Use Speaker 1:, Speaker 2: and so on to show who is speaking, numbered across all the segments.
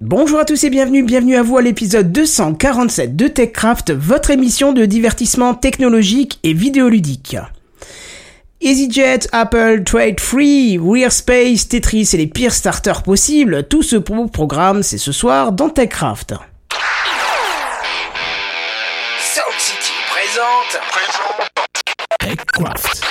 Speaker 1: Bonjour à tous et bienvenue, bienvenue à vous à l'épisode 247 de TechCraft, votre émission de divertissement technologique et vidéoludique. EasyJet, Apple, Trade Free, Weird Space, Tetris et les pires starters possibles, tout ce pro- programme c'est ce soir dans TechCraft.
Speaker 2: Sound City présente. Présente.
Speaker 3: TechCraft.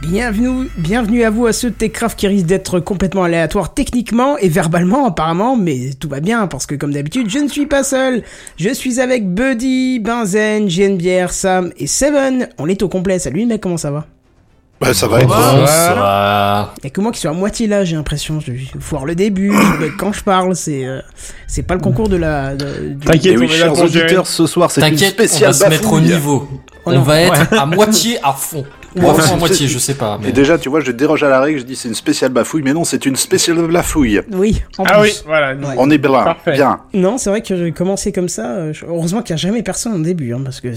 Speaker 1: Bienvenue, bienvenue à vous à ce TechCraft qui risque d'être complètement aléatoire techniquement et verbalement apparemment, mais tout va bien parce que comme d'habitude je ne suis pas seul, je suis avec Buddy, Benzen, JNBR, Sam et Seven, on est au complet, salut mec comment ça va
Speaker 4: Bah, ça va être.
Speaker 5: Bonsoir.
Speaker 1: Y'a que moi qui suis à moitié là, j'ai l'impression. Je je foire le début, mais quand je parle, c'est euh, c'est pas le concours de la. de- du-
Speaker 4: Et
Speaker 6: T'inquiète,
Speaker 4: Eh oui, chers auditeurs, ce soir, c'est une
Speaker 5: T'inquiète, on
Speaker 4: spéciale
Speaker 5: va se mettre au
Speaker 4: bafouille.
Speaker 5: niveau.
Speaker 1: Oh
Speaker 5: on
Speaker 1: non.
Speaker 5: va être à moitié à fond. Ou
Speaker 4: Ouais.
Speaker 5: à fond à
Speaker 4: Ouais.
Speaker 5: moitié, je sais pas. Mais...
Speaker 4: Et déjà, tu vois, je déroge à la règle, je dis c'est une spéciale bafouille, mais non, c'est une spéciale bafouille.
Speaker 1: Oui, en plus.
Speaker 6: Ah oui, voilà. nous-
Speaker 1: Ouais.
Speaker 4: On est bien,
Speaker 6: Parfait.
Speaker 4: bien.
Speaker 1: Non, c'est vrai que j'ai commencé comme ça. euh, je- Heureusement qu'il n'y a jamais personne au début, hein, parce que. euh,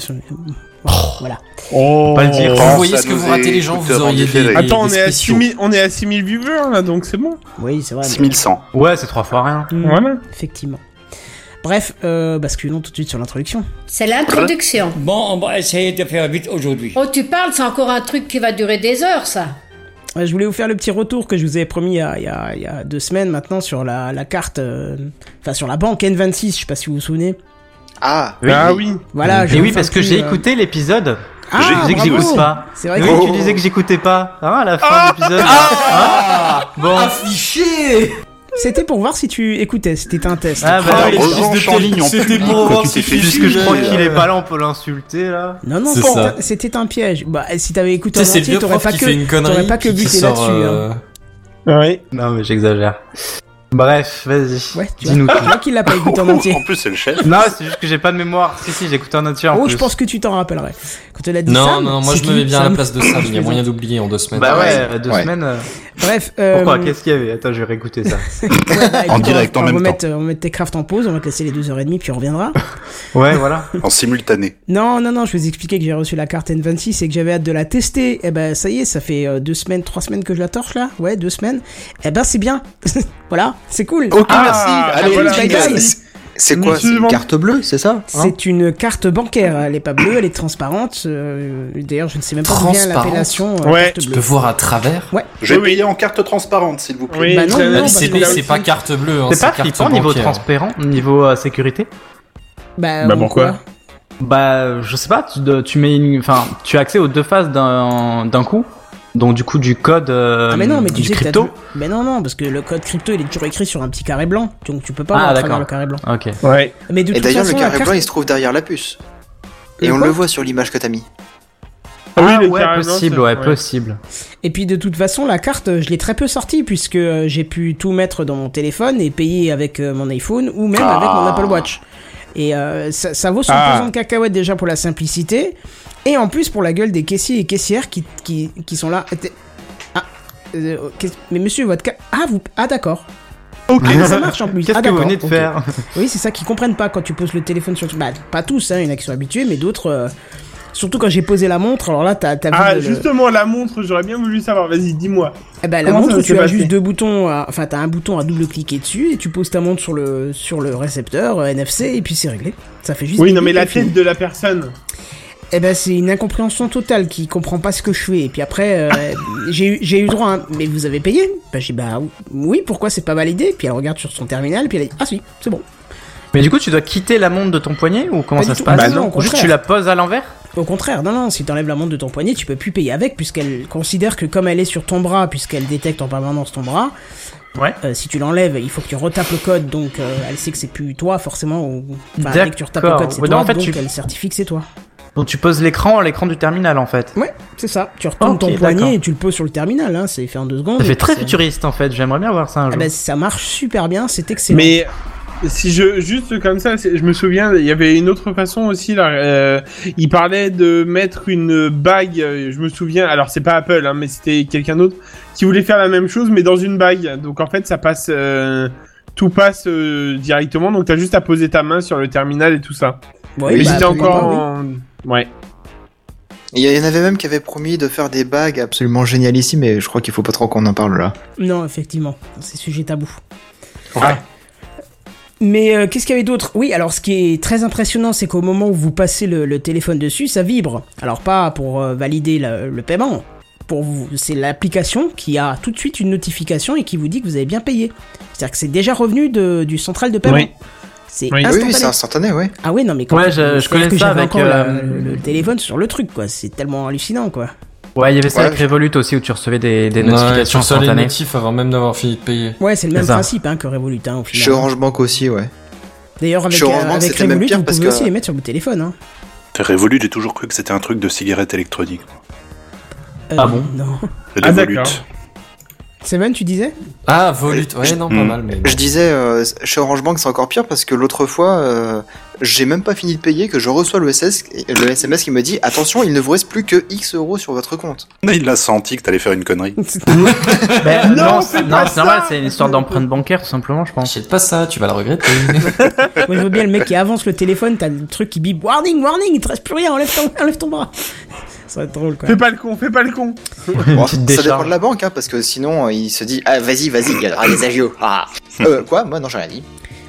Speaker 1: Voilà.
Speaker 6: Oh.
Speaker 7: Pas le dire.
Speaker 4: Oh,
Speaker 5: vous voyez
Speaker 4: ça
Speaker 5: ce que
Speaker 4: nous
Speaker 5: vous ratez
Speaker 4: est
Speaker 5: les gens, vous
Speaker 4: écouteurs en
Speaker 5: auriez hein. des,
Speaker 4: différé.
Speaker 5: des-
Speaker 6: Attends, on
Speaker 5: des
Speaker 6: est, à
Speaker 5: spéciaux.
Speaker 6: 6000, on est à 6000 viewers là, donc c'est bon.
Speaker 1: Oui, c'est vrai. mais-
Speaker 4: 6100.
Speaker 7: Ouais, c'est trois fois rien.
Speaker 1: Mm,
Speaker 6: Voilà.
Speaker 1: Effectivement. Bref, euh, basculons tout de suite sur l'introduction.
Speaker 8: C'est l'introduction.
Speaker 9: Bon, on va essayer de faire vite aujourd'hui.
Speaker 8: Hein Oh, tu parles, c'est encore un truc qui va durer des heures, ça.
Speaker 1: Euh, Je voulais vous faire le petit retour que je vous avais promis il y a, il y a- il y a deux semaines maintenant sur la, la carte. euh, Enfin, sur la banque N26, je sais pas si vous vous souvenez.
Speaker 4: Ah
Speaker 6: Ah oui.
Speaker 1: Voilà.
Speaker 5: eh
Speaker 1: j'ai
Speaker 7: Et oui,
Speaker 1: enfin
Speaker 7: parce que
Speaker 1: pu,
Speaker 7: j'ai
Speaker 1: euh,
Speaker 7: écouté l'épisode.
Speaker 1: Ah,
Speaker 7: je disais que
Speaker 1: bravo. Ah,
Speaker 7: j'écoute pas.
Speaker 1: C'est vrai
Speaker 7: Oui,
Speaker 1: que
Speaker 7: tu disais que j'écoutais pas. Hein, à la fin de l'épisode.
Speaker 1: ah,
Speaker 5: Ah
Speaker 7: Bon.
Speaker 5: Affiché
Speaker 1: C'était pour voir si tu écoutais, c'était un test.
Speaker 7: Ah, bah,
Speaker 4: Ah,
Speaker 7: les
Speaker 4: heureusement,
Speaker 7: fils de
Speaker 4: Jean
Speaker 7: Terry.
Speaker 4: Lignon.
Speaker 5: C'était
Speaker 4: Quand
Speaker 5: pour voir
Speaker 4: tu t'es
Speaker 5: si
Speaker 4: fait
Speaker 7: Puisque
Speaker 4: filer,
Speaker 7: je crois
Speaker 4: euh,
Speaker 7: qu'il est pas là, on peut l'insulter là.
Speaker 1: Non, non,
Speaker 5: C'est
Speaker 1: pas-
Speaker 5: ça.
Speaker 1: c'était un piège. Bah, si t'avais écouté
Speaker 5: Tu sais,
Speaker 1: en
Speaker 5: c'est le
Speaker 1: entier,
Speaker 5: vieux
Speaker 1: t'aurais
Speaker 5: prof
Speaker 1: pas
Speaker 5: qui
Speaker 1: que,
Speaker 5: fait une
Speaker 1: t'aurais
Speaker 5: connerie.
Speaker 1: pas que
Speaker 5: puis qui
Speaker 1: buté
Speaker 5: sort,
Speaker 1: là-dessus. hein.
Speaker 5: euh,
Speaker 6: Ouais.
Speaker 7: Non, mais j'exagère. Bref, vas-y.
Speaker 1: Ouais, tu vois.
Speaker 7: Dis-nous
Speaker 1: Tu vois qu'il l'a pas écouté en entier.
Speaker 4: En plus, c'est le chef.
Speaker 7: Non, c'est juste que j'ai pas de mémoire. Si, si, j'écoutais en entier. en
Speaker 1: Oh,
Speaker 7: plus.
Speaker 1: je pense que tu t'en rappellerais. Quand tu l'as dit
Speaker 5: Non,
Speaker 1: Sam,
Speaker 5: non, moi
Speaker 1: c'est
Speaker 5: je
Speaker 1: qui,
Speaker 5: me mets bien à la
Speaker 1: Sam
Speaker 5: place de Sam. Il y a
Speaker 1: Je
Speaker 5: moyen d'oublier en deux semaines.
Speaker 7: Bah ouais,
Speaker 4: Ouais.
Speaker 7: deux
Speaker 4: Ouais.
Speaker 7: semaines. euh,
Speaker 1: Bref, euh,
Speaker 7: Pourquoi Qu'est-ce qu'il y avait Attends, je vais réécouter ça.
Speaker 1: ouais, bah, écoute,
Speaker 4: En
Speaker 1: on va-
Speaker 4: direct, en
Speaker 1: on va
Speaker 4: même
Speaker 1: mettre, euh, On va mettre tes crafts en pause, on va te laisser les 2h30 puis on reviendra.
Speaker 7: Ouais, voilà.
Speaker 4: En simultané.
Speaker 1: non, non, non, je vais vous expliquer que j'ai reçu la carte N26 et que j'avais hâte de la tester. Eh ben, ça y est, ça fait euh, deux semaines, trois semaines que je la torche là. Ouais, deux semaines. Eh ben, c'est bien. voilà, c'est cool.
Speaker 4: Ok,
Speaker 6: Ah,
Speaker 4: merci.
Speaker 6: ah,
Speaker 4: Allez,
Speaker 6: voilà.
Speaker 4: jingle.
Speaker 1: Bye bye.
Speaker 4: C'est- C'est quoi C'est une
Speaker 6: Suivant.
Speaker 4: carte bleue, c'est ça
Speaker 1: C'est une carte bancaire, elle est pas bleue, elle est transparente. euh, D'ailleurs, je ne sais même pas d'où vient
Speaker 5: Transparente.
Speaker 1: l'appellation. euh,
Speaker 6: Ouais.
Speaker 1: carte
Speaker 5: Tu peux
Speaker 1: bleue.
Speaker 5: voir à travers.
Speaker 4: Je vais
Speaker 6: Oui, oui.
Speaker 4: payer en carte transparente, s'il vous plaît.
Speaker 6: Oui,
Speaker 1: Bah non,
Speaker 6: ça-
Speaker 1: non,
Speaker 5: La
Speaker 1: parce
Speaker 5: LCD,
Speaker 1: que-
Speaker 5: c'est pas carte bleue, hein,
Speaker 7: C'est pas
Speaker 5: carte
Speaker 7: flippant niveau
Speaker 5: bancaire.
Speaker 7: transparent, niveau euh, sécurité
Speaker 1: Bah,
Speaker 6: Bah,
Speaker 1: bon,
Speaker 6: pourquoi
Speaker 1: quoi.
Speaker 7: Bah, je sais pas, tu, de- tu mets une. Enfin, tu as accès aux deux phases d'un d'un coup. Donc, du coup, du code euh,
Speaker 1: Ah, mais non, mais tu
Speaker 7: du
Speaker 1: sais que t'as
Speaker 7: crypto.
Speaker 1: deux- Mais non, non, parce que le code crypto, il est toujours écrit sur un petit carré blanc. Donc tu peux pas
Speaker 7: Ah,
Speaker 1: voir à travers
Speaker 7: d'accord.
Speaker 1: le carré blanc.
Speaker 7: Ok.
Speaker 6: Ouais.
Speaker 1: Mais de
Speaker 10: Et
Speaker 1: toute
Speaker 10: d'ailleurs, le
Speaker 1: façon, la
Speaker 10: carré
Speaker 1: carte-
Speaker 10: blanc il se trouve derrière la puce. Et
Speaker 1: Le
Speaker 10: on
Speaker 1: quoi
Speaker 10: le voit sur l'image que t'as mis.
Speaker 6: Ah oui, les
Speaker 7: ouais,
Speaker 6: carrés blancs,
Speaker 7: possible,
Speaker 6: ça-
Speaker 7: ouais, possible.
Speaker 1: Et puis de toute façon, la carte, euh, je l'ai très peu sortie puisque euh, j'ai pu tout mettre dans mon téléphone et payer avec euh, mon iPhone ou même avec mon
Speaker 4: Ah.
Speaker 1: Apple Watch. Et euh, ça, ça vaut son
Speaker 6: Ah.
Speaker 1: pesant de cacahuètes déjà pour la simplicité et en plus pour la gueule des caissiers et caissières qui, qui, qui sont là. Ah, euh, qu'est- mais monsieur, votre ca- Ah, vous... ah d'accord.
Speaker 7: Ok.
Speaker 1: Ah, ça marche en plus.
Speaker 7: Qu'est-ce
Speaker 1: Ah,
Speaker 7: que vous
Speaker 1: d'accord,
Speaker 7: venez de
Speaker 1: ok.
Speaker 7: faire
Speaker 1: Oui, c'est ça qu'ils comprennent pas quand tu poses le téléphone sur. Bah, pas tous, hein, il y en a qui sont habitués, mais d'autres euh, Surtout quand j'ai posé la montre, alors là, t'as t'as vu.
Speaker 6: Ah,
Speaker 1: le-
Speaker 6: justement, la montre, j'aurais bien voulu savoir. Vas-y, dis-moi.
Speaker 1: Eh ben, la
Speaker 6: comment ça
Speaker 1: montre,
Speaker 6: s'est
Speaker 1: tu as
Speaker 6: passé
Speaker 1: juste deux boutons, à- enfin, t'as un bouton à double-cliquer dessus, et tu poses ta montre sur le, sur le récepteur euh, NFC, et puis c'est réglé. Ça fait juste.
Speaker 6: Oui,
Speaker 1: des
Speaker 6: non, mais
Speaker 1: clics
Speaker 6: la
Speaker 1: et fini.
Speaker 6: tête de la personne.
Speaker 1: Eh ben, c'est une incompréhension totale qui comprend pas ce que je fais. Et puis après, euh, j'ai eu- j'ai eu droit à un, Mais vous avez payé Bah, j'ai dit, bah oui, pourquoi c'est pas validé Puis elle regarde sur son terminal, puis elle a dit, ah si, c'est bon.
Speaker 7: Mais du coup, tu dois quitter la montre de ton poignet ou comment
Speaker 1: Pas
Speaker 7: ça
Speaker 1: du
Speaker 7: se
Speaker 1: tout.
Speaker 7: passe
Speaker 1: Bah non, au
Speaker 7: Juste
Speaker 1: contraire.
Speaker 7: tu la poses à l'envers
Speaker 1: Au contraire, non, non, si t'enlèves la montre de ton poignet, tu peux plus payer avec, puisqu'elle considère que comme elle est sur ton bras, puisqu'elle détecte en permanence ton bras,
Speaker 7: Ouais.
Speaker 1: euh, si tu l'enlèves, il faut que tu retapes le code, donc euh, elle sait que c'est plus toi, forcément, ou... Enfin, dès que tu retapes le
Speaker 7: D'accord.
Speaker 1: code, c'est
Speaker 7: Ouais,
Speaker 1: toi,
Speaker 7: donc en fait,
Speaker 1: donc
Speaker 7: tu-
Speaker 1: elle certifie que c'est toi.
Speaker 7: Donc tu poses l'écran, l'écran du terminal en fait.
Speaker 1: Ouais, c'est ça. Tu retournes
Speaker 7: Ok,
Speaker 1: ton poignet
Speaker 7: d'accord.
Speaker 1: et tu le poses sur le terminal, hein, c'est fait en deux secondes.
Speaker 7: Ça
Speaker 1: et
Speaker 7: fait
Speaker 1: puis
Speaker 7: très
Speaker 1: c'est-
Speaker 7: futuriste en fait, j'aimerais bien voir ça un
Speaker 1: Ah
Speaker 7: jour.
Speaker 1: bah, ça marche super bien, c'est excellent.
Speaker 6: Mais si je juste comme ça, c'est- je me souviens, il y avait une autre façon aussi. Là, euh, il parlait de mettre une bague. euh, Je me souviens. Alors c'est pas Apple, hein, mais c'était quelqu'un d'autre qui voulait faire la même chose, mais dans une bague. Donc en fait, ça passe. euh, tout passe euh, directement, donc t'as juste à poser ta main sur le terminal et tout ça.
Speaker 1: Ouais,
Speaker 6: mais
Speaker 1: bah,
Speaker 6: j'étais
Speaker 1: pourquoi
Speaker 6: encore
Speaker 1: pas, oui.
Speaker 6: en... Ouais.
Speaker 10: Il y en avait même qui avaient promis de faire des bagues absolument géniales ici, mais je crois qu'il faut pas trop qu'on en parle là.
Speaker 1: Non, effectivement, c'est sujet tabou. Mais euh, qu'est-ce qu'il y avait d'autre Oui, alors ce qui est très impressionnant, c'est qu'au moment où vous passez le, le téléphone dessus, ça vibre. Alors pas pour euh, valider le, le paiement. Pour vous, c'est l'application qui a tout de suite une notification et qui vous dit que vous avez bien payé. C'est-à-dire que c'est déjà revenu de- du central de paiement.
Speaker 6: Oui.
Speaker 1: Ah, C'est
Speaker 6: Oui. Oui, oui,
Speaker 10: Oui,
Speaker 1: instantané.
Speaker 10: oui, c'est instantané, ouais.
Speaker 1: Ah ouais, non mais quand
Speaker 7: Ouais, je- je connais
Speaker 1: que
Speaker 7: ça
Speaker 1: j'avais
Speaker 7: avec,
Speaker 1: encore la-
Speaker 7: euh,
Speaker 1: le, le téléphone sur le truc quoi. C'est tellement hallucinant quoi.
Speaker 7: Ouais, il y avait ça
Speaker 10: Ouais,
Speaker 7: avec Revolut aussi où tu recevais des, des
Speaker 5: Ouais, tu
Speaker 7: notifications
Speaker 5: reçois les
Speaker 7: instantanées.
Speaker 5: notifs avant même d'avoir fini de payer.
Speaker 1: Ouais, c'est le même
Speaker 7: C'est ça.
Speaker 1: principe hein, que Revolut hein, au final.
Speaker 10: Chez Orange Bank aussi, ouais.
Speaker 1: D'ailleurs avec,
Speaker 10: Chez Orange
Speaker 1: euh,
Speaker 10: Bank,
Speaker 1: avec
Speaker 10: c'était même
Speaker 1: Revolut,
Speaker 10: pire
Speaker 1: vous
Speaker 10: parce
Speaker 1: pouvez
Speaker 10: que-
Speaker 1: aussi les mettre sur le téléphone. Hein.
Speaker 4: Revolut, j'ai toujours cru que c'était un truc de cigarette électronique.
Speaker 1: Euh,
Speaker 7: Ah bon
Speaker 1: Non.
Speaker 6: Ah,
Speaker 4: Revolut.
Speaker 6: d'accord.
Speaker 1: Seven, tu disais
Speaker 5: Ah, Volut. Ouais, non, pas
Speaker 4: Mm.
Speaker 5: mal, mais.
Speaker 10: Je disais, euh, chez Orange Bank, c'est encore pire parce que l'autre fois, euh, j'ai même pas fini de payer que je reçois le, SS, le SMS qui me dit Attention, il ne vous reste plus que X euros sur votre compte.
Speaker 4: Mais il l'a senti que t'allais faire une connerie.
Speaker 7: Ben,
Speaker 6: Non,
Speaker 7: non,
Speaker 6: fais
Speaker 7: c'est
Speaker 6: pas
Speaker 7: non, c'est normal,
Speaker 6: ça
Speaker 7: c'est une histoire d'empreinte bancaire tout simplement, je pense.
Speaker 5: Achète pas ça, tu vas le regretter.
Speaker 1: Moi, je veux bien le mec qui avance le téléphone, t'as le truc qui bip Warning, warning, il te reste plus rien, enlève ton, enlève ton bras. Ça va être drôle, quoi.
Speaker 6: Fais pas le con, fais pas le con.
Speaker 10: Bon,
Speaker 7: petite
Speaker 10: ça dépend
Speaker 7: décharge.
Speaker 10: de la banque, hein, parce que sinon, euh, il se dit Ah, vas-y, vas-y, il y aura des agios. Ah. Euh, quoi Moi, non, j'ai rien dit.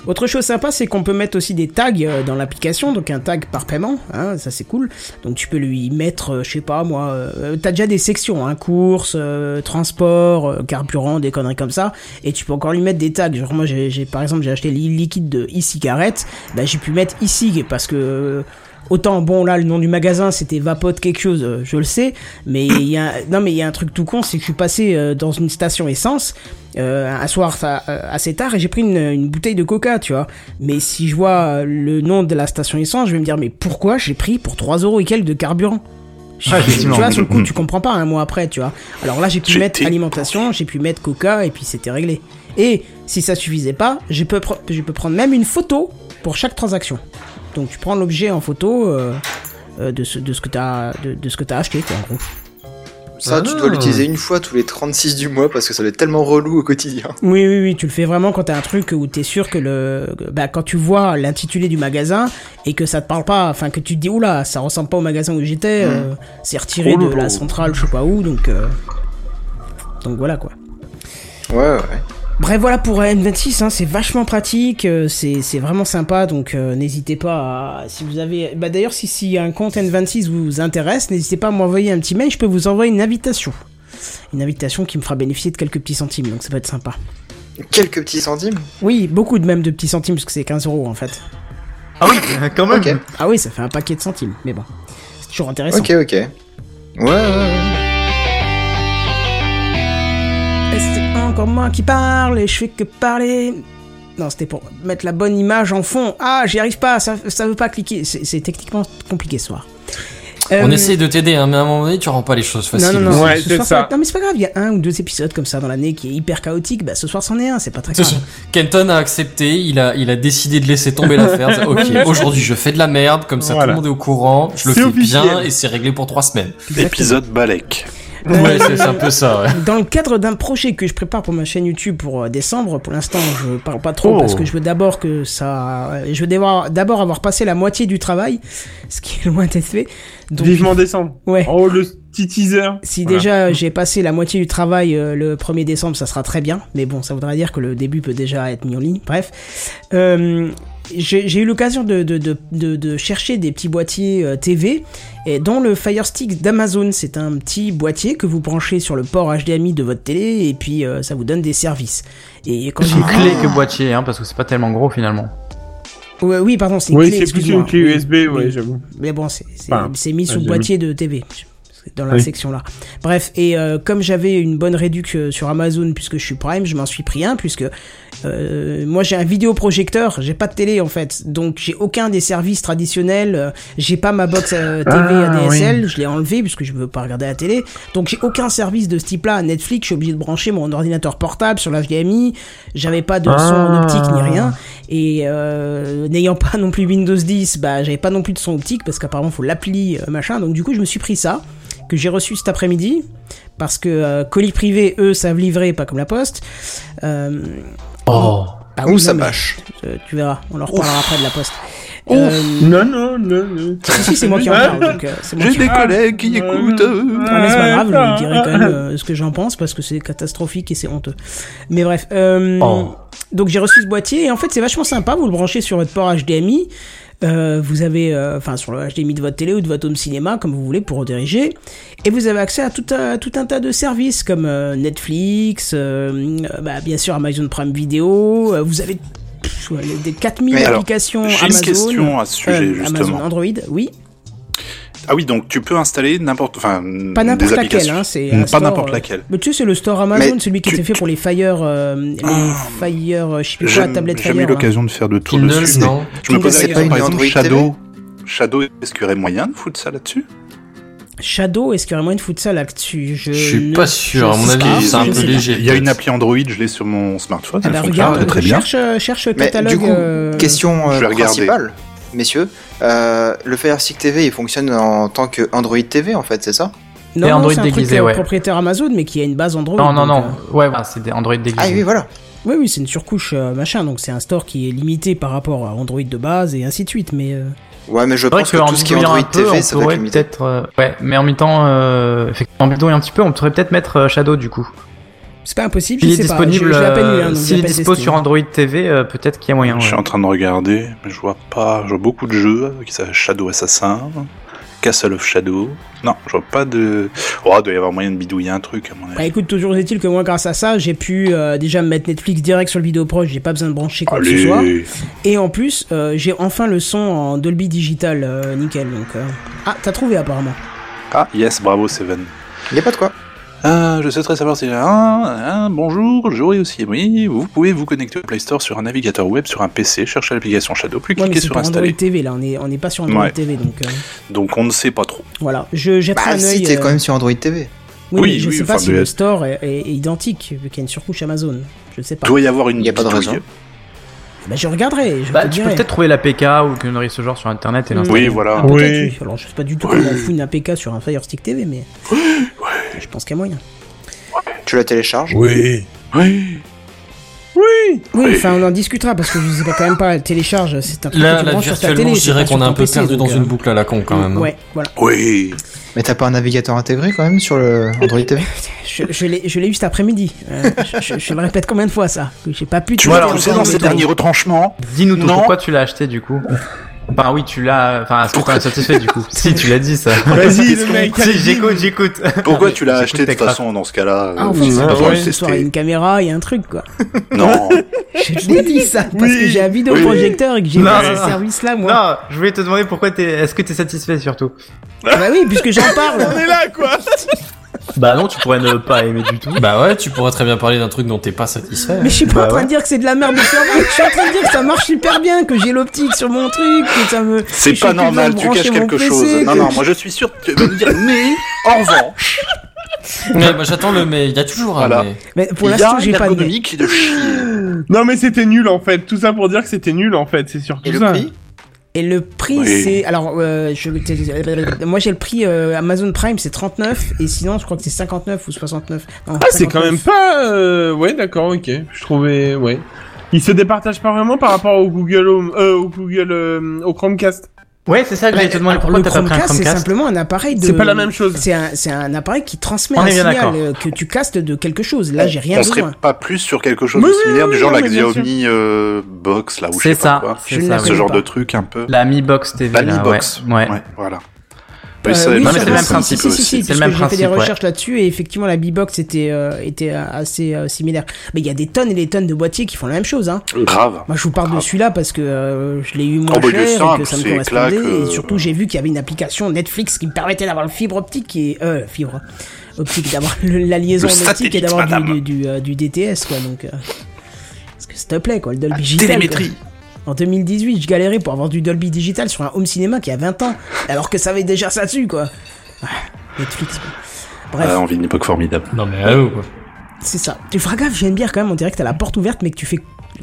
Speaker 1: Autre chose sympa, c'est qu'on peut mettre aussi des tags euh, dans l'application, donc un tag par paiement, hein, ça c'est cool. Donc tu peux lui mettre, euh, je sais pas moi, euh, t'as déjà des sections, hein, courses, euh, transport, euh, carburant, des conneries comme ça, et tu peux encore lui mettre des tags. Genre moi, j'ai j'ai- par exemple, j'ai acheté le liquide de e-cigarette, bah j'ai pu mettre e-cig parce que euh, Autant bon là le nom du magasin c'était Vapote quelque chose, euh, je le sais, mais il y a non mais il y a un truc tout con, c'est que je suis passé euh, dans une station essence euh, un soir ça, euh, assez tard et j'ai pris une, une bouteille de Coca, tu vois. Mais si je vois euh, le nom de la station essence, je vais me dire mais pourquoi j'ai pris pour 3 euros et quelques de carburant Je-
Speaker 7: Ouais,
Speaker 1: Tu
Speaker 7: effectivement.
Speaker 1: vois sur le coup tu comprends pas un mois après, tu vois. Alors là j'ai pu
Speaker 4: J'étais
Speaker 1: mettre alimentation, j'ai pu mettre Coca et puis c'était réglé. Et si ça suffisait pas, je peux pre- je peux prendre même une photo pour chaque transaction. Donc tu prends l'objet en photo euh, euh, de, ce, de ce que t'as de, de ce que t'as acheté quoi en gros.
Speaker 10: Ça, tu dois l'utiliser une fois tous les 36 du mois parce que ça doit être tellement relou au quotidien.
Speaker 1: Oui oui oui, tu le fais vraiment quand t'as un truc où t'es sûr que le que- bah quand tu vois l'intitulé du magasin et que ça te parle pas, enfin que tu te dis oula ça ressemble pas au magasin où j'étais, euh, c'est retiré de la centrale je sais pas où donc euh, donc voilà quoi.
Speaker 10: Ouais, ouais.
Speaker 1: Bref, voilà pour N26, hein, c'est vachement pratique, euh, c'est c'est vraiment sympa, donc euh, n'hésitez pas à, si vous avez... Bah d'ailleurs, si, si un compte N26 vous intéresse, n'hésitez pas à m'envoyer un petit mail, je peux vous envoyer une invitation. Une invitation qui me fera bénéficier de quelques petits centimes, donc ça peut être sympa.
Speaker 10: Quelques petits centimes
Speaker 1: Oui, beaucoup de même de petits centimes, parce que c'est 15 euros en fait.
Speaker 7: Ah oui, quand même.
Speaker 10: Ok.
Speaker 1: Ah oui, ça fait un paquet de centimes, mais bon, c'est toujours intéressant.
Speaker 10: Ok, ok. Ouais, ouais, ouais.
Speaker 1: Et c'est encore moi qui parle et je fais que parler. Non, c'était pour mettre la bonne image en fond. Ah, j'y arrive pas, ça, ça veut pas cliquer. C'est c'est techniquement compliqué ce soir.
Speaker 5: On
Speaker 1: Euh,
Speaker 5: essaye de t'aider, hein, mais à un moment donné, tu rends pas les choses
Speaker 1: Non,
Speaker 5: faciles.
Speaker 1: non, non,
Speaker 6: Ouais,
Speaker 1: ce
Speaker 6: c'est
Speaker 1: soir,
Speaker 6: ça.
Speaker 1: va être- Non, mais c'est pas grave, il y a un ou deux épisodes comme ça dans l'année qui est hyper chaotique. Bah, ce soir, c'en est un, c'est pas très
Speaker 5: Ce
Speaker 1: grave.
Speaker 5: soir. Kenton a accepté, il a, il a décidé de laisser tomber l'affaire. ok, aujourd'hui je fais de la merde, comme ça
Speaker 6: Voilà.
Speaker 5: tout le monde est au courant, je le
Speaker 6: C'est
Speaker 5: fais
Speaker 6: officiel.
Speaker 5: bien et c'est réglé pour trois semaines.
Speaker 4: Épisode Balek.
Speaker 5: Ouais, c'est c'est un peu ça, ouais.
Speaker 1: Dans le cadre d'un projet que je prépare pour ma chaîne YouTube pour euh, décembre, pour l'instant je parle pas trop
Speaker 7: Oh.
Speaker 1: parce que je veux d'abord que ça, je veux d'abord d'abord avoir passé la moitié du travail, ce qui est loin d'être fait. Donc,
Speaker 6: Vivement décembre.
Speaker 1: ouais.
Speaker 6: Oh, le petit teaser.
Speaker 1: Si
Speaker 6: Voilà.
Speaker 1: déjà j'ai passé la moitié du travail euh, le 1er décembre, ça sera très bien. Mais bon, ça voudra dire que le début peut déjà être mis en ligne. Bref. Euh, j'ai j'ai eu l'occasion de, de, de, de, de chercher des petits boîtiers euh, TV, et dont le Fire Stick d'Amazon. C'est un petit boîtier que vous branchez sur le port HDMI de votre télé, et puis euh, ça vous donne des services. Et quand
Speaker 7: C'est
Speaker 1: j'ai
Speaker 7: une clé que boîtier, hein, parce que c'est pas tellement gros finalement.
Speaker 1: Ouais, oui, pardon, c'est une
Speaker 6: Oui,
Speaker 1: clé.
Speaker 6: c'est plus
Speaker 1: excuse-moi.
Speaker 6: une clé
Speaker 1: Oui,
Speaker 6: USB,
Speaker 1: oui.
Speaker 6: ouais, j'avoue.
Speaker 1: Mais bon, c'est c'est-
Speaker 6: Enfin,
Speaker 1: c'est mis sous
Speaker 6: vas-y,
Speaker 1: boîtier de TV. C'est Dans la
Speaker 6: Oui.
Speaker 1: section là. Bref, et euh, comme j'avais une bonne réduc euh, sur Amazon puisque je suis Prime, je m'en suis pris un puisque euh, moi j'ai un vidéoprojecteur, j'ai pas de télé en fait, donc j'ai aucun des services traditionnels, euh, j'ai pas ma box euh, TV
Speaker 6: Ah,
Speaker 1: ADSL, je l'ai enlevé puisque je veux pas regarder la télé, donc j'ai aucun service de ce type-là. Netflix, je suis obligé de brancher mon ordinateur portable sur l'HDMI, j'avais pas de son
Speaker 6: Ah.
Speaker 1: optique ni rien. Et euh, n'ayant pas non plus Windows 10, bah j'avais pas non plus de son optique parce qu'apparemment faut l'appli euh, machin. Donc du coup je me suis pris ça que j'ai reçu cet après-midi parce que euh, colis privé eux savent livrer pas comme la poste. Euh,
Speaker 7: Oh.
Speaker 1: bah
Speaker 10: Ouh,
Speaker 1: oui,
Speaker 10: ça
Speaker 1: non, mais,
Speaker 10: bâche.
Speaker 1: euh, tu verras, on leur parlera après de la poste.
Speaker 6: Ouf. Hein
Speaker 1: Euh,
Speaker 6: Non, non, non, non. Ah,
Speaker 1: si, si, c'est moi qui en parle, donc euh, c'est moi
Speaker 4: J'ai
Speaker 1: qui en
Speaker 4: des
Speaker 1: parle.
Speaker 4: collègues qui écoutent. euh.
Speaker 1: Non, Ah, mais c'est pas grave, je lui dirai quand même euh, ce que j'en pense parce que c'est catastrophique et c'est honteux. Mais bref. euh,
Speaker 7: Oh.
Speaker 1: Donc j'ai reçu ce boîtier et en fait c'est vachement sympa, vous le branchez sur votre port HDMI. euh, vous avez, euh, enfin sur le HDMI de votre télé ou de votre home cinéma, comme vous voulez, pour rediriger. Et vous avez accès à tout un, tout un tas de services comme euh, Netflix, euh, euh, bah, bien sûr Amazon Prime Video. euh, vous avez pff, ouais, des 4000
Speaker 10: Mais alors,
Speaker 1: applications
Speaker 4: J'ai
Speaker 1: Amazon.
Speaker 4: une question à ce
Speaker 1: euh,
Speaker 4: sujet,
Speaker 1: Amazon
Speaker 4: justement.
Speaker 1: Android, oui.
Speaker 4: Ah oui, donc tu peux installer n'importe. Enfin,
Speaker 1: Pas
Speaker 4: des
Speaker 1: n'importe laquelle,
Speaker 4: applications.
Speaker 1: hein, c'est
Speaker 4: Mm,
Speaker 1: un
Speaker 4: Pas
Speaker 1: store,
Speaker 4: n'importe
Speaker 1: euh,
Speaker 4: laquelle.
Speaker 1: Mais tu sais, c'est le store Amazon,
Speaker 10: Mais
Speaker 1: celui qui
Speaker 4: tu- Ah.
Speaker 1: était fait pour les Fire, euh, les Fire, euh, je sais plus
Speaker 4: J'ai
Speaker 1: quoi, tablette Fire.
Speaker 4: jamais eu
Speaker 1: là.
Speaker 4: l'occasion de faire de tour
Speaker 5: Kindle,
Speaker 4: dessus.
Speaker 5: non.
Speaker 4: Je me posais
Speaker 1: C'est
Speaker 4: la
Speaker 10: pas
Speaker 4: question, par
Speaker 10: une
Speaker 4: exemple,
Speaker 10: Android
Speaker 4: Shadow. Shadow, est-ce qu'il y aurait moyen de foutre ça là-dessus
Speaker 1: Shadow, est-ce qu'il y aurait moyen de foutre ça là-dessus
Speaker 5: Je suis
Speaker 1: ne-
Speaker 5: pas sûr, à
Speaker 1: je
Speaker 5: mon
Speaker 1: sais pas,
Speaker 5: avis, c'est un
Speaker 1: je
Speaker 5: peu
Speaker 1: sais pas.
Speaker 5: léger.
Speaker 4: Il y a une
Speaker 5: peut-être.
Speaker 4: appli Android, je l'ai sur mon smartphone.
Speaker 1: Ah
Speaker 4: elle
Speaker 1: bah
Speaker 4: fonctionne
Speaker 1: regarde,
Speaker 4: très bien.
Speaker 1: cherche, euh, cherche le
Speaker 10: Mais
Speaker 1: catalogue.
Speaker 10: du coup,
Speaker 1: euh,
Speaker 10: question
Speaker 4: Je
Speaker 10: euh,
Speaker 4: vais regarder.
Speaker 10: principale, messieurs. Euh, le Fire Stick TV, il fonctionne en tant que Android TV, en fait, c'est ça
Speaker 1: Non,
Speaker 7: Et
Speaker 1: non,
Speaker 7: Android
Speaker 1: c'est un
Speaker 7: déguisé,
Speaker 1: truc, euh,
Speaker 7: ouais.
Speaker 1: propriétaire Amazon, mais qui a une base Android.
Speaker 7: Non, non,
Speaker 1: donc,
Speaker 7: non.
Speaker 1: euh,
Speaker 7: Ouais, voilà, c'est des Android déguisés.
Speaker 10: Ah oui, voilà.
Speaker 1: Oui, oui, c'est une surcouche euh, machin, donc c'est un store qui est limité par rapport à Android de base et ainsi de suite, mais. euh,
Speaker 10: Ouais, mais
Speaker 7: C'est
Speaker 10: je
Speaker 7: vrai
Speaker 10: pense que
Speaker 7: qu'en
Speaker 10: tout ce qui est
Speaker 7: bidouillant
Speaker 10: Android
Speaker 7: un peu,
Speaker 10: TV,
Speaker 7: on
Speaker 10: ça doit être
Speaker 7: pourrait
Speaker 10: limité.
Speaker 7: peut-être... euh, ouais, mais en même temps, euh, effectivement, en bidouillant un petit peu, on pourrait peut-être mettre euh, Shadow du coup.
Speaker 1: C'est pas impossible,
Speaker 7: S'il
Speaker 1: je
Speaker 7: est
Speaker 1: sais pas. je-
Speaker 7: disponible,
Speaker 1: je l'ai à peine eu, hein,
Speaker 7: euh,
Speaker 1: donc
Speaker 7: s'il
Speaker 1: j'ai
Speaker 7: est
Speaker 1: pas
Speaker 7: dispo
Speaker 1: testé.
Speaker 7: sur Android TV, euh, peut-être qu'il y a moyen.
Speaker 4: Je suis
Speaker 7: ouais.
Speaker 4: en train de regarder, mais je vois pas. Je vois beaucoup de jeux qui s'appellent Shadow Assassin, Castle of Shadow. Non, je vois pas de. Oh, il doit y avoir moyen de bidouiller un truc à mon
Speaker 1: Bah
Speaker 4: avis.
Speaker 1: écoute, toujours est-il que moi, grâce à ça, j'ai pu euh, déjà me mettre Netflix direct sur le vidéo proche, j'ai pas besoin de brancher quoi que ce soit.
Speaker 4: Allez,
Speaker 1: Et en plus, euh, j'ai enfin le son en Dolby Digital, euh, nickel. Donc, euh. Ah, t'as trouvé apparemment.
Speaker 4: ah yes, bravo Seven.
Speaker 10: Il n'y a pas de quoi.
Speaker 4: Ah, je souhaiterais savoir si. Ah, ah, bonjour, j'aurais aussi aimé. Vous pouvez vous connecter au Play Store sur un navigateur web, sur un PC, chercher l'application Shadow, puis
Speaker 1: Ouais, mais
Speaker 4: cliquer
Speaker 1: c'est
Speaker 4: sur
Speaker 1: pas Android
Speaker 4: installer.
Speaker 1: TV là, on est, on est pas sur Android
Speaker 4: Ouais.
Speaker 1: TV donc euh,
Speaker 4: Donc on ne sait pas trop.
Speaker 1: voilà. Je jette
Speaker 10: Bah
Speaker 1: un
Speaker 10: si,
Speaker 1: œil.
Speaker 10: t'es
Speaker 1: euh,
Speaker 10: quand même sur Android TV.
Speaker 1: Oui,
Speaker 4: Oui,
Speaker 1: mais je
Speaker 4: oui,
Speaker 1: sais pas
Speaker 4: enfin,
Speaker 1: si
Speaker 4: mais- euh,
Speaker 1: le store est, est- est identique vu qu'il y a une surcouche Amazon. Je sais pas.
Speaker 4: doit y avoir une.
Speaker 10: Y a pas de
Speaker 4: bidouille.
Speaker 10: raison.
Speaker 1: Bah, je regarderai. Je
Speaker 7: Bah,
Speaker 1: te
Speaker 7: tu peux
Speaker 1: dirai.
Speaker 7: peut-être trouver l'APK ou une connerie de ce genre sur internet et
Speaker 1: Mm.
Speaker 4: Oui,
Speaker 7: l'installer.
Speaker 4: voilà.
Speaker 1: Ah, peut-être,
Speaker 6: Oui.
Speaker 1: oui. Alors je sais pas du tout comment on fout une APK sur un Fire Stick TV, mais je pense qu'il y a moyen.
Speaker 10: Tu la télécharges.
Speaker 3: Oui.
Speaker 4: Oui.
Speaker 1: Oui, enfin on en discutera parce que je sais pas quand même pas télécharge. C'est un truc que
Speaker 5: Là,
Speaker 1: tu
Speaker 5: là,
Speaker 1: branches sur ta télé.
Speaker 5: virtuellement, je
Speaker 1: c'est
Speaker 5: dirais
Speaker 1: pas sur
Speaker 5: qu'on est
Speaker 1: ton
Speaker 5: un peu
Speaker 1: PC,
Speaker 5: perdu
Speaker 1: donc,
Speaker 5: dans
Speaker 1: euh,
Speaker 5: une boucle à la con quand même. hein.
Speaker 1: Ouais, voilà.
Speaker 4: Oui.
Speaker 10: Mais t'as pas un navigateur intégré quand même sur le Android TV
Speaker 1: Je, je l'ai je l'ai eu cet après-midi. Euh, je, je- je le répète combien de fois ça que J'ai pas pu.
Speaker 4: Tu
Speaker 1: te
Speaker 4: l'as
Speaker 1: dire
Speaker 4: poussé
Speaker 1: encore le
Speaker 4: dans ces
Speaker 1: truc.
Speaker 4: derniers retranchements.
Speaker 7: Dis-nous tout,
Speaker 4: Non.
Speaker 7: pourquoi tu l'as acheté du coup Enfin, oui, tu l'as. Enfin, est-ce que t'en es satisfait du coup Si, tu l'as dit ça.
Speaker 6: Vas-y, le mec.
Speaker 7: si, j'écoute, j'écoute.
Speaker 4: Pourquoi
Speaker 7: mais
Speaker 4: tu l'as
Speaker 7: j'écoute
Speaker 4: acheté de toute
Speaker 7: Techcraft.
Speaker 4: façon dans ce cas-là
Speaker 1: Ah,
Speaker 4: euh,
Speaker 1: enfin,
Speaker 4: c'est
Speaker 1: c'est
Speaker 4: pas
Speaker 1: pas
Speaker 4: besoin de
Speaker 1: une histoire, il y a
Speaker 4: tester.
Speaker 1: une caméra, il y a un truc, quoi.
Speaker 4: Non.
Speaker 1: Je l'ai dit ça, parce que j'ai un vidéoprojecteur et que j'ai
Speaker 7: Non,
Speaker 1: pas
Speaker 7: non,
Speaker 1: ce
Speaker 7: non.
Speaker 1: service-là, moi.
Speaker 7: Non, je voulais te demander pourquoi t'es. Est-ce que t'es satisfait surtout
Speaker 1: Bah oui, puisque j'en parle.
Speaker 7: Bah non, tu pourrais ne pas aimer du tout.
Speaker 5: Bah ouais, tu pourrais très bien parler d'un truc dont t'es pas satisfait.
Speaker 1: Mais je suis pas
Speaker 7: Bah
Speaker 1: en train
Speaker 7: ouais.
Speaker 1: de dire que c'est de la merde de service, je suis en train de dire que ça marche super bien, que j'ai l'optique sur mon truc, que ça me. que
Speaker 4: C'est
Speaker 1: je
Speaker 4: pas
Speaker 1: suis plus
Speaker 4: normal,
Speaker 1: besoin de
Speaker 4: tu
Speaker 1: brancher
Speaker 4: caches
Speaker 1: mon
Speaker 4: quelque
Speaker 1: PC,
Speaker 4: chose. Non,
Speaker 1: que-
Speaker 4: non, moi je suis sûr que tu vas me dire, mais en revanche,
Speaker 5: Ouais, bah, j'attends le mais, il y a toujours un
Speaker 4: Voilà.
Speaker 5: mais.
Speaker 1: Mais pour
Speaker 4: il y
Speaker 1: l'instant,
Speaker 4: a
Speaker 1: j'ai
Speaker 4: une
Speaker 1: pas de.
Speaker 4: ergonomie qui est de chier.
Speaker 6: Non, mais c'était nul en fait. Tout ça pour dire que c'était nul en fait, c'est surtout
Speaker 10: Et le
Speaker 6: ça.
Speaker 10: prix
Speaker 1: Et le prix,
Speaker 4: Oui.
Speaker 1: c'est. Alors, euh, je- moi j'ai le prix euh, Amazon Prime, c'est 39, et sinon je crois que c'est 59 ou 69. Non,
Speaker 6: Ah, c'est quand
Speaker 1: 59.
Speaker 6: même pas. euh, Ouais, d'accord, ok. Je trouvais. Ouais. Il se départage pas vraiment par rapport au Google Home, euh, au Google, euh, au Chromecast.
Speaker 7: Ouais, c'est ça que j'allais te demander.
Speaker 1: Alors, Bah,
Speaker 7: Pourquoi
Speaker 1: le
Speaker 7: t'as pas pris un
Speaker 1: Chromecast, c'est
Speaker 7: Chromecast
Speaker 1: simplement un appareil de.
Speaker 6: C'est pas la même chose.
Speaker 1: C'est un, c'est un appareil qui transmet
Speaker 7: On
Speaker 1: un
Speaker 7: est bien
Speaker 1: signal
Speaker 7: d'accord.
Speaker 1: euh, que tu castes de quelque chose. Là, j'ai rien
Speaker 4: on serait
Speaker 1: besoin.
Speaker 4: pas plus sur quelque chose
Speaker 6: Mais
Speaker 4: de
Speaker 6: oui,
Speaker 4: similaire,
Speaker 6: oui,
Speaker 4: du
Speaker 6: oui,
Speaker 4: genre
Speaker 6: non,
Speaker 4: la
Speaker 6: mais bien sûr.
Speaker 4: Xiaomi euh, Box, là, ou je
Speaker 7: C'est
Speaker 4: sais pas
Speaker 7: ça,
Speaker 4: quoi.
Speaker 1: Je
Speaker 7: c'est
Speaker 1: ne la
Speaker 7: ça.
Speaker 4: Ce
Speaker 1: connais
Speaker 7: oui.
Speaker 4: genre
Speaker 1: pas.
Speaker 4: de truc un peu.
Speaker 7: La Mi Box TV.
Speaker 4: La
Speaker 7: là,
Speaker 4: Mi Box.
Speaker 7: Ouais. ouais.
Speaker 4: Ouais, voilà.
Speaker 1: Euh,
Speaker 4: Oui, c'est-
Speaker 1: oui,
Speaker 4: non,
Speaker 7: c'est
Speaker 4: mais
Speaker 7: le
Speaker 4: c'est
Speaker 7: même
Speaker 4: un petit
Speaker 7: principe
Speaker 1: Si, si,
Speaker 4: peu
Speaker 1: si,
Speaker 4: aussi.
Speaker 1: si,
Speaker 7: C'est le
Speaker 1: puisque
Speaker 7: même
Speaker 1: j'ai fait des
Speaker 7: principe, ouais.
Speaker 1: recherches là-dessus et effectivement la B-Box était, euh, était euh, assez euh, similaire. Mais il y a des tonnes et des tonnes de boîtiers qui font la même chose. Hein.
Speaker 4: Grave.
Speaker 1: Moi je vous parle de
Speaker 4: Ah.
Speaker 1: celui-là parce que euh, je l'ai eu moins
Speaker 4: Oh, bah, il
Speaker 1: cher
Speaker 4: est
Speaker 1: et
Speaker 4: simple,
Speaker 1: que ça me
Speaker 4: c'est
Speaker 1: correspondait.
Speaker 4: claque, euh,
Speaker 1: Et surtout j'ai vu qu'il y avait une application Netflix qui me permettait d'avoir le fibre optique et... Euh, fibre optique, d'avoir le- la liaison
Speaker 4: Le
Speaker 1: optique et
Speaker 4: satellite,
Speaker 1: d'avoir du,
Speaker 4: madame.
Speaker 1: du, du, euh, du DTS quoi. Donc, euh, Parce que s'il te plaît quoi, le Dolby Digital. quoi. En 2018 je galérais pour avoir du Dolby Digital sur un home cinéma qui a 20 ans alors que ça avait déjà ça dessus quoi. Ah, Netflix. quoi. Bref.
Speaker 4: Ah, on vit une époque formidable.
Speaker 5: Non, mais à eux, quoi.
Speaker 1: C'est ça. Tu feras gaffe, j'aime bien quand même, on dirait que t'as la porte ouverte, mais que tu fais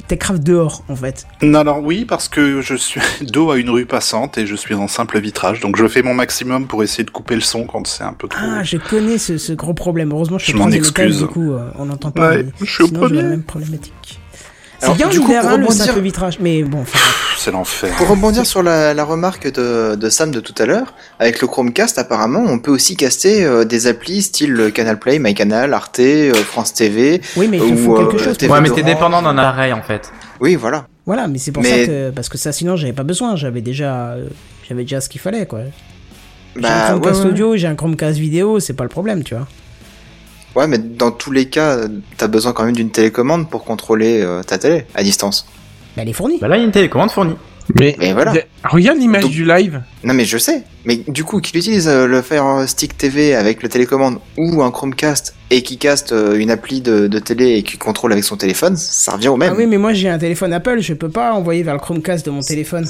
Speaker 1: tes crafts dehors, en fait.
Speaker 4: Non, alors oui, parce que je suis dos à une rue passante et je suis en simple vitrage, donc je fais mon maximum pour essayer de couper le son quand c'est un peu trop.
Speaker 1: Ah, je connais ce, ce gros problème. Heureusement, je suis
Speaker 4: Je
Speaker 1: au
Speaker 4: m'en
Speaker 1: troisième étage,
Speaker 4: excuse.
Speaker 1: du coup, euh, on n'entend pas.
Speaker 4: Ouais,
Speaker 1: mais
Speaker 4: je suis au
Speaker 1: sinon, j'aurais la
Speaker 4: premier.
Speaker 1: même problématique. C'est
Speaker 10: Alors,
Speaker 1: bien
Speaker 10: du coup,
Speaker 1: ouvert,
Speaker 10: pour
Speaker 1: hein, le
Speaker 10: rebondir-
Speaker 1: simple vitrage, mais bon, enfin, bref.
Speaker 4: Pff, C'est l'enfer.
Speaker 10: Pour rebondir sur la, la remarque de, de Sam de tout à l'heure, avec le Chromecast, apparemment, on peut aussi caster euh, des applis style euh, Canal Play, MyCanal, Arte, euh, France TV.
Speaker 1: oui, mais il te
Speaker 10: Ou,
Speaker 1: faut quelque
Speaker 10: euh,
Speaker 1: chose.
Speaker 10: t'es-
Speaker 1: pour-
Speaker 7: Ouais, mais
Speaker 10: Laurent.
Speaker 7: t'es dépendant d'un appareil en fait.
Speaker 10: Oui, voilà.
Speaker 1: Voilà, mais c'est pour
Speaker 10: Mais-
Speaker 1: ça que. Parce que ça, sinon, j'avais pas besoin. J'avais déjà. euh, J'avais déjà ce qu'il fallait, quoi. J'ai un
Speaker 10: Bah, ouais,
Speaker 1: Chromecast
Speaker 10: ouais, ouais.
Speaker 1: audio, j'ai un Chromecast vidéo, c'est pas le problème, tu vois.
Speaker 10: Ouais, mais dans tous les cas, euh, t'as besoin quand même d'une télécommande pour contrôler euh, ta télé à distance.
Speaker 1: Mais elle est fournie.
Speaker 7: Bah là, il y a une télécommande fournie.
Speaker 6: Mais,
Speaker 10: Mais voilà.
Speaker 6: regarde l'image
Speaker 10: Donc-
Speaker 6: du live.
Speaker 10: Non, mais je sais. Mais du coup, qu'il utilise euh, le Fire Stick TV avec la télécommande ou un Chromecast et qui caste euh, une appli de, de télé et qui contrôle avec son téléphone, ça revient au même.
Speaker 1: Ah oui, mais moi j'ai un téléphone Apple, je peux pas envoyer vers le Chromecast de mon téléphone.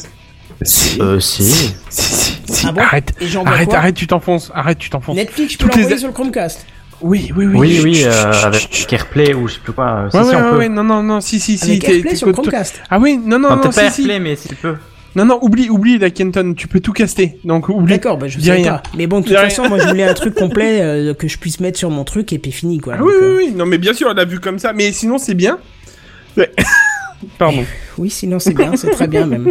Speaker 6: Si.
Speaker 7: Euh, si.
Speaker 6: Si, si, si.
Speaker 1: Ah bon
Speaker 6: arrête,
Speaker 1: Et j'envoie
Speaker 6: arrête,
Speaker 1: quoi
Speaker 6: arrête, tu t'enfonces, arrête, tu t'enfonces.
Speaker 1: Netflix, je peux
Speaker 6: Toutes les-
Speaker 1: l'envoyer sur le Chromecast.
Speaker 6: Oui, oui, oui.
Speaker 7: Oui,
Speaker 6: Chut,
Speaker 7: oui,
Speaker 6: chut,
Speaker 7: euh,
Speaker 6: chut,
Speaker 7: avec
Speaker 6: chut.
Speaker 7: Airplay ou je sais plus quoi. euh, Si,
Speaker 6: Ouais,
Speaker 7: si,
Speaker 6: ouais,
Speaker 7: on
Speaker 6: ouais,
Speaker 7: peut.
Speaker 6: ouais, non, non, non, si, si, si.
Speaker 1: Avec
Speaker 6: t'es-
Speaker 1: AirPlay sur le
Speaker 6: t'écoutes-
Speaker 1: Chromecast.
Speaker 6: Ah oui, non, non,
Speaker 7: Enfin,
Speaker 6: non,
Speaker 7: peut-être pas
Speaker 6: si, si.
Speaker 7: Airplay, mais si tu peux.
Speaker 6: Non, non, oublie, oublie la Kenton, tu peux tout caster. Donc, oublie.
Speaker 1: D'accord, bah je
Speaker 6: Dis
Speaker 1: sais
Speaker 6: rien.
Speaker 1: pas. Mais bon, de toute
Speaker 6: Dis rien.
Speaker 1: façon, moi je voulais un truc complet euh, que je puisse mettre sur mon truc et puis fini quoi.
Speaker 6: Ah
Speaker 1: Donc,
Speaker 6: oui, oui,
Speaker 1: euh,
Speaker 6: oui, non, mais bien sûr, elle a vu comme ça, mais sinon, c'est bien. Ouais. Pardon.
Speaker 1: oui, sinon c'est bien, c'est très bien même.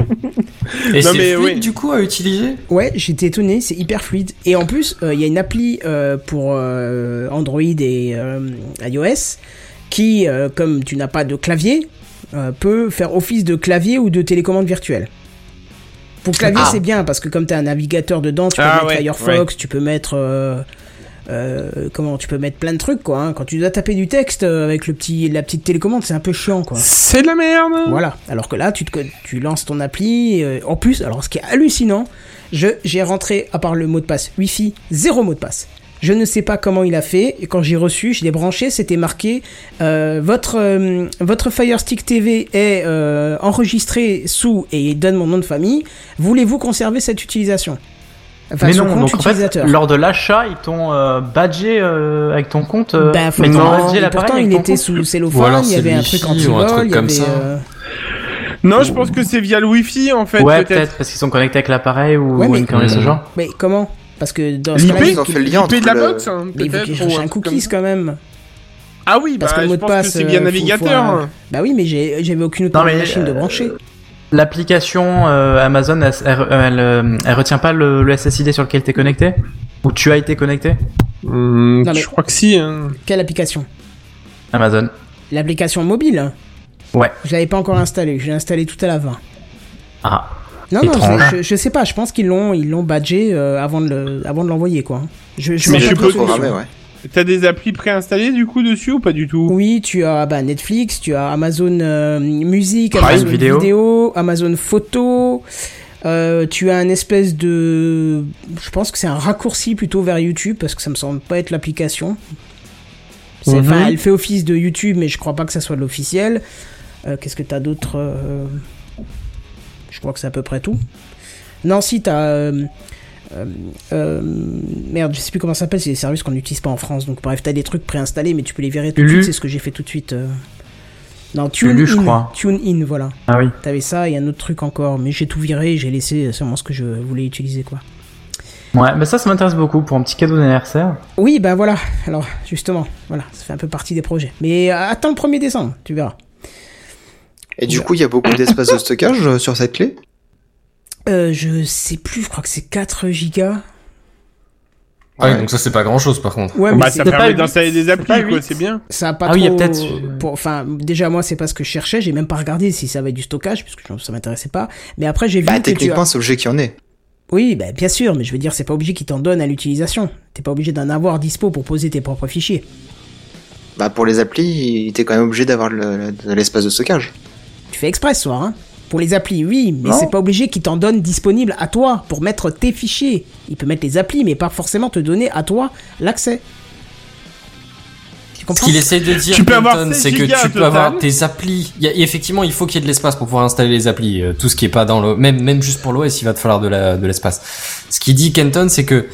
Speaker 5: Et
Speaker 6: Non,
Speaker 5: c'est
Speaker 6: mais
Speaker 5: fluide,
Speaker 6: oui.
Speaker 5: du
Speaker 1: euh,
Speaker 5: coup, à utiliser
Speaker 1: Ouais, j'étais étonné, c'est hyper fluide. Et en plus, euh, il y a une appli euh, pour euh, Android et euh, iOS qui, euh, comme tu n'as pas de clavier, euh, peut faire office de clavier ou de télécommande virtuelle. Pour clavier, c'est bien parce que comme tu as un navigateur dedans, tu peux
Speaker 6: Ah
Speaker 1: mettre
Speaker 6: ouais,
Speaker 1: Firefox, tu peux mettre euh, euh, comment, tu peux mettre plein de trucs quoi. hein. Quand tu dois taper du texte euh, avec le petit, la petite télécommande, c'est un peu chiant quoi.
Speaker 6: C'est de la merde.
Speaker 1: Voilà. Alors que là, tu, te, co- tu lances ton appli. euh, en plus, alors ce qui est hallucinant, je j'ai rentré, à part le mot de passe Wi-Fi, zéro mot de passe. Je ne sais pas comment il a fait. Et quand j'ai reçu, je l'ai branché, c'était marqué euh, votre euh, votre Fire Stick TV est euh, enregistré sous et il donne mon nom de famille. Voulez-vous conserver cette utilisation Enfin,
Speaker 7: mais
Speaker 1: son
Speaker 7: non,
Speaker 1: compte
Speaker 7: donc en fait,
Speaker 1: utilisateur.
Speaker 7: lors de l'achat, ils t'ont euh, badgé euh, avec ton compte. euh,
Speaker 1: Bah, faut
Speaker 7: mais ils t'ont
Speaker 1: pas-
Speaker 7: badgé
Speaker 1: et
Speaker 7: l'appareil
Speaker 1: pourtant,
Speaker 7: avec
Speaker 1: il
Speaker 7: ton
Speaker 1: était
Speaker 7: compte.
Speaker 1: sous cellophane,
Speaker 5: Ou alors
Speaker 1: il y
Speaker 5: c'est
Speaker 1: avait
Speaker 5: le
Speaker 1: un truc
Speaker 5: wifi ou un
Speaker 1: anti-vol,
Speaker 5: truc
Speaker 1: il y
Speaker 5: comme
Speaker 1: avait,
Speaker 5: ça.
Speaker 1: euh,
Speaker 6: Non, je pense que c'est via le wifi en fait.
Speaker 7: Ouais,
Speaker 6: peut-être.
Speaker 7: peut-être parce qu'ils sont connectés avec l'appareil ou
Speaker 1: Ouais,
Speaker 7: ou
Speaker 1: mais-
Speaker 7: une connerie de ce genre.
Speaker 1: Mais comment Parce que dans ce
Speaker 6: L'IP,
Speaker 1: cas-là,
Speaker 10: Ils ont fait le lien
Speaker 6: IP
Speaker 10: entre
Speaker 6: de la
Speaker 10: le-
Speaker 6: box, hein,
Speaker 1: Mais il faut
Speaker 6: peut-être.
Speaker 1: que je
Speaker 6: ou
Speaker 1: cherche un
Speaker 6: truc
Speaker 1: cookies
Speaker 6: comme ça.
Speaker 1: quand même.
Speaker 6: Ah oui,
Speaker 1: Parce
Speaker 6: bah,
Speaker 1: que le
Speaker 6: je
Speaker 1: mot de
Speaker 6: pense
Speaker 1: passe.
Speaker 6: que c'est via
Speaker 1: euh, faut-
Speaker 6: navigateur.
Speaker 1: faut un-
Speaker 6: hein.
Speaker 1: Bah oui, mais j'ai- j'avais aucune autre
Speaker 7: Non, mais,
Speaker 1: machine de
Speaker 7: euh,
Speaker 1: brancher.
Speaker 7: L'application euh, Amazon, elle, elle, elle, euh, elle retient pas le, le SSID sur lequel t'es connecté Ou tu as été connecté
Speaker 1: Non, mais-
Speaker 6: Je crois que si. hein.
Speaker 1: Quelle application
Speaker 7: Amazon.
Speaker 1: L'application mobile hein.
Speaker 7: Ouais.
Speaker 1: Je l'avais pas encore installée, je l'ai installée tout à la fin.
Speaker 7: Ah.
Speaker 1: Non, non,
Speaker 7: Étrange.
Speaker 1: je, je- je sais pas, je pense qu'ils l'ont ils l'ont badgé euh, avant de le- avant de l'envoyer, quoi. Je, je
Speaker 6: Mais
Speaker 1: vois
Speaker 6: je
Speaker 1: pas
Speaker 6: suppose-
Speaker 1: de solution.
Speaker 10: Programmé, ouais.
Speaker 6: T'as des applis préinstallées du coup dessus ou pas du tout
Speaker 1: Oui, tu as bah, Netflix, tu as Amazon euh, Musique,
Speaker 7: Prime
Speaker 1: Amazon Vidéo,
Speaker 7: Video.
Speaker 1: Amazon Photo. euh, tu as un espèce de, je pense que c'est un raccourci plutôt vers YouTube parce que ça me semble pas être l'application. C'est- Enfin,
Speaker 6: Mhm.
Speaker 1: elle fait office de YouTube, mais je crois pas que ça soit de l'officiel. Euh, Qu'est-ce que t'as d'autre euh, Je crois que c'est à peu près tout. Non, si t'as euh, euh, euh, merde, je sais plus comment ça s'appelle, c'est des services qu'on n'utilise pas en France. Donc bref, t'as des trucs préinstallés, mais tu peux les virer tout de
Speaker 7: Ulu.
Speaker 1: suite. C'est ce que j'ai fait tout de suite. euh. Non, tune
Speaker 7: Lulu, je
Speaker 1: in,
Speaker 7: crois.
Speaker 1: Tune in, voilà.
Speaker 7: Ah oui.
Speaker 1: T'avais ça et un autre truc encore, mais j'ai tout viré, j'ai laissé seulement ce que je voulais utiliser, quoi.
Speaker 7: Ouais, mais ça, ça m'intéresse beaucoup pour un petit cadeau d'anniversaire.
Speaker 1: Oui, bah voilà. Alors, justement, voilà, ça fait un peu partie des projets. Mais euh, attends le 1er décembre, tu verras.
Speaker 10: Et du coup, il y a beaucoup d'espace de stockage euh, sur cette clé.
Speaker 1: Euh, je sais plus, je crois que c'est 4 gigas.
Speaker 5: Ah oui,
Speaker 10: Ouais.
Speaker 5: donc ça c'est pas grand chose par contre.
Speaker 1: Ouais, mais
Speaker 6: bah,
Speaker 1: c'est-
Speaker 6: ça
Speaker 7: c'est pas
Speaker 6: permet
Speaker 7: huit,
Speaker 6: d'installer des
Speaker 7: c'est pas
Speaker 6: applis, quoi,
Speaker 7: huit.
Speaker 6: c'est bien.
Speaker 1: ça a pas
Speaker 7: Ah oui, il y a
Speaker 1: trop-
Speaker 7: peut-être-
Speaker 1: pour- enfin, déjà moi, c'est pas ce que je cherchais. J'ai même pas regardé si ça avait du stockage, puisque je- ça m'intéressait pas. Mais après, j'ai vu
Speaker 10: Bah,
Speaker 1: que tu as-
Speaker 10: techniquement, c'est obligé qu'il y en ait.
Speaker 1: Oui, bah, bien sûr, mais je veux dire, c'est pas obligé qu'ils t'en donnent à l'utilisation. T'es pas obligé d'en avoir dispo pour poser tes propres fichiers.
Speaker 10: Bah, pour les applis, t'es quand même obligé d'avoir le- de l'espace de stockage.
Speaker 1: Tu fais exprès ce soir, hein Pour les applis, oui, mais
Speaker 10: Non.
Speaker 1: c'est pas obligé qu'ils t'en donnent disponible à toi pour mettre tes fichiers. Il peut mettre les applis, mais pas forcément te donner à toi l'accès. Tu
Speaker 5: Ce
Speaker 1: comprends
Speaker 5: qu'il essaie de dire,
Speaker 6: Tu peux avoir
Speaker 5: Clinton,
Speaker 6: 16
Speaker 5: c'est que
Speaker 6: gigas
Speaker 5: tu
Speaker 6: au
Speaker 5: peux
Speaker 6: total.
Speaker 5: avoir tes applis. Il y a- effectivement, il faut qu'il y ait de l'espace pour pouvoir installer les applis. euh, Tout ce qui est pas dans le même même juste pour l'OS, il va te falloir de la- de l'espace. Ce qu'il dit Kenton, c'est que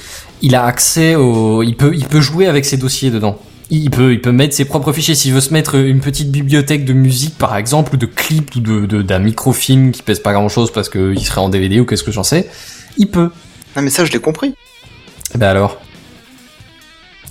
Speaker 5: il a accès au, il peut il peut jouer avec ses dossiers dedans. Il peut il peut mettre ses propres fichiers. S'il veut se mettre une petite bibliothèque de musique par exemple, ou de clips ou de de- d'un microfilm qui pèse pas grand chose parce que il serait en DVD ou qu'est-ce que j'en sais, il peut.
Speaker 10: Non, mais ça, je l'ai compris.
Speaker 5: Eh Ben alors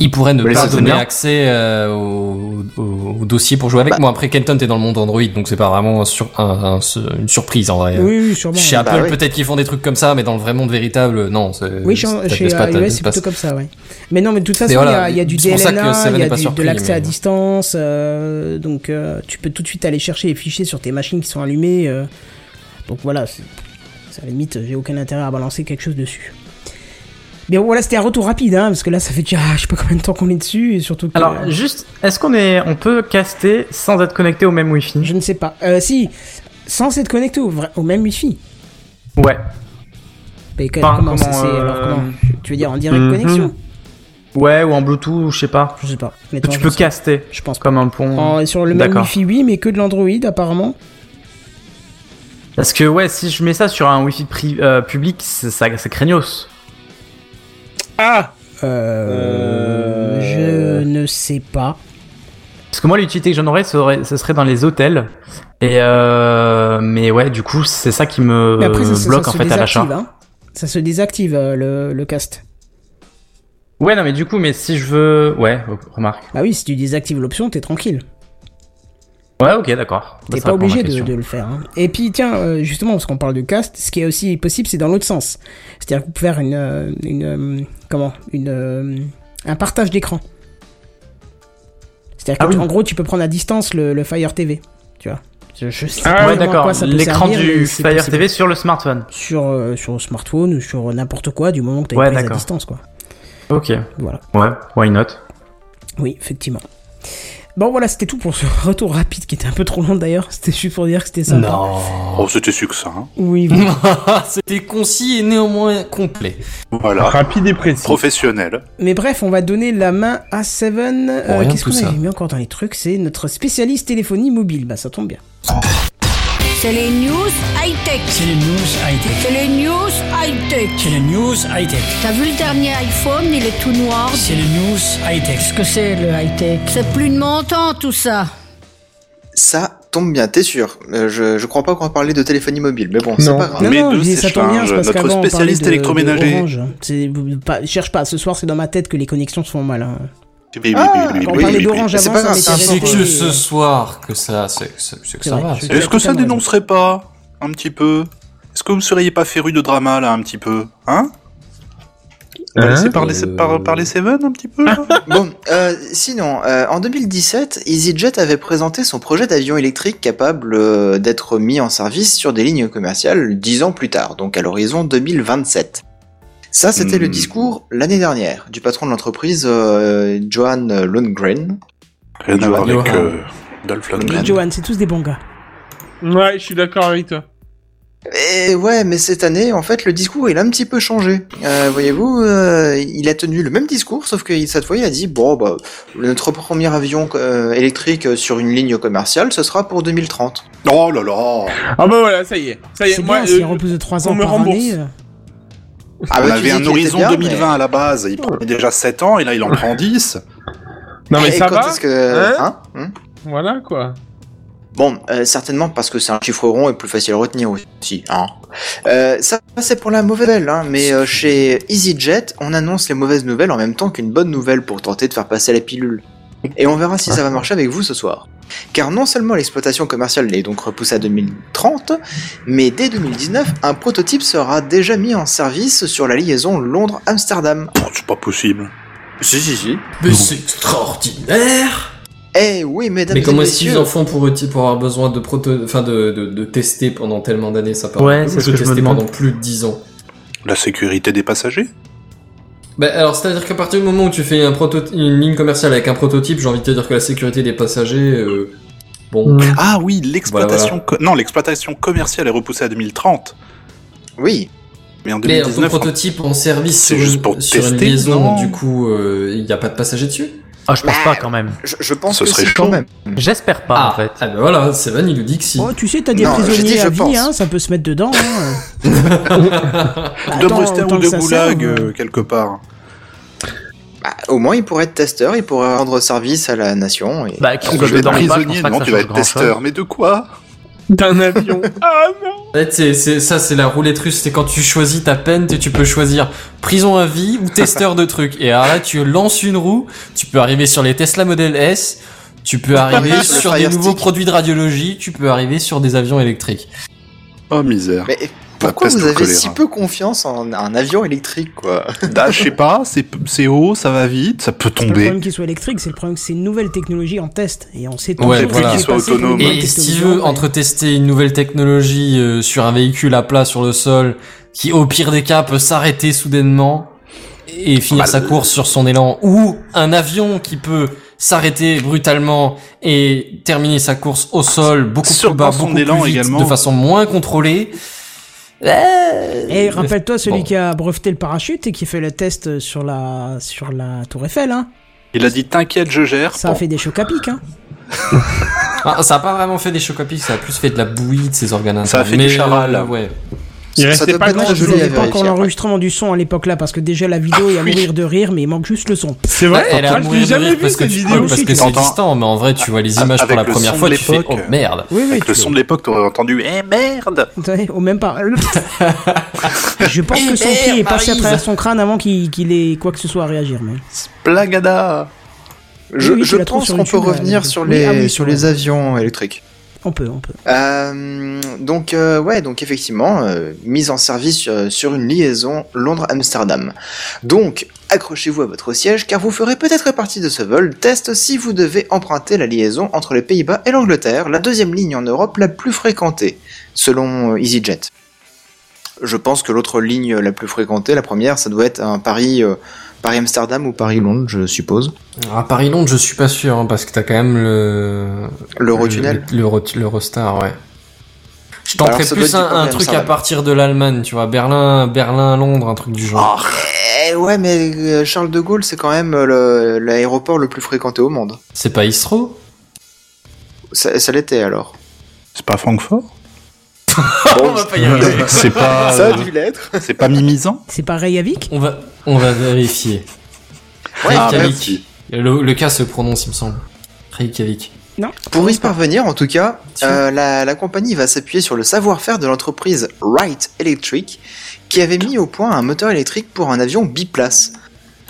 Speaker 5: Il pourrait ne
Speaker 10: Mais
Speaker 5: pas
Speaker 10: ça, c'est
Speaker 5: donner
Speaker 10: bien.
Speaker 5: accès euh, au, au- au dossier pour jouer avec
Speaker 10: Bah.
Speaker 5: moi. Après, Kenton, t'es dans le monde Android, donc c'est pas vraiment un sur- un- un su- une surprise en vrai.
Speaker 1: Oui, oui, sûrement.
Speaker 5: Chez
Speaker 1: ouais.
Speaker 5: Apple,
Speaker 10: Bah oui.
Speaker 5: peut-être qu'ils font des trucs comme ça, mais dans le vrai monde véritable, non. Euh, c'est-
Speaker 1: Oui,
Speaker 5: ça
Speaker 1: chez,
Speaker 5: te
Speaker 1: chez
Speaker 5: laisse pas-
Speaker 1: iOS,
Speaker 5: te laisse
Speaker 1: c'est
Speaker 5: pas-
Speaker 1: plutôt comme ça, ouais. Mais non, mais de toute façon, il
Speaker 5: Mais
Speaker 1: y a-
Speaker 5: voilà,
Speaker 1: il y, a du
Speaker 5: c'est pour ça que
Speaker 1: DLNA,
Speaker 5: Seven
Speaker 1: il y
Speaker 5: n'est
Speaker 1: a
Speaker 5: pas
Speaker 1: du- de
Speaker 5: surpris,
Speaker 1: l'accès à
Speaker 5: mais-
Speaker 1: distance, euh, donc euh, tu peux tout de suite aller chercher les fichiers sur tes machines qui sont allumées. euh, donc voilà, c'est c'est à la limite, j'ai aucun intérêt à balancer quelque chose dessus. Mais voilà, c'était un retour rapide, hein, parce que là, ça fait déjà, je sais pas combien de temps qu'on est dessus, et surtout que... euh,
Speaker 7: Alors, juste, est-ce qu'on est, on peut caster sans être connecté au même
Speaker 1: je
Speaker 7: Wi-Fi
Speaker 1: ne sais pas. Euh, si, sans être connecté au, vrai- au même Wi-Fi.
Speaker 7: Ouais.
Speaker 1: Mais que-
Speaker 7: Enfin,
Speaker 1: comment, ça,
Speaker 7: comment,
Speaker 1: c'est- alors,
Speaker 7: euh, mm-hmm.
Speaker 1: comment Tu veux dire en direct
Speaker 6: Mhm.
Speaker 1: connexion
Speaker 7: Ouais, ou en Bluetooth, ou je sais pas.
Speaker 1: Je sais pas.
Speaker 7: tu
Speaker 1: honnêtement,
Speaker 7: peux
Speaker 1: je sais-
Speaker 7: caster
Speaker 1: Je pense pas.
Speaker 7: comme un pont.
Speaker 1: En- sur le même
Speaker 7: Hmm. D'accord.
Speaker 1: Wi-Fi, oui, mais que de l'Android, apparemment.
Speaker 7: Parce que ouais, si je mets ça sur un Wi-Fi pri- euh, public, c'est ça- c'est craignos.
Speaker 6: Ah
Speaker 1: Euh, Je ne sais pas.
Speaker 7: Parce que moi, l'utilité que j'en aurais, ce serait, ce serait dans les hôtels. Et euh, mais ouais, du coup, c'est ça qui me
Speaker 1: Mais après, ça, ça- ça
Speaker 7: bloque euh, en
Speaker 1: se
Speaker 7: fait à l'achat.
Speaker 1: désactive. hein. Ça se désactive, euh, le, le cast.
Speaker 7: Ouais, non, mais du coup, mais si je veux, ouais, remarque.
Speaker 1: Bah oui, si tu désactives l'option, t'es tranquille.
Speaker 7: Ouais, ok, d'accord. Bah,
Speaker 1: T'es
Speaker 7: ça répond
Speaker 1: pas
Speaker 7: à ma
Speaker 1: obligé de,
Speaker 7: question.
Speaker 1: de le faire. hein. Et puis, tiens, euh, justement, parce qu'on parle de cast, ce qui est aussi possible, c'est dans l'autre sens. C'est-à-dire que vous pouvez faire une, euh, une, euh, comment, une, euh, un partage d'écran. C'est-à-dire
Speaker 7: Ah
Speaker 1: que,
Speaker 7: oui.
Speaker 1: en gros, tu peux prendre à distance le, le Fire TV. Tu vois. Je, je sais
Speaker 6: Ah
Speaker 1: pas
Speaker 7: ouais,
Speaker 1: vraiment à
Speaker 7: d'accord.
Speaker 1: quoi ça peut
Speaker 7: L'écran
Speaker 1: servir, mais
Speaker 7: du
Speaker 1: c'est
Speaker 7: Fire
Speaker 1: possible.
Speaker 7: TV sur le smartphone.
Speaker 1: sur, euh, sur le smartphone ou sur n'importe quoi du moment que tu
Speaker 7: Ouais,
Speaker 1: une prise à
Speaker 7: d'accord.
Speaker 1: distance quoi.
Speaker 7: Ok.
Speaker 1: Voilà.
Speaker 7: Ouais, why not
Speaker 1: Oui, effectivement. Bon voilà, c'était tout pour ce retour rapide qui était un peu trop long d'ailleurs. C'était juste pour dire que c'était sympa.
Speaker 4: Oh, c'était succinct. hein.
Speaker 1: Oui, oui.
Speaker 5: Non. C'était concis et néanmoins complet.
Speaker 4: Voilà.
Speaker 6: Rapide et précis.
Speaker 4: Professionnel.
Speaker 1: Mais bref, on va donner la main à Seven. Euh,
Speaker 5: rien de
Speaker 1: Qu'est-ce
Speaker 5: tout
Speaker 1: qu'on
Speaker 5: ça.
Speaker 1: avait mis encore dans les trucs C'est notre spécialiste téléphonie mobile. Bah ça tombe bien.
Speaker 8: C'est les news high-tech.
Speaker 9: C'est les news high-tech.
Speaker 8: C'est les news high-tech.
Speaker 9: C'est les news high-tech.
Speaker 8: T'as vu le dernier iPhone, il est tout noir.
Speaker 9: C'est les news high-tech.
Speaker 8: que c'est le high-tech C'est plus de mon temps tout ça.
Speaker 10: Ça tombe bien, t'es sûr. Euh, je, je crois pas qu'on va parler de téléphonie mobile, Ah, mais bon, c'est
Speaker 6: Non.
Speaker 10: pas grave.
Speaker 1: Non,
Speaker 4: Mais
Speaker 1: non,
Speaker 4: deux,
Speaker 1: je dis,
Speaker 4: c'est
Speaker 1: ça tombe bien,
Speaker 4: Schlinge,
Speaker 1: c'est parce
Speaker 4: notre
Speaker 1: qu'avant, on parlait
Speaker 4: spécialiste
Speaker 1: de- de
Speaker 4: électroménager.
Speaker 1: Orange. C'est- pas- Cherche pas, ce soir c'est dans ma tête que les connexions se font mal. hein.
Speaker 10: Ah,
Speaker 1: Quand on
Speaker 10: Oui,
Speaker 1: parlait
Speaker 10: oui,
Speaker 1: d'Orange
Speaker 10: oui. C'est
Speaker 1: avant,
Speaker 10: pas
Speaker 1: ça
Speaker 10: grave,
Speaker 1: m'était
Speaker 10: c'est
Speaker 1: resté-
Speaker 5: C'est que
Speaker 1: euh,
Speaker 5: ce soir que ça, c'est que ça- c'est que
Speaker 1: C'est
Speaker 5: ça
Speaker 1: vrai,
Speaker 5: va.
Speaker 1: je-
Speaker 5: c'est-
Speaker 4: Est-ce que ça
Speaker 1: Totalement
Speaker 4: dénoncerait pas un petit peu Est-ce que vous ne seriez pas féru de drama là un petit peu Hein On va
Speaker 6: Hein
Speaker 4: laisser parler, par- parler Seven un petit peu là
Speaker 10: Bon, euh, sinon, euh, en 2017, EasyJet avait présenté son projet d'avion électrique capable euh, d'être mis en service sur des lignes commerciales 10 ans plus tard, donc à l'horizon 2027. Ça, c'était le
Speaker 4: Hmm.
Speaker 10: discours l'année dernière du patron de l'entreprise, euh, Johan Lundgren.
Speaker 4: Rien à voir
Speaker 5: Johan.
Speaker 4: avec euh, Dolph Lundgren.
Speaker 1: Et Johan, c'est tous des bons gars.
Speaker 6: Ouais, je suis d'accord avec toi.
Speaker 10: Et ouais, mais cette année, en fait, le discours, il a un petit peu changé. Euh, Voyez-vous, euh, il a tenu le même discours, sauf que cette fois, il a dit, bon, bah, notre premier avion euh, électrique sur une ligne commerciale, ce sera pour 2030.
Speaker 4: Oh là là
Speaker 6: Ah bah voilà, ça y est. Ça y est,
Speaker 1: C'est
Speaker 6: moi,
Speaker 1: bien, s'il
Speaker 6: euh,
Speaker 1: repousse de 3
Speaker 6: on
Speaker 1: ans
Speaker 6: me
Speaker 1: par
Speaker 6: rembourse.
Speaker 1: année. euh,
Speaker 10: Ah,
Speaker 4: On
Speaker 10: bah, tu
Speaker 4: avait
Speaker 10: dis
Speaker 4: un
Speaker 10: qu'il était
Speaker 4: horizon
Speaker 10: bien,
Speaker 4: 2020 à la base, il prenait déjà 7 ans et là il en prend 10.
Speaker 6: Non
Speaker 10: mais-
Speaker 5: Eh,
Speaker 6: mais
Speaker 10: Et
Speaker 6: ça
Speaker 10: quand
Speaker 6: va
Speaker 10: est-ce que...
Speaker 6: Hein
Speaker 10: hein Hein
Speaker 6: Voilà quoi.
Speaker 10: Bon, euh, certainement parce que c'est un chiffre rond et plus facile à retenir aussi. Hein. Euh, ça, c'est pour la mauvaise nouvelle, hein, mais euh, chez EasyJet, on annonce les mauvaises nouvelles en même temps qu'une bonne nouvelle pour tenter de faire passer la pilule. Et on verra si ça
Speaker 6: Ah.
Speaker 10: va marcher avec vous ce soir. Car non seulement l'exploitation commerciale est donc repoussée à 2030, mais dès 2019, un prototype sera déjà mis en service sur la liaison Londres-Amsterdam.
Speaker 4: Bon, Oh, c'est pas possible.
Speaker 10: Si, si, si.
Speaker 5: Mais c'est extraordinaire
Speaker 10: Eh oui, mesdames
Speaker 5: Mais
Speaker 10: et
Speaker 5: comment est-ce
Speaker 10: messieurs.
Speaker 5: qu'ils en font pour, pour avoir besoin de, proto... enfin, de, de, de tester pendant tellement d'années ça part
Speaker 7: Ouais, c'est
Speaker 5: de
Speaker 7: ce que je me
Speaker 5: tester
Speaker 7: demande.
Speaker 5: pendant plus de 10 ans
Speaker 4: La sécurité des passagers
Speaker 5: Bah, alors, c'est-à-dire qu'à partir du moment où tu fais un proto... une ligne commerciale avec un prototype, j'ai envie de te dire que la sécurité des passagers... euh, Bon,
Speaker 7: Mm.
Speaker 4: Ah oui, l'exploitation. co- Non, l'exploitation commerciale est repoussée à 2030.
Speaker 10: Oui,
Speaker 4: Mais en
Speaker 5: mais ton
Speaker 4: 2019,
Speaker 5: prototype en service
Speaker 4: C'est
Speaker 5: sur,
Speaker 4: juste
Speaker 5: une-
Speaker 4: pour
Speaker 5: sur une
Speaker 4: tester,
Speaker 5: liaison,
Speaker 4: non
Speaker 5: du coup, euh, il n'y a pas de passagers dessus
Speaker 7: Ah, je pense pas quand même.
Speaker 10: je, je pense
Speaker 4: Ce
Speaker 10: que
Speaker 4: serait
Speaker 10: c'est quand
Speaker 4: chaud.
Speaker 10: même.
Speaker 7: J'espère pas en fait.
Speaker 5: ah ben voilà, Seven il nous dit que si.
Speaker 1: Oh, tu sais, t'as des
Speaker 10: Non, je
Speaker 1: prisonniers
Speaker 10: dis, je
Speaker 1: à vie,
Speaker 10: pense.
Speaker 1: hein, ça peut se mettre dedans. Hein. Bah,
Speaker 4: de
Speaker 1: attends,
Speaker 4: Brester
Speaker 1: autant
Speaker 4: ou
Speaker 1: que
Speaker 4: de
Speaker 1: ça
Speaker 4: Goulag,
Speaker 1: serve.
Speaker 4: euh, quelque part.
Speaker 10: Bah, au moins, il pourrait être testeur, il pourrait rendre service à la nation. Et...
Speaker 7: Bah, qu'il
Speaker 4: Tu
Speaker 7: soit
Speaker 4: vas être
Speaker 7: dedans ou pas, je
Speaker 4: prisonnier,
Speaker 7: pense pas
Speaker 4: non,
Speaker 7: que
Speaker 4: tu
Speaker 7: ça
Speaker 4: vas
Speaker 7: change
Speaker 4: être
Speaker 7: grand chose.
Speaker 4: testeur. Mais de quoi
Speaker 6: D'un avion. Ah non
Speaker 5: En fait, c'est- c'est- ça, c'est la roulette russe. C'est quand tu choisis ta peine, tu, tu peux choisir prison à vie ou testeur de trucs. Et alors là, tu lances une roue, tu peux arriver sur les Tesla Model S, tu peux arriver
Speaker 10: le
Speaker 5: sur des
Speaker 10: Fire
Speaker 5: nouveaux
Speaker 10: Stick.
Speaker 5: produits de radiologie, tu peux arriver sur des avions électriques.
Speaker 4: Oh misère.
Speaker 10: Mais pourquoi
Speaker 4: peste
Speaker 10: vous
Speaker 4: ou
Speaker 10: avez
Speaker 4: choléra.
Speaker 10: si peu confiance en un avion électrique, quoi
Speaker 4: Ah, je sais pas, c'est c'est haut, ça va vite, ça peut
Speaker 1: C'est pas le
Speaker 4: tomber.
Speaker 1: problème qu'il soit électrique, c'est le problème que c'est une nouvelle technologie en test. Et on sait tout
Speaker 5: Ouais,
Speaker 1: ce qui
Speaker 5: voilà.
Speaker 1: s'est
Speaker 5: Qu'il
Speaker 4: soit
Speaker 1: passé pour les
Speaker 4: autonome.
Speaker 1: nouvelles
Speaker 5: Et si tu
Speaker 1: technologies.
Speaker 5: veux, entre tester une nouvelle technologie euh, sur un véhicule à plat sur le sol, qui au pire des cas peut s'arrêter soudainement et finir
Speaker 4: Bah,
Speaker 5: sa
Speaker 4: le-
Speaker 5: course sur son élan, ou un avion qui peut s'arrêter brutalement et terminer sa course au sol beaucoup
Speaker 4: Sur-
Speaker 5: plus bas,
Speaker 4: dans son
Speaker 5: beaucoup plus
Speaker 4: élan
Speaker 5: vite,
Speaker 4: également.
Speaker 5: de façon moins contrôlée. Euh,
Speaker 1: Et rappelle-toi celui
Speaker 5: Bon.
Speaker 1: qui a breveté le parachute et qui fait le test sur la, sur la Tour Eiffel. Hein.
Speaker 4: Il a dit t'inquiète, je gère.
Speaker 1: Ça a
Speaker 4: Bon.
Speaker 1: fait des chocs à pic. Hein.
Speaker 5: Ah, ça a pas vraiment fait des chocs à pic, ça a plus fait de la bouillie de ses organes.
Speaker 4: Ça a fait
Speaker 5: internes.
Speaker 4: du
Speaker 5: Mais,
Speaker 4: charal.
Speaker 5: euh, ouais.
Speaker 6: Il
Speaker 10: Ça
Speaker 6: restait
Speaker 10: doit
Speaker 6: pas
Speaker 10: pas être
Speaker 6: grand
Speaker 10: très
Speaker 1: Je
Speaker 10: joli.
Speaker 6: chose.
Speaker 10: voulais
Speaker 1: n'avais pas
Speaker 10: vérifier
Speaker 1: encore
Speaker 10: après.
Speaker 1: l'enregistrement du son à l'époque là, parce que déjà la vidéo, il y a
Speaker 4: oui.
Speaker 1: mourir de rire, mais il manque juste le son.
Speaker 6: C'est vrai
Speaker 5: Bah, Elle a
Speaker 6: Ah, Je l'ai
Speaker 5: mourir de
Speaker 6: jamais
Speaker 5: rire
Speaker 6: vu
Speaker 5: parce que
Speaker 6: cette
Speaker 5: tu
Speaker 6: vidéo.
Speaker 5: parce que c'est
Speaker 4: T'entends-
Speaker 5: distant, mais en vrai, tu vois les images
Speaker 4: Avec
Speaker 5: pour la
Speaker 4: le
Speaker 5: première
Speaker 4: son
Speaker 5: fois,
Speaker 4: de
Speaker 5: tu fais
Speaker 4: l'époque.
Speaker 5: oh merde.
Speaker 1: Oui, oui.
Speaker 4: Avec le son de l'époque, t'aurais entendu Eh merde
Speaker 1: Ouais, Au même pas. Je pense que son
Speaker 5: Eh,
Speaker 1: pied est passé à
Speaker 5: Maryse.
Speaker 1: travers son crâne avant qu'il qu'il ait quoi que ce soit à réagir. Mais...
Speaker 4: Splagada
Speaker 10: Je,
Speaker 1: Oui, oui, tu
Speaker 10: je
Speaker 1: la trouves
Speaker 10: pense
Speaker 1: sur
Speaker 10: qu'on peut
Speaker 1: YouTube, la-
Speaker 10: revenir
Speaker 1: la-
Speaker 10: sur
Speaker 1: Oui,
Speaker 10: les,
Speaker 1: ah oui,
Speaker 10: sur
Speaker 1: sur
Speaker 10: les
Speaker 1: la-
Speaker 10: avions électriques.
Speaker 1: On peut, on peut.
Speaker 10: Euh, donc, euh, ouais, donc effectivement, euh, mise en service euh, sur une liaison Londres-Amsterdam. Donc, accrochez-vous à votre siège car vous ferez peut-être partie de ce vol test si vous devez emprunter la liaison entre les Pays-Bas et l'Angleterre, la deuxième ligne en Europe la plus fréquentée, selon euh, EasyJet. Je pense que l'autre ligne la plus fréquentée, la première, ça doit être un Paris, euh, Paris-Amsterdam ou Paris-Londres, je suppose.
Speaker 5: Alors, À Paris-Londres, je suis pas sûr, hein, parce que t'as quand même le...
Speaker 10: L'Eurotunnel.
Speaker 5: Le, le- l'Eurostar, ouais. Je
Speaker 10: Alors,
Speaker 5: tenterais
Speaker 10: ça doit
Speaker 5: plus
Speaker 10: être
Speaker 5: un,
Speaker 10: du côté
Speaker 5: un truc à
Speaker 10: Amsterdam.
Speaker 5: partir de l'Allemagne, tu vois, Berlin, Berlin, Londres, un truc du genre.
Speaker 10: Eh ouais, mais euh, Charles de Gaulle, c'est quand même euh, le- l'aéroport le, plus fréquenté au monde.
Speaker 5: C'est pas Istro
Speaker 10: Ça, ça l'était alors.
Speaker 4: C'est pas Francfort
Speaker 10: Bon,
Speaker 4: C'est pas.
Speaker 10: ça a
Speaker 4: euh,
Speaker 10: dû l'être.
Speaker 4: C'est pas Mimizan
Speaker 1: C'est pas Reykjavik
Speaker 5: On va, on va vérifier.
Speaker 10: Ouais,
Speaker 5: Ah,
Speaker 10: bref.
Speaker 5: Reykjavik. Le, le cas se prononce, il me semble. Reykjavik.
Speaker 10: pour y parvenir, en tout cas,
Speaker 5: Sûr.
Speaker 10: euh, la, la compagnie va s'appuyer sur le savoir-faire de l'entreprise Wright Electric, qui avait mis au point un moteur électrique pour un avion biplace.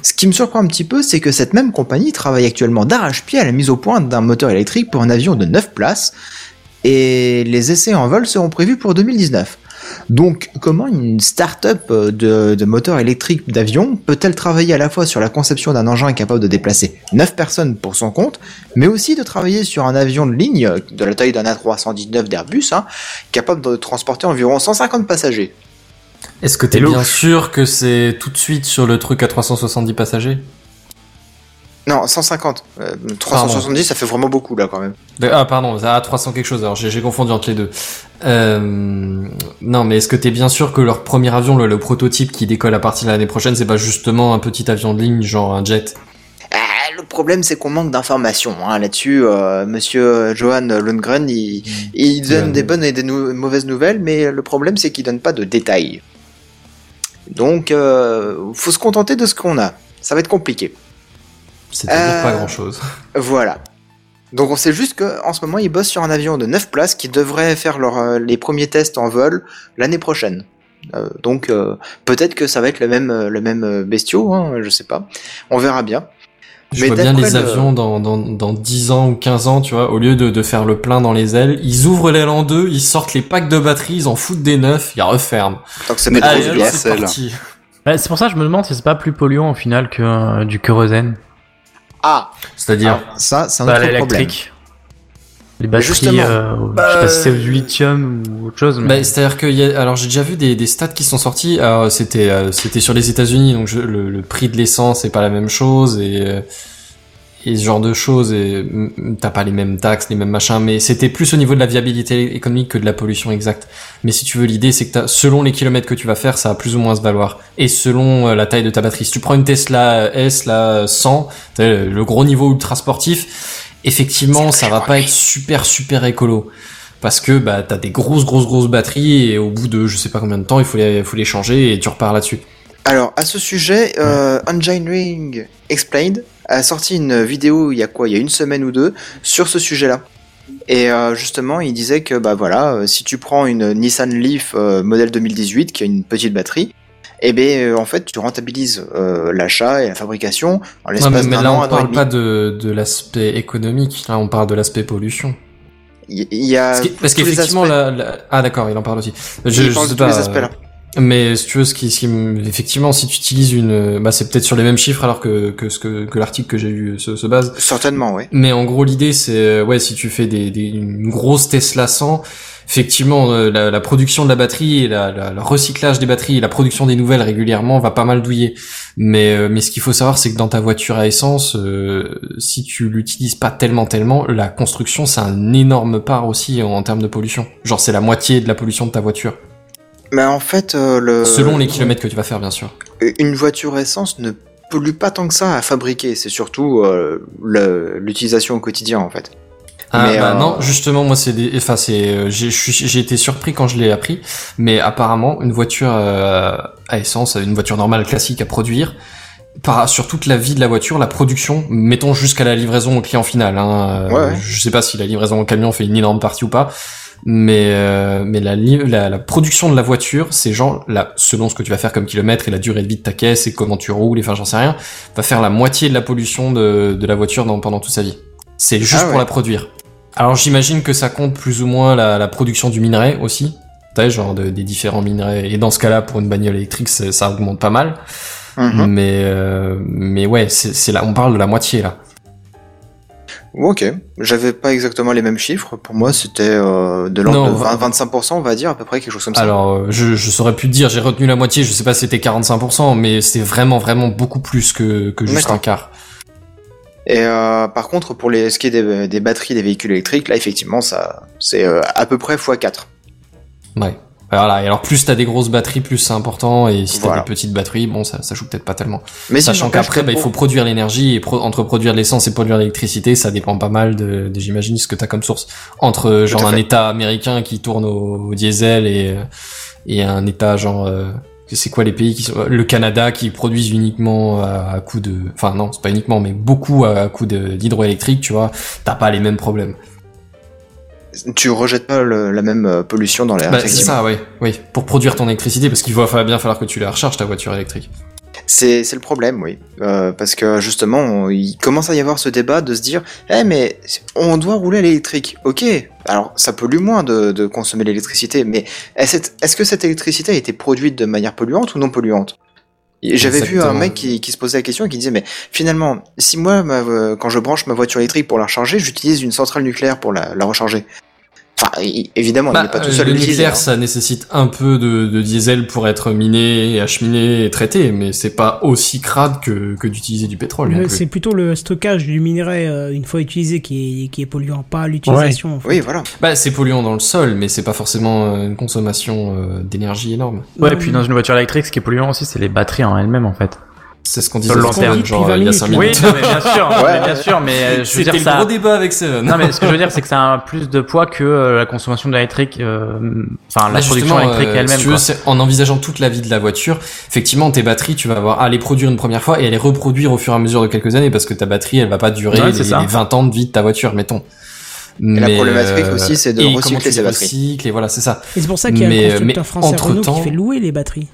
Speaker 10: Ce qui me surprend un petit peu, c'est que cette même compagnie travaille actuellement d'arrache-pied à la mise au point d'un moteur électrique pour un avion de 9 places, et les essais en vol seront prévus pour 2019. Donc, comment une start-up euh, de, de moteurs électriques d'avion peut-elle travailler à la fois sur la conception d'un engin capable de déplacer 9 personnes pour son compte, mais aussi de travailler sur un avion de ligne euh, de la taille d'un A319 d'Airbus, hein, capable de transporter environ 150 passagers
Speaker 5: Est-ce que t'es
Speaker 7: Hello.
Speaker 5: bien sûr que c'est tout de suite sur le truc à 370 passagers
Speaker 10: Non, 150. Euh, 370, ça fait vraiment beaucoup là quand même.
Speaker 5: De- Ah pardon, ça a 300 quelque chose, alors j'ai j'ai confondu entre les deux. Euh, non mais est-ce que t'es bien sûr que leur premier avion, le, le prototype qui décolle à partir de l'année prochaine, c'est pas justement un petit avion de ligne, genre un jet
Speaker 10: Ah, le problème, c'est qu'on manque d'informations hein, là-dessus. euh, monsieur Johan Lundgren, il, il donne
Speaker 5: Johan.
Speaker 10: des bonnes et des nou- mauvaises nouvelles, mais le problème, c'est qu'il donne pas de détails. Donc, euh, faut se contenter de ce qu'on a. Ça va être compliqué.
Speaker 5: C'est-à-dire
Speaker 10: Euh,
Speaker 5: pas grand-chose.
Speaker 10: Voilà. Donc on sait juste qu'en ce moment, ils bossent sur un avion de 9 places qui devrait faire leur, euh, les premiers tests en vol l'année prochaine. Euh, donc euh, peut-être que ça va être le même, euh, le même euh, bestiau, hein, je sais pas. On verra bien.
Speaker 5: Je
Speaker 10: Mais
Speaker 5: vois bien
Speaker 10: d'après
Speaker 5: les
Speaker 10: le-
Speaker 5: avions dans, dans, dans 10 ans ou 15 ans, tu vois, au lieu de, de faire le plein dans les ailes, ils ouvrent l'aile en deux, ils sortent les packs de batteries, ils en foutent des neufs, ils referment.
Speaker 10: Tant que ça
Speaker 4: Mais
Speaker 10: met
Speaker 4: Ah,
Speaker 10: trop
Speaker 4: oui,
Speaker 5: Allez,
Speaker 10: de
Speaker 5: hop,
Speaker 4: oui,
Speaker 10: gaz.
Speaker 5: c'est
Speaker 4: celle.
Speaker 5: parti.
Speaker 7: Bah, c'est pour ça que je me demande si c'est pas plus polluant au final que euh, du kérosène.
Speaker 10: Ah,
Speaker 5: C'est-à-dire,
Speaker 10: ça, c'est un
Speaker 7: Bah,
Speaker 10: autre problème.
Speaker 7: l'électrique. Les batteries,
Speaker 10: justement.
Speaker 7: euh, je sais
Speaker 5: Bah,
Speaker 7: pas si c'est du lithium ou autre chose. Mais...
Speaker 5: bah, c'est-à-dire que y a- alors j'ai déjà vu des, des stats qui sont sortis. Alors, c'était euh, c'était sur les États-Unis, donc je- le, le prix de l'essence est pas la même chose et euh, et ce genre de choses et mm, t'as pas les mêmes taxes, les mêmes machins. Mais c'était plus au niveau de la viabilité économique que de la pollution exacte. Mais si tu veux, l'idée c'est que t'as- selon les kilomètres que tu vas faire, ça va plus ou moins se valoir. Et selon euh, la taille de ta batterie. Si tu prends une Tesla euh, S, la 100, t'as le le gros niveau ultra sportif, effectivement, ça va pas être super super écolo. Parce que bah t'as des grosses grosses grosses batteries et au bout de je sais pas combien de temps il faut les, faut les changer et tu repars là-dessus.
Speaker 10: Alors, à ce sujet, euh, Engineering Explained a sorti une vidéo il y a quoi Il y a une semaine ou deux sur ce sujet-là. Et euh, justement, il disait que bah voilà, euh, si tu prends une Nissan Leaf euh, modèle 2018 qui a une petite batterie, eh ben euh, en fait, tu rentabilises euh, l'achat et la fabrication en
Speaker 5: Ouais, mais,
Speaker 10: l'espace
Speaker 5: mais
Speaker 10: d'un
Speaker 5: là on
Speaker 10: an, un an et
Speaker 5: parle
Speaker 10: demi.
Speaker 5: pas de, de l'aspect économique, là on parle de l'aspect pollution.
Speaker 10: Il il y a
Speaker 5: Parce que- parce
Speaker 10: tous les
Speaker 5: qu'effectivement,
Speaker 10: aspects.
Speaker 5: la, la- ah d'accord, il en parle aussi. Je,
Speaker 10: Il
Speaker 5: je
Speaker 10: parle
Speaker 5: sais
Speaker 10: de tous les
Speaker 5: pas, euh,
Speaker 10: aspects-là.
Speaker 5: Mais si tu veux, ce qui, ce qui me- effectivement, si tu utilises une, bah c'est peut-être sur les mêmes chiffres alors que que ce que, que l'article que j'ai lu se, se base.
Speaker 10: certainement, oui.
Speaker 5: Mais en gros, l'idée c'est euh, ouais, si tu fais des, des- une grosse Tesla 100, effectivement, euh, la, la production de la batterie, et la, la- le recyclage des batteries, et la production des nouvelles régulièrement va pas mal douiller. Mais euh, mais ce qu'il faut savoir, c'est que dans ta voiture à essence, euh, si tu l'utilises pas tellement tellement, la construction c'est un énorme part aussi en, en termes de pollution. Genre c'est la moitié de la pollution de ta voiture,
Speaker 10: Mais en fait, euh, le
Speaker 5: selon les kilomètres que tu vas faire, bien sûr.
Speaker 10: une voiture essence ne pollue pas tant que ça à fabriquer. C'est surtout euh, le- l'utilisation au quotidien, en fait.
Speaker 5: Ah
Speaker 10: Mais,
Speaker 5: bah
Speaker 10: euh,
Speaker 5: non, justement, moi c'est des, enfin c'est, euh, j'ai je suis- j'ai été surpris quand je l'ai appris, mais apparemment une voiture euh, à essence, une voiture normale classique à produire, par, sur toute la vie de la voiture, la production, mettons jusqu'à la livraison au client final. Hein, euh,
Speaker 10: Ouais, ouais.
Speaker 5: Je sais pas si la livraison au camion fait une énorme partie ou pas, mais euh, mais la, li- la, la production de la voiture, c'est genre là, selon ce que tu vas faire comme kilomètre et la durée de vie de ta caisse et comment tu roules, et enfin j'en sais rien, va faire la moitié de la pollution de, de la voiture dans, pendant toute sa vie. C'est juste
Speaker 10: Ah
Speaker 5: pour
Speaker 10: ouais.
Speaker 5: la produire. Alors j'imagine que ça compte plus ou moins la, la production du minerai aussi. T'as genre de- des différents minerais. Et dans ce cas-là, pour une bagnole électrique, ça, ça augmente pas mal.
Speaker 10: Mhm.
Speaker 5: Mais euh, mais ouais, c'est c'est là, on parle de la moitié là.
Speaker 10: Ok, j'avais pas exactement les mêmes chiffres. Pour moi, c'était euh, de l'ordre
Speaker 5: Non,
Speaker 10: de 20,
Speaker 5: va-
Speaker 10: 25%, on va dire, à peu près, quelque chose comme ça.
Speaker 5: Alors euh, je je saurais plus te dire. J'ai retenu la moitié. Je sais pas si c'était 45%, mais c'était vraiment vraiment beaucoup plus que que juste
Speaker 10: D'accord.
Speaker 5: un quart.
Speaker 10: Et euh, par contre, pour les, ce qui est des, des batteries des véhicules électriques, là, effectivement, ça, c'est euh, à peu près x4.
Speaker 5: Ouais. Voilà. Et alors plus t'as des grosses batteries, plus c'est important. Et si t'as
Speaker 10: Voilà.
Speaker 5: des petites batteries, bon ça ça joue peut-être pas tellement.
Speaker 10: Mais
Speaker 5: Sachant
Speaker 10: sinon,
Speaker 5: qu'après,
Speaker 10: je
Speaker 5: bah, il faut
Speaker 10: comprends.
Speaker 5: produire l'énergie et pro- entre produire l'essence et produire l'électricité, ça dépend pas mal de, de, j'imagine, ce que t'as comme source. Entre euh, genre
Speaker 10: à
Speaker 5: un
Speaker 10: fait.
Speaker 5: État américain qui tourne au, au diesel et euh, et un État genre euh, c'est quoi les pays qui sont euh, le Canada qui produisent uniquement à, à coup de, enfin non, c'est pas uniquement, mais beaucoup à, à coup de- d'hydroélectrique, tu vois, t'as pas les mêmes problèmes.
Speaker 10: Tu rejettes pas le- la même euh, pollution dans l'air.
Speaker 5: Bah, c'est
Speaker 10: effectivement.
Speaker 5: ça, oui, oui. Pour produire ton électricité, parce qu'il va falloir- bien falloir que tu la recharges ta voiture électrique.
Speaker 10: C'est c'est le problème, oui. Euh, parce que justement, on- il commence à y avoir ce débat de se dire Eh, mais on doit rouler à l'électrique. Ok, alors ça pollue moins de, de consommer l'électricité, mais est-ce est-ce que cette électricité a été produite de manière polluante ou non polluante Et J'avais vu un
Speaker 5: Exactement.
Speaker 10: mec qui, qui se posait la question et qui disait Mais finalement, si moi, ma- euh, quand je branche ma voiture électrique pour la recharger, j'utilise une centrale nucléaire pour la, la recharger. Enfin, i- évidemment,
Speaker 5: Bah,
Speaker 10: il n'est pas tout
Speaker 5: euh,
Speaker 10: seul à
Speaker 5: le
Speaker 10: l'utiliser.
Speaker 5: nucléaire,
Speaker 10: hein.
Speaker 5: ça nécessite un peu de, de diesel pour être miné, et acheminé et traité, mais c'est pas aussi crade que, que d'utiliser du pétrole. non
Speaker 1: Le-
Speaker 5: plus.
Speaker 1: C'est plutôt le stockage du minerai euh, une fois utilisé qui est, qui est polluant, pas l'utilisation. en fait.
Speaker 10: Oui, voilà.
Speaker 5: Bah, c'est polluant dans le sol, mais c'est pas forcément euh, une consommation euh, d'énergie énorme.
Speaker 7: Ouais, et puis dans une voiture électrique, ce qui est polluant aussi, c'est les batteries en elles-mêmes en fait.
Speaker 5: C'est ce qu'on disait
Speaker 7: Sur le
Speaker 5: tout
Speaker 7: long
Speaker 5: à l'heure,
Speaker 7: terme.
Speaker 5: genre il y a 5
Speaker 7: Oui,
Speaker 5: minutes.
Speaker 7: non, mais bien sûr,
Speaker 10: Ouais.
Speaker 7: mais bien sûr, mais euh, je veux
Speaker 5: C'était
Speaker 7: dire
Speaker 5: le
Speaker 7: ça.
Speaker 5: gros débat avec Seven.
Speaker 7: Non, mais ce que je veux dire, c'est que ça a un plus de poids que euh, la consommation d'électrique, euh, enfin la
Speaker 5: Là,
Speaker 7: production
Speaker 5: justement,
Speaker 7: électrique
Speaker 5: euh,
Speaker 7: elle-même.
Speaker 5: si tu veux,
Speaker 7: quoi.
Speaker 5: c'est- en envisageant toute la vie de la voiture, effectivement, tes batteries, tu vas avoir à les produire une première fois et à les reproduire au fur et à mesure de quelques années parce que ta batterie, elle va pas durer
Speaker 7: Ouais,
Speaker 5: les,
Speaker 7: c'est ça.
Speaker 5: les 20 ans de vie de ta voiture, mettons.
Speaker 10: Et la
Speaker 5: Mais,
Speaker 10: problématique
Speaker 5: euh,
Speaker 10: aussi, c'est de
Speaker 5: et comment
Speaker 10: recycler
Speaker 5: tu
Speaker 10: ces
Speaker 5: les
Speaker 10: batteries.
Speaker 5: recycles, et voilà, c'est ça.
Speaker 1: Et c'est pour ça qu'il y a
Speaker 5: Mais,
Speaker 1: un
Speaker 5: euh,
Speaker 1: constructeur
Speaker 5: mais
Speaker 1: français Renault qui
Speaker 5: entre-temps-
Speaker 1: fait louer les batteries.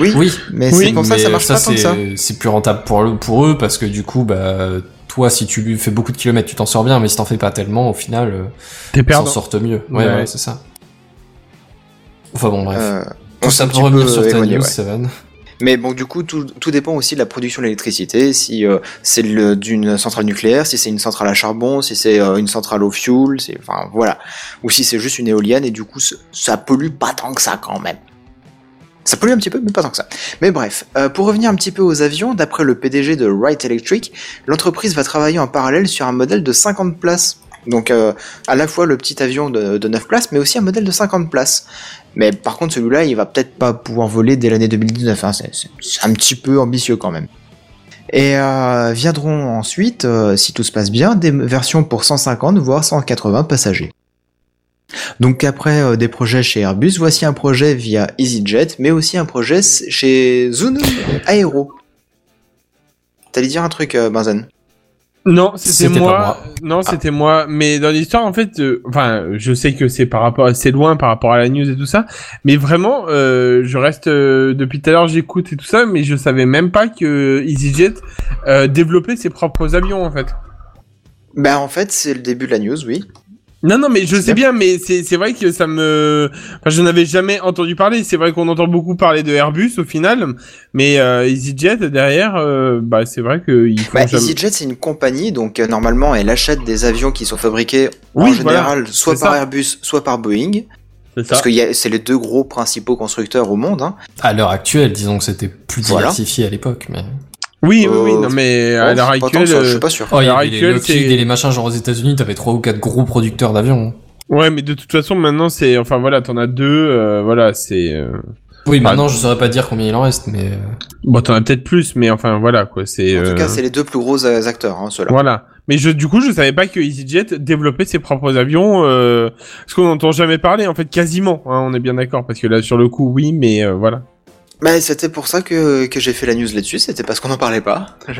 Speaker 10: Oui,
Speaker 5: Oui,
Speaker 10: mais c'est pour ça que ça
Speaker 5: mais
Speaker 10: marche pas tant que
Speaker 5: c'est-
Speaker 10: ça.
Speaker 5: C'est plus rentable pour, le- pour eux parce que du coup, bah, toi, si tu lui fais beaucoup de kilomètres, tu t'en sors bien, mais si t'en fais pas tellement, au final, euh,
Speaker 6: T'es
Speaker 5: ils s'en
Speaker 6: perdant.
Speaker 5: sortent mieux. Ouais,
Speaker 6: Ouais.
Speaker 5: ouais, c'est ça. Enfin bon, bref.
Speaker 10: Euh, on
Speaker 5: Tout
Speaker 10: s'est
Speaker 5: ça
Speaker 10: un petit
Speaker 5: pour revenir
Speaker 10: peu
Speaker 5: sur ta
Speaker 10: éloigné,
Speaker 5: news,
Speaker 10: ouais.
Speaker 5: Seven.
Speaker 10: Mais bon, du coup, tout, tout dépend aussi de la production de l'électricité. Si euh, c'est le- d'une centrale nucléaire, si c'est une centrale à charbon, si c'est euh, une centrale au fuel, c'est- enfin voilà. Ou si c'est juste une éolienne et du coup, ce- ça pollue pas tant que ça quand même. Ça pollue un petit peu, mais pas tant que ça. Mais bref, euh, pour revenir un petit peu aux avions, d'après le PDG de Wright Electric, l'entreprise va travailler en parallèle sur un modèle de 50 places. Donc euh, à la fois le petit avion de, de 9 places, mais aussi un modèle de 50 places. Mais par contre, celui-là, il va peut-être pas pouvoir voler dès l'année 2019. hein. C'est- C'est c'est un petit peu ambitieux quand même. Et euh, viendront ensuite, euh, si tout se passe bien, des versions pour 150 voire 180 passagers. Donc après euh, des projets chez Airbus, voici un projet via EasyJet, mais aussi un projet s- chez Zunu Aero. T'allais dire un truc, euh, Benzen
Speaker 6: Non, c'était
Speaker 5: C'était
Speaker 6: moi.
Speaker 5: pas moi. Ah.
Speaker 6: Non, c'était moi. Mais dans l'histoire, en fait, euh, enfin, je sais que c'est par rapport, c'est loin par rapport à la news et tout ça. Mais vraiment, euh, je reste euh, depuis tout à l'heure, j'écoute et tout ça, mais je savais même pas que EasyJet euh, développait ses propres avions, en fait.
Speaker 10: Bah en fait, c'est le début de la news, oui.
Speaker 6: Non, non, mais je sais bien, mais c'est c'est vrai que ça me, enfin, je n'avais jamais entendu parler. C'est vrai qu'on entend beaucoup parler de Airbus au final, mais euh, EasyJet derrière, euh, bah, c'est vrai qu'ils font
Speaker 10: Bah,
Speaker 6: jamais-
Speaker 10: EasyJet, c'est une compagnie, donc euh, normalement, elle achète des avions qui sont fabriqués en
Speaker 6: Oui, voilà,
Speaker 10: général soit
Speaker 6: c'est
Speaker 10: par
Speaker 6: ça.
Speaker 10: Airbus, soit par Boeing,
Speaker 6: C'est ça.
Speaker 10: parce que y a- c'est les deux gros principaux constructeurs au monde. hein.
Speaker 5: À l'heure actuelle, disons que c'était plus
Speaker 10: Voilà.
Speaker 5: diversifié à l'époque, mais.
Speaker 6: Oui, oui, oui,
Speaker 10: Euh,
Speaker 6: non, mais
Speaker 10: Bon,
Speaker 6: à l'heure
Speaker 10: pas tant que
Speaker 6: actuelle.
Speaker 10: ça, je
Speaker 6: euh,
Speaker 10: suis pas sûr.
Speaker 5: Oh, il y
Speaker 6: l'heure
Speaker 5: avait les
Speaker 6: actuelle,
Speaker 5: Lockheed
Speaker 6: c'est-
Speaker 5: et les machins, genre aux États-Unis, t'avais trois ou quatre gros producteurs d'avions.
Speaker 6: Ouais, mais de toute façon, maintenant, c'est. Enfin, voilà, t'en as deux. euh, voilà, c'est. euh,
Speaker 5: Oui,
Speaker 6: Ah.
Speaker 5: maintenant, je saurais pas dire combien il en reste, mais. euh,
Speaker 6: Bon, t'en as peut-être plus, mais enfin, voilà, quoi. C'est.
Speaker 10: En
Speaker 6: euh,
Speaker 10: tout cas, c'est les deux plus gros euh, acteurs, hein, ceux-là.
Speaker 6: Voilà. Mais je, du coup, je savais pas que EasyJet développait ses propres avions. Euh, ce qu'on n'entend jamais parler, en fait, quasiment. hein, on est bien d'accord, parce que là, sur le coup, oui, mais euh, voilà.
Speaker 10: Mais c'était pour ça que, que j'ai fait la news là-dessus, c'était parce qu'on n'en parlait pas.
Speaker 7: Eh,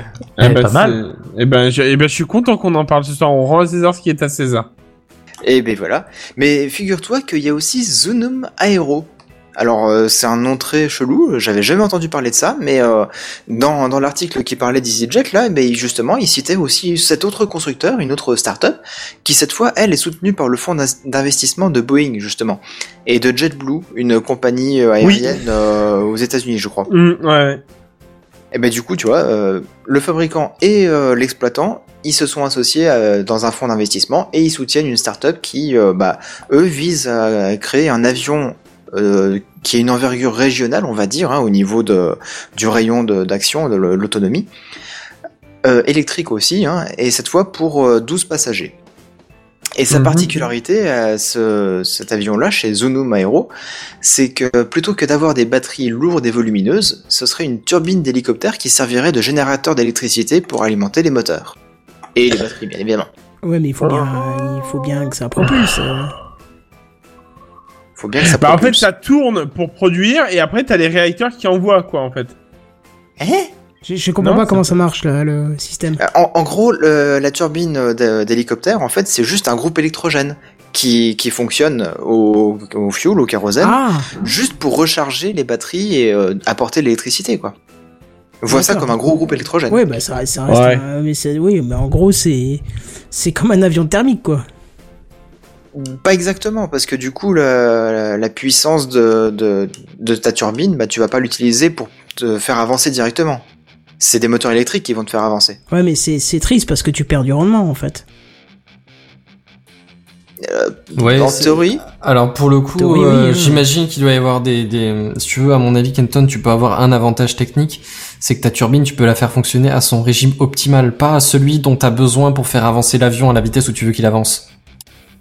Speaker 6: ben,
Speaker 7: pas mal.
Speaker 6: c'est- Eh ben, je, eh ben, je suis content qu'on en parle ce soir. On rend à César ce qui est à César.
Speaker 10: Et ben voilà. Mais figure-toi qu'il y a aussi Zunum Aero. Alors euh, c'est un nom très chelou, euh, j'avais jamais entendu parler de ça, mais euh, dans, dans l'article qui parlait d'EasyJet là, eh ben, justement il citait aussi cet autre constructeur, une autre start-up, qui cette fois elle est soutenue par le fonds d'in- d'investissement de Boeing justement, et de JetBlue, une compagnie euh, aérienne euh, aux États-Unis je crois.
Speaker 6: Hum, ouais.
Speaker 10: Et ben du coup, tu vois, euh, le fabricant et euh, l'exploitant, ils se sont associés euh, dans un fonds d'investissement et ils soutiennent une start-up qui, euh, bah, eux, visent à créer un avion euh, qui a une envergure régionale, on va dire, hein, au niveau de, du rayon de- d'action, de, l- l'autonomie, Euh, électrique aussi, hein, et cette fois pour euh, 12 passagers. Et sa
Speaker 6: Mhm.
Speaker 10: particularité, à ce, cet avion-là, chez Zonum Aero, c'est que plutôt que d'avoir des batteries lourdes et volumineuses, ce serait une turbine d'hélicoptère qui servirait de générateur d'électricité pour alimenter les moteurs. Et les batteries, bien évidemment.
Speaker 1: Ouais, mais il faut bien, il faut bien que ça propulse. euh.
Speaker 10: Faut bien que ça
Speaker 6: Bah, en fait,
Speaker 10: propulse.
Speaker 6: ça tourne pour produire, et après, t'as les réacteurs qui envoient, quoi, en fait.
Speaker 10: Eh
Speaker 1: Je, je comprends
Speaker 6: Non,
Speaker 1: pas
Speaker 6: c'est
Speaker 1: comment ça marche là, le système.
Speaker 10: Euh, en, en gros, le- la turbine euh, d'hé- d'hélicoptère, en fait, c'est juste un groupe électrogène qui, qui fonctionne au, au fuel, au kérosène,
Speaker 1: Ah,
Speaker 10: juste pour recharger les batteries et euh, apporter de l'électricité, quoi. Vois ça
Speaker 1: D'accord.
Speaker 10: comme un gros groupe électrogène.
Speaker 1: ouais, bah ça, reste- ça reste.
Speaker 6: Ouais.
Speaker 1: un- mais c'est- oui, mais en gros, c'est c'est comme un avion thermique quoi.
Speaker 10: Pas exactement, parce que du coup, la, la- la puissance de, de- de ta turbine, bah, tu vas pas l'utiliser pour te faire avancer directement. C'est des moteurs électriques qui vont te faire avancer.
Speaker 1: Ouais, mais c'est c'est triste parce que tu perds du rendement en fait.
Speaker 5: Ouais,
Speaker 10: en
Speaker 5: c'est-
Speaker 10: théorie,
Speaker 5: Alors pour le coup,
Speaker 1: Oui, oui,
Speaker 5: euh,
Speaker 1: oui.
Speaker 5: j'imagine qu'il doit y avoir des, des. Si tu veux, à mon avis, Kenton, tu peux avoir un avantage technique, c'est que ta turbine, tu peux la faire fonctionner à son régime optimal, pas à celui dont t'as besoin pour faire avancer l'avion à la vitesse où tu veux qu'il avance.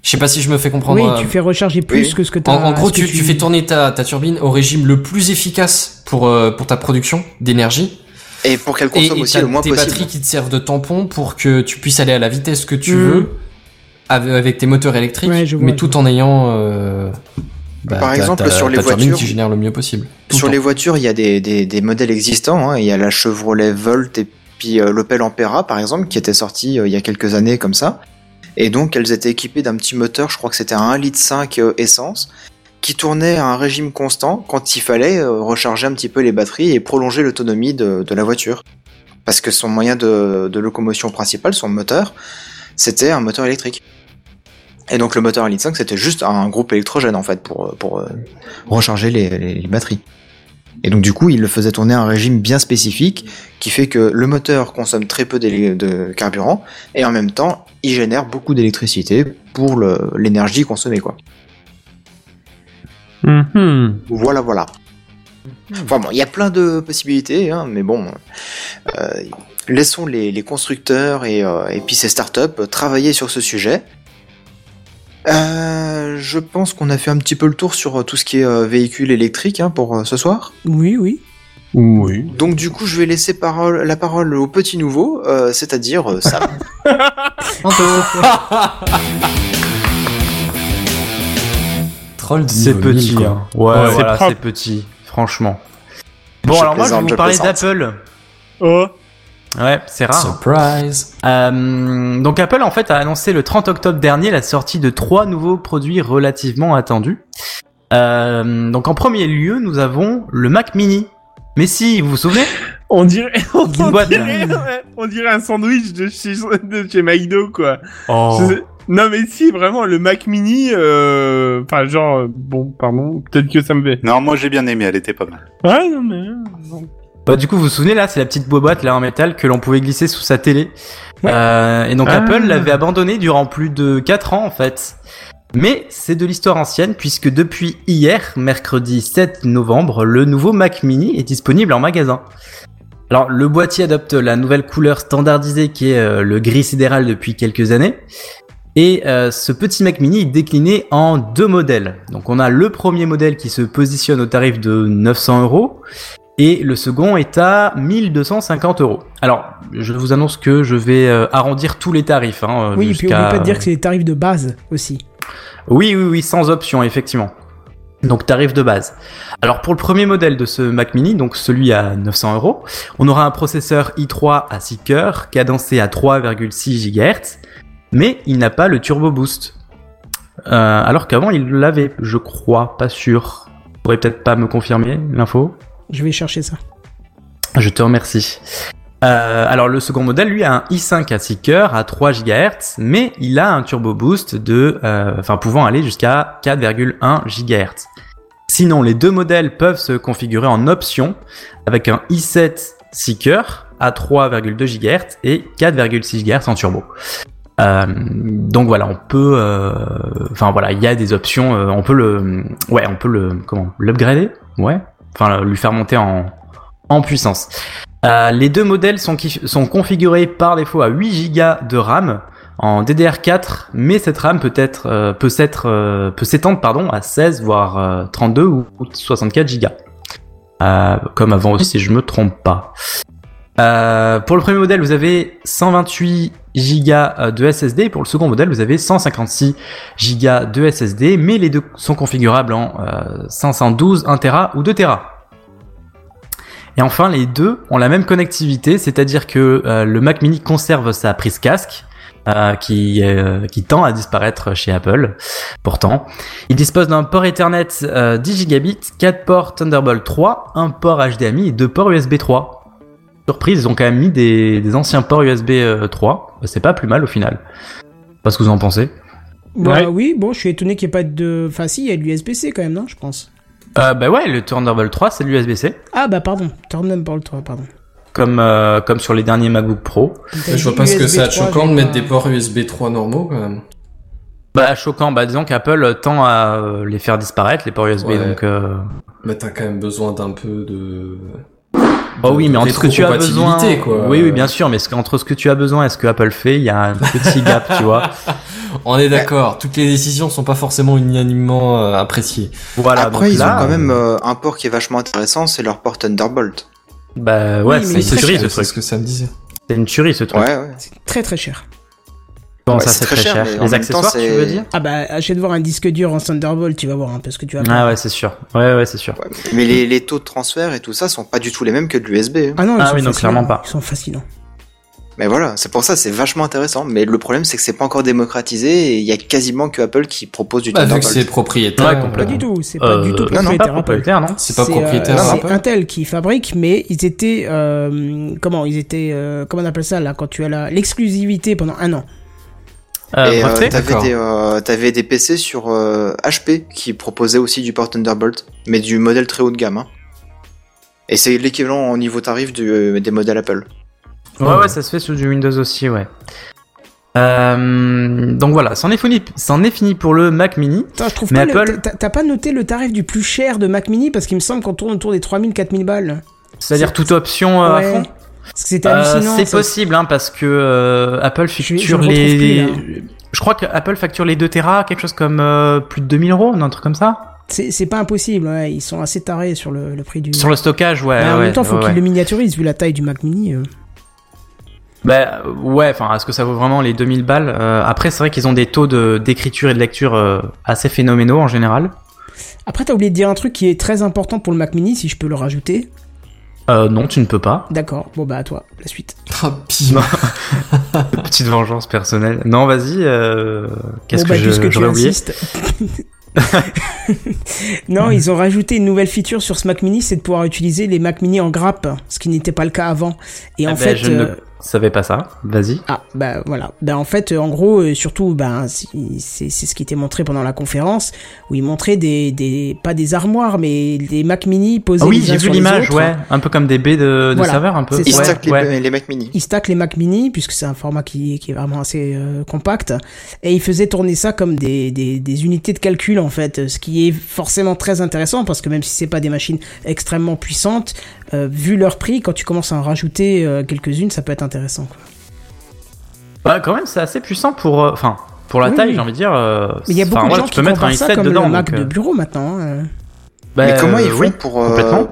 Speaker 5: Je sais pas si je me fais comprendre.
Speaker 1: oui,
Speaker 5: euh,
Speaker 1: tu fais recharger plus
Speaker 10: oui.
Speaker 1: que ce que
Speaker 5: En,
Speaker 1: t'as.
Speaker 5: en gros,
Speaker 1: ce que
Speaker 5: tu, tu fais tourner ta, ta turbine au régime le plus efficace pour, euh, pour ta production d'énergie.
Speaker 10: Et pour qu'elle
Speaker 5: Et,
Speaker 10: consomme
Speaker 5: et
Speaker 10: aussi
Speaker 5: t'as
Speaker 10: le moins
Speaker 5: tes
Speaker 10: possible.
Speaker 5: batteries qui te servent de tampon pour que tu puisses aller à la vitesse que tu
Speaker 1: Mhm.
Speaker 5: veux ave- avec tes moteurs électriques,
Speaker 1: Ouais, je vois,
Speaker 5: mais
Speaker 1: je
Speaker 5: tout en ayant. euh,
Speaker 10: Par
Speaker 5: t'as-
Speaker 10: exemple,
Speaker 5: t'as-
Speaker 10: sur les
Speaker 5: ta turbine
Speaker 10: voitures-
Speaker 5: qui génère le mieux possible. Tout
Speaker 10: Sur
Speaker 5: le
Speaker 10: les
Speaker 5: temps.
Speaker 10: voitures, il y a des, des, des modèles existants. hein. Il y a la Chevrolet Volt et puis euh, l'Opel Ampera, par exemple, qui était sorti euh, il y a quelques années comme ça. Et donc, elles étaient équipées d'un petit moteur, je crois que c'était un 1,5 litre euh, essence, qui tournait à un régime constant quand il fallait euh, recharger un petit peu les batteries et prolonger l'autonomie de, de la voiture. Parce que son moyen de, de locomotion principal, son moteur, c'était un moteur électrique. Et donc le moteur 1,5 litre, c'était juste un groupe électrogène en fait pour, pour euh, recharger les- les- les batteries. Et donc du coup, il le faisait tourner à un régime bien spécifique qui fait que le moteur consomme très peu d'élé- de carburant et en même temps, il génère beaucoup d'électricité pour le- l'énergie consommée quoi. Voilà, voilà. Enfin bon, il y a plein de possibilités, hein, mais bon, euh, laissons les, les constructeurs et, euh, et puis ces startups travailler sur ce sujet. Euh, je pense qu'on a fait un petit peu le tour sur euh, tout ce qui est euh, véhicule électrique hein, pour euh, ce soir.
Speaker 1: Oui, oui.
Speaker 6: Oui.
Speaker 10: Donc du coup, je vais laisser parole, la parole au petit nouveau, euh, c'est-à-dire euh, Sam.
Speaker 5: Troll de
Speaker 7: C'est
Speaker 5: niveau mille,
Speaker 7: petit.
Speaker 5: quoi.
Speaker 7: hein. Ouais,
Speaker 6: Ouais,
Speaker 7: voilà,
Speaker 6: c'est propre.
Speaker 7: c'est petit, franchement. Bon,
Speaker 10: Je
Speaker 7: alors moi, je vais
Speaker 10: plaisante,
Speaker 7: vous
Speaker 10: je
Speaker 7: parler
Speaker 10: plaisante.
Speaker 7: d'Apple.
Speaker 6: Oh.
Speaker 7: Ouais, c'est
Speaker 5: Ah.
Speaker 7: rare.
Speaker 5: Surprise.
Speaker 7: Euh, donc Apple en fait a annoncé le 30 octobre dernier la sortie de trois nouveaux produits relativement attendus. Euh, donc en premier lieu, nous avons le Mac Mini. Mais si, vous vous souvenez
Speaker 6: On dirait, on,
Speaker 7: Une boîte,
Speaker 6: dirait on dirait un sandwich de chez, de chez McDo, quoi.
Speaker 7: Oh.
Speaker 6: C'est- Non, mais si, vraiment, le Mac Mini, euh, enfin, genre, euh, bon, pardon, peut-être que ça me fait.
Speaker 4: Non, moi j'ai bien aimé, elle était pas mal.
Speaker 6: Ouais, non, mais. euh, non.
Speaker 7: Bah du coup, vous vous souvenez là, c'est la petite boîte là en métal que l'on pouvait glisser sous sa télé.
Speaker 1: Ouais.
Speaker 7: Euh, et donc
Speaker 6: Ah.
Speaker 7: Apple l'avait abandonnée durant plus de 4 ans en fait. Mais c'est de l'histoire ancienne puisque depuis hier, mercredi 7 novembre, le nouveau Mac Mini est disponible en magasin. Alors le boîtier adopte la nouvelle couleur standardisée qui est euh, le gris sidéral depuis quelques années. Et euh, ce petit Mac Mini est décliné en deux modèles. Donc on a le premier modèle qui se positionne au tarif de 900 euros et le second est à 1250 euros. Alors, je vous annonce que je vais euh, arrondir tous les tarifs. Hein, euh,
Speaker 1: Oui, et puis on
Speaker 7: jusqu'à-
Speaker 1: peut pas te dire que c'est les tarifs de base aussi.
Speaker 7: oui, oui, oui, sans option, effectivement. Donc tarif de base. Alors pour le premier modèle de ce Mac Mini, donc celui à 900 euros, on aura un processeur i3 à 6 cœurs, cadencé à 3,6 GHz, mais il n'a pas le Turbo Boost. Euh, alors qu'avant il l'avait, je crois, pas sûr. Vous pourrez peut-être pas me confirmer l'info.
Speaker 1: Je vais chercher ça.
Speaker 7: Je te remercie. Euh, alors le second modèle, lui, a un i5 à 6 cœurs à 3 GHz, mais il a un turbo boost de, euh, enfin pouvant aller jusqu'à 4,1 GHz. Sinon, les deux modèles peuvent se configurer en option avec un i7 6 cœurs à 3,2 GHz et 4,6 GHz en turbo. Euh, donc voilà, on peut, euh, enfin voilà, il y a des options. euh, on peut le, ouais, on peut le, comment, l'upgrader, ouais, enfin le- lui faire monter en, en puissance. Euh, les deux modèles sont, qui- sont configurés par défaut à 8 Go de RAM en DDR4, mais cette RAM peut être euh, peut s'être euh, peut s'étendre pardon à 16 voire euh, 32 ou 64 Go. Euh, comme avant aussi si je me trompe pas. Euh, pour le premier modèle, vous avez 128 Go euh, de SSD. Pour le second modèle, vous avez 156 Go de SSD, mais les deux sont configurables en euh, 512, 1 Tera ou 2 Tera. Et enfin, les deux ont la même connectivité, c'est-à-dire que euh, le Mac Mini conserve sa prise casque. euh, qui, euh, qui tend à disparaître chez Apple. Pourtant, il dispose d'un port Ethernet euh, 10 gigabits, 4 ports Thunderbolt 3, un port HDMI et deux ports USB 3. Surprise, ils ont quand même mis des, des anciens ports USB euh, 3. C'est pas plus mal au final. Parce que vous en pensez
Speaker 1: Bah
Speaker 6: Ouais.
Speaker 1: oui, bon, je suis étonné qu'il n'y ait pas de. Enfin, si, il y a de l'USB-C quand même, non Je pense.
Speaker 7: euh, Bah ouais, le Thunderbolt 3, c'est de l'USB-C,
Speaker 1: Ah bah pardon, Turn parle toi, pardon.
Speaker 7: comme, euh, comme sur les derniers MacBook Pro.
Speaker 1: T'as
Speaker 5: Je vois
Speaker 1: dit
Speaker 5: pas ce que
Speaker 1: USB
Speaker 5: ça a de
Speaker 1: 3,
Speaker 5: choquant de
Speaker 1: j'ai
Speaker 5: mettre
Speaker 1: pas-
Speaker 5: des ports USB 3 normaux quand même.
Speaker 7: Bah choquant, bah disons qu'Apple tend à euh, les faire disparaître les ports USB
Speaker 5: Ouais.
Speaker 7: donc euh,
Speaker 5: Mais t'as quand même besoin d'un peu de.
Speaker 7: Oh
Speaker 5: de-
Speaker 7: oui,
Speaker 5: de
Speaker 7: mais entre ce que tu as besoin
Speaker 5: rétrocompatibilité, quoi.
Speaker 7: Oui oui, bien sûr, mais ce que- entre ce que tu as besoin et ce que Apple fait, il y a un petit gap, tu vois.
Speaker 5: On est d'accord, toutes les décisions sont pas forcément unanimement euh, appréciées.
Speaker 7: Voilà,
Speaker 10: Après,
Speaker 7: donc
Speaker 10: ils
Speaker 7: là,
Speaker 10: euh, ont quand même euh, un port qui est vachement intéressant, c'est leur port Thunderbolt.
Speaker 7: Bah
Speaker 1: Oui,
Speaker 7: ouais,
Speaker 1: mais
Speaker 7: c'est
Speaker 1: il est
Speaker 7: une
Speaker 1: très
Speaker 7: tuerie
Speaker 1: cher,
Speaker 7: ce
Speaker 5: C'est
Speaker 7: truc.
Speaker 5: ce que ça me disait.
Speaker 7: C'est une tuerie ce truc.
Speaker 10: Ouais, ouais.
Speaker 1: Très très cher.
Speaker 7: Comment
Speaker 10: Ouais,
Speaker 7: ça,
Speaker 10: c'est
Speaker 7: c'est
Speaker 10: très
Speaker 7: très
Speaker 10: cher,
Speaker 7: cher.
Speaker 10: mais en même
Speaker 7: Les
Speaker 10: temps,
Speaker 7: accessoires, tu
Speaker 10: c'est-
Speaker 7: veux dire
Speaker 1: Ah bah achète voir un disque dur en Thunderbolt, tu vas voir un peu ce que tu vas
Speaker 7: Ah
Speaker 1: faire.
Speaker 7: ouais, c'est sûr. Ouais, ouais, c'est sûr.
Speaker 10: Ouais, Mais les, les taux de transfert et tout ça sont pas du tout les mêmes que de l'USB. hein.
Speaker 1: Ah non, ils
Speaker 7: Ah
Speaker 1: sont
Speaker 7: oui, non,
Speaker 1: fascinants.
Speaker 7: clairement pas.
Speaker 1: Ils sont fascinants.
Speaker 10: Mais voilà, c'est pour ça, c'est vachement intéressant. Mais le problème, c'est que c'est pas encore démocratisé et il y a quasiment que Apple qui propose du
Speaker 5: Bah, vu que
Speaker 10: Thunderbolt.
Speaker 5: c'est propriétaire.
Speaker 7: Ouais,
Speaker 1: Pas
Speaker 7: complètement.
Speaker 5: euh,
Speaker 1: du tout, c'est pas
Speaker 7: Euh,
Speaker 1: du tout
Speaker 10: non, non,
Speaker 1: propriétaire
Speaker 7: Pas
Speaker 1: Apple.
Speaker 7: propriétaire, non
Speaker 5: C'est pas
Speaker 1: euh,
Speaker 5: propriétaire.
Speaker 10: non,
Speaker 5: hein.
Speaker 1: C'est Intel qui fabrique, mais ils étaient euh, comment ils étaient euh, comment on appelle ça là quand tu as la- l'exclusivité pendant un an.
Speaker 10: et
Speaker 7: Euh,
Speaker 10: euh,
Speaker 7: breveté
Speaker 10: t'avais
Speaker 5: D'accord.
Speaker 10: des, euh, t'avais des PC sur euh, HP qui proposaient aussi du port Thunderbolt, mais du modèle très haut de gamme. hein. Et c'est l'équivalent au niveau tarif du, euh, des modèles Apple.
Speaker 7: Ouais, ouais, ça se fait sous du Windows aussi, ouais. Euh, donc voilà, c'en est fini, c'en est fini pour le Mac Mini.
Speaker 1: Putain, je trouve
Speaker 7: Mais
Speaker 1: pas le-
Speaker 7: Apple-
Speaker 1: t'as- t'as pas noté le tarif du plus cher de Mac Mini parce qu'il me semble qu'on tourne autour des 3000 4000 balles.
Speaker 7: C'est-à-dire toute option euh, à
Speaker 1: Ouais.
Speaker 7: fond.
Speaker 1: Parce que c'était
Speaker 7: Euh,
Speaker 1: hallucinant.
Speaker 7: c'est
Speaker 1: ça.
Speaker 7: possible hein, parce que euh, Apple
Speaker 1: Je- je
Speaker 7: facture
Speaker 1: le retrouve
Speaker 7: les.
Speaker 1: plus,
Speaker 7: je crois que Apple facture les 2 Tera quelque chose comme euh, plus de 2000 euros, un truc comme ça.
Speaker 1: C'est c'est pas impossible, ouais, ils sont assez tarés sur le, le prix du.
Speaker 7: Sur le stockage, ouais.
Speaker 1: Mais en
Speaker 7: ouais,
Speaker 1: même temps, faut
Speaker 7: ouais,
Speaker 1: qu'ils
Speaker 7: ouais.
Speaker 1: le miniaturisent vu la taille du Mac Mini. euh.
Speaker 7: Bah ouais, enfin, est-ce que ça vaut vraiment les 2000 balles Euh, Après, c'est vrai qu'ils ont des taux de d'écriture et de lecture euh, assez phénoménaux en général.
Speaker 1: Après, t'as oublié de dire un truc qui est très important pour le Mac Mini, si je peux le rajouter.
Speaker 7: Euh, non, tu ne peux pas.
Speaker 1: D'accord, bon bah à toi, la suite.
Speaker 5: Ah, pire.
Speaker 7: Petite vengeance personnelle. Non, vas-y. euh, Qu'est-ce
Speaker 1: Bon,
Speaker 7: que
Speaker 1: bah,
Speaker 7: je-
Speaker 1: puisque tu
Speaker 7: j'aurais oublié
Speaker 1: insistes. non, ils ont rajouté une nouvelle feature sur ce Mac Mini, c'est de pouvoir utiliser les Mac Mini en grappe, ce qui n'était pas le cas avant. Et en
Speaker 7: Ah ben,
Speaker 1: fait,
Speaker 7: je
Speaker 1: euh,
Speaker 7: ne savais pas ça. Vas-y.
Speaker 1: Ah, bah voilà. Bah en fait, euh, en gros, euh, surtout, bah, si- c'est c'est ce qui était montré pendant la conférence, où ils montraient des, des pas des armoires, mais des Mac mini posés
Speaker 7: Ah oui,
Speaker 1: les uns
Speaker 7: j'ai vu
Speaker 1: sur les
Speaker 7: l'image,
Speaker 1: autres.
Speaker 7: ouais. Un peu comme des baies de, de
Speaker 1: Voilà,
Speaker 7: serveur, un peu.
Speaker 1: c'est
Speaker 10: Ils
Speaker 1: ça.
Speaker 7: Ouais,
Speaker 10: stackent les,
Speaker 7: ouais.
Speaker 10: les Mac mini.
Speaker 1: Ils stackent les Mac mini, puisque c'est un format qui, qui est vraiment assez euh, compact, et ils faisaient tourner ça comme des, des, des unités de calcul, en fait, euh, ce qui est forcément très intéressant, parce que même si c'est pas des machines extrêmement puissantes, euh, vu leur prix, quand tu commences à en rajouter euh, quelques-unes, ça peut être intéressant. quoi.
Speaker 7: Bah, quand même, c'est assez puissant pour, euh, enfin, pour la
Speaker 1: Oui,
Speaker 7: taille,
Speaker 1: oui.
Speaker 7: j'ai envie de dire. euh,
Speaker 1: Mais il y a
Speaker 7: enfin,
Speaker 1: beaucoup de
Speaker 7: voilà,
Speaker 1: gens qui
Speaker 7: tu peux mettre un
Speaker 1: comparent ça
Speaker 7: i7
Speaker 1: comme
Speaker 7: dedans.
Speaker 1: le Mac
Speaker 7: donc,
Speaker 1: de
Speaker 7: euh,
Speaker 1: bureau, maintenant. hein.
Speaker 7: bah,
Speaker 10: Mais comment ils
Speaker 7: euh,
Speaker 10: font
Speaker 7: oui.
Speaker 10: pour, euh,
Speaker 7: complètement.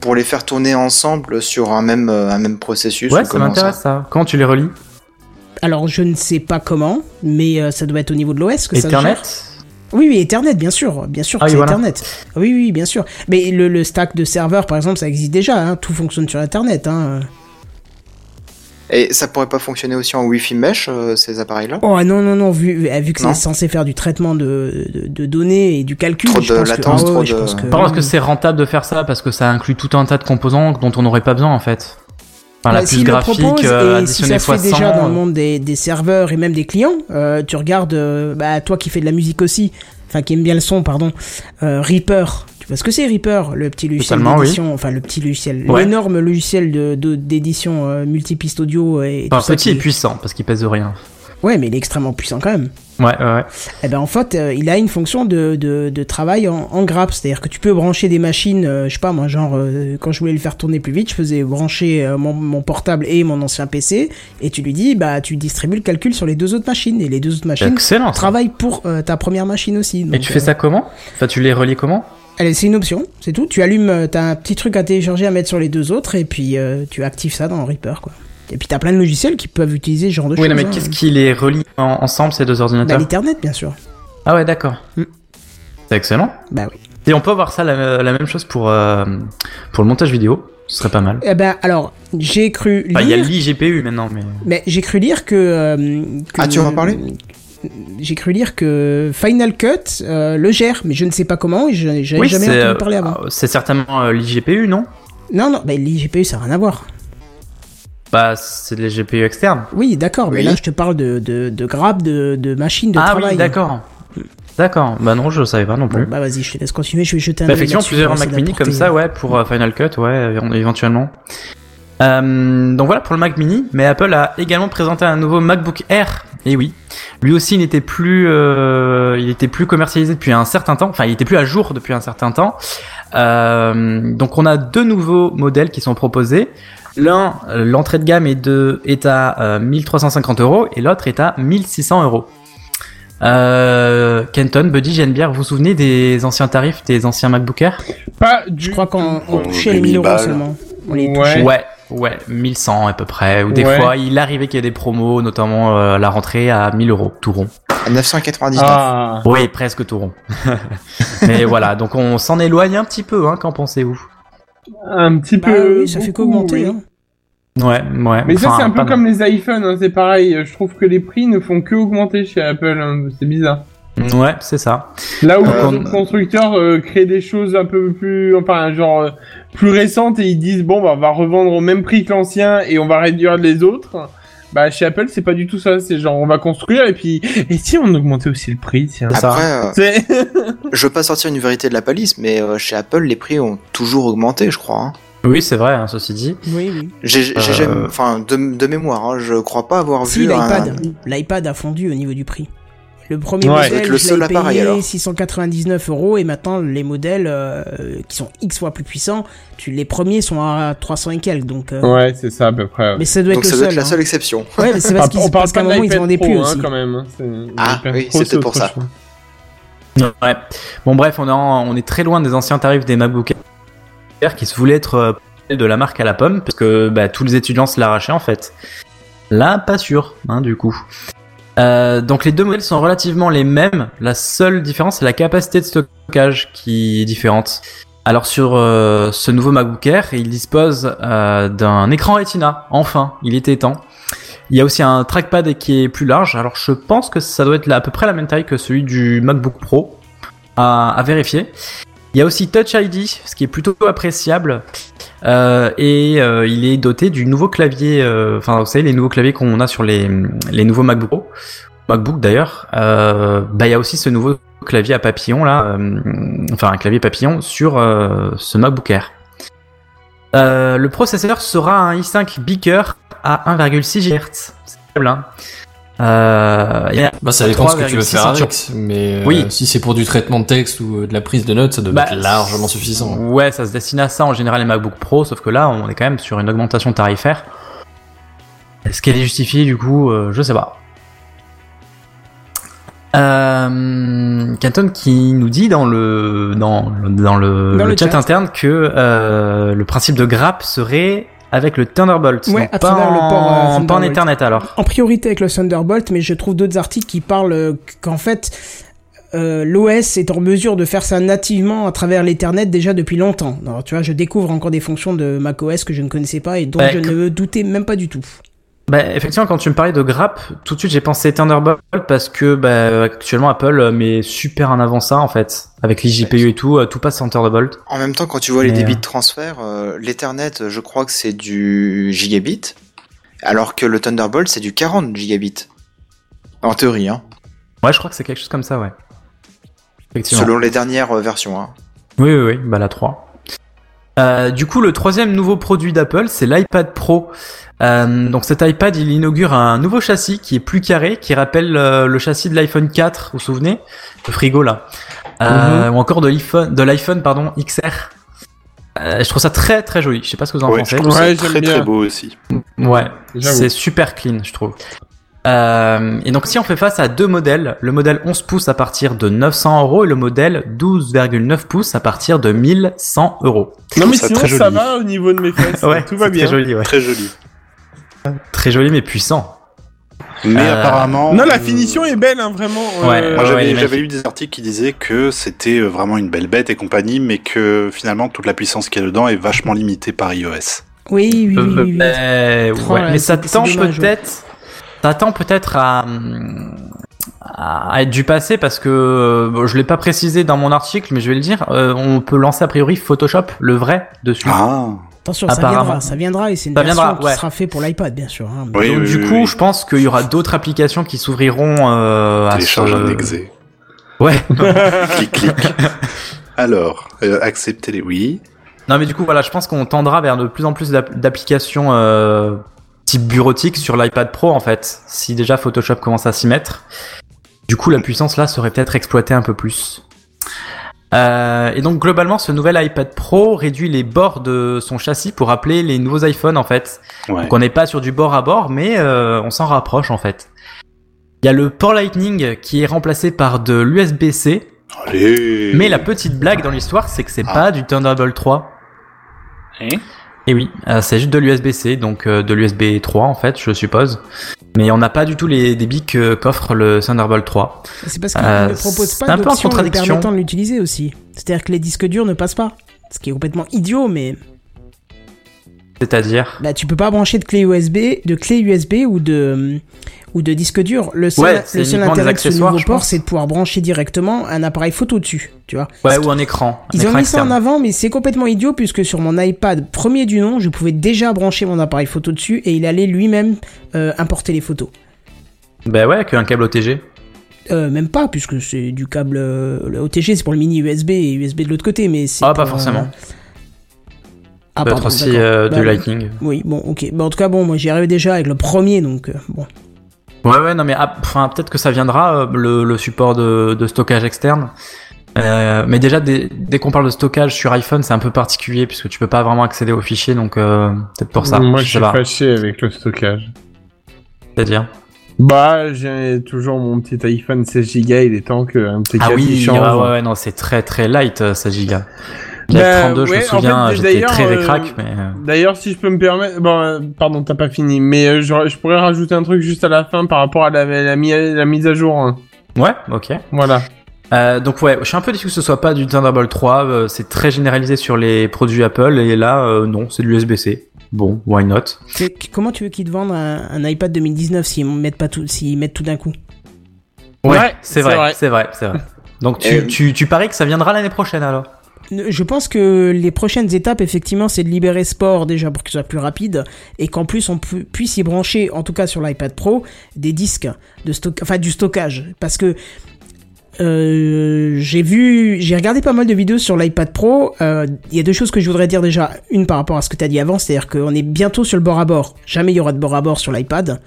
Speaker 10: pour les faire tourner ensemble sur un même, euh, un même processus
Speaker 7: Ouais,
Speaker 10: ou
Speaker 7: ça
Speaker 10: comment
Speaker 7: m'intéresse ça. Comment tu les relis
Speaker 1: Alors, je ne sais pas comment, mais euh, ça doit être au niveau de l'OS que ça se
Speaker 7: Ethernet
Speaker 1: gère. Oui, oui, Ethernet, bien sûr. Bien sûr que
Speaker 7: Ah oui,
Speaker 1: c'est
Speaker 7: voilà.
Speaker 1: Ethernet. Oui, oui, bien sûr. Mais le, le stack de serveurs, par exemple, ça existe déjà. hein. Tout fonctionne sur Internet. Hein.
Speaker 10: Et ça pourrait pas fonctionner aussi en Wi-Fi mesh, euh, ces appareils-là
Speaker 1: Oh, ah non, non, non. Vu, euh, vu que
Speaker 10: Non.
Speaker 1: c'est censé faire du traitement de, de, de données et du calcul,
Speaker 10: Trop
Speaker 1: je
Speaker 10: de
Speaker 1: pense
Speaker 10: latence,
Speaker 1: que... Ah ouais,
Speaker 10: trop
Speaker 1: je
Speaker 10: de-
Speaker 1: pense que-
Speaker 7: Par contre, est-ce que c'est rentable de faire ça parce que ça inclut tout un tas de composants dont on n'aurait pas besoin en fait. Enfin,
Speaker 1: Bah,
Speaker 7: la puce
Speaker 1: s'ils le
Speaker 7: graphique
Speaker 1: proposent, et si
Speaker 7: euh, additionnée
Speaker 1: ça se
Speaker 7: fois
Speaker 1: fait déjà
Speaker 7: 100,
Speaker 1: dans le monde des, des serveurs et même des clients, euh, tu regardes, euh, bah, toi qui fais de la musique aussi, enfin qui aime bien le son, pardon, euh, Reaper. Tu vois ce que c'est Reaper, le petit logiciel
Speaker 7: Totalement, oui.
Speaker 1: d'édition, enfin le petit logiciel,
Speaker 7: Ouais.
Speaker 1: l'énorme logiciel de- de- d'édition euh, multipiste audio et tout
Speaker 7: Enfin,
Speaker 1: ça.
Speaker 7: petit
Speaker 1: qui-
Speaker 7: et puissant parce qu'il pèse de rien.
Speaker 1: Ouais, mais il est extrêmement puissant quand même.
Speaker 7: Ouais, ouais, ouais.
Speaker 1: Eh ben en fait, euh, il a une fonction de, de, de travail en, en grappe, c'est-à-dire que tu peux brancher des machines, euh, je sais pas moi, genre euh, quand je voulais le faire tourner plus vite, je faisais brancher euh, mon, mon portable et mon ancien PC, et tu lui dis bah tu distribues le calcul sur les deux autres machines, et les deux autres machines
Speaker 7: Excellent. ça.
Speaker 1: travaillent pour euh, ta première machine aussi.
Speaker 7: Et
Speaker 1: donc,
Speaker 7: tu fais
Speaker 1: euh,
Speaker 7: ça comment Enfin, tu les relis comment
Speaker 1: Allez, c'est une option, c'est tout. Tu allumes, euh, t'as un petit truc à télécharger à mettre sur les deux autres, et puis euh, tu actives ça dans Reaper quoi. Et puis t'as plein de logiciels qui peuvent utiliser ce genre de
Speaker 7: Oui,
Speaker 1: choses.
Speaker 7: non, mais
Speaker 1: hein.
Speaker 7: qu'est-ce qui les relie en- ensemble ces deux
Speaker 1: Bah,
Speaker 7: ordinateurs
Speaker 1: l'Ethernet bien sûr.
Speaker 7: Ah ouais, d'accord.
Speaker 1: Hmm.
Speaker 7: C'est excellent.
Speaker 1: Bah oui.
Speaker 7: Et on peut avoir ça la, la même chose pour euh, pour le montage vidéo. Ce serait pas mal.
Speaker 1: Eh ben alors, j'ai cru lire.
Speaker 7: Enfin, Ah, il y a l'IGPU maintenant, mais
Speaker 1: Mais j'ai cru lire que, euh, que-
Speaker 10: Ah, tu m'en parlais
Speaker 1: J'ai cru lire que Final Cut euh, le gère, mais je ne sais pas comment et je j'avais
Speaker 7: oui,
Speaker 1: jamais
Speaker 7: c'est,
Speaker 1: entendu
Speaker 7: euh,
Speaker 1: parler avant.
Speaker 7: C'est certainement euh, l'IGPU, non
Speaker 1: Non, non, bah, l'IGPU ça n'a rien à voir.
Speaker 7: Bah, c'est de l'IGPU externe.
Speaker 1: Oui, d'accord, mais
Speaker 10: Oui.
Speaker 1: là je te parle de, de, de grappes, de, de machines, de
Speaker 7: ah
Speaker 1: travail.
Speaker 7: oui, d'accord. D'accord. Bah non, je le savais pas non plus.
Speaker 1: Bon, bah vas-y, je te laisse continuer, je vais jeter un
Speaker 7: Bah,
Speaker 1: œil
Speaker 7: effectivement,
Speaker 1: là-dessus
Speaker 7: plusieurs
Speaker 1: pour
Speaker 7: Mac
Speaker 1: essayer
Speaker 7: Mini comme
Speaker 1: d'apporter-
Speaker 7: ça, ouais, pour euh, Final Cut, ouais, éve- éventuellement. Euh, donc voilà pour le Mac Mini, mais Apple a également présenté un nouveau MacBook Air. Et oui, lui aussi il n'était plus, euh, il était plus commercialisé depuis un certain temps. Enfin, il était plus à jour depuis un certain temps. Euh, donc on a deux nouveaux modèles qui sont proposés. L'un, euh, l'entrée de gamme est de est à euh, 1350 euros et l'autre est à 1600 euros. Euh, Kenton, Buddy, Geneviève, vous vous souvenez des anciens tarifs des anciens MacBook Air
Speaker 6: Pas du
Speaker 1: Je crois qu'on on
Speaker 4: On
Speaker 1: touchait les
Speaker 4: met
Speaker 1: 1000 euros
Speaker 4: balles.
Speaker 1: seulement. On est tous-
Speaker 6: Ouais.
Speaker 7: Ouais, ouais, 1100 à peu près. Ou des
Speaker 6: Ouais.
Speaker 7: fois, il arrivait qu'il y ait des promos, notamment euh, à la rentrée à 1000 euros, tout rond.
Speaker 10: À 999.
Speaker 6: Ah.
Speaker 7: Oui, presque tout rond. Mais voilà, donc on s'en éloigne un petit peu, hein, qu'en pensez-vous
Speaker 6: Un petit
Speaker 1: Bah
Speaker 6: peu.
Speaker 1: oui, ça fait
Speaker 6: beaucoup,
Speaker 1: qu'augmenter.
Speaker 6: oui.
Speaker 1: hein.
Speaker 7: Ouais, ouais.
Speaker 6: Mais ça,
Speaker 7: enfin,
Speaker 6: c'est un peu
Speaker 7: pas
Speaker 6: comme les iPhones, hein, c'est pareil. Je trouve que les prix ne font que augmenter chez Apple, hein, c'est bizarre.
Speaker 7: mal. Ouais, c'est ça.
Speaker 6: Là où
Speaker 7: Euh,
Speaker 6: les
Speaker 7: on-
Speaker 6: autres constructeurs euh, créent des choses un peu plus, enfin, genre, euh, plus récentes et ils disent, bon, bah, on va revendre au même prix que l'ancien et on va réduire les autres. Bah, chez Apple, c'est pas du tout ça. C'est genre, on va construire et puis, et si on augmentait aussi le prix, tiens.
Speaker 7: C'est ça.
Speaker 10: Après, euh,
Speaker 6: C'est-
Speaker 10: je veux pas sortir une vérité de la palisse, mais euh, chez Apple, les prix ont toujours augmenté, je crois. hein.
Speaker 7: Oui, c'est vrai, hein, ceci dit.
Speaker 1: Oui, oui.
Speaker 10: J'ai, j'ai
Speaker 7: Euh.
Speaker 10: jamais- enfin, de, de mémoire, hein, je crois pas avoir
Speaker 1: Si,
Speaker 10: vu
Speaker 1: l'iPad.
Speaker 10: un-
Speaker 1: L'iPad a fondu au niveau du prix. Le premier
Speaker 6: Ouais.
Speaker 10: Peut-être
Speaker 1: modèle,
Speaker 10: le
Speaker 1: je
Speaker 10: seul
Speaker 1: l'ai
Speaker 10: appareil,
Speaker 1: payé
Speaker 10: alors.
Speaker 1: 699 euros et maintenant les modèles euh, qui sont X fois plus puissants, tu, les premiers sont à 300 et quelques. Donc, euh,
Speaker 6: Ouais, c'est ça, à peu près. ouais.
Speaker 1: Mais ça doit
Speaker 10: Donc
Speaker 1: être le
Speaker 10: ça doit
Speaker 1: seul.
Speaker 10: être la
Speaker 1: hein.
Speaker 10: seule exception.
Speaker 1: Ouais, mais c'est parce, qu'ils-
Speaker 6: Ah, on parle
Speaker 1: parce
Speaker 6: pas
Speaker 1: qu'à un
Speaker 6: de
Speaker 1: moment ils
Speaker 6: l'iPad
Speaker 1: vendaient
Speaker 6: Pro,
Speaker 1: plus
Speaker 6: hein,
Speaker 1: aussi.
Speaker 6: quand même. hein, c'est-
Speaker 10: Ah,
Speaker 6: l'iPad
Speaker 10: oui,
Speaker 6: Pro,
Speaker 10: c'est peut-être
Speaker 6: autre
Speaker 10: pour ça.
Speaker 6: chose. hein.
Speaker 7: Ouais. Bon, bref, on est, en- on est très loin des anciens tarifs des MacBook Air qui se voulaient être euh, de la marque à la pomme, parce que bah, tous les étudiants se l'arrachaient en fait. Là, pas sûr, hein, du coup. Euh, donc les deux modèles sont relativement les mêmes. La seule différence, c'est la capacité de stockage qui est différente. Alors sur euh, ce nouveau MacBook Air, il dispose euh, d'un écran Retina. Enfin, il était temps. Il y a aussi un trackpad qui est plus large. Alors je pense que ça doit être à peu près la même taille que celui du MacBook Pro à, à vérifier. Il y a aussi Touch ID, ce qui est plutôt appréciable. Euh, et euh, il est doté du nouveau clavier, euh, enfin vous savez les nouveaux claviers qu'on a sur les, les nouveaux MacBook Pro, MacBook d'ailleurs. Euh, bah il y a aussi ce nouveau clavier à papillon là, euh, enfin un clavier papillon sur euh, ce MacBook Air. Euh, le processeur sera un i5 Beaker à 1,6 GHz. C'est faible, hein. Euh, il y a
Speaker 5: Bah, ça dépend ce que tu veux
Speaker 7: 3,6
Speaker 5: faire avec.
Speaker 7: centimes.
Speaker 5: Mais euh,
Speaker 7: Oui.
Speaker 5: si c'est pour du traitement de texte ou euh, de la prise de notes, ça doit
Speaker 7: Bah,
Speaker 5: être largement suffisant.
Speaker 7: Ouais, ça se destine à ça en général les MacBook Pro, sauf que là, on est quand même sur une augmentation tarifaire. Est-ce qu'elle est justifiée du coup Euh, Je sais pas. Euh, Canton qui nous dit dans le dans le, dans le,
Speaker 1: Dans
Speaker 7: le
Speaker 1: le
Speaker 7: chat,
Speaker 1: chat.
Speaker 7: interne que euh, le principe de grappe serait avec le Thunderbolt,
Speaker 1: Ouais,
Speaker 7: donc
Speaker 1: à
Speaker 7: pas,
Speaker 1: travers
Speaker 7: en,
Speaker 1: le port, euh,
Speaker 7: pas en
Speaker 1: Thunderbolt.
Speaker 7: Ethernet alors.
Speaker 1: En priorité avec le Thunderbolt, mais je trouve d'autres articles qui parlent euh, qu'en fait euh, l'OS est en mesure de faire ça nativement à travers l'Ethernet déjà depuis longtemps. Alors tu vois, je découvre encore des fonctions de macOS que je ne connaissais pas et dont
Speaker 7: Bah,
Speaker 1: je
Speaker 7: que-
Speaker 1: ne doutais même pas du tout.
Speaker 7: Bah, effectivement, quand tu me parlais de grappe, tout de suite j'ai pensé Thunderbolt parce que bah, actuellement Apple euh, met super en avant ça en fait. Avec l'IGPU et tout, euh, tout passe en Thunderbolt.
Speaker 10: En même temps, quand tu vois les
Speaker 7: Mais,
Speaker 10: débits
Speaker 7: euh,
Speaker 10: de transfert, euh, l'Ethernet, je crois que c'est du gigabit, alors que le Thunderbolt, c'est du 40 gigabit. En théorie, hein.
Speaker 7: Ouais, je crois que c'est quelque chose comme ça, ouais. Effectivement.
Speaker 10: Selon les dernières euh, versions, hein.
Speaker 7: Oui, oui, oui, bah la 3. Euh, du coup, le troisième nouveau produit d'Apple, c'est l'iPad Pro. Euh, donc cet iPad, il inaugure un nouveau châssis qui est plus carré, qui rappelle euh, le châssis de l'iPhone 4, vous vous souvenez Le frigo là. Euh, Ou encore de l'iPhone, de l'iPhone pardon, XR. Euh, je trouve ça très très joli. Je sais pas ce que vous en
Speaker 4: Ouais, je
Speaker 7: pensez.
Speaker 4: trouve
Speaker 6: Ouais,
Speaker 4: ça
Speaker 6: j'aime
Speaker 4: très
Speaker 6: bien.
Speaker 4: très beau aussi.
Speaker 7: Ouais,
Speaker 6: J'avoue.
Speaker 7: c'est super clean, je trouve. Euh, et donc si on fait face à deux modèles, le modèle 11 pouces à partir de 900 euros et le modèle 12,9 pouces à partir de 1100 euros.
Speaker 6: Non, mais
Speaker 4: Ça,
Speaker 6: sinon,
Speaker 4: très
Speaker 6: ça
Speaker 4: joli.
Speaker 6: va au niveau de mes fesses. tout va
Speaker 7: c'est
Speaker 6: bien.
Speaker 7: Très joli, ouais.
Speaker 4: Très joli.
Speaker 7: Très joli mais puissant.
Speaker 4: Mais
Speaker 7: Euh,
Speaker 4: apparemment.
Speaker 6: Non, la
Speaker 4: euh,
Speaker 6: finition est belle, hein, vraiment.
Speaker 7: Ouais,
Speaker 4: Moi,
Speaker 7: ouais,
Speaker 4: j'avais
Speaker 7: il est
Speaker 4: j'avais lu des articles qui disaient que c'était euh, vraiment une belle bête et compagnie, mais que finalement toute la puissance qu'il y a dedans est vachement limitée par iOS.
Speaker 1: Oui, oui, oui, oui, oui.
Speaker 7: Euh,
Speaker 1: Oh
Speaker 7: ouais,
Speaker 1: là,
Speaker 7: mais
Speaker 1: c'est-
Speaker 7: ça
Speaker 1: c'est
Speaker 7: tend
Speaker 1: dommage, ouais.
Speaker 7: peut-être, ça tend peut-être à, hum, à être du passé parce que euh, bon, je l'ai pas précisé dans mon article, mais je vais le dire. euh, on peut lancer a priori Photoshop, le vrai dessus.
Speaker 4: Ah
Speaker 1: Attention, ça
Speaker 7: Apparemment.
Speaker 1: viendra, ça viendra et c'est une
Speaker 7: Ça
Speaker 1: version
Speaker 7: viendra,
Speaker 1: qui
Speaker 7: ouais.
Speaker 1: sera faite pour l'iPad, bien sûr. hein.
Speaker 4: Oui,
Speaker 7: Donc,
Speaker 4: oui,
Speaker 7: du
Speaker 4: oui,
Speaker 7: coup,
Speaker 4: oui.
Speaker 7: je pense qu'il y aura d'autres applications qui s'ouvriront euh, à
Speaker 4: Télécharge
Speaker 7: ce-
Speaker 4: un exé.
Speaker 7: Ouais.
Speaker 4: clic, clic. Alors, euh, accepter les oui.
Speaker 7: non, mais du coup, voilà, je pense qu'on tendra vers de plus en plus d'app- d'applications euh, type bureautique sur l'iPad Pro, en fait. Si déjà Photoshop commence à s'y mettre, du coup, la puissance là serait peut-être exploitée un peu plus. Euh, et donc globalement, ce nouvel iPad Pro réduit les bords de son châssis pour rappeler les nouveaux iPhones en fait.
Speaker 4: Ouais.
Speaker 7: Donc on n'est pas sur du bord à bord, mais euh, on s'en rapproche en fait. Il y a le port Lightning qui est remplacé par de l'USB-C,
Speaker 4: Allez.
Speaker 7: mais la petite blague dans l'histoire, c'est que c'est
Speaker 4: Ah.
Speaker 7: pas du Thunderbolt 3. Et oui, euh, c'est juste de l'USB-C, donc euh, de l'USB 3 en fait, je suppose. Mais on n'a pas du tout les débits que- qu'offre le Thunderbolt 3.
Speaker 1: C'est parce qu'ils
Speaker 7: Euh,
Speaker 1: ne proposent
Speaker 7: c'est un
Speaker 1: pas
Speaker 7: peu en
Speaker 1: d'option lui
Speaker 7: contradiction.
Speaker 1: permettant de l'utiliser aussi. C'est-à-dire que les disques durs ne passent pas. Ce qui est complètement idiot, mais
Speaker 7: C'est-à-dire
Speaker 1: là tu peux pas brancher de clé USB, de clé USB ou de ou de disque dur. Le seul,
Speaker 7: Ouais, c'est
Speaker 1: le seul
Speaker 7: uniquement des
Speaker 1: intérêt de ce
Speaker 7: accessoires,
Speaker 1: nouveau
Speaker 7: je
Speaker 1: port,
Speaker 7: pense.
Speaker 1: c'est de pouvoir brancher directement un appareil photo dessus. Tu vois.
Speaker 7: Ouais, ou un écran. un
Speaker 1: Ils ont
Speaker 7: écran
Speaker 1: mis ça en
Speaker 7: externe.
Speaker 1: avant, mais c'est complètement idiot puisque sur mon iPad premier du nom, je pouvais déjà brancher mon appareil photo dessus et il allait lui-même euh, importer les photos.
Speaker 7: Ben ouais, qu'un câble OTG.
Speaker 1: Euh, même pas, puisque c'est du câble euh, le OTG, c'est pour le mini USB et USB de l'autre côté, mais c'est.
Speaker 7: Ah, pas
Speaker 1: pour, euh,
Speaker 7: forcément.
Speaker 1: Ah,
Speaker 7: Peut
Speaker 1: pardon,
Speaker 7: être aussi
Speaker 1: d'accord.
Speaker 7: euh,
Speaker 1: Bah,
Speaker 7: du Lightning.
Speaker 1: Oui, bon, ok. Bah, en tout cas, bon, moi j'y arrivais déjà avec le premier, donc euh, bon.
Speaker 7: Ouais, ouais, non, mais ah, enfin, peut-être que ça viendra, euh, le, le support de, de stockage externe. Euh, mais déjà, dès, dès qu'on parle de stockage sur iPhone, c'est un peu particulier puisque tu peux pas vraiment accéder aux fichiers, donc euh, peut-être pour ça.
Speaker 6: Moi,
Speaker 7: je
Speaker 6: je
Speaker 7: sais
Speaker 6: suis
Speaker 7: pas.
Speaker 6: fâché avec le stockage.
Speaker 7: C'est-à-dire.
Speaker 6: Bah, j'ai toujours mon petit iPhone 16 Go, il est temps qu'un petit
Speaker 7: Ah
Speaker 6: câble, il
Speaker 7: oui,
Speaker 6: change.
Speaker 7: ouais, ouais, ouais, non, c'est très très light euh, ça giga. J'avais
Speaker 6: Bah,
Speaker 7: 32, je me
Speaker 6: ouais, en
Speaker 7: souviens,
Speaker 6: fait,
Speaker 7: j'étais
Speaker 6: d'ailleurs,
Speaker 7: très
Speaker 6: euh,
Speaker 7: récrac, mais. euh,
Speaker 6: D'ailleurs, si je peux me permettre, bon, euh, pardon, t'as pas fini, mais euh, je, je pourrais rajouter un truc juste à la fin par rapport à la, la, mi- la mise à jour. hein.
Speaker 7: Ouais, ok.
Speaker 6: Voilà.
Speaker 7: Euh, donc ouais, je suis un peu déçu que ce soit pas du Thunderbolt 3, euh, c'est très généralisé sur les produits Apple, et là, euh, non, c'est de l'USB-C. Bon, why not
Speaker 1: C'est- Comment tu veux qu'ils te vendent un, un iPad 2019 s'ils mettent pas tout, s'ils mettent tout d'un coup
Speaker 6: Ouais,
Speaker 7: c'est vrai, c'est vrai, c'est vrai. Donc tu,
Speaker 10: Euh,
Speaker 7: tu, tu paries que ça viendra l'année prochaine alors
Speaker 1: Je pense que les prochaines étapes, effectivement, c'est de libérer Sport déjà pour qu'il soit plus rapide et qu'en plus on pu- puisse y brancher, en tout cas sur l'iPad Pro, des disques de stock, enfin du stockage, parce que euh, j'ai vu, j'ai regardé pas mal de vidéos sur l'iPad Pro. Euh, Il y a deux choses que je voudrais dire déjà. Une par rapport à ce que tu as dit avant, c'est-à-dire qu'on est bientôt sur le bord à bord. Jamais il y aura de bord à bord sur l'iPad.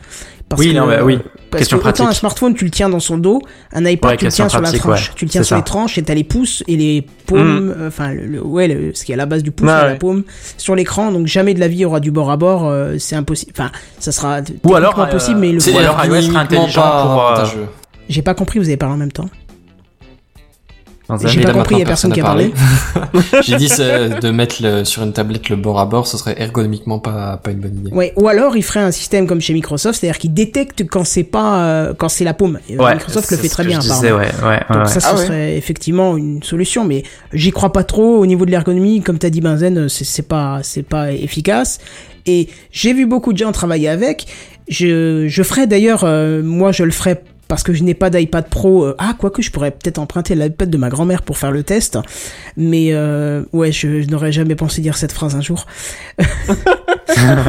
Speaker 1: parce
Speaker 7: Oui,
Speaker 1: que-
Speaker 7: non, bah oui.
Speaker 1: parce
Speaker 7: Question
Speaker 1: que autant un
Speaker 7: pratique.
Speaker 1: smartphone, tu le tiens dans son dos, un iPad,
Speaker 7: Ouais,
Speaker 1: tu le
Speaker 7: question
Speaker 1: tiens sur la
Speaker 7: pratique,
Speaker 1: tranche,
Speaker 7: ouais.
Speaker 1: tu le tiens
Speaker 7: C'est
Speaker 1: sur les
Speaker 7: ça. Mm.
Speaker 1: tranches et t'as les pouces et les paumes, euh, enfin, le, le- ouais, le- ce qui est à la base du pouce
Speaker 6: Ouais,
Speaker 1: et la
Speaker 6: ouais.
Speaker 1: paume, sur l'écran, donc jamais de la vie il y aura du bord à bord, euh, c'est impossible, enfin, ça sera
Speaker 7: Ou alors,
Speaker 1: techniquement
Speaker 7: euh,
Speaker 1: possible, mais le
Speaker 7: c'est-
Speaker 5: C'est
Speaker 7: Ou alors iOS sera
Speaker 5: uniquement
Speaker 7: intelligent
Speaker 5: pas
Speaker 7: pour, euh,
Speaker 5: avantageux.
Speaker 1: J'ai pas compris, vous avez parlé en même temps.
Speaker 7: Dans un-
Speaker 1: J'ai
Speaker 5: Mais
Speaker 1: pas
Speaker 5: là,
Speaker 1: compris,
Speaker 5: maintenant,
Speaker 1: y a personne qui a parlé.
Speaker 5: J'ai dit ça, de mettre le- sur une tablette le bord à bord, ce serait ergonomiquement pas, pas une bonne idée.
Speaker 1: Ouais, ou alors il ferait un système comme chez Microsoft, c'est-à-dire qu'il détecte quand c'est pas, euh, quand c'est la paume. Et, euh,
Speaker 7: Ouais,
Speaker 1: Microsoft
Speaker 7: c'est
Speaker 1: le fait
Speaker 7: ce
Speaker 1: très
Speaker 7: que
Speaker 1: bien,
Speaker 7: Je
Speaker 1: apparemment.
Speaker 7: disais, ouais, ouais,
Speaker 1: Donc
Speaker 7: ouais,
Speaker 1: ça, ce
Speaker 10: Ah ouais.
Speaker 1: serait effectivement une solution, mais j'y crois pas trop au niveau de l'ergonomie. Comme t'as dit, Benzen, euh, c'est c'est pas, c'est pas efficace. Et j'ai vu beaucoup de gens travailler avec. Je, je ferai d'ailleurs, euh, moi, je le ferai parce que je n'ai pas d'iPad Pro. euh, ah, quoique, je pourrais peut-être emprunter l'iPad de ma grand-mère pour faire le test. Mais euh, ouais, je, je n'aurais jamais pensé dire cette phrase un jour.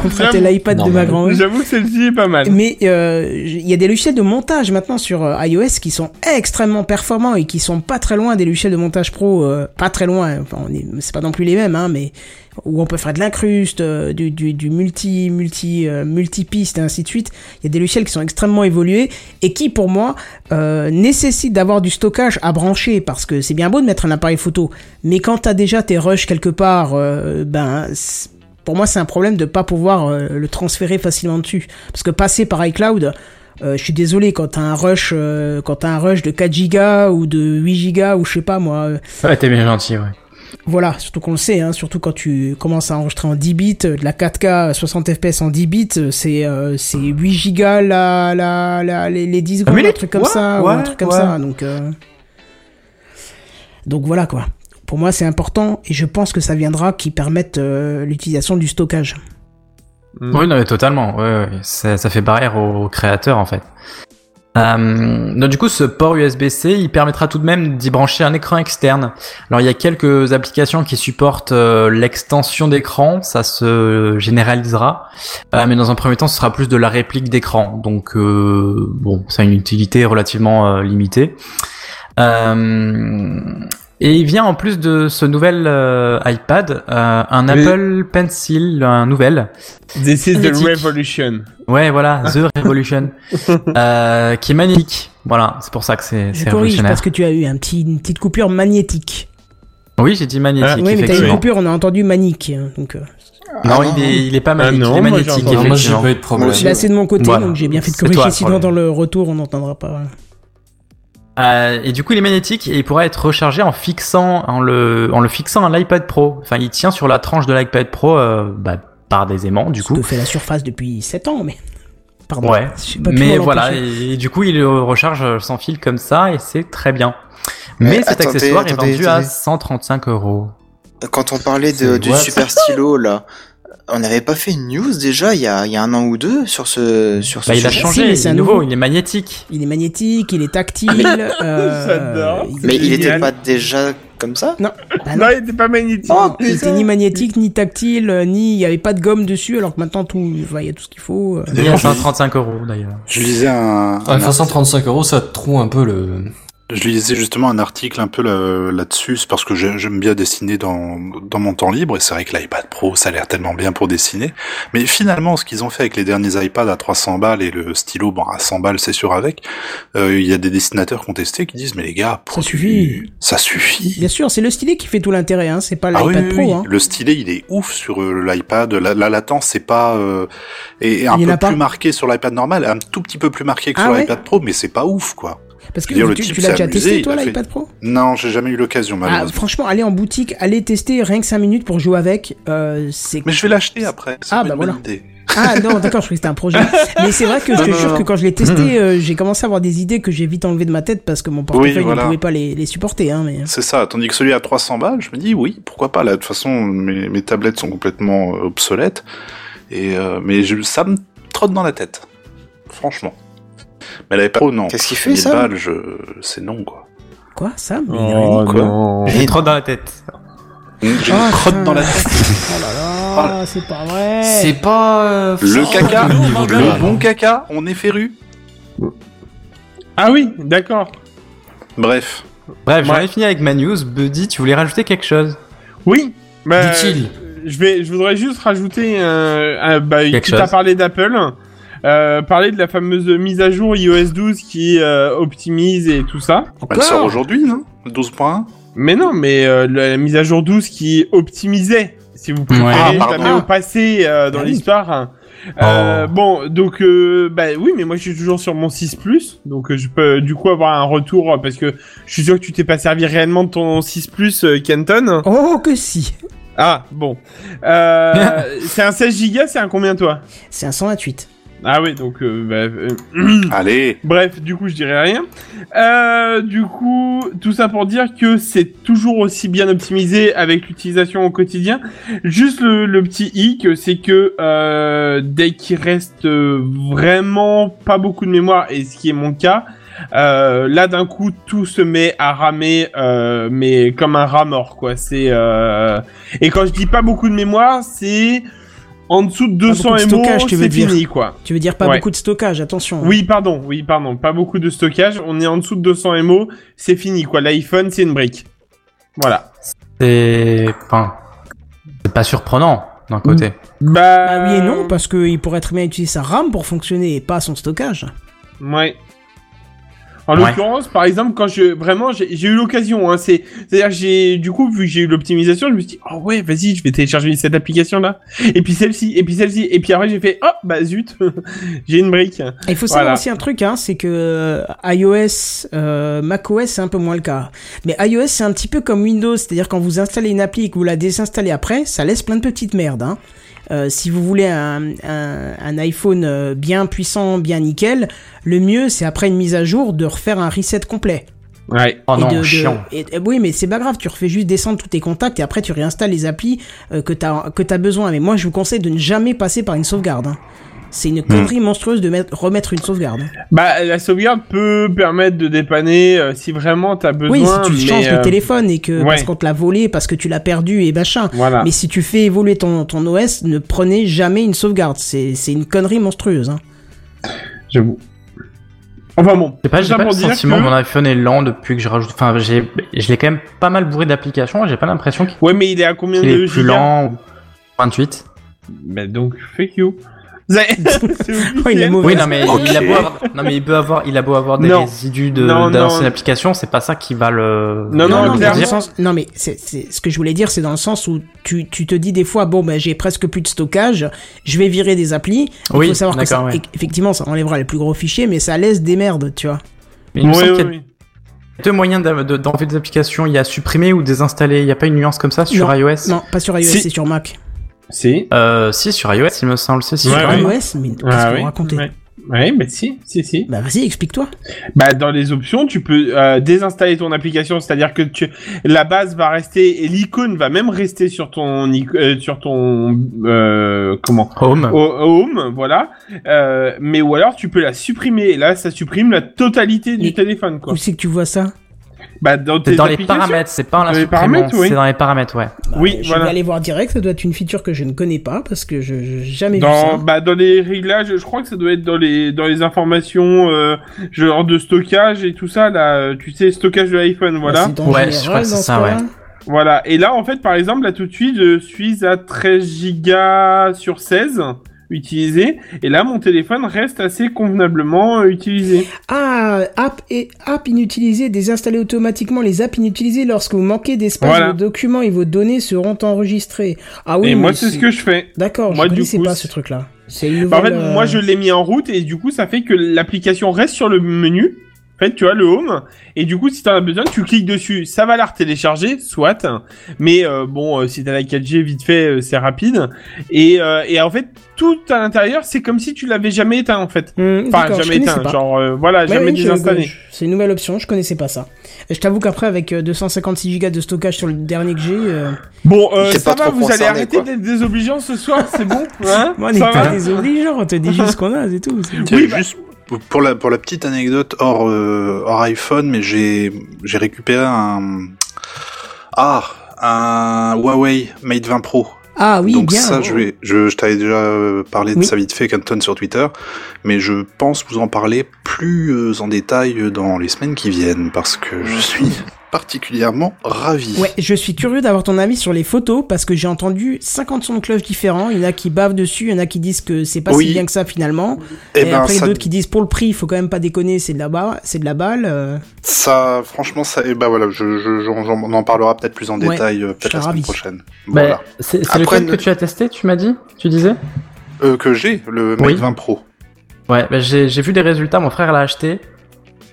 Speaker 1: emprunter l'iPad de ma
Speaker 5: Normal.
Speaker 1: grand-mère.
Speaker 6: J'avoue que celle-ci est pas mal.
Speaker 1: Mais euh, il y a des logiciels de montage maintenant sur euh, iOS qui sont extrêmement performants et qui sont pas très loin des logiciels de montage pro, euh, pas très loin. Enfin, on est- c'est pas non plus les mêmes, hein, mais où on peut faire de l'incruste, euh, du, du, du multi, multi, euh, multi-piste, et ainsi de suite. Il y a des logiciels qui sont extrêmement évolués et qui, pour moi, euh, nécessitent d'avoir du stockage à brancher parce que c'est bien beau de mettre un appareil photo, mais quand t'as déjà tes rushs quelque part, euh, ben c'est- pour moi, c'est un problème de pas pouvoir euh, le transférer facilement dessus. Parce que passer par iCloud, euh, je suis désolé, quand t'as un rush, euh, quand t'as un rush de 4 gigas ou de 8 gigas ou je sais pas moi, euh,
Speaker 7: ouais. Ouais, t'es bien gentil, ouais.
Speaker 1: voilà, surtout qu'on le sait, hein, surtout quand tu commences à enregistrer en 10 bits, euh, de la 4K à 60 fps en 10 bits, euh, c'est euh, c'est 8 gigas la, la, la- les, les 10 secondes, un
Speaker 7: minute
Speaker 1: truc comme
Speaker 7: Ouais,
Speaker 1: ça, ou un
Speaker 7: ouais,
Speaker 1: truc comme
Speaker 7: ouais.
Speaker 1: ça, donc... euh, Donc voilà quoi. Pour moi c'est important et je pense que ça viendra qui permette euh, l'utilisation du stockage.
Speaker 6: Mm.
Speaker 7: Oui, non, mais totalement. Ouais, ouais. Ça, ça fait barrière aux créateurs, en fait. Euh, donc, du coup, ce port USB-C, il permettra tout de même d'y brancher un écran externe. Alors, il y a quelques applications qui supportent euh, l'extension d'écran. Ça se généralisera. Euh, mais dans un premier temps, ce sera plus de la réplique d'écran. Donc, euh, bon, ça a une utilité relativement euh, limitée. Euh, et il vient en plus de ce nouvel euh, iPad, euh, un
Speaker 6: Oui.
Speaker 7: Apple Pencil, un nouvel.
Speaker 6: This is the
Speaker 7: Magnétique.
Speaker 6: revolution.
Speaker 7: Ouais, voilà, The Revolution, euh, qui est magnifique. Voilà, c'est pour ça que c'est
Speaker 1: Je
Speaker 7: c'est
Speaker 1: corrige
Speaker 7: révolutionnaire.
Speaker 1: parce que tu as eu un petit, une petite coupure magnétique.
Speaker 7: Oui, j'ai dit magnétique,
Speaker 6: Ah,
Speaker 1: Oui, mais t'as eu une
Speaker 7: effectivement.
Speaker 1: coupure, on a entendu manique. hein, Donc, euh,
Speaker 7: Non,
Speaker 10: Ah,
Speaker 7: il, est, il est pas
Speaker 6: Ah
Speaker 7: magnétique,
Speaker 6: non,
Speaker 7: il est
Speaker 6: moi, j'ai
Speaker 7: magnétique,
Speaker 6: entendu.
Speaker 5: Alors moi, j'ai
Speaker 7: effectivement.
Speaker 5: pas eu de problème.
Speaker 10: Moi aussi.
Speaker 1: là, bah, c'est de mon côté,
Speaker 7: Voilà.
Speaker 1: donc j'ai bien fait de
Speaker 7: C'est toi,
Speaker 1: corriger,
Speaker 7: le
Speaker 1: sinon
Speaker 7: problème.
Speaker 1: dans le retour, on n'entendra pas.
Speaker 7: Euh, et du coup, il est magnétique et il pourra être rechargé en fixant, en le, en le fixant à l'iPad Pro. Enfin, il tient sur la tranche de l'iPad Pro euh, bah, par des aimants, du
Speaker 1: Ce
Speaker 7: coup.
Speaker 1: que fait la surface depuis 7 ans, mais. Pardon.
Speaker 7: Ouais.
Speaker 1: J'ai pas pu
Speaker 7: Mais
Speaker 1: m'en
Speaker 7: voilà,
Speaker 1: empêcher.
Speaker 7: et, et du coup, il le recharge euh, sans fil comme ça et c'est très bien.
Speaker 10: Mais
Speaker 7: Mais cet
Speaker 10: attendez,
Speaker 7: accessoire est
Speaker 10: attendez,
Speaker 7: vendu à
Speaker 10: attendez.
Speaker 7: 135 euros. Bah,
Speaker 10: Quand on parlait de-
Speaker 7: C'est
Speaker 10: du
Speaker 7: what
Speaker 10: super stylo, là, on n'avait pas fait une news déjà il y a, il y a un an ou deux sur ce, sur ce
Speaker 7: Bah, il a
Speaker 10: sujet.
Speaker 1: Si,
Speaker 7: changé,
Speaker 1: mais
Speaker 7: il
Speaker 1: c'est
Speaker 7: est
Speaker 1: un
Speaker 7: nouveau,
Speaker 1: nouveau.
Speaker 7: il est magnétique.
Speaker 1: Il est magnétique, il est tactile. euh,
Speaker 6: J'adore.
Speaker 1: il-
Speaker 10: Mais il était
Speaker 6: Génial.
Speaker 10: pas déjà comme ça
Speaker 1: Ah non. Oh,
Speaker 6: non, il était pas magnétique.
Speaker 1: Non, il était ni magnétique, ni tactile, euh, ni il y avait pas de gomme dessus, alors que maintenant tout, enfin, il y a tout ce qu'il faut. euh.
Speaker 7: Il est à 135 euros d'ailleurs.
Speaker 4: Je lisais un,
Speaker 5: Ouais,
Speaker 4: un
Speaker 5: enfin, 135 euros, ça trouve un peu le.
Speaker 4: Je lisais justement un article un peu là- là-dessus, c'est parce que j'ai- j'aime bien dessiner dans, dans mon temps libre, et c'est vrai que l'iPad Pro, ça a l'air tellement bien pour dessiner. Mais finalement, ce qu'ils ont fait avec les derniers iPads à 300 balles et le stylo bon, à 100 balles, c'est sûr avec, euh, il y a des dessinateurs contestés qui disent, mais les gars, pour
Speaker 1: Ça suffit.
Speaker 4: Ça suffit.
Speaker 1: Bien sûr, c'est le stylet qui fait tout l'intérêt, hein. C'est pas
Speaker 4: Ah oui,
Speaker 1: l'iPad
Speaker 4: oui,
Speaker 1: Pro,
Speaker 4: oui.
Speaker 1: hein.
Speaker 4: le stylet il est ouf sur euh, l'iPad, la, la latence c'est pas euh, est, est un
Speaker 1: Il y en
Speaker 4: peu
Speaker 1: a pas.
Speaker 4: plus marqué sur l'iPad normal, un tout petit peu plus marqué que
Speaker 1: Ah
Speaker 4: sur
Speaker 1: ouais
Speaker 4: l'iPad Pro, mais c'est pas ouf quoi.
Speaker 1: Parce que
Speaker 4: D'ailleurs, le
Speaker 1: tu,
Speaker 4: type
Speaker 1: tu l'as
Speaker 4: s'est
Speaker 1: déjà
Speaker 4: amusé,
Speaker 1: testé
Speaker 4: il
Speaker 1: toi
Speaker 4: a fait-
Speaker 1: l'iPad Pro
Speaker 4: Non, j'ai jamais eu l'occasion
Speaker 1: Ah,
Speaker 4: malheureusement.
Speaker 1: franchement, aller en boutique, aller tester rien que 5 minutes pour jouer avec, euh, c'est.
Speaker 4: Mais je vais l'acheter après. ça
Speaker 1: Ah, bah
Speaker 4: peut être une
Speaker 1: voilà.
Speaker 4: bonne idée.
Speaker 1: Ah non, d'accord, je croyais que c'était un projet. Mais c'est vrai que je
Speaker 10: Non,
Speaker 1: te
Speaker 10: non,
Speaker 1: jure
Speaker 10: non.
Speaker 1: que quand je l'ai testé, euh, j'ai commencé à avoir des idées que j'ai vite enlevées de ma tête parce que mon portefeuille
Speaker 4: voilà.
Speaker 1: ne pouvait pas les, les supporter, hein. Mais
Speaker 4: C'est ça. Tandis que celui à 300 balles, je me dis oui, pourquoi pas. Là, de toute façon, mes, mes tablettes sont complètement euh, obsolètes. Et euh, mais je, ça me trotte dans la tête, franchement. Mais elle avait pas. Oh non.
Speaker 10: Qu'est-ce qu'il fait,
Speaker 4: 1000
Speaker 10: Sam
Speaker 4: balles, je... c'est non quoi.
Speaker 1: quoi, ça Mais il a
Speaker 6: Oh.
Speaker 1: rien dit.
Speaker 4: quoi.
Speaker 6: non.
Speaker 7: Il est trop dans la tête.
Speaker 4: J'ai
Speaker 1: Ah,
Speaker 4: une crotte
Speaker 1: putain.
Speaker 4: dans la tête.
Speaker 1: Oh là là, c'est pas vrai.
Speaker 5: C'est pas. euh,
Speaker 7: Oh,
Speaker 4: Le
Speaker 5: forcément
Speaker 4: caca,
Speaker 5: au niveau de la-
Speaker 4: le bon caca, on est féru.
Speaker 6: Ah oui, d'accord.
Speaker 4: Bref.
Speaker 7: Bref, j'en
Speaker 6: Ouais.
Speaker 7: ai fini avec ma news. Buddy, tu voulais rajouter quelque chose
Speaker 6: Oui. bah,
Speaker 5: Dit-il.
Speaker 6: Je vais, je voudrais juste rajouter un, un bah,
Speaker 7: Quelque
Speaker 6: quitte à
Speaker 7: chose.
Speaker 6: parler d'Apple, euh, parler de la fameuse mise à jour iOS 12 qui euh, optimise et tout ça.
Speaker 4: Elle sort
Speaker 1: Encore
Speaker 4: aujourd'hui, non 12.1
Speaker 6: Mais non, mais euh, la, la mise à jour 12 qui optimisait, si vous
Speaker 7: Ouais.
Speaker 6: préférez,
Speaker 4: Ah,
Speaker 6: ça
Speaker 4: pardon.
Speaker 6: met au passé euh, dans
Speaker 1: Ah oui.
Speaker 6: l'histoire.
Speaker 7: Oh.
Speaker 6: Euh, Bon, donc, euh, bah oui, mais moi je suis toujours sur mon 6 Plus, donc euh, je peux euh, du coup avoir un retour euh, parce que je suis sûr que tu t'es pas servi réellement de ton 6 Plus, euh, Kenton.
Speaker 1: Oh que si.
Speaker 6: Ah, bon. Euh, c'est un 16 Go, c'est un combien toi
Speaker 1: C'est un 128.
Speaker 6: Ah oui, donc, euh, bah, euh,
Speaker 4: Allez.
Speaker 6: Bref, du coup, je dirais rien. Euh, du coup, tout ça pour dire que c'est toujours aussi bien optimisé avec l'utilisation au quotidien. Juste le, le petit hic, c'est que euh, dès qu'il reste euh, vraiment pas beaucoup de mémoire, et ce qui est mon cas, euh, là d'un coup tout se met à ramer, euh, mais comme un rat mort, quoi. C'est euh, et quand je dis pas beaucoup de mémoire, c'est en dessous de
Speaker 1: Pas beaucoup
Speaker 6: 200
Speaker 1: de
Speaker 6: MO,
Speaker 1: stockage, tu veux
Speaker 6: c'est
Speaker 1: dire.
Speaker 6: fini, quoi.
Speaker 1: Tu veux dire pas
Speaker 6: Ouais.
Speaker 1: beaucoup de stockage, attention.
Speaker 6: Oui, pardon, oui, pardon. Pas beaucoup de stockage. On est en dessous de 200 MO. C'est fini, quoi. L'iPhone, c'est une brique. Voilà.
Speaker 7: C'est. Enfin, c'est pas surprenant d'un côté.
Speaker 6: Bah,
Speaker 1: Bah oui et non, parce qu'il pourrait très bien utiliser sa RAM pour fonctionner et pas son stockage.
Speaker 6: Ouais. En
Speaker 7: Ouais.
Speaker 6: l'occurrence, par exemple, quand je vraiment j'ai j'ai eu l'occasion, hein, c'est c'est-à-dire j'ai du coup vu que j'ai eu l'optimisation, je me suis dit oh ouais vas-y je vais télécharger cette application là, et puis celle-ci, et puis celle-ci, et puis après j'ai fait oh bah zut j'ai une brique.
Speaker 1: Et Il faut savoir
Speaker 6: Voilà.
Speaker 1: aussi un truc, hein, c'est que iOS, euh, macOS, c'est un peu moins le cas. Mais iOS, c'est un petit peu comme Windows, c'est-à-dire quand vous installez une appli et que vous la désinstallez après, ça laisse plein de petites merdes. Hein. Euh, si vous voulez un, un- un iPhone euh, bien puissant, bien nickel, le mieux, c'est après une mise à jour de refaire un reset complet.
Speaker 6: Ouais.
Speaker 7: Oh
Speaker 1: Et
Speaker 7: non,
Speaker 1: de- de-
Speaker 7: chiant.
Speaker 1: et- et- oui, mais c'est pas grave, tu refais juste descendre tous tes contacts et après tu réinstalles les applis euh, que t'as que t'as besoin. Mais moi, je vous conseille de ne jamais passer par une sauvegarde. hein. C'est
Speaker 7: Hmm.
Speaker 1: une connerie monstrueuse de mettre- remettre une sauvegarde.
Speaker 6: Bah la sauvegarde peut permettre de dépanner euh, si vraiment t'as besoin.
Speaker 1: oui, si tu
Speaker 6: mais,
Speaker 1: changes
Speaker 6: euh,
Speaker 1: le téléphone et que
Speaker 6: ouais. Ah.
Speaker 1: parce qu'on te l'a volé, parce que tu l'as perdu et machin.
Speaker 6: Voilà.
Speaker 1: Mais si tu fais évoluer ton, ton OS, ne prenez jamais une sauvegarde. C'est c'est une connerie monstrueuse. Hein.
Speaker 6: J'avoue. Enfin bon.
Speaker 7: Je sais pas,
Speaker 6: tout
Speaker 7: j'ai
Speaker 6: ça
Speaker 7: pas le
Speaker 6: pour dire
Speaker 7: sentiment
Speaker 6: que-
Speaker 7: que mon iPhone est lent depuis que je rajoute. Enfin, j'ai, je l'ai quand même pas mal bourré d'applications et j'ai pas l'impression qu'il
Speaker 6: Ouais, mais il est à combien de
Speaker 7: est plus
Speaker 6: gigas
Speaker 7: lent. ou 28.
Speaker 6: Bah donc, fake you. C'est
Speaker 1: Oh, il est
Speaker 6: officiel.
Speaker 1: mauvais.
Speaker 7: Oui, non mais,
Speaker 4: Ok.
Speaker 7: il a beau avoir, non, mais il peut avoir, il a beau avoir des
Speaker 6: Non.
Speaker 7: résidus de,
Speaker 6: Non,
Speaker 7: d'anciennes
Speaker 6: non.
Speaker 7: applications, c'est pas ça qui va le.
Speaker 6: Non,
Speaker 7: va
Speaker 6: non,
Speaker 7: le
Speaker 1: mais dans
Speaker 6: clairement.
Speaker 1: le
Speaker 7: dire.
Speaker 1: sens- non, mais c'est c'est- ce que je voulais dire, c'est dans le sens où tu, tu te dis des fois, bon, ben, j'ai presque plus de stockage, je vais virer des applis. Il
Speaker 7: Oui,
Speaker 1: faut savoir que ça,
Speaker 7: d'accord, ouais.
Speaker 1: effectivement, ça enlèvera les plus gros fichiers, mais ça laisse des merdes, tu vois.
Speaker 7: Mais il me
Speaker 6: Ouais,
Speaker 7: semble
Speaker 6: ouais,
Speaker 7: qu'il y a
Speaker 6: ouais.
Speaker 7: deux moyens d'a- de- d'enlever des applications. Il y a supprimer ou désinstaller. Il n'y a pas une nuance comme ça sur iOS
Speaker 1: Non, pas sur iOS,
Speaker 6: Si.
Speaker 1: c'est sur Mac.
Speaker 6: Si.
Speaker 7: euh, Si, sur iOS, il me semble. Si, si,
Speaker 6: Ouais,
Speaker 7: sur
Speaker 6: ouais.
Speaker 7: iOS.
Speaker 1: iOS Mais qu'est-ce
Speaker 6: Ah
Speaker 1: que
Speaker 6: oui.
Speaker 1: vous racontez
Speaker 6: Ouais. Ouais, mais si, si, si.
Speaker 1: Bah vas-y, explique-toi.
Speaker 6: Bah, dans les options, tu peux euh, désinstaller ton application, c'est-à-dire que tu, la base va rester et l'icône va même rester sur ton ic- euh, sur ton euh, comment
Speaker 7: Home.
Speaker 6: au, au home, voilà. Euh, mais ou alors tu peux la supprimer. Et là, ça supprime la totalité du
Speaker 1: Mais-
Speaker 6: téléphone, quoi.
Speaker 1: Où c'est que tu vois ça
Speaker 6: Bah dans tes
Speaker 7: C'est dans les
Speaker 6: applications.
Speaker 7: paramètres, c'est pas en la
Speaker 6: Dans les
Speaker 7: supprimant,
Speaker 6: paramètres, oui.
Speaker 7: c'est dans les paramètres, ouais.
Speaker 1: Bah,
Speaker 6: Oui,
Speaker 1: Je
Speaker 6: voilà.
Speaker 1: vais aller voir direct, ça doit être une feature que je ne connais pas parce que je n'ai jamais
Speaker 6: Dans,
Speaker 1: vu
Speaker 6: bah, dans les réglages, je crois que ça doit être dans les dans les informations euh, genre de stockage et tout ça là, euh, tu sais stockage de l'iPhone,
Speaker 1: ça.
Speaker 6: voilà.
Speaker 1: Bah, c'est en
Speaker 7: Ouais, je
Speaker 1: général
Speaker 7: crois que c'est
Speaker 1: dans ce
Speaker 7: ça,
Speaker 1: cas-là.
Speaker 7: ouais.
Speaker 6: Voilà. Et là, en fait, par exemple, là tout de suite, je suis à 13 gigas sur 16 utilisé. Et là, mon téléphone reste assez convenablement euh, utilisé.
Speaker 1: Ah, app et app inutilisées, désinstallez automatiquement les apps inutilisées lorsque vous manquez d'espace.
Speaker 6: Voilà.
Speaker 1: Vos documents et vos données seront enregistrés. Ah oui,
Speaker 6: et moi,
Speaker 1: mais
Speaker 6: c'est ce que je fais.
Speaker 1: D'accord,
Speaker 6: moi,
Speaker 1: je
Speaker 6: du
Speaker 1: connaissais
Speaker 6: coup,
Speaker 1: pas
Speaker 6: c'est-
Speaker 1: ce truc-là. C'est une
Speaker 6: Bah, en fait,
Speaker 1: nouvelle, euh,
Speaker 6: moi, je l'ai mis en route et du coup, ça fait que l'application reste sur le menu. En fait, tu as le home et du coup, si t'en as besoin, tu cliques dessus. Ça va la retélécharger, soit. Mais euh, bon, euh, si t'as la 4G, vite fait, euh, c'est rapide. Et, euh, et en fait, tout à l'intérieur, c'est comme si tu l'avais jamais éteint, en fait.
Speaker 1: Hmm,
Speaker 6: Enfin,
Speaker 1: d'accord, je
Speaker 6: jamais
Speaker 1: connaissais
Speaker 6: éteint,
Speaker 1: pas.
Speaker 6: genre euh, voilà,
Speaker 1: Ouais,
Speaker 6: jamais
Speaker 1: oui, je-
Speaker 6: désinstallé.
Speaker 1: je- C'est une nouvelle option, je connaissais pas ça. Et je t'avoue qu'après, avec euh, 256 Go de stockage sur le dernier que j'ai, euh,
Speaker 6: Bon, euh,
Speaker 10: T'es
Speaker 6: ça
Speaker 10: pas
Speaker 6: va, vous
Speaker 10: trop
Speaker 6: allez
Speaker 10: concerné,
Speaker 6: arrêter
Speaker 10: quoi.
Speaker 6: d'être désobligeants ce soir, c'est bon hein
Speaker 1: moi, on n'est
Speaker 6: Ça
Speaker 1: pas
Speaker 6: va
Speaker 1: des obligeants, on te dit juste ce qu'on a, c'est tout. c'est-
Speaker 4: Tiens,
Speaker 6: Oui, bah-
Speaker 4: juste pour- pour la pour la petite anecdote hors euh, hors iPhone, mais j'ai j'ai récupéré un ah un Huawei Mate 20 Pro.
Speaker 1: Ah oui,
Speaker 4: Donc
Speaker 1: bien.
Speaker 4: ça, je vais je, je t'avais déjà euh, parlé de
Speaker 1: Oui.
Speaker 4: ça vite fait Canton sur Twitter, mais je pense vous en parler plus euh, en détail dans les semaines qui viennent parce que je suis particulièrement ravi.
Speaker 1: Ouais, je suis curieux d'avoir ton avis sur les photos parce que j'ai entendu 50 sons de cloche différents. Il y en a qui bavent dessus, il y en a qui disent que c'est pas
Speaker 4: Oui.
Speaker 1: si bien que ça finalement.
Speaker 4: Eh
Speaker 1: Et,
Speaker 4: ben,
Speaker 1: après, il y a
Speaker 4: ça-
Speaker 1: d'autres qui disent pour le prix, il faut quand même pas déconner, c'est de la, ba- c'est de la balle. euh,
Speaker 4: Ça, franchement, ça, et bah voilà, je, je, j'en- j'en- on en parlera peut-être plus en
Speaker 1: Ouais,
Speaker 4: détail euh, peut-être
Speaker 1: serais
Speaker 4: la semaine
Speaker 1: ravi.
Speaker 4: prochaine.
Speaker 7: Bah,
Speaker 4: Voilà.
Speaker 7: c'est c'est
Speaker 4: Après,
Speaker 7: lequel
Speaker 4: ne-
Speaker 7: que tu as testé, tu m'as dit Tu disais
Speaker 4: Euh, que j'ai, le Mate
Speaker 7: Oui.
Speaker 4: 20 Pro.
Speaker 7: Ouais, bah, j'ai j'ai vu les résultats, mon frère l'a acheté.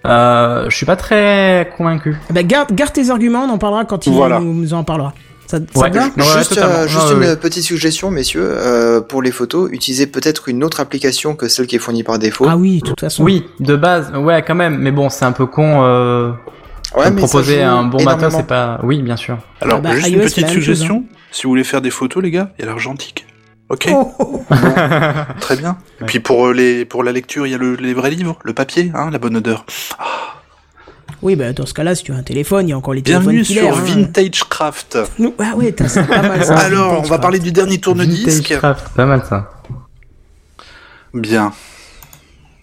Speaker 7: Euh, je suis pas très convaincu.
Speaker 1: Eh ben, garde, garde tes arguments, on en parlera quand il
Speaker 4: Voilà.
Speaker 1: nous, nous en parlera. Ça, ça
Speaker 7: Ouais.
Speaker 1: te va
Speaker 7: Non, ouais,
Speaker 10: juste
Speaker 7: totalement.
Speaker 10: euh, juste
Speaker 7: Ouais,
Speaker 10: une
Speaker 7: ouais.
Speaker 10: petite suggestion, messieurs, euh, pour les photos, utilisez peut-être une autre application que celle qui est fournie par
Speaker 4: Oh.
Speaker 10: défaut.
Speaker 1: Ah oui, de toute façon.
Speaker 7: Oui, de base, ouais, quand même, mais bon, c'est un peu con. Euh,
Speaker 10: ouais,
Speaker 7: de
Speaker 10: mais ça
Speaker 7: proposer
Speaker 10: joue
Speaker 7: un bon matin,
Speaker 10: énormément.
Speaker 7: c'est pas. Oui, bien sûr.
Speaker 4: Alors,
Speaker 1: Ah bah,
Speaker 4: juste
Speaker 1: iOS,
Speaker 4: une
Speaker 1: c'est la
Speaker 4: petite
Speaker 1: même chose, hein.
Speaker 4: suggestion. Si vous voulez faire des photos, les gars, il y a l'argentique. Ok,
Speaker 1: Oh, oh, oh.
Speaker 4: très bien. Et
Speaker 7: Ouais.
Speaker 4: puis pour, euh, les, pour la lecture, il y a le, les vrais livres, le papier, hein, la bonne odeur.
Speaker 1: Oui, bah, dans ce cas-là, si tu as un téléphone, il y a encore les
Speaker 4: Bienvenue
Speaker 1: téléphones qui
Speaker 4: sur
Speaker 1: l'air, hein.
Speaker 4: Vintage Craft.
Speaker 1: Nous- Ah ouais, t'as- c'est pas mal ça.
Speaker 4: Alors, on va
Speaker 1: Vintage,
Speaker 4: parler du dernier tourne-disque.
Speaker 7: Vintage Craft, pas mal ça.
Speaker 4: Bien.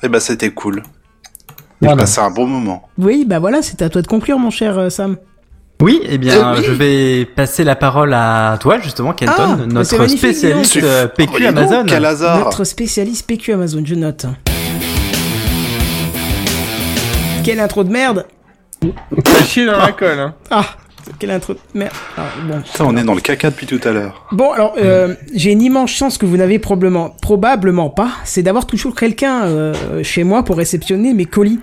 Speaker 4: Eh ben, c'était cool. J'ai
Speaker 7: Voilà.
Speaker 4: passé un bon moment.
Speaker 1: quoi. Oui, bah voilà, c'est à toi de conclure, mon cher euh, Sam.
Speaker 7: Oui, eh bien, je vais passer la parole à toi, justement, Kenton,
Speaker 1: Ah, mais c'est
Speaker 7: notre
Speaker 1: magnifique,
Speaker 7: spécialiste
Speaker 4: dis donc.
Speaker 7: euh,
Speaker 4: Oh, dis
Speaker 7: PQ
Speaker 4: donc,
Speaker 7: Amazon.
Speaker 4: Quel hasard
Speaker 1: Notre spécialiste PQ Amazon, je note. Quelle intro de merde
Speaker 6: T'as chié dans la colle. Hein.
Speaker 1: Ah quelle intro de merde Ah, bon.
Speaker 4: Putain, on est dans le caca depuis tout à l'heure.
Speaker 1: Bon, alors, euh, j'ai une immense chance que vous n'avez probablement, probablement pas, c'est d'avoir toujours quelqu'un euh, chez moi pour réceptionner mes colis.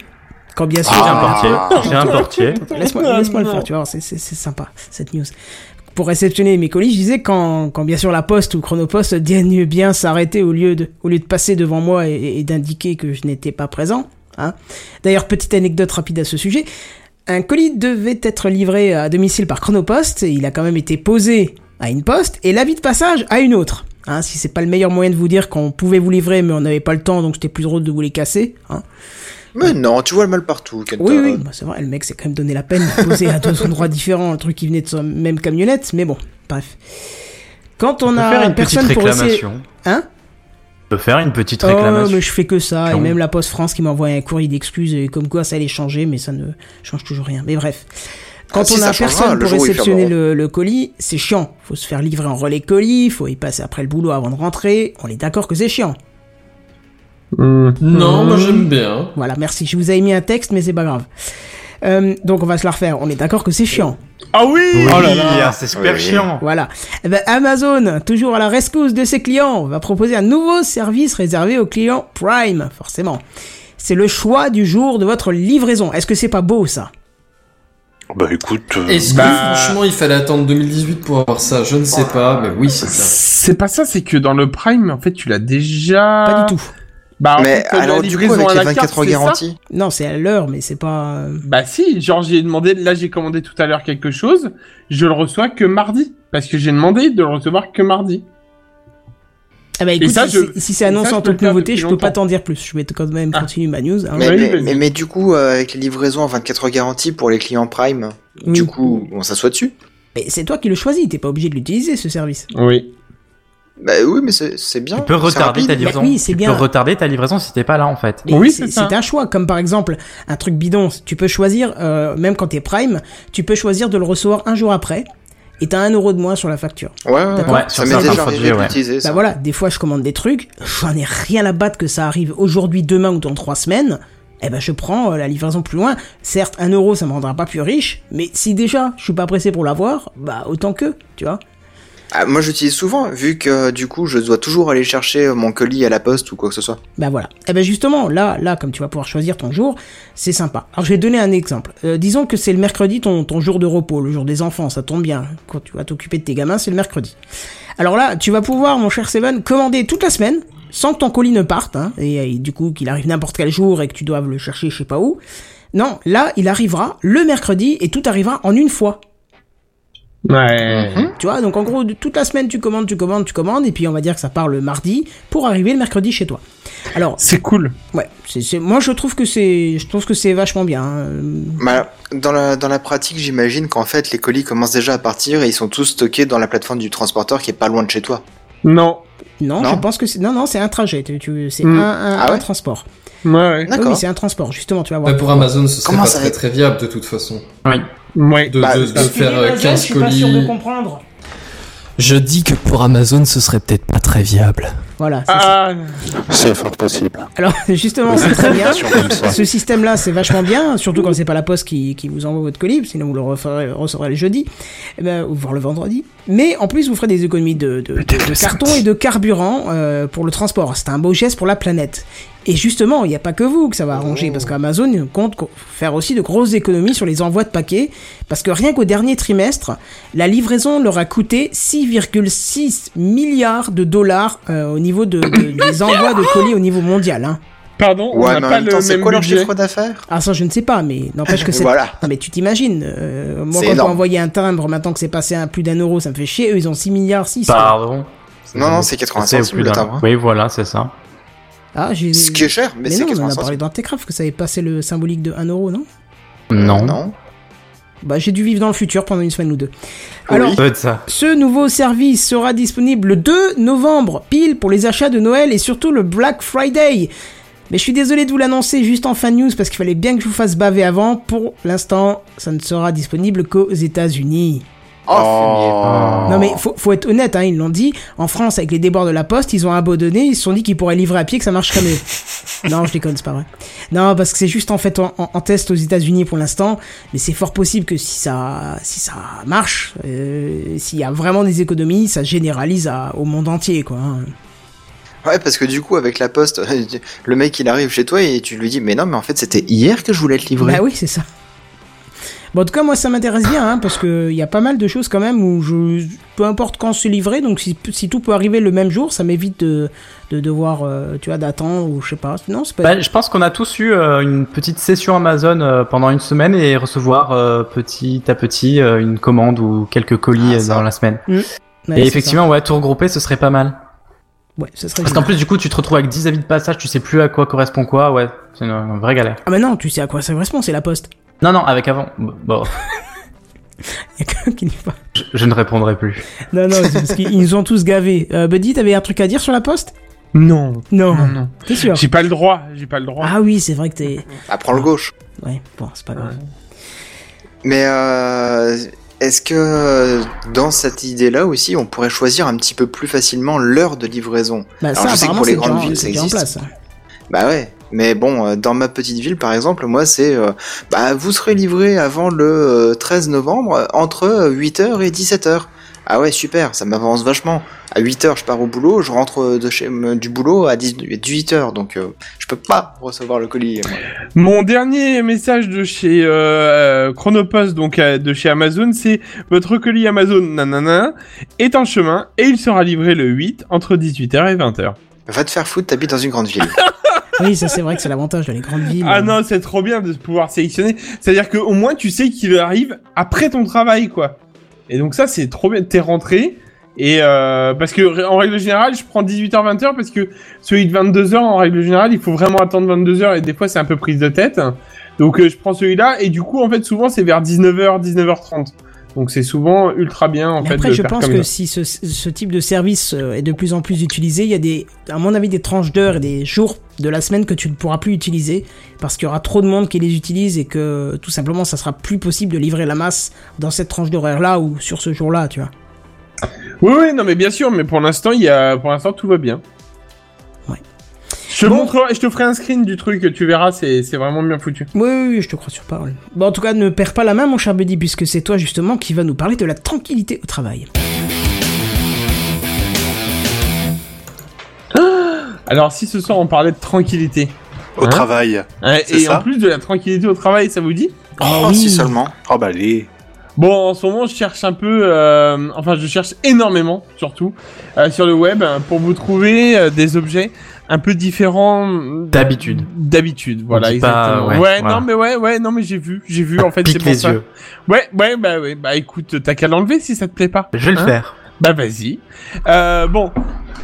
Speaker 1: Quand bien sûr... euh,
Speaker 7: J'ai un
Speaker 4: Ah.
Speaker 7: portier. J'ai un portier.
Speaker 1: Laisse-moi laisse-moi le faire, tu vois, c'est- c'est c'est sympa, cette news. Pour réceptionner mes colis, je disais quand, quand bien sûr la poste ou Chronopost daigne bien s'arrêter au lieu de au lieu de passer devant moi et, et d'indiquer que je n'étais pas présent. Hein. D'ailleurs, petite anecdote rapide à ce sujet. Un colis devait être livré à domicile par Chronopost. et Il a quand même été posé à une poste et l'avis de passage à une autre. Hein, si c'est pas le meilleur moyen de vous dire qu'on pouvait vous livrer, mais on n'avait pas le temps, donc c'était plus drôle de vous les casser. Hein.
Speaker 10: Mais non, tu vois le mal partout, Kenton.
Speaker 1: Oui, oui, bah, c'est vrai, le mec s'est quand même donné la peine de poser à deux endroits différents le truc qui venait de sa même camionnette, mais bon, bref. Quand on,
Speaker 7: On peut
Speaker 1: a
Speaker 7: faire une petite
Speaker 1: personne pour essayer...
Speaker 7: réclamation.
Speaker 1: Hein
Speaker 7: On peut faire une petite
Speaker 1: Oh,
Speaker 7: réclamation.
Speaker 1: mais je fais que ça, et
Speaker 7: Pion.
Speaker 1: même la Poste France qui m'a envoyé un courrier d'excuses, et comme quoi ça allait changer, mais ça ne change toujours rien. Mais bref. Quand
Speaker 10: Ah, si,
Speaker 1: on a
Speaker 10: ça changera,
Speaker 1: personne
Speaker 10: le
Speaker 1: pour
Speaker 10: jour où il
Speaker 1: réceptionner
Speaker 10: fermera.
Speaker 1: le, le colis, c'est chiant. Faut se faire livrer en relais colis, faut y passer après le boulot avant de rentrer. On est d'accord que c'est chiant. Mm.
Speaker 5: Non,
Speaker 1: Hmm.
Speaker 5: moi j'aime bien.
Speaker 1: Voilà, merci. Je vous avais mis un texte, mais c'est pas grave. Euh, donc on va se la refaire. On est d'accord que c'est chiant.
Speaker 6: Ah oui,
Speaker 7: Oui,
Speaker 6: Oh là
Speaker 7: ah,
Speaker 6: là.
Speaker 7: c'est super
Speaker 10: Oui.
Speaker 7: chiant.
Speaker 1: Voilà. Eh ben, Amazon, toujours à la rescousse de ses clients, va proposer un nouveau service réservé aux clients Prime, forcément. C'est le choix du jour de votre livraison. Est-ce que c'est pas beau ça
Speaker 4: Bah écoute, euh,
Speaker 5: Est-ce
Speaker 6: Bah-
Speaker 5: que franchement il fallait attendre 2018 pour avoir ça Je ne sais pas, mais oui c'est ça.
Speaker 6: C'est pas ça, c'est que dans le Prime, en fait, tu l'as déjà.
Speaker 1: Pas du tout.
Speaker 6: Bah, en
Speaker 10: Mais
Speaker 6: fait, la
Speaker 10: alors, du coup,
Speaker 6: livraison
Speaker 10: avec
Speaker 6: à
Speaker 10: les
Speaker 6: la
Speaker 10: 24
Speaker 6: carte,
Speaker 10: heures
Speaker 6: c'est ça
Speaker 10: garanties.
Speaker 1: Non, c'est à l'heure, mais c'est pas. euh,
Speaker 6: Bah si, genre j'ai demandé, là j'ai commandé tout à l'heure quelque chose, je le reçois que mardi. Parce que j'ai demandé de le recevoir que mardi.
Speaker 1: Ah bah écoute,
Speaker 6: ça,
Speaker 1: si,
Speaker 6: je-
Speaker 1: c'est- si c'est
Speaker 6: et
Speaker 1: annoncé
Speaker 6: ça,
Speaker 1: en
Speaker 6: je peux
Speaker 1: toute
Speaker 6: le faire
Speaker 1: nouveauté,
Speaker 6: depuis
Speaker 1: je peux pas
Speaker 6: longtemps.
Speaker 1: t'en dire plus. Je vais quand même
Speaker 6: Ah.
Speaker 1: continuer ma news. hein.
Speaker 10: Mais,
Speaker 6: Oui,
Speaker 10: mais-
Speaker 6: vas-y.
Speaker 10: mais- mais du coup, euh, avec les livraisons à 24 heures garanties pour les clients Prime, du
Speaker 1: Oui.
Speaker 10: coup, on s'assoit dessus.
Speaker 1: Mais c'est toi qui le choisis, t'es pas obligé de l'utiliser ce service.
Speaker 6: Oui.
Speaker 10: Bah oui, mais c'est c'est bien.
Speaker 7: Tu peux
Speaker 10: c'est
Speaker 7: retarder
Speaker 10: rapide.
Speaker 7: ta livraison.
Speaker 1: Bah oui, c'est
Speaker 7: tu
Speaker 1: bien.
Speaker 7: peux retarder ta livraison si t'es pas là en fait.
Speaker 1: Mais
Speaker 6: Oui,
Speaker 1: c'est
Speaker 6: c'est ça.
Speaker 1: c'est un choix, comme par exemple un truc bidon. Tu peux choisir, euh, même quand t'es Prime, tu peux choisir de le recevoir un jour après et t'as un euro de moins sur la facture.
Speaker 10: Ouais, ouais, ouais.
Speaker 1: D'accord.
Speaker 7: Ouais,
Speaker 10: ça
Speaker 7: sur
Speaker 10: m'est
Speaker 7: certains
Speaker 10: déjà arrivé
Speaker 7: produits, ouais.
Speaker 10: d'utiliser ça.
Speaker 1: Bah voilà, des fois je commande des trucs, j'en ai rien à battre que ça arrive aujourd'hui, demain ou dans trois semaines. Eh ben je prends euh, la livraison plus loin. Certes, un euro ça me rendra pas plus riche, mais si déjà je suis pas pressé pour l'avoir, bah autant que, tu vois.
Speaker 10: Ah, moi, j'utilise souvent, vu que du coup, je dois toujours aller chercher euh, mon colis à la poste ou quoi que ce soit.
Speaker 1: Bah voilà. Et ben justement, là, là, comme tu vas pouvoir choisir ton jour, c'est sympa. Alors je vais te donner un exemple. Euh, disons que c'est le mercredi ton, ton jour de repos, le jour des enfants, ça tombe bien. Quand tu vas t'occuper de tes gamins, c'est le mercredi. Alors là, tu vas pouvoir, mon cher Seven, commander toute la semaine, sans que ton colis ne parte, hein, et, et du coup qu'il arrive n'importe quel jour et que tu doives le chercher je sais pas où. Non, là, il arrivera le mercredi et tout arrivera en une fois.
Speaker 6: Ouais.
Speaker 1: Tu vois, donc en gros, de- toute la semaine, tu commandes, tu commandes, tu commandes, et puis on va dire que ça part le mardi pour arriver le mercredi chez toi. Alors,
Speaker 6: C'est cool.
Speaker 1: Ouais, c'est, c'est- moi je trouve que c'est, je trouve que c'est vachement bien. hein.
Speaker 10: Bah, dans, la, dans la pratique, j'imagine qu'en fait, les colis commencent déjà à partir et ils sont tous stockés dans la plateforme du transporteur qui est pas loin de chez toi.
Speaker 6: Non.
Speaker 1: Non,
Speaker 10: Non.
Speaker 1: je pense que c'est, non, non, c'est un trajet. Tu, tu- c'est
Speaker 6: Hmm.
Speaker 1: un, un-
Speaker 10: Ah ouais
Speaker 1: un transport.
Speaker 6: Ouais, ouais.
Speaker 1: Oui,
Speaker 10: D'accord.
Speaker 1: oui, c'est un transport. Justement, tu vas
Speaker 5: Ouais,
Speaker 1: voir.
Speaker 5: Bah, pour Amazon ce serait
Speaker 10: Comment
Speaker 5: pas
Speaker 10: ça va
Speaker 5: très
Speaker 10: être
Speaker 5: très viable de toute façon.
Speaker 6: Ouais.
Speaker 5: De,
Speaker 10: Bah,
Speaker 5: de- de
Speaker 10: parce
Speaker 5: faire euh, 15 colis.
Speaker 1: comprendre.
Speaker 5: Je dis que pour Amazon ce serait peut-être pas très viable.
Speaker 1: Voilà. c'est ça.
Speaker 6: Ah,
Speaker 4: c'est fort
Speaker 10: ah.
Speaker 4: possible.
Speaker 1: Alors justement, Oh, c'est très bien.
Speaker 4: Sur comme ça.
Speaker 1: Ce système-là, c'est vachement bien, surtout quand c'est pas la poste qui, qui vous envoie votre colis, sinon vous le referez- recevrez le jeudi, eh ben, ou voire le vendredi. Mais en plus, vous ferez des économies de, de, de- de carton et de carburant euh, pour le transport. C'est un beau geste pour la planète. Et justement, il n'y a pas que vous que ça va arranger, parce qu'Amazon compte co- faire aussi de grosses économies sur les envois de paquets, parce que rien qu'au dernier trimestre, la livraison leur a coûté 6,6 milliards de dollars euh, au niveau de, de- des envois de colis au niveau mondial. Hein.
Speaker 6: pardon, on
Speaker 10: Ouais,
Speaker 6: n'a
Speaker 10: mais en
Speaker 6: pas
Speaker 10: même temps,
Speaker 6: le
Speaker 10: c'est
Speaker 6: même
Speaker 10: quoi leur
Speaker 6: budget.
Speaker 10: chiffre d'affaires
Speaker 1: Ah ça je ne sais pas, mais n'empêche que c'est...
Speaker 10: Voilà.
Speaker 1: Non mais tu t'imagines, euh, moi
Speaker 10: C'est
Speaker 1: quand on
Speaker 10: énorme.
Speaker 1: envoyé un timbre, maintenant que c'est passé à plus d'un euro, ça me fait chier, eux ils ont 6 milliards 6.
Speaker 7: Pardon.
Speaker 10: Non, non, c'est 80
Speaker 7: C'est au
Speaker 10: centimes
Speaker 7: plus
Speaker 10: le
Speaker 7: d'un-
Speaker 10: timbre.
Speaker 7: Oui, voilà, c'est ça.
Speaker 1: Ah j'ai...
Speaker 10: Ce qui est cher, mais,
Speaker 1: mais
Speaker 10: c'est
Speaker 1: non, on en
Speaker 10: 80
Speaker 1: a
Speaker 10: centimes.
Speaker 1: parlé dans Techcraft que ça avait passé le symbolique de 1 euro, non
Speaker 7: Non.
Speaker 10: non.
Speaker 1: Bah j'ai dû vivre dans le futur pendant une semaine ou deux. Alors,
Speaker 7: Peu de ça.
Speaker 1: ce nouveau service sera disponible le 2 novembre, pile pour les achats de Noël et surtout le Black Friday. Mais je suis désolé de vous l'annoncer juste en fin de news parce qu'il fallait bien que je vous fasse baver avant. Pour l'instant, ça ne sera disponible qu'aux États-Unis.
Speaker 10: Oh,
Speaker 1: Non mais faut, faut être honnête, hein, ils l'ont dit. En France, avec les débords de la Poste, ils ont abandonné, ils se sont dit qu'ils pourraient livrer à pied, que ça marche comme eux. non, je déconne, c'est pas vrai. Non, parce que c'est juste en fait en, en- en test aux États-Unis pour l'instant, mais c'est fort possible que si ça, si ça marche, euh, s'il y a vraiment des économies, ça se généralise à- au monde entier, quoi. hein.
Speaker 10: Ouais, parce que du coup, avec la poste, le mec il arrive chez toi et tu lui dis, mais non, mais en fait, c'était hier que je voulais te livrer.
Speaker 1: Bah oui, c'est ça. Bon, en tout cas, moi, ça m'intéresse bien, hein, parce que il y a pas mal de choses quand même où je, peu importe quand c'est livré, donc si, si tout peut arriver le même jour, ça m'évite de, de devoir, euh, tu vois, d'attendre ou je sais pas. Non, c'est pas.
Speaker 7: Bah, je pense qu'on a tous eu euh, une petite session Amazon euh, pendant une semaine et recevoir euh, petit à petit euh, une commande ou quelques colis
Speaker 10: Ah,
Speaker 7: euh,
Speaker 10: ça.
Speaker 7: dans la semaine.
Speaker 1: Ouais,
Speaker 7: et
Speaker 1: c'est
Speaker 7: effectivement, ouais, tout regrouper, ce serait pas mal.
Speaker 1: ça. Ouais, ça serait.
Speaker 7: Parce qu'en
Speaker 1: génial.
Speaker 7: plus, du coup, tu te retrouves avec 10 avis de passage, tu sais plus à quoi correspond quoi, ouais, c'est une, une vraie galère.
Speaker 1: Ah, bah non, tu sais à quoi ça correspond, c'est la poste.
Speaker 7: Non, non, avec avant. Bon, bon,
Speaker 1: Y a que qui n'y va pas.
Speaker 7: je, je ne répondrai plus.
Speaker 1: Non, non, c'est parce qu'ils nous ont tous gavés. Euh, Buddy, t'avais un truc à dire sur la poste
Speaker 6: Non.
Speaker 1: Non,
Speaker 6: Non, non.
Speaker 1: t'es sûr
Speaker 6: J'ai pas le droit. J'ai pas le droit.
Speaker 1: Ah oui, c'est vrai que t'es.
Speaker 10: Ah, prends le gauche.
Speaker 1: Ouais, bon, c'est pas grave.
Speaker 10: Mais euh, est-ce que euh, dans cette idée-là aussi, on pourrait choisir un petit peu plus facilement l'heure de livraison
Speaker 1: Bah,
Speaker 10: je sais
Speaker 1: ça,
Speaker 10: que
Speaker 1: apparemment,
Speaker 10: pour les
Speaker 1: c'est déjà,
Speaker 10: grandes villes, ça
Speaker 1: c'est déjà en place. hein.
Speaker 10: existe. Bah ouais. Mais bon, euh, dans ma petite ville, par exemple, moi, c'est... euh, bah, vous serez livré avant le euh, 13 novembre euh, entre 8h et 17h. Ah ouais, super, ça m'avance vachement. À 8h, je pars au boulot, je rentre de chez, euh, du boulot à 18h, donc euh, je peux pas recevoir le colis. moi.
Speaker 6: Mon dernier message de chez euh, Chronopost, donc euh, de chez Amazon, c'est votre colis Amazon nanana est en chemin et il sera livré le 8 entre 18h et 20h.
Speaker 10: Va te faire foutre, t'habites dans une grande ville.
Speaker 1: Oui, ça c'est vrai que c'est l'avantage dans les grandes villes. euh,
Speaker 6: Ah non, c'est trop bien de pouvoir sélectionner. C'est-à-dire qu'au moins tu sais qu'il arrive après ton travail, quoi. Et donc ça, c'est trop bien. T'es rentré. Et euh, parce que en règle générale, je prends 18h-20h parce que celui de 22h en règle générale, il faut vraiment attendre 22h et des fois c'est un peu prise de tête. Donc euh, je prends celui-là et du coup en fait souvent c'est vers 19h, 19h30. Donc c'est souvent ultra bien en
Speaker 1: Mais
Speaker 6: fait.
Speaker 1: après,
Speaker 6: de
Speaker 1: je
Speaker 6: faire
Speaker 1: pense
Speaker 6: comme
Speaker 1: que
Speaker 6: ça.
Speaker 1: si ce, ce type de service euh, est de plus en plus utilisé, il y a des, à mon avis, des tranches d'heures et des jours de la semaine que tu ne pourras plus utiliser parce qu'il y aura trop de monde qui les utilise et que tout simplement, ça sera plus possible de livrer la masse dans cette tranche d'horaire là ou sur ce jour là, tu vois.
Speaker 6: Oui, oui, non mais bien sûr, mais pour l'instant il y a, pour l'instant tout va bien.
Speaker 1: Ouais.
Speaker 6: Je te
Speaker 1: Bon.
Speaker 6: montrerai, je te ferai un screen du truc, tu verras, c'est c'est vraiment bien foutu.
Speaker 1: Oui, oui, oui, je te crois sur parole. Bon, en tout cas, ne perds pas la main, mon cher Buddy, puisque c'est toi justement qui va nous parler de la tranquillité au travail.
Speaker 6: Alors si ce soir on parlait de tranquillité.
Speaker 4: Au
Speaker 7: Oh.
Speaker 6: Hein
Speaker 4: travail.
Speaker 6: Ouais,
Speaker 4: C'est
Speaker 6: et
Speaker 4: ça
Speaker 6: en plus de la tranquillité au travail, ça vous dit
Speaker 10: Oh, si seulement.
Speaker 4: Oh bah allez.
Speaker 6: Bon, en ce moment, je cherche un peu, euh, enfin, je cherche énormément, surtout, euh, sur le web, euh, pour vous trouver euh, des objets un peu différents euh,
Speaker 7: D'habitude.
Speaker 6: D'habitude, voilà,
Speaker 7: dit pas,
Speaker 6: exactement.
Speaker 7: ouais,
Speaker 6: ouais,
Speaker 7: voilà.
Speaker 6: non, mais ouais, ouais, non, mais j'ai vu, j'ai vu, en fait, c'est
Speaker 7: Pique
Speaker 6: pour
Speaker 7: les
Speaker 6: ça.
Speaker 7: yeux.
Speaker 6: Ouais, ouais, bah, ouais, bah, écoute, t'as qu'à l'enlever si ça te plaît pas.
Speaker 7: Je vais
Speaker 6: Hein
Speaker 7: le faire.
Speaker 6: Bah, vas-y. Euh, bon.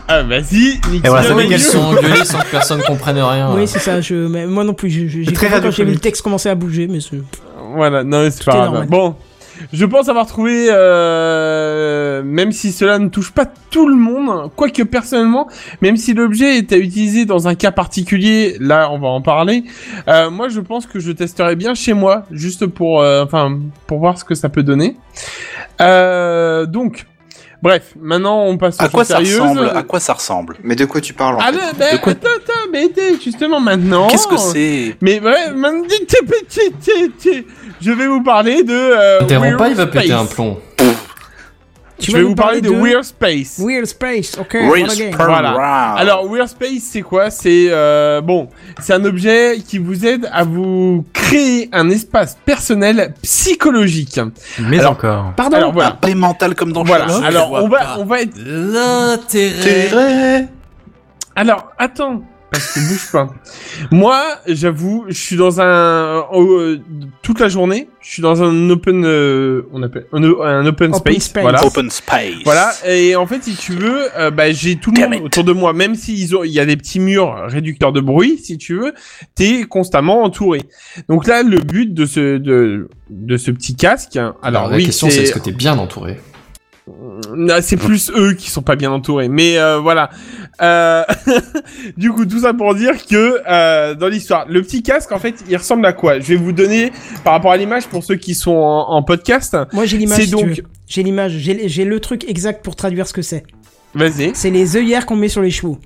Speaker 6: Ah, vas-y, nique
Speaker 7: voilà,
Speaker 6: bien les
Speaker 7: ça fait
Speaker 5: Ils
Speaker 7: qu'elles
Speaker 6: yeux.
Speaker 5: sont engueulés sans que personne comprenne
Speaker 6: Ah.
Speaker 5: rien.
Speaker 1: Oui, c'est ça. Je, mais moi non plus, je- je- j'ai
Speaker 7: Très
Speaker 1: compris quand j'ai vu
Speaker 7: radiophonique.
Speaker 1: le texte commencer à bouger, mais c'est-
Speaker 6: Voilà, non, mais c'est
Speaker 1: est
Speaker 6: pas grave.
Speaker 1: normal.
Speaker 6: Bon, je pense avoir trouvé, euh, même si cela ne touche pas tout le monde, quoique personnellement, même si l'objet est à utiliser dans un cas particulier, là on va en parler, euh, moi je pense que je testerai bien chez moi, juste pour, euh, enfin, pour voir ce que ça peut donner. Euh, donc, bref, maintenant on passe aux
Speaker 4: À quoi
Speaker 6: choses
Speaker 4: ça
Speaker 6: sérieuses. euh
Speaker 4: ressemble À quoi ça ressemble
Speaker 10: Mais de quoi tu parles en
Speaker 6: Ah,
Speaker 10: fait
Speaker 6: non, mais
Speaker 4: De quoi-
Speaker 6: attends, attends, mais attends, justement maintenant.
Speaker 4: Qu'est-ce que c'est
Speaker 6: Mais ouais, man- ti- ti- ti- ti- ti- je vais vous parler de. Euh,
Speaker 5: Interromps
Speaker 6: Weird
Speaker 5: pas, il va péter
Speaker 6: Space.
Speaker 5: un plomb.
Speaker 6: Je vais vous parler de, Weird Space.
Speaker 1: Weird Space, ok.
Speaker 4: Real
Speaker 1: what a game.
Speaker 4: Sperm
Speaker 6: Voilà.
Speaker 4: Round.
Speaker 6: Alors, Weird Space, c'est quoi C'est euh, bon, c'est un objet qui vous aide à vous créer un espace personnel psychologique.
Speaker 7: Mais
Speaker 6: Alors-
Speaker 7: encore.
Speaker 1: Pardon
Speaker 6: Alors
Speaker 4: Un
Speaker 6: voilà,
Speaker 4: paix mental comme dans
Speaker 6: voilà.
Speaker 4: Sherlock.
Speaker 6: Alors on va,
Speaker 5: pas.
Speaker 6: on va être.
Speaker 5: L'intérêt.
Speaker 6: Alors attends, parce que bouge pas. Moi, j'avoue, je suis dans un euh, toute la journée, je suis dans un open, euh, on appelle un, un open,
Speaker 1: Open
Speaker 6: space,
Speaker 1: space.
Speaker 6: Voilà.
Speaker 4: Open Space.
Speaker 6: Voilà, et en fait, si tu veux, euh, bah, j'ai tout le
Speaker 4: Damn
Speaker 6: monde
Speaker 4: it.
Speaker 6: autour de moi, même s'ils ont, il y a des petits murs réducteurs de bruit, si tu veux, t'es constamment entouré. Donc là, le but de ce, de, de ce petit casque, hein, alors,
Speaker 5: Alors, la
Speaker 6: oui,
Speaker 5: question, c'est
Speaker 6: c'est-
Speaker 5: est-ce que t'es bien entouré
Speaker 6: non, c'est plus eux qui sont pas bien entourés. Mais euh, voilà. Euh, du coup, tout ça pour dire que euh, dans l'histoire, le petit casque, en fait, il ressemble à quoi Je vais vous donner par rapport à l'image pour ceux qui sont en, en podcast.
Speaker 1: Moi j'ai l'image.
Speaker 6: C'est
Speaker 1: si
Speaker 6: donc-
Speaker 1: tu veux. J'ai l'image, j'ai j'ai le truc exact pour traduire ce que c'est.
Speaker 6: Vas-y.
Speaker 1: C'est les œillères qu'on met sur les chevaux.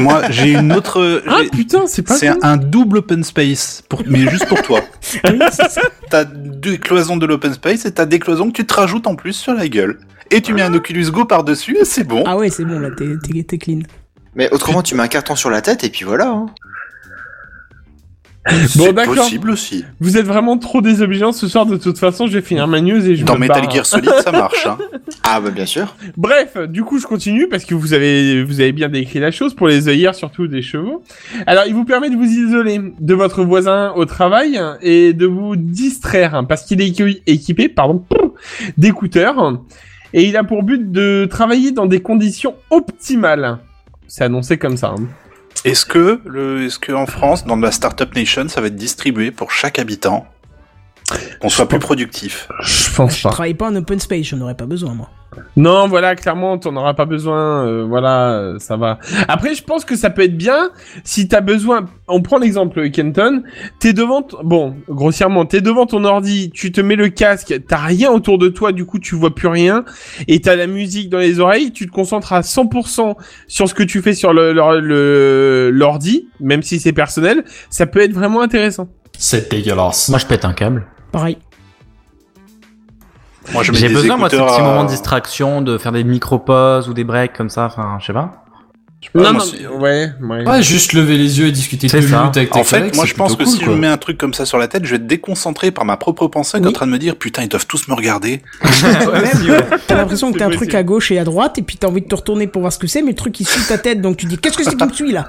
Speaker 4: Moi, j'ai une autre.
Speaker 6: Ah
Speaker 4: j'ai-
Speaker 6: putain, c'est pas
Speaker 4: C'est
Speaker 6: ça.
Speaker 4: un, un double open space, pour, mais juste pour toi.
Speaker 1: Oui, c'est ça.
Speaker 4: T'as deux cloisons de l'open space et t'as des cloisons que tu te rajoutes en plus sur la gueule. Et tu mets
Speaker 6: Ah.
Speaker 4: un Oculus Go par-dessus et c'est bon.
Speaker 1: ah ouais, c'est bon là, t'es- t'es t'es clean.
Speaker 10: Mais autrement, tu mets un carton sur la tête et puis voilà. hein.
Speaker 6: Bon,
Speaker 4: c'est
Speaker 6: d'accord.
Speaker 4: possible aussi.
Speaker 6: Vous êtes vraiment trop désobéissants ce soir. De toute façon, je vais finir ma news et je
Speaker 4: Dans
Speaker 6: me
Speaker 4: Metal
Speaker 6: barre.
Speaker 4: Gear Solid, ça marche. Hein.
Speaker 10: Ah bah bien sûr.
Speaker 6: Bref, du coup, je continue parce que vous avez, vous avez bien décrit la chose pour les œillères, surtout des chevaux. Alors, il vous permet de vous isoler de votre voisin au travail hein, et de vous distraire hein, parce qu'il est équi- équipé, pardon, d'écouteurs hein, et il a pour but de travailler dans des conditions optimales. C'est annoncé comme ça. hein.
Speaker 4: Est-ce que, le, est-ce que en France, dans la Startup Nation, ça va être distribué pour chaque habitant qu'on soit plus productif
Speaker 6: Je pense
Speaker 1: Je travaille pas en open space, j'en aurais pas besoin moi.
Speaker 6: Non, voilà, clairement, t'en auras pas besoin. euh, voilà, euh, ça va. Après, je pense que ça peut être bien si t'as besoin. On prend l'exemple euh, Kenton. T'es devant. t- Bon, grossièrement, t'es devant ton ordi. Tu te mets le casque. T'as rien autour de toi. Du coup, tu vois plus rien. Et t'as la musique dans les oreilles. Tu te concentres à 100% sur ce que tu fais sur le le- le- l'ordi, même si c'est personnel. Ça peut être vraiment intéressant.
Speaker 5: C'est dégueulasse.
Speaker 7: Moi, je pète un câble.
Speaker 1: Pareil.
Speaker 4: Moi, je mets
Speaker 7: J'ai
Speaker 4: des
Speaker 7: besoin, moi, de ces
Speaker 4: écouteurs
Speaker 7: petits
Speaker 4: à-
Speaker 7: moments de distraction, de faire des micro-pauses ou des breaks comme ça, enfin, je sais pas.
Speaker 4: je sais pas, moi,
Speaker 6: Non, non,
Speaker 4: c'est-
Speaker 6: ouais, ouais.
Speaker 5: Ouais, juste lever les yeux et discuter deux
Speaker 7: C'est ça.
Speaker 5: minutes avec tes
Speaker 4: En fait,
Speaker 5: collègues,
Speaker 4: moi
Speaker 5: c'est
Speaker 4: je pense que
Speaker 5: plutôt
Speaker 4: si
Speaker 5: cool,
Speaker 4: je
Speaker 5: quoi.
Speaker 4: me mets un truc comme ça sur la tête, je vais être déconcentré par ma propre pensée qui est en train de me dire putain ils doivent tous me regarder.
Speaker 1: T'as l'impression que t'as un
Speaker 6: C'est
Speaker 1: truc
Speaker 6: possible.
Speaker 1: à gauche et à droite, et puis t'as envie de te retourner pour voir ce que c'est, mais le truc il suit ta tête, donc tu dis qu'est-ce que c'est qui me suit là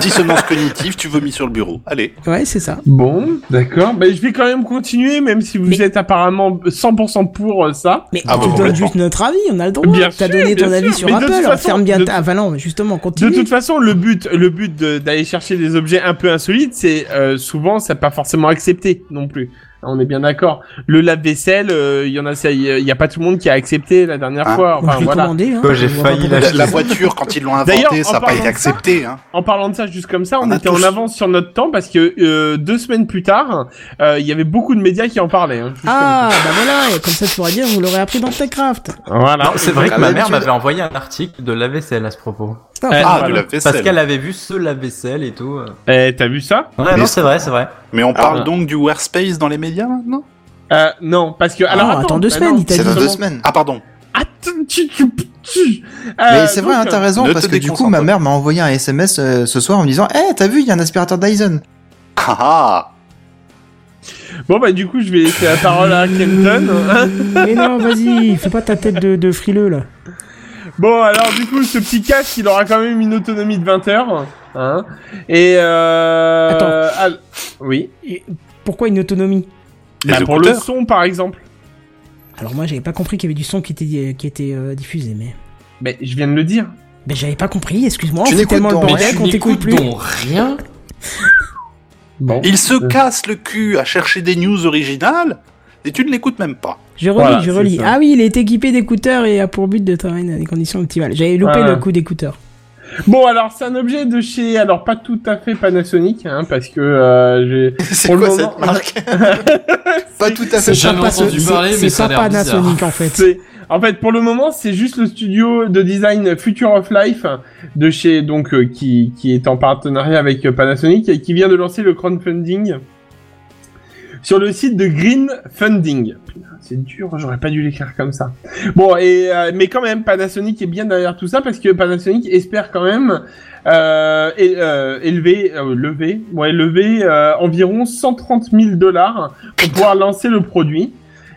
Speaker 4: Dissonance cognitive, tu vomis sur le bureau. Allez.
Speaker 1: Ouais, c'est ça.
Speaker 6: Bon, d'accord. Bah, je vais quand même continuer, même si vous
Speaker 1: Mais-
Speaker 6: êtes apparemment 100% pour euh, ça.
Speaker 1: Mais
Speaker 4: Ah
Speaker 1: on
Speaker 4: bah,
Speaker 1: te donne
Speaker 4: complètement.
Speaker 1: juste notre avis, on a le droit.
Speaker 6: Bien
Speaker 1: T'as
Speaker 6: sûr,
Speaker 1: donné ton
Speaker 6: bien
Speaker 1: avis
Speaker 6: sûr,
Speaker 1: sur
Speaker 6: mais de
Speaker 1: Apple,
Speaker 6: toute façon,
Speaker 1: ferme bien
Speaker 6: de-
Speaker 1: ta. Ah bah non, justement,
Speaker 6: De
Speaker 1: continue.
Speaker 6: toute façon, le but, le but de- d'aller chercher des objets un peu insolites, c'est euh, souvent, ça pas forcément accepté non plus. Hein, On est bien d'accord. Le lave-vaisselle, euh, il y en a, ça, il y a- il y a pas tout le monde qui a accepté la dernière
Speaker 4: Ah.
Speaker 6: fois.
Speaker 1: Moi,
Speaker 6: Enfin
Speaker 1: je l'ai
Speaker 6: voilà.
Speaker 1: commandé. Hein,
Speaker 7: Quoi, j'ai
Speaker 1: on va pas
Speaker 7: failli
Speaker 1: parler.
Speaker 7: lâcher.
Speaker 4: La, la voiture quand ils l'ont inventée,
Speaker 6: D'ailleurs, en
Speaker 4: ça n'a pas
Speaker 6: parlant
Speaker 4: été
Speaker 6: de
Speaker 4: accepté. Hein.
Speaker 6: En parlant de ça, juste comme ça, on,
Speaker 4: On a
Speaker 6: était
Speaker 4: tous-
Speaker 6: en avance sur notre temps parce que euh, deux semaines plus tard, euh, il y avait beaucoup de médias qui en parlaient. hein, justement.
Speaker 1: Ah bah voilà, et comme ça tu pourras dire, vous l'aurez appris dans TechCraft.
Speaker 6: voilà.
Speaker 7: Non, c'est vrai que ma mère
Speaker 10: d'habitude-
Speaker 7: m'avait envoyé un article de lave-vaisselle à ce propos.
Speaker 1: Ah,
Speaker 6: Eh,
Speaker 4: Ah,
Speaker 6: voilà.
Speaker 4: de la vaisselle.
Speaker 7: Parce qu'elle avait vu ce lave-vaisselle et tout. euh.
Speaker 6: Eh, t'as vu ça
Speaker 7: Ouais,
Speaker 4: Mais-
Speaker 7: non, c'est vrai, c'est vrai.
Speaker 4: Mais on parle
Speaker 6: Ah.
Speaker 4: donc du Workspace dans les médias maintenant
Speaker 6: euh, Non, parce que alors
Speaker 1: Ah, attends, deux
Speaker 6: bah
Speaker 1: semaines,
Speaker 6: non.
Speaker 1: il t'a
Speaker 10: C'est
Speaker 1: dit.
Speaker 10: dans deux
Speaker 6: justement-
Speaker 10: semaines.
Speaker 4: Ah pardon.
Speaker 6: Attends, tu- tu- tu-
Speaker 10: Mais
Speaker 6: Euh,
Speaker 10: c'est vrai,
Speaker 6: donc,
Speaker 10: hein, t'as raison,
Speaker 4: ne
Speaker 10: parce
Speaker 4: te
Speaker 10: que du coup, ma
Speaker 4: déconcentre
Speaker 10: mère m'a envoyé un SMS euh, ce soir en me disant Eh, t'as vu, il y a un aspirateur Dyson
Speaker 4: Ah, ah.
Speaker 6: Bon bah du coup je vais laisser la parole à Kenton. hein.
Speaker 1: Mais non, vas-y, fais pas ta tête de, de frileux là.
Speaker 6: Bon alors du coup ce petit casque il aura quand même une autonomie de 20 heures. Hein. Et euh...
Speaker 1: Attends.
Speaker 6: al- Oui.
Speaker 1: Et pourquoi une autonomie
Speaker 4: Les
Speaker 6: Bah, pour le
Speaker 4: écouteurs.
Speaker 6: son par exemple.
Speaker 1: Alors moi j'avais pas compris qu'il y avait du son qui était, qui était euh, diffusé, mais.
Speaker 6: Mais je viens de le dire.
Speaker 1: Mais j'avais pas compris, excuse-moi, on
Speaker 10: Tu
Speaker 1: fout
Speaker 10: n'écoutes
Speaker 1: tellement le
Speaker 10: donc.
Speaker 5: Mais
Speaker 1: bordel
Speaker 5: tu
Speaker 1: qu'on t'écoute plus.
Speaker 5: n'écoutes donc rien.
Speaker 6: Bon.
Speaker 4: Ils se cassent le cul à chercher des news originales et tu ne l'écoutes même pas.
Speaker 1: Je relis,
Speaker 6: Voilà,
Speaker 1: je
Speaker 6: c'est
Speaker 1: relis.
Speaker 6: ça.
Speaker 1: Ah oui, il est équipé d'écouteurs et a pour but de travailler dans des conditions optimales. J'avais loupé
Speaker 6: Voilà.
Speaker 1: le coup d'écouteurs.
Speaker 6: Bon alors c'est un objet de chez alors pas tout à fait Panasonic hein, parce que euh, j'ai
Speaker 10: C'est
Speaker 6: Pour le
Speaker 10: quoi
Speaker 6: moment-
Speaker 10: cette marque Pas tout à
Speaker 5: C'est
Speaker 10: fait.
Speaker 5: jamais
Speaker 1: pas ce-
Speaker 5: entendu
Speaker 1: c'est-
Speaker 5: parler, mais
Speaker 1: c'est
Speaker 5: ça a
Speaker 1: pas
Speaker 5: l'air bizarre.
Speaker 1: Panasonic en fait.
Speaker 6: C'est- en fait pour le moment c'est juste le studio de design Future of Life de chez donc euh, qui qui est en partenariat avec euh, Panasonic et qui vient de lancer le crowdfunding sur le site de Green Funding. Putain, C'est dur, j'aurais pas dû l'écrire comme ça. Bon, et euh, mais quand même, Panasonic est bien derrière tout ça parce que Panasonic espère quand même euh, é- euh, élever, euh, lever, ouais, lever euh, environ 130 000 dollars pour pouvoir lancer le produit.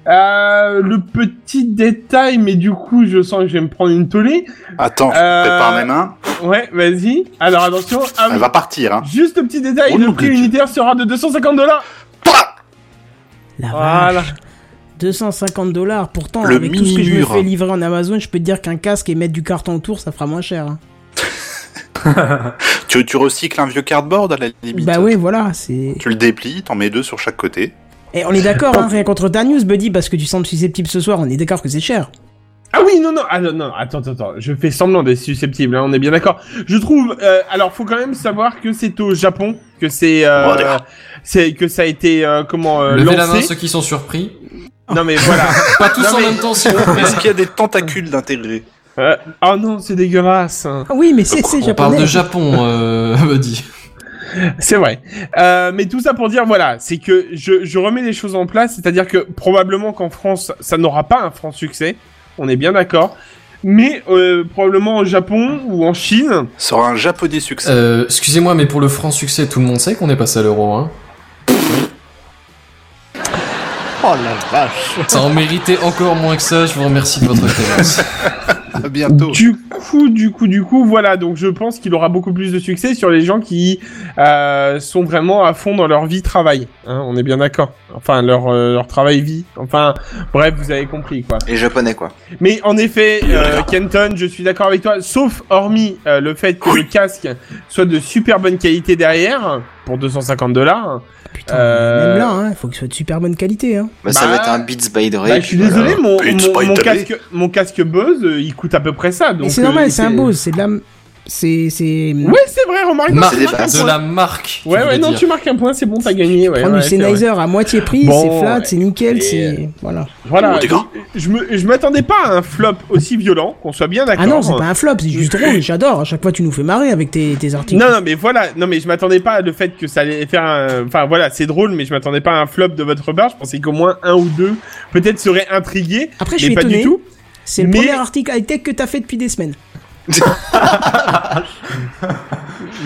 Speaker 6: Euh, le petit détail, mais du coup, je sens que je vais me prendre une tollée.
Speaker 4: Attends,
Speaker 6: Euh,
Speaker 4: prépare mes mains.
Speaker 6: Ouais, vas-y. Alors attention, ah oui,
Speaker 4: Elle va partir. Hein.
Speaker 6: juste le petit détail,
Speaker 4: Oh,
Speaker 6: le
Speaker 4: non,
Speaker 6: prix
Speaker 4: Dieu.
Speaker 6: unitaire sera de 250 dollars.
Speaker 1: La
Speaker 5: Ah,
Speaker 6: Voilà.
Speaker 1: vache. 250 dollars. Pourtant,
Speaker 4: Le
Speaker 1: avec tout ce que je me
Speaker 4: mini-mur.
Speaker 1: fais livrer en Amazon, je peux te dire qu'un casque et mettre du carton autour, ça fera moins cher. hein.
Speaker 4: Tu, tu recycles un vieux cardboard à la limite.
Speaker 1: Bah ouais, voilà, c'est.
Speaker 4: Tu le déplies, t'en mets deux sur chaque côté.
Speaker 1: Et on est d'accord, hein, rien contre ta news, Buddy, parce que tu sembles susceptible ce soir, on est d'accord que c'est cher.
Speaker 6: Ah oui, non, non, ah, non, non, attends, attends, attends, je fais semblant d'être susceptible, hein, on est bien d'accord. Je trouve, euh, alors faut quand même savoir que c'est au Japon, que c'est, euh,
Speaker 4: Voilà.
Speaker 6: c'est que ça a été, euh, comment, euh,
Speaker 5: Levez la main
Speaker 6: lancé.
Speaker 5: ceux qui sont surpris.
Speaker 6: Non mais voilà.
Speaker 5: Pas tous
Speaker 6: Non,
Speaker 5: en
Speaker 6: mais-
Speaker 5: même temps, s'il vous plaît.
Speaker 4: Est-ce qu'il y a des tentacules d'intégrer
Speaker 6: Euh, oh non, c'est dégueulasse. hein.
Speaker 1: Ah oui, mais c'est c'est
Speaker 5: On parle
Speaker 1: japonais.
Speaker 5: de Japon, euh, Buddy.
Speaker 6: C'est vrai. Euh, mais tout ça pour dire, voilà, c'est que je, je remets les choses en place, c'est-à-dire que probablement qu'en France, ça n'aura pas un franc succès, on est bien d'accord, mais euh, probablement au Japon ou en Chine,
Speaker 4: Sera un japonais succès.
Speaker 5: Euh, Excusez-moi, mais pour le franc succès, tout le monde sait qu'on est passé à l'euro, hein.
Speaker 10: Oh la vache
Speaker 5: Ça en méritait encore moins que ça, je vous remercie de votre clémence.
Speaker 4: À bientôt.
Speaker 6: Euh, du coup, du coup, du coup, voilà, donc je pense qu'il aura beaucoup plus de succès sur les gens qui euh, sont vraiment à fond dans leur vie travail, hein, on est bien d'accord, enfin leur, euh, leur travail vie, enfin bref, vous avez compris quoi.
Speaker 10: Les japonais, quoi.
Speaker 6: Mais en effet, euh, Kenton, je suis d'accord avec toi, sauf hormis euh, le fait que le casque soit de super bonne qualité derrière, pour 250 dollars.
Speaker 1: Ah, Putain,
Speaker 6: Euh,
Speaker 1: même là, hein, faut que ce soit de super bonne qualité. Hein.
Speaker 10: Bah, ça
Speaker 6: Bah,
Speaker 10: va être un Beats by Dre.
Speaker 6: Bah, je suis
Speaker 10: puis voilà.
Speaker 6: désolé, mon,
Speaker 4: Et it's
Speaker 6: mon-
Speaker 4: pas
Speaker 6: mon
Speaker 4: italien.
Speaker 6: casque, mon casque Buzz, euh, il coûte à peu près ça.
Speaker 1: Mais
Speaker 6: donc,
Speaker 1: c'est
Speaker 6: euh,
Speaker 1: normal, c'est un Bose, c'est de la. C'est. c'est...
Speaker 6: Ouais, c'est vrai, remarque.
Speaker 5: Marque
Speaker 10: c'est des bases.
Speaker 5: de la marque. tu
Speaker 6: Ouais, ouais,
Speaker 5: voulais
Speaker 6: non,
Speaker 5: dire.
Speaker 6: tu marques un point, c'est bon, t'as gagné. Ouais,
Speaker 1: Prendre
Speaker 6: ouais,
Speaker 1: du
Speaker 6: c'est vrai.
Speaker 1: Sennheiser à moitié prix,
Speaker 6: Bon,
Speaker 1: c'est flat,
Speaker 6: ouais.
Speaker 1: c'est nickel,
Speaker 6: Et- euh,
Speaker 1: c'est. Voilà.
Speaker 6: Voilà.
Speaker 4: Oh, des gars.
Speaker 6: je me- je m'attendais pas à un flop aussi violent, qu'on soit bien d'accord. hein.
Speaker 1: Ah non, c'est pas un flop, c'est juste drôle, j'adore. À chaque fois, tu nous fais marrer avec tes, tes articles.
Speaker 6: Non, non, mais voilà, non, mais je m'attendais pas à le fait que ça allait faire un. Enfin, voilà, c'est drôle, mais je m'attendais pas à un flop de votre part. Je pensais qu'au moins un ou deux, peut-être, seraient intrigués.
Speaker 1: Après, je
Speaker 6: mais
Speaker 1: suis
Speaker 6: pas
Speaker 1: étonné.
Speaker 6: du tout.
Speaker 1: C'est le
Speaker 6: mais-
Speaker 1: premier article high-tech que t'as fait depuis des semaines.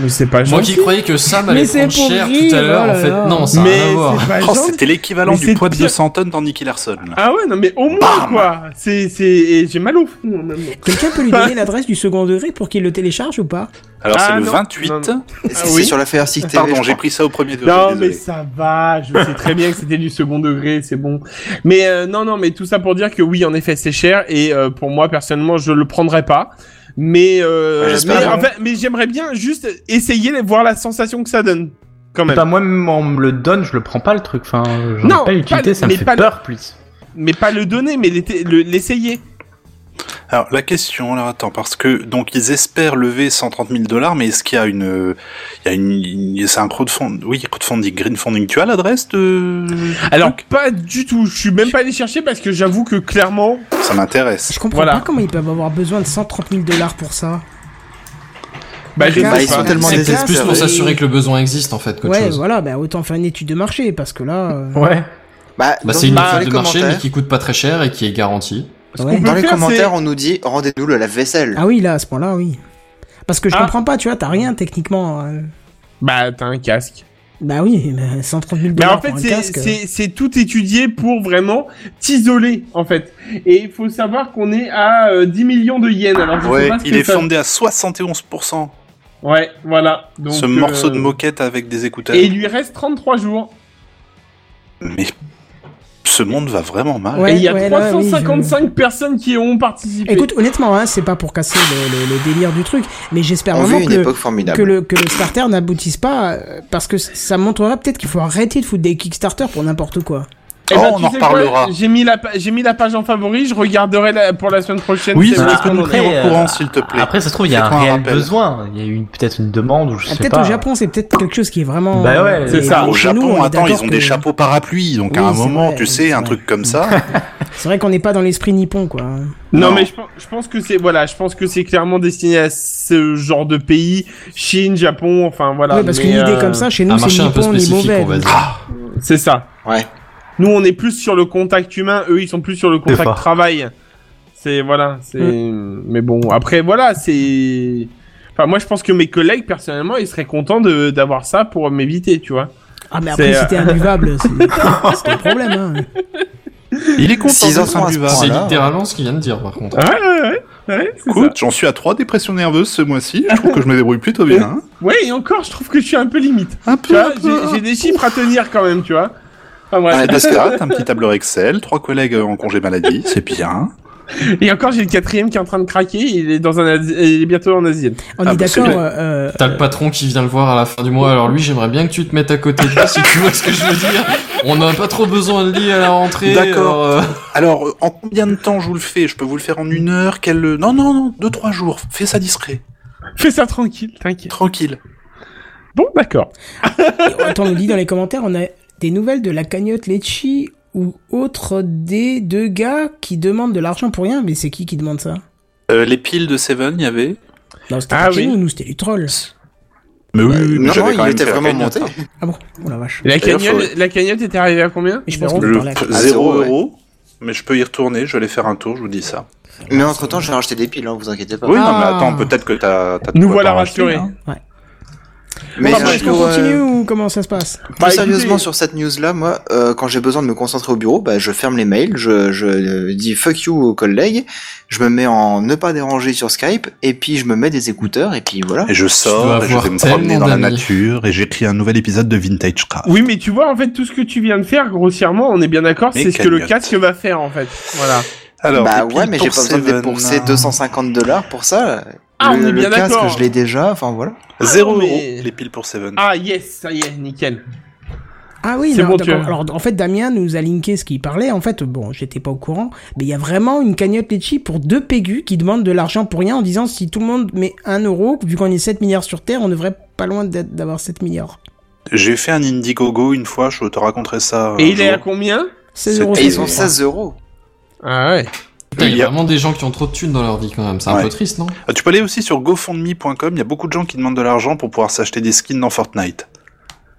Speaker 6: Mais c'est pas
Speaker 5: Moi qui croyais que Sam allait
Speaker 1: Mais c'est
Speaker 5: prendre
Speaker 1: pour
Speaker 5: cher
Speaker 1: rire,
Speaker 5: tout à l'heure,
Speaker 1: oh
Speaker 5: en
Speaker 1: là
Speaker 5: fait,
Speaker 1: là.
Speaker 5: non, ça n'a rien à
Speaker 6: Mais
Speaker 5: voir.
Speaker 6: c'est pas
Speaker 4: Oh,
Speaker 6: gentil.
Speaker 4: c'était l'équivalent
Speaker 6: mais
Speaker 4: du
Speaker 6: c'est
Speaker 4: poids de
Speaker 6: pire.
Speaker 4: 200 tonnes dans Nicky Larson. là.
Speaker 6: Ah ouais, non, mais au moins, quoi. C'est, c'est, et j'ai mal au fond. en même temps.
Speaker 1: Quelqu'un peut lui donner l'adresse du second degré pour qu'il le télécharge ou pas
Speaker 4: Alors
Speaker 6: Ah,
Speaker 4: c'est le
Speaker 6: non.
Speaker 4: 28.
Speaker 6: Non, non.
Speaker 10: C'est c'est
Speaker 6: oui.
Speaker 10: sur l'affaire Six TV. je
Speaker 4: Pardon,
Speaker 10: crois.
Speaker 4: j'ai pris ça au premier degré.
Speaker 6: Non, mais
Speaker 4: désolé.
Speaker 6: ça va, je sais très bien que c'était du second degré, c'est bon. Mais euh, non, non, mais tout ça pour dire que oui, en effet, c'est cher, et euh, pour moi, personnellement, je le prendrais pas. Mais, euh,
Speaker 10: Ouais, j'espère
Speaker 6: mais,
Speaker 10: bien.
Speaker 6: en fait, mais j'aimerais bien juste essayer de voir la sensation que ça donne, quand même.
Speaker 7: Bah, moi, même on me le donne, je le prends pas le truc. Enfin, j'en
Speaker 6: Non,
Speaker 7: ai pas l'utilité,
Speaker 6: pas-
Speaker 7: ça me
Speaker 6: mais
Speaker 7: fait
Speaker 6: pas le-
Speaker 7: peur plus.
Speaker 6: Mais pas le donner, mais l'été- le- l'essayer.
Speaker 4: Alors la question, alors attends, parce que donc ils espèrent lever 130 000 dollars, mais est-ce qu'il y a une, euh, il y a une, c'est un crowdfunding, oui crowdfunding, greenfunding. Tu as l'adresse de
Speaker 6: Alors, pas du tout, je suis même pas allé chercher parce que j'avoue que clairement,
Speaker 4: Ça m'intéresse.
Speaker 1: Je comprends
Speaker 6: Voilà.
Speaker 1: pas comment ils peuvent avoir besoin de 130 000 dollars pour ça.
Speaker 6: bah, je
Speaker 1: Bah,
Speaker 6: sais
Speaker 10: ils sont
Speaker 6: pas.
Speaker 10: tellement
Speaker 5: C'est peut-être
Speaker 10: désespérés.
Speaker 5: plus pour s'assurer que le besoin existe, en fait, qu'autre
Speaker 1: Ouais,
Speaker 5: chose.
Speaker 1: voilà, bah autant faire une étude de marché parce que là. euh,
Speaker 7: Ouais.
Speaker 10: Bah,
Speaker 5: Bah,
Speaker 10: dans-
Speaker 5: c'est une
Speaker 10: dans
Speaker 5: étude
Speaker 10: les
Speaker 5: de marché, mais
Speaker 10: commentaires-
Speaker 5: qui coûte pas très cher et qui est garantie.
Speaker 1: ouais.
Speaker 6: qu'on peut
Speaker 10: Dans les
Speaker 6: faire, c'est-
Speaker 10: commentaires, on nous dit rendez-nous le lave-vaisselle.
Speaker 1: Ah oui, là, à ce point-là, oui. Parce que je
Speaker 6: Ah.
Speaker 1: comprends pas, tu vois, t'as rien techniquement. euh.
Speaker 6: Bah, t'as un casque.
Speaker 1: Bah oui, mais 130 000
Speaker 6: Mais
Speaker 1: dollars
Speaker 6: en fait,
Speaker 1: pour un
Speaker 6: c'est-
Speaker 1: casque.
Speaker 6: c'est c'est tout étudié pour vraiment t'isoler, en fait. Et il faut savoir qu'on est à euh, 10 millions de yens. Alors, je sais
Speaker 4: Ouais,
Speaker 6: pas ce
Speaker 4: il
Speaker 6: que
Speaker 4: est
Speaker 6: ça-
Speaker 4: fondé à 71%.
Speaker 6: Ouais, voilà. Donc,
Speaker 4: ce
Speaker 6: euh,
Speaker 4: morceau de moquette avec des écouteurs.
Speaker 6: Et il lui reste 33 jours.
Speaker 4: Mais ce monde va vraiment mal.
Speaker 1: Ouais,
Speaker 6: et il y a
Speaker 1: ouais, là, oui, je-
Speaker 6: 355 personnes qui ont participé.
Speaker 1: Écoute, honnêtement, hein, c'est pas pour casser le, le- le délire du truc, mais j'espère
Speaker 10: On
Speaker 1: vraiment
Speaker 10: vit une
Speaker 1: que le,
Speaker 10: époque
Speaker 1: que,
Speaker 10: formidable.
Speaker 1: le, que le starter n'aboutisse pas, euh, parce que c- ça montrera peut-être qu'il faut arrêter de foutre des Kickstarter pour n'importe quoi.
Speaker 6: Eh ben,
Speaker 4: Oh,
Speaker 6: tu
Speaker 4: on en
Speaker 6: sais quoi,
Speaker 4: reparlera.
Speaker 6: J'ai mis, la pa- j'ai mis la page en favori, je regarderai la- pour la semaine prochaine.
Speaker 4: Oui,
Speaker 6: c'est
Speaker 4: ça
Speaker 6: vrai
Speaker 4: va.
Speaker 6: qu'on en est.
Speaker 4: Après, au courant, s'il te plaît.
Speaker 7: Après, ça se trouve, il y a un
Speaker 4: Fais-toi un
Speaker 7: réel
Speaker 4: rappel.
Speaker 7: besoin. Il y a eu une- peut-être une demande ou je
Speaker 1: Ah,
Speaker 7: sais
Speaker 1: peut-être
Speaker 7: pas.
Speaker 1: au Japon, c'est peut-être quelque chose qui est vraiment.
Speaker 7: Bah ouais,
Speaker 1: euh,
Speaker 6: c'est ça.
Speaker 1: chez
Speaker 4: Au Japon,
Speaker 1: nous, on est
Speaker 4: attends, ils
Speaker 1: d'accord
Speaker 4: ont
Speaker 1: que-
Speaker 4: des chapeaux parapluies, donc à
Speaker 1: Oui,
Speaker 4: un
Speaker 1: c'est
Speaker 4: moment,
Speaker 1: vrai,
Speaker 4: tu
Speaker 1: c'est
Speaker 4: sais, un
Speaker 1: vrai.
Speaker 4: truc comme ça.
Speaker 1: C'est vrai qu'on n'est pas dans l'esprit nippon, quoi.
Speaker 6: Non,
Speaker 4: Non.
Speaker 6: mais je, pense- je pense que c'est voilà, je pense que c'est clairement destiné à ce genre de pays, Chine, Japon, enfin voilà.
Speaker 1: Ouais, parce
Speaker 6: mais,
Speaker 1: qu'une idée
Speaker 6: euh,
Speaker 1: comme ça, chez
Speaker 5: un
Speaker 1: nous, c'est
Speaker 5: marché un peu
Speaker 1: nippon ni
Speaker 5: spécifique,
Speaker 1: mauvais. Ah,
Speaker 5: on va dire.
Speaker 6: c'est ça.
Speaker 10: Ouais.
Speaker 6: Nous, on est plus sur le contact humain, eux, ils sont plus sur le contact
Speaker 7: fort.
Speaker 6: travail. C'est voilà, c'est. Mais bon, après voilà, c'est. Enfin, moi, je pense que mes collègues, personnellement, ils seraient contents de d'avoir ça pour m'éviter, tu vois.
Speaker 1: Ah, mais après,
Speaker 6: C'est, euh,
Speaker 1: si t'es imbuvable, c'est c'est un problème, hein.
Speaker 4: Il est content
Speaker 10: S'ils en
Speaker 4: d'être
Speaker 10: sont à ce
Speaker 4: imbuvable.
Speaker 5: C'est
Speaker 10: point-là,
Speaker 5: littéralement ce qu'il vient de dire, par contre.
Speaker 6: Ouais, ouais, ouais. ouais c'est
Speaker 4: Écoute,
Speaker 6: ça.
Speaker 4: j'en suis à trois dépressions nerveuses ce mois-ci. Je trouve que je me débrouille plutôt bien. hein.
Speaker 6: Ouais, et encore, je trouve que je suis un peu limite.
Speaker 4: Un peu.
Speaker 6: Tu vois,
Speaker 4: un peu,
Speaker 6: j'ai-
Speaker 4: un
Speaker 6: j'ai des chiffres à tenir quand même, tu vois. Enfin, bref.
Speaker 4: Ouais, parce que t'as un petit tableur Excel, trois collègues en congé maladie, c'est bien.
Speaker 6: Et encore, j'ai le quatrième qui est en train de craquer. Il est dans un, asi- il est bientôt en Asie.
Speaker 1: On
Speaker 4: Ah,
Speaker 1: est
Speaker 4: bah, c'est
Speaker 1: d'accord.
Speaker 4: bien.
Speaker 1: euh,
Speaker 5: T'as le patron qui vient le voir à la fin du mois, alors lui, j'aimerais bien que tu te mettes à côté de lui, si tu vois ce que je veux dire. On n'a pas trop besoin de lui à la rentrée.
Speaker 4: D'accord.
Speaker 5: alors, euh,
Speaker 4: Alors, euh, en combien de temps je vous le fais Je peux vous le faire en une heure quelle... Non, non, non, deux, trois jours. Fais ça discret,
Speaker 6: Fais ça tranquille, t'inquiète.
Speaker 4: tranquille.
Speaker 6: Bon, d'accord.
Speaker 1: euh, attends, on nous dit dans les commentaires, on a des nouvelles de la cagnotte Lecci ou autre des deux gars qui demandent de l'argent pour rien. Mais c'est qui qui demande ça
Speaker 4: Euh, les piles de Seven, il y avait
Speaker 1: Non, c'était
Speaker 6: Ah
Speaker 1: pas chez
Speaker 6: oui.
Speaker 1: nous, nous, c'était les trolls.
Speaker 4: Mais oui,
Speaker 10: Euh,
Speaker 4: oui, mais
Speaker 10: non,
Speaker 4: j'avais
Speaker 10: non,
Speaker 4: quand
Speaker 10: il
Speaker 4: même
Speaker 10: était
Speaker 4: fait la
Speaker 10: vraiment
Speaker 4: cagnotte,
Speaker 10: monté.
Speaker 4: hein.
Speaker 1: Ah bon Oh la vache.
Speaker 6: La
Speaker 4: D'ailleurs,
Speaker 6: cagnotte,
Speaker 4: faut-
Speaker 6: la cagnotte était arrivée à combien
Speaker 1: Mais je pense
Speaker 6: Zéro.
Speaker 1: qu'on peut parler à-
Speaker 4: Le-
Speaker 10: Ah,
Speaker 4: Zéro
Speaker 10: zéro, ouais.
Speaker 4: euro, mais je peux y retourner, je vais aller faire un tour, je vous dis ça.
Speaker 10: Mais entre temps, j'ai racheté des piles, hein, vous inquiétez pas.
Speaker 4: Oui, non, mais
Speaker 1: Ah.
Speaker 4: attends, peut-être que t'as... t'as de
Speaker 6: Nous
Speaker 4: quoi
Speaker 6: voilà
Speaker 4: t'en racheter,
Speaker 6: rassurés.
Speaker 4: hein.
Speaker 10: Mais
Speaker 1: Pardon,
Speaker 10: euh,
Speaker 1: est-ce qu'on
Speaker 10: pour, euh,
Speaker 1: bah, continue ou comment ça se passe
Speaker 10: plus
Speaker 6: Bah, écoutez-
Speaker 10: sérieusement sur cette news là, moi, euh, quand j'ai besoin de me concentrer au bureau, bah, je ferme les mails, je, je euh, dis fuck you aux collègues, je me mets en ne pas déranger sur Skype, et puis je me mets des écouteurs, et puis voilà.
Speaker 4: Et je sors,
Speaker 5: dois
Speaker 4: et je
Speaker 5: avoir
Speaker 4: vais me promener
Speaker 5: tellement
Speaker 4: dans la
Speaker 5: d'amis.
Speaker 4: nature, et j'écris un nouvel épisode de Vintage Craft.
Speaker 6: Oui, mais tu vois, en fait, tout ce que tu viens de faire, grossièrement, on est bien d'accord,
Speaker 4: Mais Mm.
Speaker 6: c'est ce que le
Speaker 4: cagnotte.
Speaker 6: casque va faire, en fait. Voilà.
Speaker 4: Alors,
Speaker 10: bah
Speaker 4: les
Speaker 10: ouais,
Speaker 4: piles
Speaker 10: mais j'ai pas
Speaker 4: pour
Speaker 10: besoin de
Speaker 4: Seven,
Speaker 10: débourser
Speaker 4: hein.
Speaker 10: 250 dollars pour ça.
Speaker 6: Ah,
Speaker 10: le
Speaker 6: on est
Speaker 10: le
Speaker 6: bien
Speaker 10: casque,
Speaker 6: d'accord.
Speaker 10: je l'ai déjà, enfin voilà.
Speaker 4: Zéro euro,
Speaker 6: Ah, mais-
Speaker 4: les piles pour Seven.
Speaker 6: Ah, yes, ça y est, nickel.
Speaker 1: Ah oui,
Speaker 6: C'est
Speaker 1: non,
Speaker 6: bon,
Speaker 1: d'accord.
Speaker 6: tu as-
Speaker 1: alors en fait Damien nous a linké ce qu'il parlait. En fait, bon, j'étais pas au courant, mais il y a vraiment une cagnotte Litchi pour deux pégus qui demandent de l'argent pour rien en disant si tout le monde met un euro, vu qu'on est 7 milliards sur Terre, on devrait pas loin d'être- d'avoir 7 milliards.
Speaker 4: J'ai fait un Indiegogo une fois, je te raconterai ça. un
Speaker 6: Et il est
Speaker 4: jour.
Speaker 6: à combien
Speaker 1: 16
Speaker 4: C'est-
Speaker 1: euros.
Speaker 10: Et
Speaker 4: c'est
Speaker 10: ils ont
Speaker 4: bon.
Speaker 10: 16 euros.
Speaker 6: Ah ouais.
Speaker 5: Putain, il
Speaker 4: Il
Speaker 5: y
Speaker 4: y
Speaker 5: a
Speaker 4: a-
Speaker 5: vraiment des gens qui ont trop de thunes dans leur vie quand même. C'est un
Speaker 4: Ouais.
Speaker 5: peu triste, non
Speaker 4: Ah, tu peux aller aussi sur gofundme.com, il y a beaucoup de gens qui demandent de l'argent pour pouvoir s'acheter des skins dans Fortnite.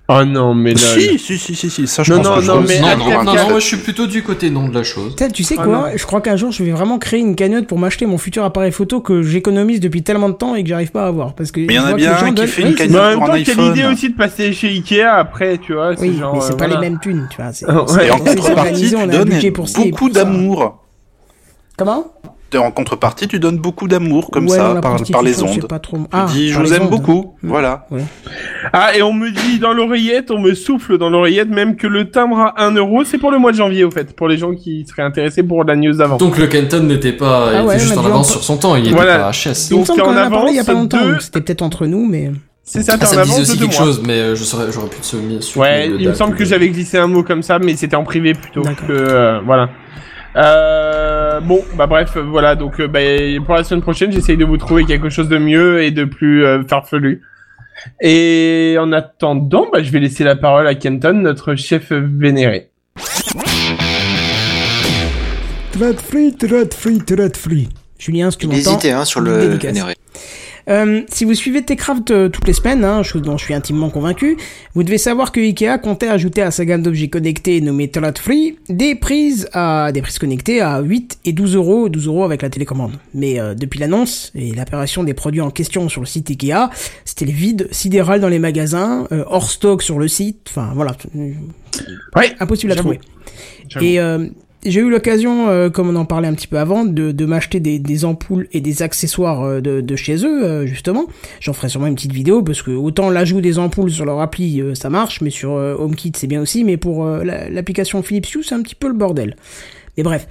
Speaker 6: Oh non, mais là.
Speaker 4: Si, si, si, si, si, ça je
Speaker 6: Non,
Speaker 4: pense
Speaker 6: non,
Speaker 4: que je
Speaker 6: non,
Speaker 4: vois.
Speaker 6: mais
Speaker 5: Non,
Speaker 6: à
Speaker 5: non,
Speaker 6: quelqu'un-
Speaker 5: non, non, moi je suis plutôt du côté non de la chose.
Speaker 1: Putain, tu sais
Speaker 6: Ah
Speaker 1: quoi Je crois qu'un jour, je vais vraiment créer une cagnotte pour m'acheter mon futur appareil photo que j'économise depuis tellement de temps et que j'arrive pas à avoir. Parce que
Speaker 4: Mais il y en
Speaker 1: je
Speaker 4: a
Speaker 1: vois que
Speaker 4: bien
Speaker 1: les gens
Speaker 4: un qui
Speaker 1: donnent-
Speaker 4: fait une
Speaker 1: Oui, c'est-
Speaker 6: Mais en
Speaker 4: cagnotte
Speaker 6: même
Speaker 4: pour un
Speaker 6: temps, quelle
Speaker 4: iPhone.
Speaker 6: idée aussi de passer chez Ikea après, tu vois.
Speaker 1: Oui,
Speaker 6: genre,
Speaker 1: mais c'est
Speaker 6: euh,
Speaker 1: pas
Speaker 6: voilà.
Speaker 1: les mêmes thunes, tu vois. c'est-
Speaker 6: Ah,
Speaker 1: c'est-
Speaker 6: ouais.
Speaker 4: Et en
Speaker 1: on s'est organisé,
Speaker 4: contrepartie,
Speaker 1: on a
Speaker 4: tu
Speaker 1: un budget
Speaker 4: donnes
Speaker 1: pour ci et
Speaker 4: beaucoup
Speaker 1: pour ça.
Speaker 4: d'amour.
Speaker 1: Comment
Speaker 4: En contrepartie, tu donnes beaucoup d'amour comme
Speaker 1: Ouais, non,
Speaker 4: ça
Speaker 1: la
Speaker 4: par, par les
Speaker 1: prostitution, c'est
Speaker 4: ondes.
Speaker 1: pas trop-
Speaker 4: Tu
Speaker 1: Ah,
Speaker 4: dis, je
Speaker 1: par
Speaker 4: vous
Speaker 1: les
Speaker 4: aime
Speaker 1: ondes. Mm.
Speaker 4: beaucoup. Voilà.
Speaker 6: Ah, et on me dit dans l'oreillette, on me souffle dans l'oreillette même que le timbre à 1 euro, c'est pour le mois de janvier, au fait, pour les gens qui seraient intéressés pour la news avant.
Speaker 5: Donc le Kenton n'était pas, il
Speaker 1: Ah
Speaker 5: était
Speaker 1: ouais,
Speaker 5: juste
Speaker 1: mais
Speaker 5: en
Speaker 1: dis
Speaker 5: avance
Speaker 1: donc.
Speaker 5: sur son temps, il était
Speaker 6: Voilà.
Speaker 5: pas HS.
Speaker 1: Il me
Speaker 6: Donc,
Speaker 1: semble
Speaker 6: t'es
Speaker 1: qu'on en
Speaker 6: en
Speaker 1: a parlé il y a
Speaker 6: avance
Speaker 1: pas longtemps,
Speaker 6: de-
Speaker 1: donc c'était peut-être entre nous, mais...
Speaker 6: C'est ça,
Speaker 5: Ah,
Speaker 6: t'es en
Speaker 5: ça me disait
Speaker 6: avance de
Speaker 5: aussi
Speaker 6: deux
Speaker 5: quelque
Speaker 6: mois.
Speaker 5: chose, mais euh, je saurais- j'aurais pu te souvenir.
Speaker 6: Ouais, il me semble que j'avais glissé un mot comme ça, mais c'était en privé plutôt
Speaker 1: D'accord.
Speaker 6: que euh, voilà. Euh, bon, bah bref, euh, voilà. Donc, euh, bah, pour la semaine prochaine, j'essaye de vous trouver quelque chose de mieux et de plus euh, farfelu. Et en attendant, bah, je vais laisser la parole à Kenton, notre chef vénéré.
Speaker 1: Trade free, trade free, trade free. Julien, ce que tu
Speaker 10: Il
Speaker 1: m'entends
Speaker 10: hésitait hein, sur le
Speaker 1: dédicace.
Speaker 10: vénéré.
Speaker 1: Euh, si vous suivez Techcraft euh, toutes les semaines, hein, chose dont je suis intimement convaincu, vous devez savoir que Ikea comptait ajouter à sa gamme d'objets connectés nommée Toilet Free des prises à des prises connectées à 8 et 12 euros, 12 euros avec la télécommande. Mais euh, depuis l'annonce et l'apparition des produits en question sur le site Ikea, c'était le vide sidéral dans les magasins, euh, hors stock sur le site. Enfin voilà, euh,
Speaker 6: Ouais,
Speaker 1: impossible à
Speaker 6: j'avoue.
Speaker 1: trouver. Et euh, j'ai eu l'occasion, euh, comme on en parlait un petit peu avant, de, de m'acheter des, des ampoules et des accessoires euh, de, de chez eux, euh, justement. J'en ferai sûrement une petite vidéo, parce que autant l'ajout des ampoules sur leur appli, euh, ça marche, mais sur euh, HomeKit, c'est bien aussi, mais pour euh, la- l'application Philips Hue, c'est un petit peu le bordel. Mais bref,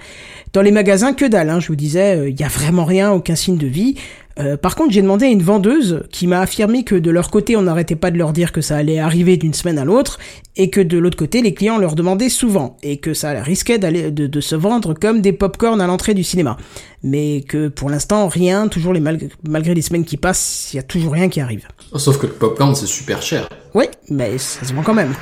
Speaker 1: dans les magasins, que dalle, hein, je vous disais, il n'y a vraiment rien, aucun signe de vie. Euh, par contre, j'ai demandé à une vendeuse qui m'a affirmé que de leur côté, on n'arrêtait pas de leur dire que ça allait arriver d'une semaine à l'autre et que de l'autre côté, les clients leur demandaient souvent et que ça risquait d'aller de, de se vendre comme des pop-corn à l'entrée du cinéma. Mais que pour l'instant, rien, toujours les malg- malgré les semaines qui passent, il y a toujours rien qui arrive.
Speaker 5: Oh, Sauf que le popcorn c'est super cher.
Speaker 1: Oui, mais ça se vend quand même.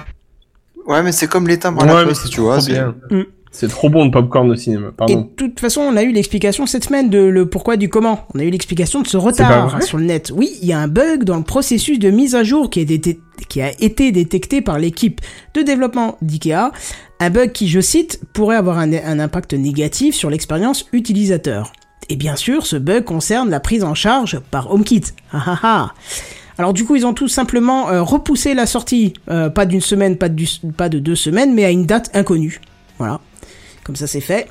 Speaker 10: Ouais, mais c'est comme les timbres à
Speaker 6: Ouais,
Speaker 10: la
Speaker 6: mais
Speaker 10: poste,
Speaker 6: c'est
Speaker 10: tu vois.
Speaker 6: trop
Speaker 10: c'est-
Speaker 6: bien.
Speaker 1: Mm.
Speaker 6: C'est trop bon le popcorn au cinéma.
Speaker 1: Et
Speaker 6: Pardon.
Speaker 1: de toute façon, on a eu l'explication cette semaine de le pourquoi du comment. On a eu l'explication de ce
Speaker 6: pas
Speaker 1: retard
Speaker 6: vrai
Speaker 1: sur le net. Oui, il y a un bug dans le processus de mise à jour qui a été, qui a été détecté par l'équipe de développement d'IKEA. Un bug qui, je cite, pourrait avoir un, un impact négatif sur l'expérience utilisateur. Et bien sûr, ce bug concerne la prise en charge par HomeKit. Ah ah ah. Alors du coup, ils ont tout simplement euh, repoussé la sortie, euh, pas d'une semaine, pas de, du- pas de deux semaines, mais à une date inconnue. Voilà, comme ça c'est fait.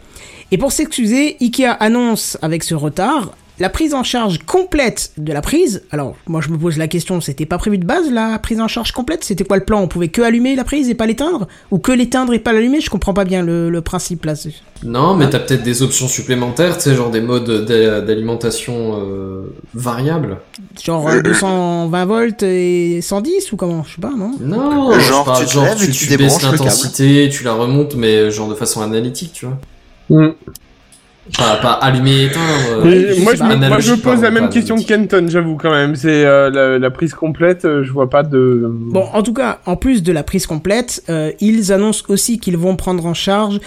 Speaker 1: Et pour s'excuser, Ikea annonce avec ce retard la prise en charge complète de la prise. Alors moi je me pose la question, c'était pas prévu de base la prise en charge complète C'était quoi le plan On pouvait que allumer la prise et pas l'éteindre Ou que l'éteindre et pas l'allumer Je comprends pas bien le, le principe là. c'est-
Speaker 5: Non,
Speaker 6: Hein
Speaker 5: mais t'as peut-être des options supplémentaires, tu sais, genre des modes d'a- d'alimentation euh, variables.
Speaker 1: Genre euh, 220 volts et 110 ou comment Je sais pas, non
Speaker 5: Non,
Speaker 10: Genre,
Speaker 5: je parle,
Speaker 10: tu te lèves et tu
Speaker 5: baisses
Speaker 10: débranches le câble.
Speaker 5: l'intensité, tu la remontes, mais genre de façon analytique, tu vois.
Speaker 6: Mm.
Speaker 5: Pas, pas allumer, éteindre.
Speaker 6: Mais
Speaker 5: euh,
Speaker 6: moi, je me, moi, je
Speaker 5: analogique,
Speaker 6: me pose la
Speaker 5: pardon,
Speaker 6: même
Speaker 5: pas
Speaker 6: question que
Speaker 5: analytique.
Speaker 6: Kenton, j'avoue quand même. C'est euh, la, la prise complète, euh, je vois pas de.
Speaker 1: Bon, en tout cas, en plus de la prise complète, euh, ils annoncent aussi qu'ils vont prendre en charge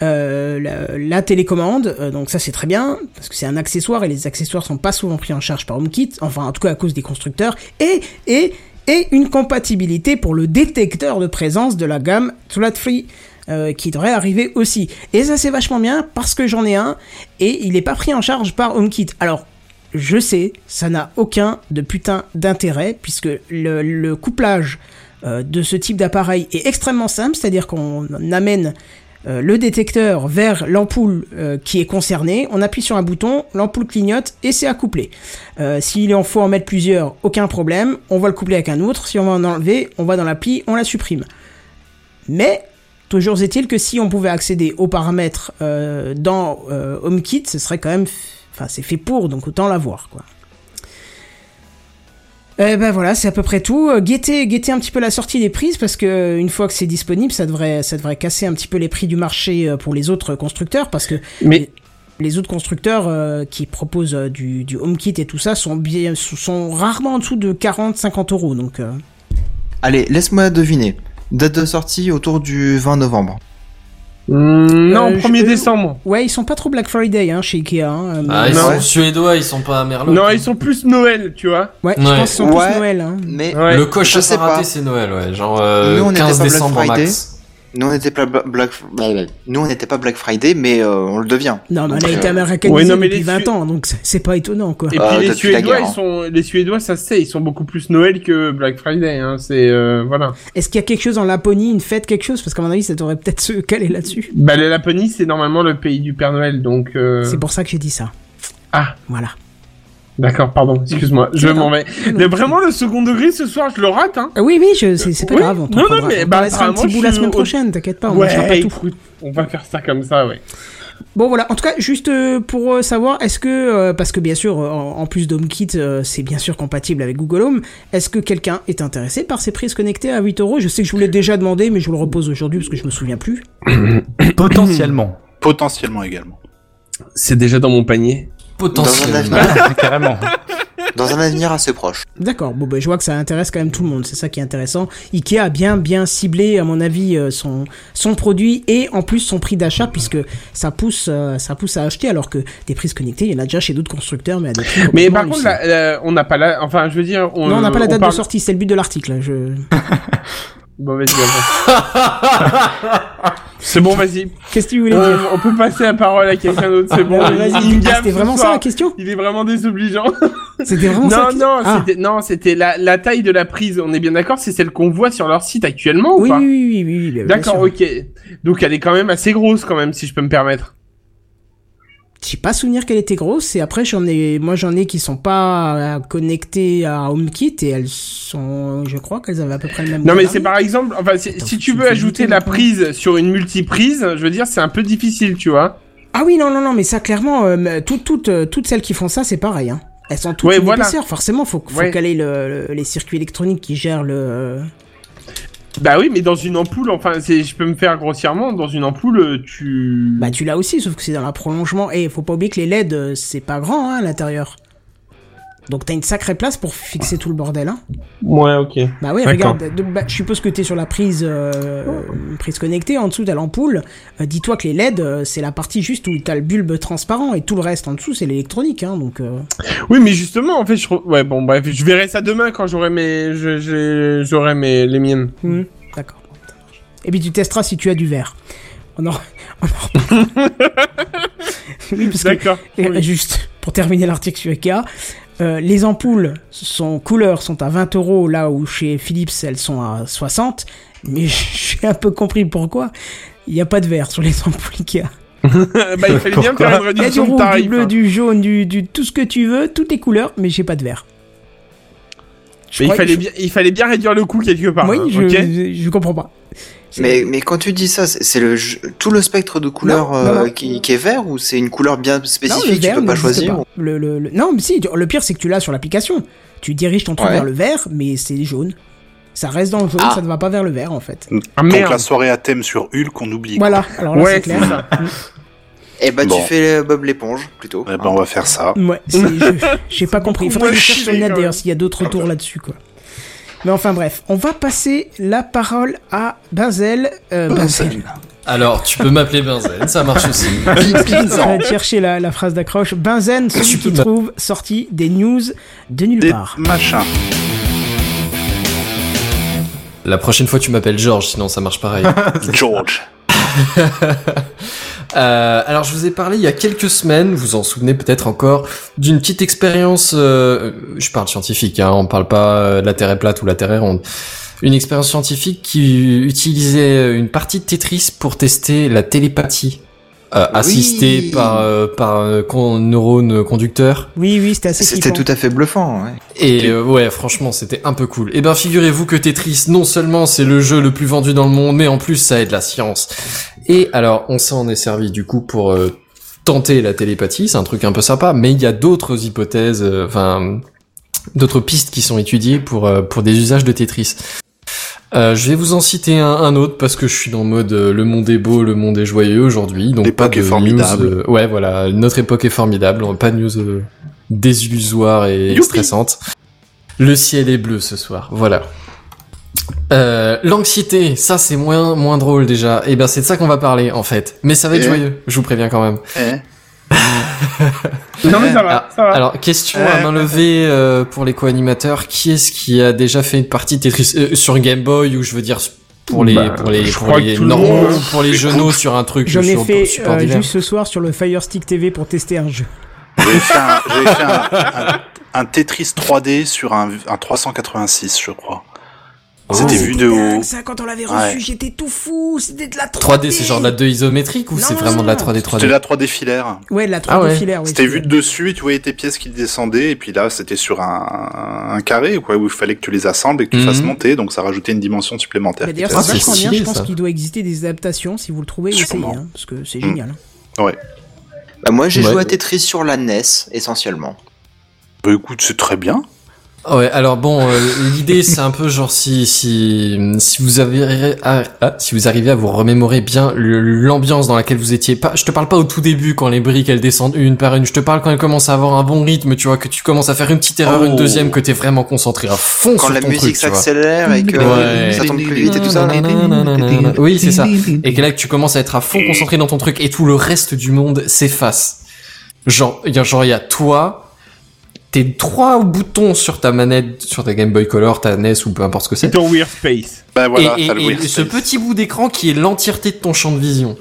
Speaker 1: euh, la, la télécommande. Euh, donc ça, c'est très bien, parce que c'est un accessoire et les accessoires sont pas souvent pris en charge par HomeKit. Enfin, en tout cas, à cause des constructeurs. Et, et, et une compatibilité pour le détecteur de présence de la gamme Toilet Free. euh, qui devrait arriver aussi. Et ça c'est vachement bien parce que j'en ai un et il n'est pas pris en charge par HomeKit. Alors je sais, ça n'a aucun de putain d'intérêt puisque le, le couplage euh, de ce type d'appareil est extrêmement simple, c'est-à-dire qu'on amène euh, le détecteur vers l'ampoule euh, qui est concernée, on appuie sur un bouton, l'ampoule clignote et c'est accouplé. Euh, S'il en faut en mettre plusieurs, aucun problème, on va le coupler avec un autre, si on va en enlever, on va dans l'appli, on la supprime. Mais toujours est-il que si on pouvait accéder aux paramètres euh, dans euh, HomeKit, ce serait quand même... Enfin, c'est fait pour, donc autant l'avoir, quoi. Eh ben voilà, c'est à peu près tout. Euh, Guettez, guettez un petit peu la sortie des prises parce que euh, une fois que c'est disponible, ça devrait, ça devrait casser un petit peu les prix du marché euh, pour les autres constructeurs parce que
Speaker 6: Mais
Speaker 1: les autres constructeurs euh, qui proposent euh, du, du HomeKit et tout ça sont bien, sont rarement en dessous de 40-50 euros. Donc euh,
Speaker 10: Allez, laisse-moi deviner. Date de sortie autour du 20 novembre.
Speaker 6: non,
Speaker 1: Euh,
Speaker 6: 1er
Speaker 1: je-
Speaker 6: décembre.
Speaker 1: Ouais, ils sont pas trop Black Friday hein, chez Ikea. hein, mais-
Speaker 5: Ah, ils
Speaker 6: Non.
Speaker 5: sont suédois, ils sont pas à
Speaker 1: Ah
Speaker 5: Merlot.
Speaker 6: Non, ils sont plus Noël, tu vois.
Speaker 1: Ouais, je
Speaker 5: Ouais.
Speaker 1: pense qu'ils sont
Speaker 10: Ouais.
Speaker 1: plus Noël. Hein.
Speaker 10: Mais
Speaker 6: Ouais.
Speaker 5: le coche
Speaker 10: je
Speaker 5: à
Speaker 10: sais
Speaker 5: pas raté,
Speaker 10: pas.
Speaker 5: c'est Noël, ouais. Genre euh,
Speaker 10: Nous, on était
Speaker 5: 15
Speaker 10: pas Black
Speaker 5: décembre en
Speaker 10: Friday.
Speaker 5: max.
Speaker 10: nous, on n'était pas Bla- Black... nous, on n'était pas Black Friday, mais euh, on le devient.
Speaker 1: Non, mais
Speaker 10: Donc,
Speaker 1: elle a été
Speaker 10: euh,
Speaker 1: américanisée
Speaker 6: ouais, non, mais
Speaker 1: depuis
Speaker 6: les
Speaker 1: 20
Speaker 6: Su-
Speaker 1: ans, donc c'est- c'est pas étonnant, quoi.
Speaker 6: Et
Speaker 10: Euh,
Speaker 6: puis les
Speaker 10: depuis la
Speaker 6: Suédois,
Speaker 10: guerre,
Speaker 6: ils sont les Suédois, ça se sait, ils sont beaucoup plus Noël que Black Friday. Hein, c'est euh, voilà.
Speaker 1: Est-ce qu'il y a quelque chose en Laponie, une fête, quelque chose Parce qu'à mon avis, ça devrait peut-être se caler là-dessus.
Speaker 6: Bah la Laponie, c'est normalement le pays du Père Noël, donc. euh,
Speaker 1: C'est pour ça que j'ai dit ça.
Speaker 6: Ah.
Speaker 1: Voilà.
Speaker 6: D'accord, pardon, excuse-moi, je
Speaker 1: Non,
Speaker 6: m'en vais. Mais vraiment le second degré ce soir, je le rate. Hein.
Speaker 1: Ah oui, oui, je, c'est, c'est pas
Speaker 6: Oui.
Speaker 1: grave. On t'en
Speaker 6: Non, non,
Speaker 1: prendra-
Speaker 6: mais
Speaker 1: on t'en
Speaker 6: bah,
Speaker 1: laissera un
Speaker 6: apparemment,
Speaker 1: petit bout la
Speaker 6: je-
Speaker 1: semaine prochaine, t'inquiète pas, on ne
Speaker 6: ouais,
Speaker 1: fera pas tout.
Speaker 6: écoute, on va faire ça comme ça, ouais.
Speaker 1: Bon voilà, en tout cas, juste euh, pour euh, savoir, est-ce que, euh, parce que bien sûr, euh, en, en plus d'HomeKit, euh, c'est bien sûr compatible avec Google Home, est-ce que quelqu'un est intéressé par ces prises connectées à 8 euros Je sais que je vous l'ai déjà demandé, mais je vous le repose aujourd'hui parce que je me souviens plus.
Speaker 7: Potentiellement.
Speaker 4: Potentiellement également.
Speaker 6: C'est déjà dans mon panier.
Speaker 10: Dans
Speaker 5: Potentiellement.
Speaker 10: un
Speaker 7: Carrément.
Speaker 10: Dans un avenir assez proche.
Speaker 1: D'accord, bon ben je vois que ça intéresse quand même tout le monde, c'est ça qui est intéressant. Ikea a bien bien ciblé à mon avis euh, son son produit et en plus son prix d'achat puisque ça pousse euh, ça pousse à acheter alors que des prises connectées, il y en a déjà chez d'autres constructeurs mais à des prix
Speaker 6: Mais
Speaker 1: complètement
Speaker 6: par contre,
Speaker 1: hallucinants.
Speaker 6: la- la- on n'a pas la, enfin, je veux dire, on,
Speaker 1: non, on n'a pas la date
Speaker 6: parle-
Speaker 1: de sortie, c'est le but de l'article. hein, Je...
Speaker 6: Bon, vas-y. avance. c'est bon, vas-y.
Speaker 1: Qu'est-ce que tu voulais
Speaker 6: On,
Speaker 1: dire Ah,
Speaker 6: on peut passer la parole à quelqu'un d'autre. C'est Ah, bon.
Speaker 1: Vas-y,
Speaker 6: il me gave
Speaker 1: C'était
Speaker 6: ce
Speaker 1: vraiment ça
Speaker 6: soir.
Speaker 1: la question
Speaker 6: Il est vraiment désobligeant.
Speaker 1: C'était vraiment ça
Speaker 6: Non,
Speaker 1: la question
Speaker 6: non,
Speaker 1: Ah.
Speaker 6: c'était, non, c'était la, la taille de la prise. On est bien d'accord, c'est celle qu'on voit sur leur site actuellement ou
Speaker 1: Oui,
Speaker 6: pas
Speaker 1: oui, oui, oui, oui, bien
Speaker 6: D'accord,
Speaker 1: sûr.
Speaker 6: ok. Donc elle est quand même assez grosse quand même, si je peux me permettre.
Speaker 1: J'ai pas souvenir qu'elle était grosse et après j'en ai, moi j'en ai qui sont pas euh, connectés à HomeKit et elles sont, je crois qu'elles avaient à peu près le même.
Speaker 6: Non mais
Speaker 1: gabarit.
Speaker 6: c'est par exemple, enfin si,
Speaker 1: Attends,
Speaker 6: si
Speaker 1: tu
Speaker 6: tu
Speaker 1: me
Speaker 6: veux
Speaker 1: fais
Speaker 6: ajouter
Speaker 1: douter,
Speaker 6: la
Speaker 1: maintenant.
Speaker 6: prise sur une multiprise, je veux dire c'est un peu difficile, tu vois.
Speaker 1: Ah oui, non, non, non, mais ça, clairement, euh, mais toutes, toutes, euh, toutes celles qui font ça, c'est pareil. Hein. Elles sont toutes
Speaker 6: Ouais,
Speaker 1: une
Speaker 6: voilà.
Speaker 1: épaisseur. Forcément, faut, faut
Speaker 6: Ouais.
Speaker 1: caler le, le- les circuits électroniques qui gèrent le. euh,
Speaker 6: Bah oui, mais dans une ampoule, enfin c'est, je peux me faire grossièrement, dans une ampoule tu.
Speaker 1: Bah, tu l'as aussi, sauf que c'est dans la prolongement. Et faut pas oublier que les LED, euh, c'est pas grand hein, à l'intérieur. Donc t'as une sacrée place pour fixer tout le bordel. Hein.
Speaker 6: Ouais, ok.
Speaker 1: Bah oui,
Speaker 6: D'accord. Oh.
Speaker 1: regarde, de- bah, je suppose que t'es sur la prise, euh, prise connectée, en dessous t'as l'ampoule. Euh, Dis-toi que les LED, euh, c'est la partie juste où t'as le bulbe transparent et tout le reste en dessous, c'est l'électronique. Hein, donc. euh,
Speaker 6: Oui, mais justement en fait je trouve, ouais bon bref, je verrai ça demain quand j'aurai mes, je- j'ai- j'aurai mes les miennes.
Speaker 1: Hmm, D'accord. Et puis tu testeras si tu as du verre. On en, on en reparlera. oui, parce que,
Speaker 6: D'accord.
Speaker 1: et,
Speaker 6: Oui.
Speaker 1: juste pour terminer l'article sur Ikea, euh, les ampoules sont couleurs sont à 20 euros là où chez Philips elles sont à 60. Mais j'ai un peu compris pourquoi. Il n'y a pas de verre sur les ampoules Ikea.
Speaker 6: bah il fallait bien
Speaker 7: Pourquoi
Speaker 6: faire une
Speaker 1: Il y a du
Speaker 6: réduction de
Speaker 1: rouge, du
Speaker 6: tarif.
Speaker 1: bleu,
Speaker 6: hein.
Speaker 1: du jaune, du, du tout ce que tu veux, toutes les couleurs, mais j'ai pas de verre. Je
Speaker 6: Mais il
Speaker 1: crois-
Speaker 6: fallait bien, il fallait bien réduire le coût quelque part. hein,
Speaker 1: Oui, je,
Speaker 6: ok
Speaker 1: je, je comprends pas. C'est-
Speaker 10: Mais, mais quand tu dis ça, c'est c'est le j- tout le spectre de couleurs
Speaker 1: Non,
Speaker 10: euh,
Speaker 1: non, non.
Speaker 10: Qui, qui est vert ou c'est une couleur bien
Speaker 1: Non,
Speaker 10: spécifique
Speaker 1: le vert
Speaker 10: tu peux pas
Speaker 1: n'existe
Speaker 10: choisir
Speaker 1: pas. Le, le- le- Non, mais si, tu- le pire, c'est que tu l'as sur l'application. Tu diriges ton truc
Speaker 10: Ouais.
Speaker 1: vers le vert, mais c'est jaune. Ça reste dans le jaune, ça ne va pas vers le vert, en fait.
Speaker 6: Ah
Speaker 4: Donc
Speaker 6: merde.
Speaker 4: la soirée à thème sur Hulk, on oublie.
Speaker 1: Voilà, alors là,
Speaker 6: Ouais,
Speaker 1: c'est clair.
Speaker 6: c'est ça.
Speaker 10: Et bah
Speaker 4: Bon.
Speaker 10: tu fais euh, Bob l'éponge plutôt. hein.
Speaker 4: Eh ben, on va faire ça.
Speaker 1: Ouais, c'est- je- j'ai pas compris. Il faudrait
Speaker 6: moins
Speaker 1: que je cherche
Speaker 6: chier,
Speaker 1: une note,
Speaker 6: quand
Speaker 1: d'ailleurs
Speaker 6: même.
Speaker 1: s'il y a d'autres retours là-dessus, quoi. Mais enfin bref, on va passer la parole à Benzel. Euh, Benzel.
Speaker 5: Alors, tu peux m'appeler Benzen, ça marche aussi.
Speaker 1: On va chercher la, la phrase d'accroche. Benzen, celui qui trouve sorti des news de nulle
Speaker 4: Des
Speaker 1: part.
Speaker 4: machins.
Speaker 5: La prochaine fois, tu m'appelles Georges, sinon ça marche pareil.
Speaker 4: George.
Speaker 5: Euh, alors je vous ai parlé il y a quelques semaines, vous en souvenez peut-être encore, d'une petite expérience, euh, je parle scientifique, hein, on parle pas euh, de la Terre est plate ou la Terre est ronde, une expérience scientifique qui utilisait euh, une partie de Tetris pour tester la télépathie, euh, assistée par, euh, par un con- neurone conducteur.
Speaker 1: Oui, oui, c'était assez
Speaker 10: C'était
Speaker 1: kiffant.
Speaker 10: tout à fait bluffant. ouais.
Speaker 5: Et euh, ouais, franchement, c'était un peu cool. Et ben, figurez-vous que Tetris, non seulement c'est le jeu le plus vendu dans le monde, mais en plus ça aide la science. Et alors, on s'en est servi du coup pour euh, tenter la télépathie, c'est un truc un peu sympa, mais il y a d'autres hypothèses, euh, enfin, d'autres pistes qui sont étudiées pour, euh, pour des usages de Tetris. Euh, je vais vous en citer un, un autre parce que je suis dans le mode euh, le monde est beau, le monde est joyeux aujourd'hui. Donc
Speaker 4: L'époque
Speaker 5: pas de
Speaker 4: est formidable.
Speaker 5: news, euh, ouais, voilà, notre époque est formidable. on- Pas de news euh, désillusoires et
Speaker 4: Youpi.
Speaker 5: stressantes. Le ciel est bleu ce soir. Voilà. Euh, l'anxiété, ça c'est moins moins drôle déjà. Et ben c'est de ça qu'on va parler en fait. Mais ça va être
Speaker 10: Eh.
Speaker 5: joyeux, je vous préviens quand même.
Speaker 10: Eh.
Speaker 4: hein.
Speaker 6: Non mais ça
Speaker 5: Ah,
Speaker 6: va, ça va.
Speaker 5: Alors question à main levée euh, pour les co-animateurs, qui est-ce qui a déjà fait une partie de Tetris euh, sur Game Boy ou je veux dire pour les
Speaker 7: Bah,
Speaker 5: pour les
Speaker 6: je
Speaker 5: pour
Speaker 6: crois
Speaker 5: les
Speaker 6: que tout le monde-
Speaker 5: normaux ou pour les genoux sur un truc
Speaker 1: J'en ai
Speaker 5: sur
Speaker 1: fait
Speaker 5: support
Speaker 1: euh,
Speaker 5: divers.
Speaker 1: juste ce soir sur le Fire Stick TV pour tester un jeu.
Speaker 4: J'ai fait, un, j'ai fait un- un- un Tetris 3D sur un, un 386, je crois. C'était
Speaker 5: Oh.
Speaker 4: vu de haut.
Speaker 1: Ça, quand on l'avait
Speaker 4: Ouais.
Speaker 1: reçu, j'étais tout fou. C'était de la 3D.
Speaker 5: 3D, c'est genre de la 2 isométrique ou
Speaker 1: Non,
Speaker 5: c'est
Speaker 1: non,
Speaker 5: vraiment de la
Speaker 1: non.
Speaker 5: 3D
Speaker 4: C'était
Speaker 5: 3D
Speaker 4: la 3D filaire.
Speaker 1: Ouais, de la 3D
Speaker 5: Ah ouais.
Speaker 1: filaire. oui,
Speaker 4: C'était
Speaker 1: c'est
Speaker 4: vu de dessus, et tu voyais tes pièces qui descendaient, et puis là, c'était sur un, un carré, quoi, où il fallait que tu les assembles et que tu
Speaker 5: Mhm.
Speaker 4: fasses monter, donc ça rajoutait une dimension supplémentaire.
Speaker 1: Mais d'ailleurs,
Speaker 4: qui était
Speaker 5: Ah,
Speaker 1: c'est
Speaker 5: c'est
Speaker 1: vachement bien.
Speaker 5: stylé,
Speaker 1: Je pense
Speaker 5: ça.
Speaker 1: qu'il doit exister des adaptations. Si vous le trouvez, essayez,
Speaker 4: Sûrement.
Speaker 1: hein, parce que c'est
Speaker 4: Mm.
Speaker 1: génial.
Speaker 10: Bah, moi, j'ai
Speaker 5: Ouais.
Speaker 10: joué à Tetris sur la NES, essentiellement.
Speaker 4: Bah, écoute, c'est très bien.
Speaker 5: Ouais, alors bon, euh, l'idée c'est un peu genre si si si vous avez à- ah, si vous arrivez à vous remémorer bien le- l'ambiance dans laquelle vous étiez pas je te parle pas au tout début quand les briques elles descendent une par une, je te parle quand elles commencent à avoir un bon rythme, tu vois que tu commences à faire une petite erreur,
Speaker 4: Oh.
Speaker 5: une deuxième que t'es vraiment concentré à fond
Speaker 10: Quand
Speaker 5: sur
Speaker 10: la
Speaker 5: ton
Speaker 10: musique
Speaker 5: truc, tu vois.
Speaker 10: s'accélère et que
Speaker 5: Ouais.
Speaker 10: ça tombe plus vite et tout ça.
Speaker 5: Oui, c'est ça. Et que là, que tu commences à être à fond concentré dans ton truc et tout le reste du monde s'efface. Genre, il y a, genre, il y a toi, tes trois boutons sur ta manette, sur ta Game Boy Color, ta NES ou peu importe ce que
Speaker 6: C'est
Speaker 5: c'est.
Speaker 6: ton Weird Space.
Speaker 4: Bah voilà,
Speaker 5: et et-
Speaker 4: t'as le
Speaker 5: et
Speaker 4: weird
Speaker 5: ce
Speaker 4: space.
Speaker 5: petit bout d'écran qui est l'entièreté de ton champ de vision.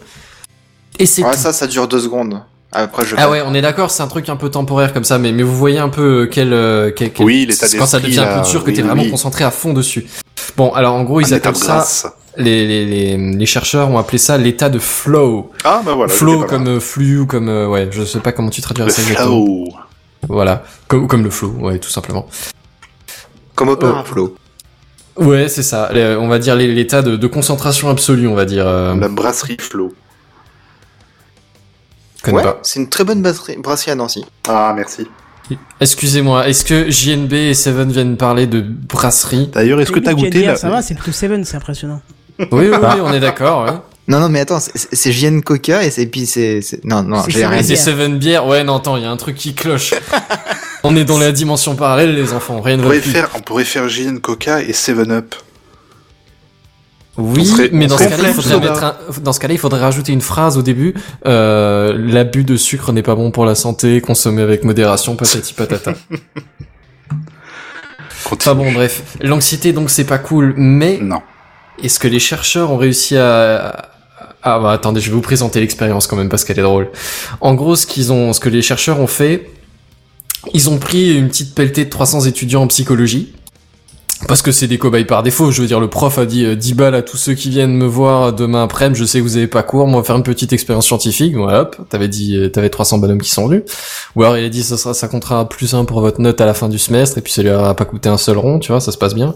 Speaker 5: Et c'est
Speaker 10: Ouais,
Speaker 5: tout.
Speaker 10: ça, ça dure deux secondes. Après, je.
Speaker 5: Ah ouais, on est d'accord, c'est un truc un peu temporaire comme ça, mais, mais vous voyez un peu euh, quel, euh, quel, quel-
Speaker 4: Oui, l'état
Speaker 5: quand ça
Speaker 4: d'esprit,
Speaker 5: devient un
Speaker 4: là,
Speaker 5: peu sûr que
Speaker 4: oui,
Speaker 5: t'es vraiment
Speaker 4: oui.
Speaker 5: concentré à fond dessus. Bon, alors en gros,
Speaker 4: Un
Speaker 5: ils
Speaker 4: état
Speaker 5: appellent
Speaker 4: de
Speaker 5: ça,
Speaker 4: grâce.
Speaker 5: les, les, les, les chercheurs ont appelé ça l'état de flow.
Speaker 4: Ah bah voilà.
Speaker 5: flow
Speaker 4: j'étais pas là.
Speaker 5: comme euh, flux ou comme euh, ouais, je sais pas comment tu traduirais
Speaker 4: le
Speaker 5: ça exactement.
Speaker 4: flow.
Speaker 5: Voilà, comme comme le flow, ouais, tout simplement.
Speaker 10: Comme
Speaker 4: Euh,
Speaker 10: Opera Flow.
Speaker 5: Ouais, c'est ça. Les- on va dire les- l'état de, de concentration absolue, on va dire. Euh,
Speaker 4: La brasserie flow.
Speaker 5: je connais
Speaker 10: Ouais,
Speaker 5: pas.
Speaker 10: c'est une très bonne brasserie brasserie à Nancy.
Speaker 4: Ah merci.
Speaker 5: Excusez-moi, est-ce que JNB et Seven viennent parler de brasserie
Speaker 4: D'ailleurs, est-ce que
Speaker 1: Limite,
Speaker 4: t'as
Speaker 1: il y a
Speaker 4: goûté
Speaker 1: de l'air,
Speaker 4: la-
Speaker 1: Ça va, c'est plutôt Seven, c'est impressionnant.
Speaker 5: Oui, oui, oui, on est d'accord. ouais.
Speaker 10: Non, non, mais attends, c'est- c'est c'est JN Coca et c'est puis c'est. c'est- Non, non,
Speaker 1: C'est
Speaker 10: j'ai
Speaker 1: ça,
Speaker 10: rien
Speaker 5: Et
Speaker 1: Bière.
Speaker 5: c'est
Speaker 10: dit.
Speaker 5: Seven Beer. Ouais, non, attends, il y a un truc qui cloche. on est dans la dimension parallèle, les enfants. Rien ne
Speaker 4: On
Speaker 5: va
Speaker 4: pourrait
Speaker 5: plus.
Speaker 4: faire, on pourrait faire JN Coca et 7 Up.
Speaker 5: Oui,
Speaker 4: On serait-
Speaker 5: mais
Speaker 4: on
Speaker 5: dans ce
Speaker 4: serait
Speaker 5: cas-là, il
Speaker 4: plein de
Speaker 5: faudrait
Speaker 4: soda.
Speaker 5: mettre un- dans ce cas-là, il faudrait rajouter une phrase au début. Euh, L'abus de sucre n'est pas bon pour la santé. Consommer avec modération, patati patata.
Speaker 4: Continue. Ah
Speaker 5: enfin bon, bref. L'anxiété, donc, c'est pas cool. Mais
Speaker 4: Non.
Speaker 5: est-ce que les chercheurs ont réussi à ah bah attendez, je vais vous présenter l'expérience quand même parce qu'elle est drôle. En gros, ce qu'ils ont, ce que les chercheurs ont fait, ils ont pris une petite pelletée de 300 étudiants en psychologie. Parce que c'est des cobayes par défaut, je veux dire, le prof a dit euh, 10 balles à tous ceux qui viennent me voir demain après-midi, je sais que vous avez pas cours, moi faire une petite expérience scientifique, voilà, hop, t'avais dit, euh, t'avais 300 bonhommes qui sont venus. Ou alors il a dit, ça sera, ça comptera plus un pour votre note à la fin du semestre, et puis ça lui aura pas coûté un seul rond, tu vois, ça se passe bien.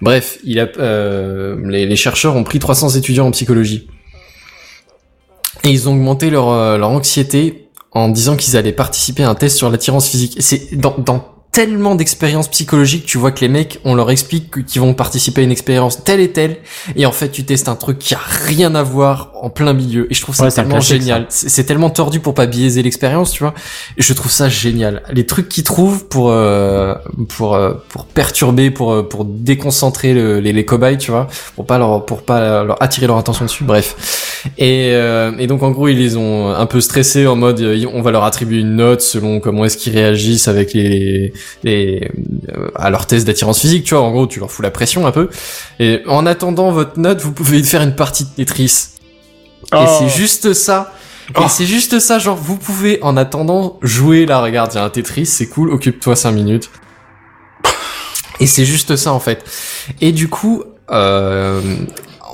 Speaker 5: Bref, il a, euh, les, les chercheurs ont pris 300 étudiants en psychologie. Et ils ont augmenté leur, euh, leur anxiété en disant qu'ils allaient participer à un test sur l'attirance physique. Et C'est dans, dans tellement d'expériences psychologiques, tu vois que les mecs, on leur explique qu'ils vont participer à une expérience telle et telle, et en fait tu testes un truc qui a rien à voir en plein milieu. Et je trouve ça
Speaker 7: Ouais, c'est un
Speaker 5: tellement
Speaker 7: classique,
Speaker 5: génial. C'est c'est tellement tordu pour pas biaiser l'expérience, tu vois. Et je trouve ça génial. Les trucs qu'ils trouvent pour euh, pour euh, pour perturber, pour euh, pour déconcentrer le- les, les cobayes, tu vois pour pas leur pour pas leur attirer leur attention dessus bref et, euh, et donc en gros ils les ont un peu stressés en mode euh, on va leur attribuer une note selon comment est-ce qu'ils réagissent avec les, les euh, à leur test d'attirance physique tu vois en gros tu leur fous la pression un peu et en attendant votre note vous pouvez faire une partie de Tetris et
Speaker 6: Oh.
Speaker 5: c'est juste ça. Et
Speaker 4: Oh.
Speaker 5: c'est juste ça, genre, vous pouvez, en attendant, jouer là, regarde, il y a un Tetris, c'est cool, occupe-toi 5 minutes. Et c'est juste ça, en fait. Et du coup, euh,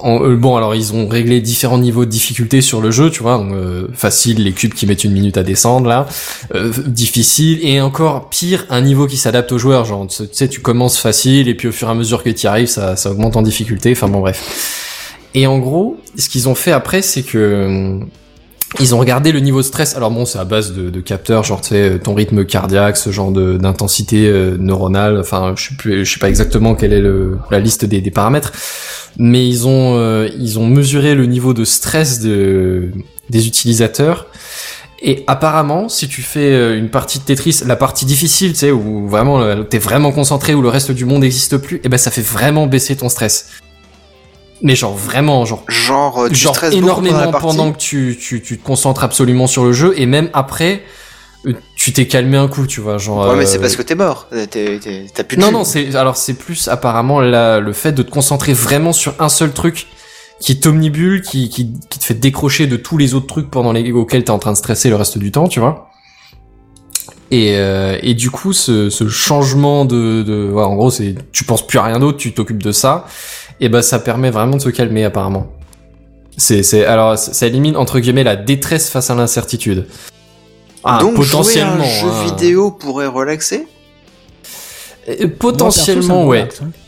Speaker 5: en- euh, bon, alors, ils ont réglé différents niveaux de difficulté sur le jeu, tu vois, donc, euh, facile, les cubes qui mettent une minute à descendre, là, euh, difficile, et encore pire, un niveau qui s'adapte aux joueurs, genre, tu sais, tu commences facile, et puis au fur et à mesure que tu y arrives, ça, ça augmente en difficulté, enfin bon, bref. Et en gros, ce qu'ils ont fait après, c'est que euh, ils ont regardé le niveau de stress. Alors bon, c'est à base de, de capteurs, genre tu sais, euh, ton rythme cardiaque, ce genre de- d'intensité euh, neuronale. Enfin, je sais plus, je sais pas exactement quelle est le, la liste des, des paramètres, mais ils ont euh, ils ont mesuré le niveau de stress de, des utilisateurs Et apparemment, si tu fais euh, une partie de Tetris, la partie difficile, tu sais, où vraiment euh, t'es vraiment concentré, où le reste du monde n'existe plus, et ben ça fait vraiment baisser ton stress. Mais genre vraiment, genre
Speaker 10: Genre, euh, tu
Speaker 5: genre
Speaker 10: stresses beaucoup pendant
Speaker 5: énormément
Speaker 10: la partie.
Speaker 5: pendant que tu, tu, tu te concentres absolument sur le jeu et même après euh, tu t'es calmé un coup tu vois genre
Speaker 10: Ouais, mais
Speaker 5: euh,
Speaker 10: c'est parce que t'es mort. Euh, t'es- t'es- T'as plus de
Speaker 5: non
Speaker 10: jus.
Speaker 5: non c'est alors c'est plus apparemment la, le fait de te concentrer vraiment sur un seul truc qui t'omnibule qui, qui, qui te fait décrocher de tous les autres trucs pendant les auxquels t'es en train de stresser le reste du temps tu vois et, euh, et du coup ce, ce changement de, de ouais, en gros c'est tu penses plus à rien d'autre tu t'occupes de ça et ben ça permet vraiment de se calmer apparemment c'est c'est alors c- ça élimine entre guillemets la détresse face à l'incertitude Ah,
Speaker 10: Donc,
Speaker 5: potentiellement
Speaker 10: jouer à un
Speaker 5: hein.
Speaker 10: jeu vidéo pourrait relaxer
Speaker 5: Euh, potentiellement
Speaker 11: Moi,
Speaker 5: ouais
Speaker 11: perso, ça me relaxe, hein.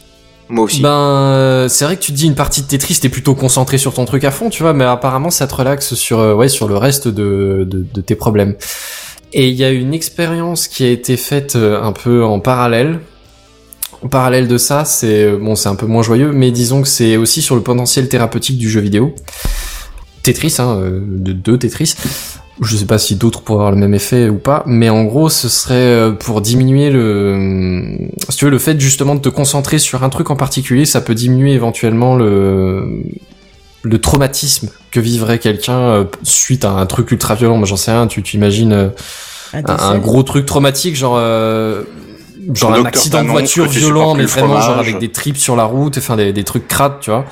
Speaker 10: Moi aussi.
Speaker 5: Ben, euh, c'est vrai que tu te dis une partie de Tetris, t'es plutôt concentré sur ton truc à fond, tu vois, mais apparemment ça te relaxe sur, euh, ouais, sur le reste de, de, de tes problèmes. Et il y a une expérience qui a été faite euh, un peu en parallèle. En parallèle de ça, c'est euh, bon, c'est un peu moins joyeux, mais disons que c'est aussi sur le potentiel thérapeutique du jeu vidéo. Tetris, hein, euh, de deux Tetris. Je sais pas si d'autres pourraient avoir le même effet ou pas, mais en gros, ce serait euh, pour diminuer le, si tu veux, le fait justement de te concentrer sur un truc en particulier, ça peut diminuer éventuellement le le traumatisme que vivrait quelqu'un euh, suite à un truc ultra violent. Moi, j'en sais rien. Tu t'imagines euh, un, un
Speaker 1: décès.
Speaker 5: gros truc traumatique, genre euh, genre
Speaker 4: Ton
Speaker 5: un
Speaker 4: Ah, docteur
Speaker 5: accident de
Speaker 4: t'annonce
Speaker 5: voiture
Speaker 4: que tu
Speaker 5: violent,
Speaker 4: supportes
Speaker 5: mais
Speaker 4: plus le
Speaker 5: vraiment genre
Speaker 4: fromage.
Speaker 5: avec des tripes sur la route, enfin des, des trucs crades, tu vois.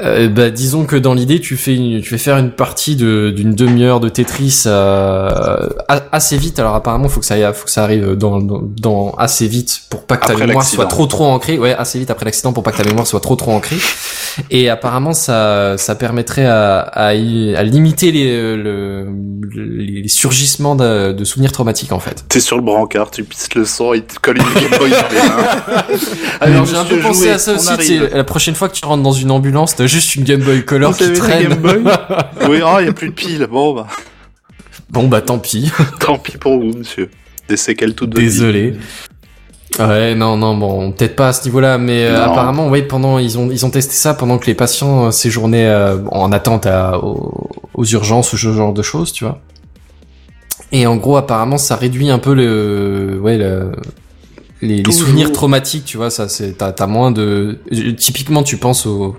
Speaker 5: Euh, bah, disons que dans l'idée, tu fais une- tu fais faire une partie de- d'une demi-heure de Tetris euh, a- assez vite. Alors apparemment, faut que ça aille- faut que ça arrive dans, dans, dans assez vite pour pas que ta
Speaker 4: Après
Speaker 5: mémoire soit
Speaker 4: l'accident.
Speaker 5: trop trop ancrée. Ouais, assez vite après l'accident pour pas que ta mémoire soit trop trop ancrée. Et apparemment, ça ça permettrait à à, y- à limiter les euh, le, les surgissements de, de souvenirs traumatiques en fait.
Speaker 4: T'es sur le brancard, tu pisses le sang, il te colle une Game Boy SP1. Allez,
Speaker 5: Alors j'ai un peu
Speaker 4: monsieur
Speaker 5: pensé
Speaker 4: Jouet,
Speaker 5: à ça
Speaker 4: on
Speaker 5: aussi.
Speaker 4: arrive.
Speaker 5: tu sais, La prochaine fois que tu rentres dans une ambulance, t'as juste une Game Boy Color
Speaker 4: Vous
Speaker 5: qui
Speaker 4: avez la
Speaker 5: traîne.
Speaker 4: Game Boy Oui, ah, il n'y a plus de pile. Bon, bah,
Speaker 5: Bon bah tant pis.
Speaker 4: tant pis pour vous, monsieur. Des séquelles toutes de
Speaker 5: Désolé. Ouais, non, non, bon, peut-être pas à ce niveau-là, mais euh,
Speaker 4: Non.
Speaker 5: apparemment, oui, pendant ils ont ils ont testé ça pendant que les patients euh, séjournaient euh, en attente à- aux, aux urgences, ce genre de choses, tu vois. Et en gros, apparemment, ça réduit un peu le, ouais, le- les, les
Speaker 4: Toujours.
Speaker 5: souvenirs traumatiques, tu vois. Ça, c'est t'as t'as moins de. Typiquement, tu penses aux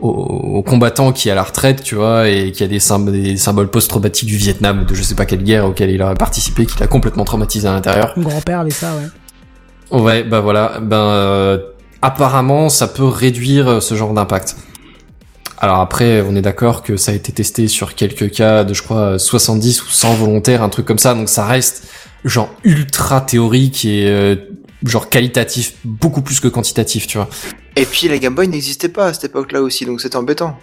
Speaker 5: aux- aux combattants qui est à la retraite, tu vois, et qui a des, sym- des symboles post-traumatiques du Vietnam, de je sais pas quelle guerre auquel il a participé, qui l'a complètement traumatisé à l'intérieur.
Speaker 1: Mon grand-père avait ça, ouais.
Speaker 5: Ouais, bah voilà, ben euh, apparemment ça peut réduire euh, ce genre d'impact. Alors après, on est d'accord que ça a été testé sur quelques cas de, je crois, euh, 70 ou 100 volontaires, un truc comme ça, donc ça reste genre ultra théorique et euh, genre qualitatif, beaucoup plus que quantitatif, tu vois.
Speaker 10: Et puis la Game Boy n'existait pas à cette époque-là aussi, donc c'est embêtant.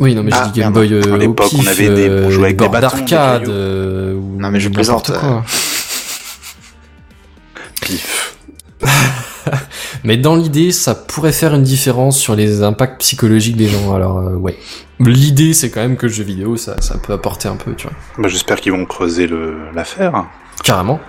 Speaker 5: Oui, non mais
Speaker 10: Ah,
Speaker 5: je dis Game
Speaker 10: merde.
Speaker 5: Boy euh,
Speaker 4: À
Speaker 5: au
Speaker 4: l'époque, on
Speaker 5: pif,
Speaker 4: avait des- on
Speaker 5: euh,
Speaker 4: jouait avec des
Speaker 5: bords
Speaker 4: bâtons, des
Speaker 5: d'arcade,
Speaker 4: cailloux.
Speaker 5: euh, ou
Speaker 10: Non, mais je
Speaker 5: n'importe
Speaker 10: plaisante,
Speaker 5: quoi.
Speaker 4: Pif.
Speaker 5: Mais dans l'idée, ça pourrait faire une différence sur les impacts psychologiques des gens. Alors euh, ouais, l'idée c'est quand même que le jeu vidéo, ça, ça peut apporter un peu, tu vois.
Speaker 4: Bah, J'espère qu'ils vont creuser le- l'affaire.
Speaker 5: Carrément.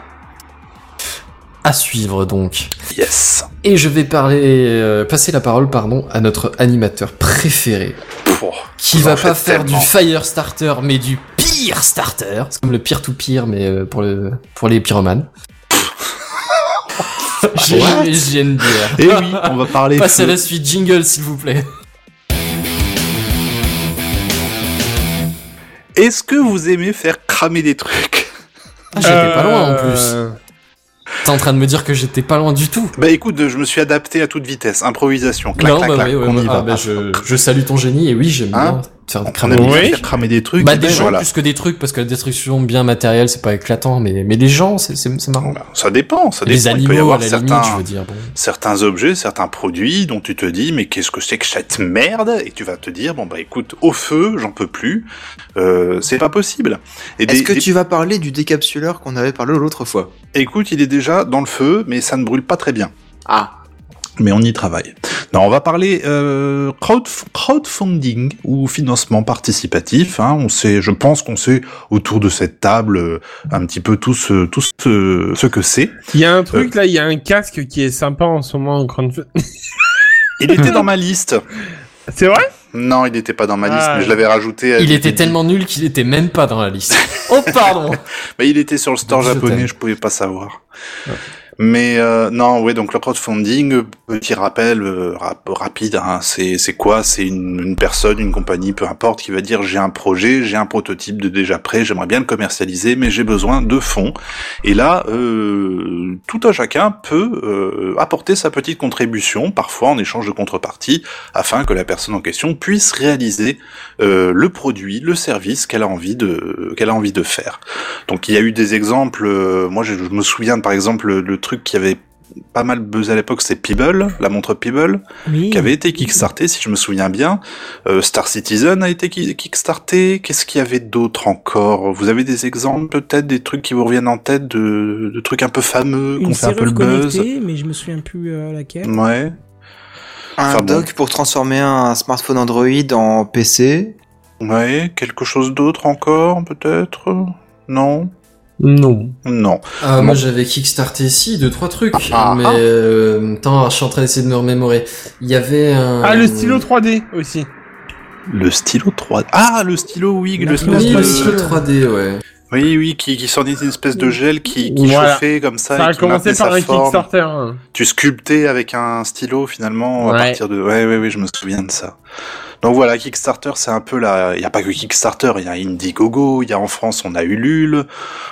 Speaker 5: À suivre donc.
Speaker 4: Yes.
Speaker 5: Et je vais parler, euh, passer la parole, pardon, à notre animateur préféré,
Speaker 4: Pouh.
Speaker 5: qui
Speaker 4: J'en
Speaker 5: va
Speaker 4: fais
Speaker 5: pas faire
Speaker 4: tellement.
Speaker 5: du fire starter, mais du pire starter. C'est comme le pire to pire, mais euh, pour le pour les pyromanes. J'ai- J'aime bien.
Speaker 4: Et oui, on va parler.
Speaker 5: Passe à
Speaker 4: feu.
Speaker 5: la suite, jingle s'il vous plaît.
Speaker 4: Est-ce que vous aimez faire cramer des trucs Euh,
Speaker 5: Ah, J'étais pas loin en plus.
Speaker 6: Euh,
Speaker 5: T'es en train de me dire que j'étais pas loin du tout.
Speaker 4: Bah écoute, je me suis adapté à toute vitesse. Improvisation. Clac, clac, clac,
Speaker 5: oui, oui,
Speaker 4: on
Speaker 5: oui.
Speaker 4: y
Speaker 5: Ah,
Speaker 4: va.
Speaker 5: bah, je, je salue ton génie et oui, j'aime
Speaker 4: Hein
Speaker 5: bien te faire
Speaker 4: On
Speaker 5: cramer.
Speaker 4: aime bien
Speaker 6: Oui.
Speaker 4: faire cramer des trucs.
Speaker 5: Bah,
Speaker 4: et
Speaker 5: des
Speaker 4: ben,
Speaker 5: gens
Speaker 4: voilà.
Speaker 5: plus que des trucs parce que la destruction bien matérielle c'est pas éclatant, mais, mais les gens c'est c'est- c'est marrant.
Speaker 4: Bah, Ça dépend. Ça
Speaker 5: les
Speaker 4: dépend. Il peut y
Speaker 5: animaux à
Speaker 4: avoir
Speaker 5: la
Speaker 4: certains.
Speaker 5: limite, je veux dire. Bon.
Speaker 4: certains objets, certains produits dont tu te dis mais qu'est-ce que c'est que cette merde Et tu vas te dire bon bah écoute au feu j'en peux plus, euh, c'est pas possible. Et
Speaker 10: Est-ce
Speaker 4: des-
Speaker 10: que
Speaker 4: des-
Speaker 10: tu vas parler du décapsuleur qu'on avait parlé l'autre fois
Speaker 4: écoute il est déjà dans le feu mais ça ne brûle pas très bien.
Speaker 10: Ah.
Speaker 4: Mais on y travaille. Non, on va parler euh, crowdf- crowdfunding ou financement participatif. Hein. On sait, je pense qu'on sait autour de cette table euh, un petit peu tout ce, tout ce, ce que c'est.
Speaker 6: Il y
Speaker 5: Euh.
Speaker 6: a un truc là, il y a un casque qui est sympa en ce moment en crowdfunding.
Speaker 4: Il était dans ma liste.
Speaker 6: C'est vrai
Speaker 4: Non, il n'était pas dans ma
Speaker 6: Ah,
Speaker 4: liste, mais je
Speaker 6: ouais.
Speaker 4: l'avais rajouté. à-
Speaker 5: Il était tellement nul qu'il était même pas dans la liste. Oh pardon.
Speaker 4: Mais Bah, il était sur le store
Speaker 5: Je
Speaker 4: japonais,
Speaker 5: t'aime.
Speaker 4: je pouvais pas savoir. Mais euh, non, ouais, donc le crowdfunding, euh, petit rappel euh, rap- rapide, hein, c'est c'est quoi C'est une, une personne, une compagnie, peu importe, qui va dire j'ai un projet, j'ai un prototype de déjà prêt, j'aimerais bien le commercialiser, mais j'ai besoin de fonds. Et là, euh, tout un chacun peut euh, apporter sa petite contribution, parfois en échange de contrepartie, afin que la personne en question puisse réaliser euh, le produit, le service qu'elle a envie de qu'elle a envie de faire. Donc il y a eu des exemples. euh, moi, je, je me souviens par exemple le, le truc qui avait pas mal buzzé à l'époque, c'est Peeble, la montre Peeble,
Speaker 1: Oui.
Speaker 4: qui avait été kickstartée, si je me souviens bien. Euh, Star Citizen a été ki- kickstarté. Qu'est-ce qu'il y avait d'autre encore Vous avez des exemples peut-être des trucs qui vous reviennent en tête de, de trucs un peu fameux, qu'on
Speaker 1: Une
Speaker 4: fait un peu le
Speaker 1: serrure
Speaker 4: buzz.
Speaker 1: connectée, mais je me souviens plus euh, laquelle.
Speaker 4: Ouais.
Speaker 10: Un
Speaker 4: Enfin, bon.
Speaker 10: dock pour transformer un smartphone Android en PC.
Speaker 4: Ouais, quelque chose d'autre encore peut-être Non
Speaker 5: Non.
Speaker 4: Non.
Speaker 5: Ah,
Speaker 4: Bon.
Speaker 5: moi j'avais kickstarté si deux trois trucs,
Speaker 4: Ah,
Speaker 5: mais
Speaker 4: ah.
Speaker 5: euh, attends, je suis en train d'essayer de me remémorer. Il y avait un
Speaker 6: Ah, le stylo 3D aussi.
Speaker 4: Le stylo 3D. Ah, le stylo, oui, le
Speaker 5: Oui,
Speaker 4: stylo
Speaker 5: le
Speaker 1: de-
Speaker 5: stylo 3d ouais.
Speaker 4: Oui, oui, qui, qui sortait une espèce de gel qui, qui
Speaker 6: Voilà.
Speaker 4: chauffait comme ça.
Speaker 6: Ça
Speaker 4: et
Speaker 6: a
Speaker 4: qui
Speaker 6: commencé
Speaker 4: maintenait
Speaker 6: par
Speaker 4: sa
Speaker 6: un
Speaker 4: forme.
Speaker 6: Kickstarter. hein.
Speaker 4: Tu sculptais avec un stylo finalement à
Speaker 6: Ouais.
Speaker 4: partir de. Ouais, ouais, ouais, je me souviens de ça. Donc voilà, Kickstarter, c'est un peu la. Il n'y a pas que Kickstarter, il y a Indiegogo, il y a en France, on a Ulule,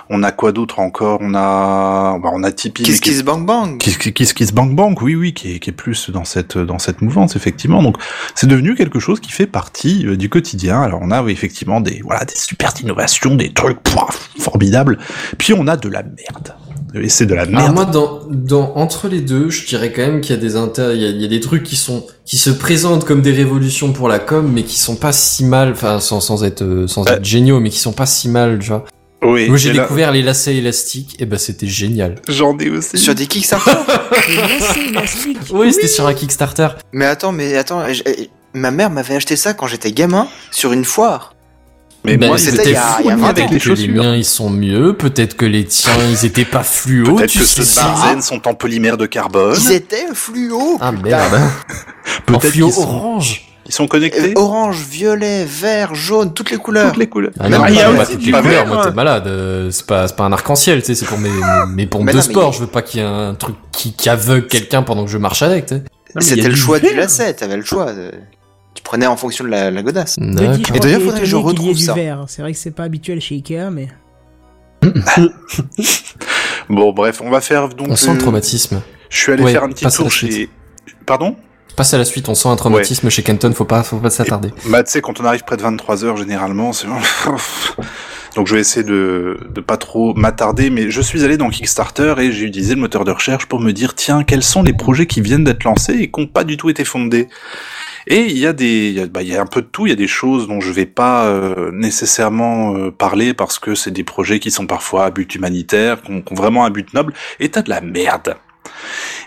Speaker 4: on a quoi d'autre encore On a. Bah, on a Tipeee. mais
Speaker 10: Kiss
Speaker 4: qui-
Speaker 10: Kiss Bang Bang.
Speaker 4: Kiss Kiss Kiss Bank Bank, oui, oui, qui est, qui est plus dans cette, dans cette mouvance, effectivement. Donc, c'est devenu quelque chose qui fait partie euh, du quotidien. Alors, on a oui, effectivement des, voilà, des super innovations, des trucs pouah, formidables. Puis, on a de la merde. Et c'est de la
Speaker 5: Alors
Speaker 4: merde.
Speaker 5: moi dans dans entre les deux, je dirais quand même qu'il y a des inter il y a, il y a des trucs qui sont qui se présentent comme des révolutions pour la com mais qui sont pas si mal enfin sans sans être euh, sans
Speaker 4: Euh.
Speaker 5: être géniaux mais qui sont pas si mal, tu vois.
Speaker 4: oui,
Speaker 5: Moi j'ai
Speaker 4: et là,
Speaker 5: découvert les lacets élastiques et ben c'était génial.
Speaker 4: j'en ai aussi.
Speaker 10: Sur des Kickstarter.
Speaker 1: Le lacet élastique.
Speaker 5: Oui, c'était sur un Kickstarter.
Speaker 10: mais attends, mais attends, j'ai- ma mère m'avait acheté ça quand j'étais gamin sur une foire.
Speaker 4: Mais
Speaker 5: Ben,
Speaker 4: moi, hein,
Speaker 5: ils
Speaker 10: c'était
Speaker 5: étaient
Speaker 10: il y a-
Speaker 5: fous,
Speaker 10: il y a
Speaker 5: mais
Speaker 10: vingt
Speaker 5: peut-être
Speaker 4: Les
Speaker 10: ans.
Speaker 5: que les
Speaker 4: chaussures.
Speaker 5: miens ils sont mieux, peut-être que les tiens ils étaient pas fluo,
Speaker 4: Peut-être
Speaker 5: tu
Speaker 4: que
Speaker 5: sais
Speaker 4: ceux de
Speaker 5: pas.
Speaker 4: Barzen sont en polymère de carbone.
Speaker 10: Ils étaient fluo.
Speaker 5: Ah
Speaker 10: putain.
Speaker 5: merde. En
Speaker 4: Peut-être
Speaker 5: fluo
Speaker 4: qu'ils sont,
Speaker 5: orange.
Speaker 4: ils sont connectés.
Speaker 10: Euh, orange, violet, vert, jaune, toutes les couleurs.
Speaker 4: Toutes les couleurs.
Speaker 5: Ah non,
Speaker 6: Ah, il y a
Speaker 5: pas, pas
Speaker 6: aussi
Speaker 5: toutes
Speaker 6: du
Speaker 5: les
Speaker 6: vert,
Speaker 5: couleurs, moi
Speaker 6: ouais.
Speaker 4: hein.
Speaker 5: t'es malade. euh, C'est pas, c'est pas un arc-en-ciel, tu sais, c'est pour mes, mes, mes pompes
Speaker 10: Mais
Speaker 5: de
Speaker 10: non, mais
Speaker 5: sport.
Speaker 10: il-
Speaker 5: Je veux pas qu'il y ait un truc qui, qui aveugle quelqu'un pendant que je marche avec, tu sais.
Speaker 4: Ah,
Speaker 6: Non, mais il y a
Speaker 10: C'était le
Speaker 6: du
Speaker 10: choix
Speaker 6: vert.
Speaker 10: du lacet, t'avais le choix. de- Tu prenais en fonction de la, la godasse.
Speaker 1: Buddy, je
Speaker 5: D'accord.
Speaker 1: crois
Speaker 10: d'ailleurs,
Speaker 1: qu'il est
Speaker 10: faudrait que je
Speaker 1: étonné qu'il y ait
Speaker 10: retrouve ça.
Speaker 1: du verre. C'est vrai que c'est pas habituel chez Ikea, mais.
Speaker 4: Bon, bref, on va faire donc.
Speaker 5: On sent le
Speaker 4: euh,
Speaker 5: traumatisme.
Speaker 4: Je suis allé
Speaker 5: Ouais,
Speaker 4: faire un petit
Speaker 5: passe à la
Speaker 4: tour chez. Pardon
Speaker 5: Passe à la suite, on sent un traumatisme chez Kenton, faut pas, faut pas s'attarder.
Speaker 4: Bah, tu sais, quand on arrive près de 23h, généralement, c'est... Donc, je vais essayer de, de pas trop m'attarder, mais je suis allé dans Kickstarter et j'ai utilisé le moteur de recherche pour me dire, tiens, quels sont les projets qui viennent d'être lancés et qui n'ont pas du tout été fondés et il y a des, il y a- bah, il y a un peu de tout. Il y a des choses dont je vais pas euh, nécessairement euh, parler parce que c'est des projets qui sont parfois à but humanitaire, qui ont, qui ont vraiment un but noble. Et t'as de la merde.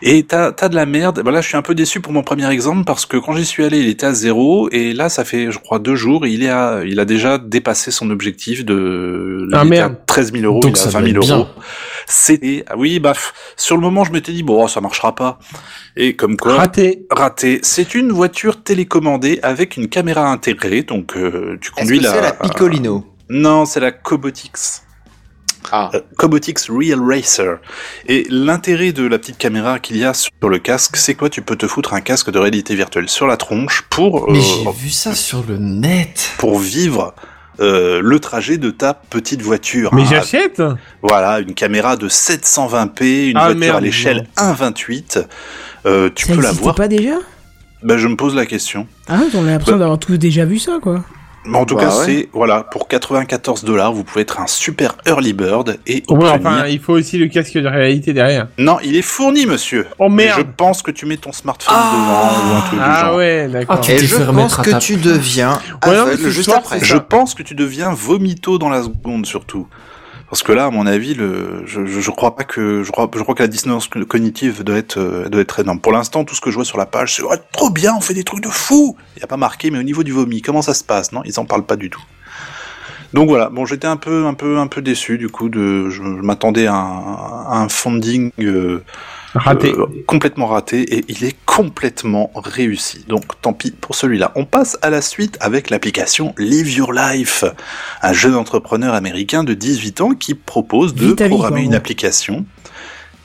Speaker 4: Et t'as t'as de la merde. Bah là, je suis un peu déçu pour mon premier exemple parce que quand j'y suis allé, il était à zéro et là, ça fait je crois deux jours. Et il est à, il a déjà dépassé son objectif de
Speaker 6: Ah,
Speaker 4: il était
Speaker 6: merde.
Speaker 4: à 13 000 euros,
Speaker 5: Donc
Speaker 4: il est à 20
Speaker 5: ça doit
Speaker 4: 000
Speaker 5: être
Speaker 4: euros.
Speaker 5: bien.
Speaker 4: C'était ah oui, bah pff, sur le moment, je m'étais dit bon, oh, ça marchera pas. Et comme quoi,
Speaker 5: Ah,
Speaker 6: Raté.
Speaker 4: raté. C'est une voiture télécommandée avec une caméra intégrée, donc euh, tu
Speaker 10: Est-ce
Speaker 4: conduis
Speaker 10: que c'est
Speaker 4: la...
Speaker 10: la Picolino
Speaker 4: Non, c'est la Cobotix.
Speaker 10: Ah.
Speaker 4: Euh, Cobotix Real Racer. Et l'intérêt de la petite caméra qu'il y a sur le casque, c'est quoi Tu peux te foutre un casque de réalité virtuelle sur la tronche pour,
Speaker 5: Mais
Speaker 4: euh,
Speaker 5: j'ai vu ça sur le net.
Speaker 4: pour vivre euh, le trajet de ta petite voiture.
Speaker 6: Mais
Speaker 4: hein,
Speaker 6: j'achète.
Speaker 4: voilà, une caméra de 720p, une
Speaker 6: Ah,
Speaker 4: voiture à
Speaker 6: merde.
Speaker 4: l'échelle 1.28. Euh, tu
Speaker 1: ça
Speaker 4: peux la
Speaker 1: existait
Speaker 4: voir.
Speaker 1: pas déjà
Speaker 4: Ben, je me pose la question.
Speaker 1: Ah, on a l'impression
Speaker 4: Bah-
Speaker 1: d'avoir tous déjà vu ça, quoi.
Speaker 4: Mais en tout
Speaker 10: Bah
Speaker 4: cas,
Speaker 10: ouais.
Speaker 4: c'est voilà, pour 94 dollars, vous pouvez être un super early bird et
Speaker 6: Au moins,
Speaker 4: obtenir-
Speaker 6: enfin, il faut aussi le casque de réalité derrière.
Speaker 4: Non, il est fourni, monsieur.
Speaker 6: Oh
Speaker 4: Mais
Speaker 6: merde.
Speaker 4: je pense que tu mets ton smartphone
Speaker 5: Ah.
Speaker 4: devant ou un truc du
Speaker 6: Ah
Speaker 4: genre.
Speaker 6: ouais, d'accord.
Speaker 5: Ah, tu-
Speaker 10: Et
Speaker 5: t'es
Speaker 10: je
Speaker 5: fait
Speaker 10: pense
Speaker 5: remettre à
Speaker 10: que
Speaker 5: ta
Speaker 10: tu deviens
Speaker 6: Ouais, non, mais
Speaker 10: aveugle
Speaker 6: ce
Speaker 10: juste
Speaker 6: soir,
Speaker 10: après.
Speaker 6: c'est
Speaker 4: Je
Speaker 6: ça.
Speaker 4: pense que tu deviens vomito dans la seconde surtout. Parce que là, à mon avis, le, je, je, je crois pas que je crois, je crois que la dissonance co- cognitive doit être euh, doit être énorme. Pour l'instant, tout ce que je vois sur la page, c'est Ouais, trop bien, on fait des trucs de fou. Il y a pas marqué, mais au niveau du vomi, comment ça se passe Non, ils en parlent pas du tout. Donc voilà, bon, j'étais un peu un peu un peu déçu du coup de, je, je m'attendais à, un- à un funding euh,
Speaker 6: Raté.
Speaker 4: Euh, complètement raté et il est complètement réussi. Donc tant pis pour celui-là. On passe à la suite avec l'application Live Your Life, un jeune entrepreneur américain de 18 ans qui propose de
Speaker 1: Vis ta vie,
Speaker 4: programmer
Speaker 1: quoi,
Speaker 4: une
Speaker 1: ouais.
Speaker 4: application.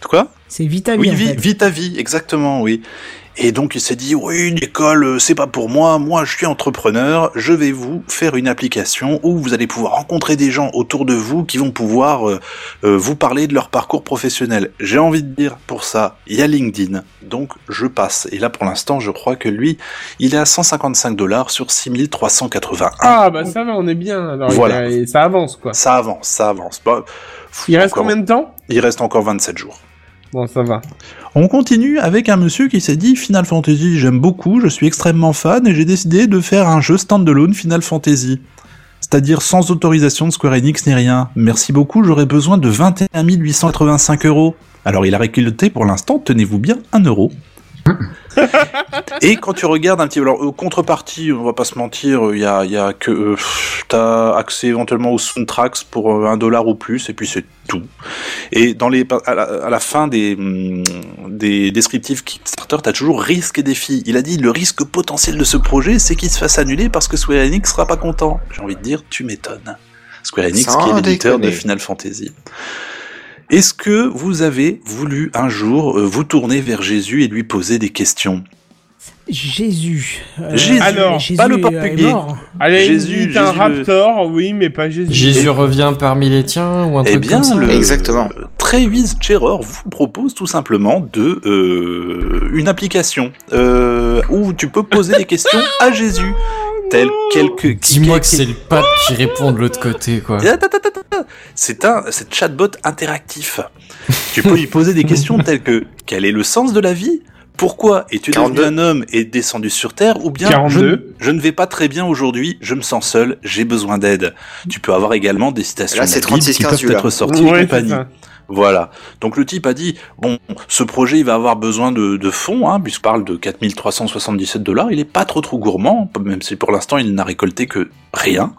Speaker 4: De quoi
Speaker 1: C'est vitamine.
Speaker 4: oui,
Speaker 1: en
Speaker 4: vi-
Speaker 1: fait.
Speaker 4: vite à vie, exactement, oui. Et donc il s'est dit, oui, une école, euh, c'est pas pour moi, moi je suis entrepreneur, je vais vous faire une application où vous allez pouvoir rencontrer des gens autour de vous qui vont pouvoir euh, euh, vous parler de leur parcours professionnel. J'ai envie de dire, pour ça, il y a LinkedIn, donc je passe. Et là pour l'instant, je crois que lui, il est à 155 dollars sur 6381.
Speaker 6: Ah, bah ça va, on est bien. Alors, il
Speaker 4: Voilà.
Speaker 6: y a- ça avance, quoi.
Speaker 4: Ça avance, ça avance. Bah,
Speaker 6: Il reste
Speaker 4: encore-
Speaker 6: combien de temps
Speaker 4: il reste encore 27 jours.
Speaker 6: Bon, ça va.
Speaker 4: On continue avec un monsieur qui s'est dit Final Fantasy, j'aime beaucoup, je suis extrêmement fan et j'ai décidé de faire un jeu standalone Final Fantasy. C'est-à-dire sans autorisation de Square Enix ni rien. Merci beaucoup, j'aurais besoin de 21 885 euros. Alors il a récolté pour l'instant, tenez-vous bien, 1 euro. Et quand tu regardes un petit peu, alors euh, contrepartie, on va pas se mentir, il y a, y a que euh, pff, t'as accès éventuellement aux soundtracks pour euh, un dollar ou plus, et puis c'est tout. Et dans les, à, la, à la fin des, hum, des descriptifs Kickstarter, t'as toujours risque et défi. Il a dit le risque potentiel de ce projet, c'est qu'il se fasse annuler parce que Square Enix sera pas content. J'ai envie de dire, tu m'étonnes. Square Enix,
Speaker 10: Sans
Speaker 4: qui est l'éditeur de
Speaker 10: déconner.
Speaker 4: Final Fantasy. Est-ce que vous avez voulu un jour euh, vous tourner vers Jésus et lui poser des questions
Speaker 1: Jésus. Euh,
Speaker 4: Jésus,
Speaker 6: alors,
Speaker 4: pas le
Speaker 1: est-
Speaker 4: portugais.
Speaker 1: est mort.
Speaker 6: Allez,
Speaker 4: Jésus,
Speaker 6: Jésus, un
Speaker 4: Jésus le-
Speaker 6: raptor, oui, mais pas Jésus.
Speaker 5: Jésus revient parmi les tiens ou un
Speaker 4: Eh
Speaker 5: truc
Speaker 4: bien,
Speaker 5: comme ça.
Speaker 4: le
Speaker 10: Exactement.
Speaker 4: le Travis Gerrard vous propose tout simplement de euh, une application euh, où tu peux poser des questions à Jésus, telles quelques.
Speaker 5: Eh, Dis-moi que c'est le pape qui répond de l'autre côté, quoi.
Speaker 4: Et attends, attends, attends, attends. C'est un c'est un chatbot interactif. tu peux lui poser des questions telles que quel est le sens de la vie Pourquoi es-tu devenu
Speaker 10: 42.
Speaker 4: un homme et descendu sur Terre Ou bien je,
Speaker 6: 42.
Speaker 4: je ne vais pas très bien aujourd'hui, je me sens seul, j'ai besoin d'aide. Tu peux avoir également des citations
Speaker 10: Là,
Speaker 4: de la
Speaker 10: c'est
Speaker 4: Bible qui
Speaker 10: 36-15,
Speaker 4: peuvent être
Speaker 10: celui-là.
Speaker 4: sorties
Speaker 6: Ouais,
Speaker 4: et
Speaker 6: c'est
Speaker 4: compagnie.
Speaker 6: ça.
Speaker 4: Voilà. Donc le type a dit, bon, ce projet, il va avoir besoin de, de fonds, hein, puisqu'il parle de 4377 dollars, il est pas trop trop gourmand, même si pour l'instant il n'a récolté que rien.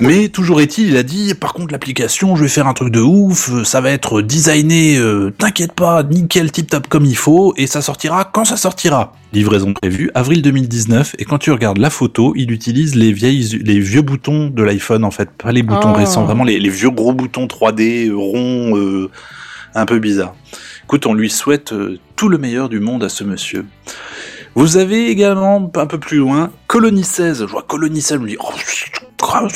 Speaker 4: Mais toujours est-il, il a dit, par contre l'application, je vais faire un truc de ouf, euh, ça va être designé, euh, t'inquiète pas, nickel, tip-top comme il faut, et ça sortira quand ça sortira. Livraison prévue, avril 2019, et quand tu regardes la photo, il utilise les, vieilles, les vieux boutons de l'iPhone, en fait, pas les boutons
Speaker 1: Ah.
Speaker 4: récents, vraiment les, les vieux gros boutons 3D, euh, ronds, euh, un peu bizarre. Écoute, on lui souhaite euh, tout le meilleur du monde à ce monsieur. Vous avez également, un peu plus loin, Colonie 16. Je vois Colonie 16, je me dis, oh,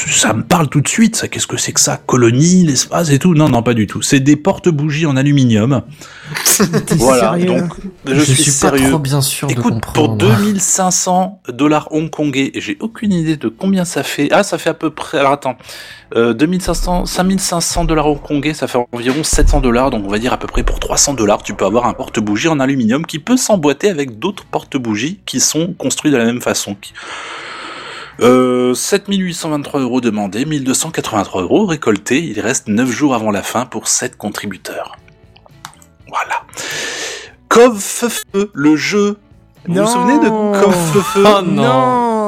Speaker 4: ça me parle tout de suite, ça, qu'est-ce que c'est que ça Colonie, l'espace et tout Non, non, pas du tout. C'est des porte-bougies en aluminium.
Speaker 1: T'es
Speaker 4: Voilà,
Speaker 1: sérieux
Speaker 4: donc je, suis,
Speaker 5: pas
Speaker 4: sérieux.
Speaker 5: trop bien sûr de
Speaker 4: Écoute,
Speaker 5: comprendre.
Speaker 4: pour 2500 dollars hongkongais, et j'ai aucune idée de combien ça fait. Ah, ça fait à peu près. Alors attends, euh, 2500, 5500 dollars hongkongais, ça fait environ 700 dollars. Donc on va dire à peu près pour 300 dollars, tu peux avoir un porte-bougie en aluminium qui peut s'emboîter avec d'autres porte-bougies qui sont construits de la même façon. qui- Euh, 7823 euros demandés, 1283 euros récoltés. Il reste 9 jours avant la fin pour 7 contributeurs. Voilà. Covfeu, le jeu. Vous
Speaker 1: Non. Ah.
Speaker 4: vous souvenez de Covfeu
Speaker 5: Oh non.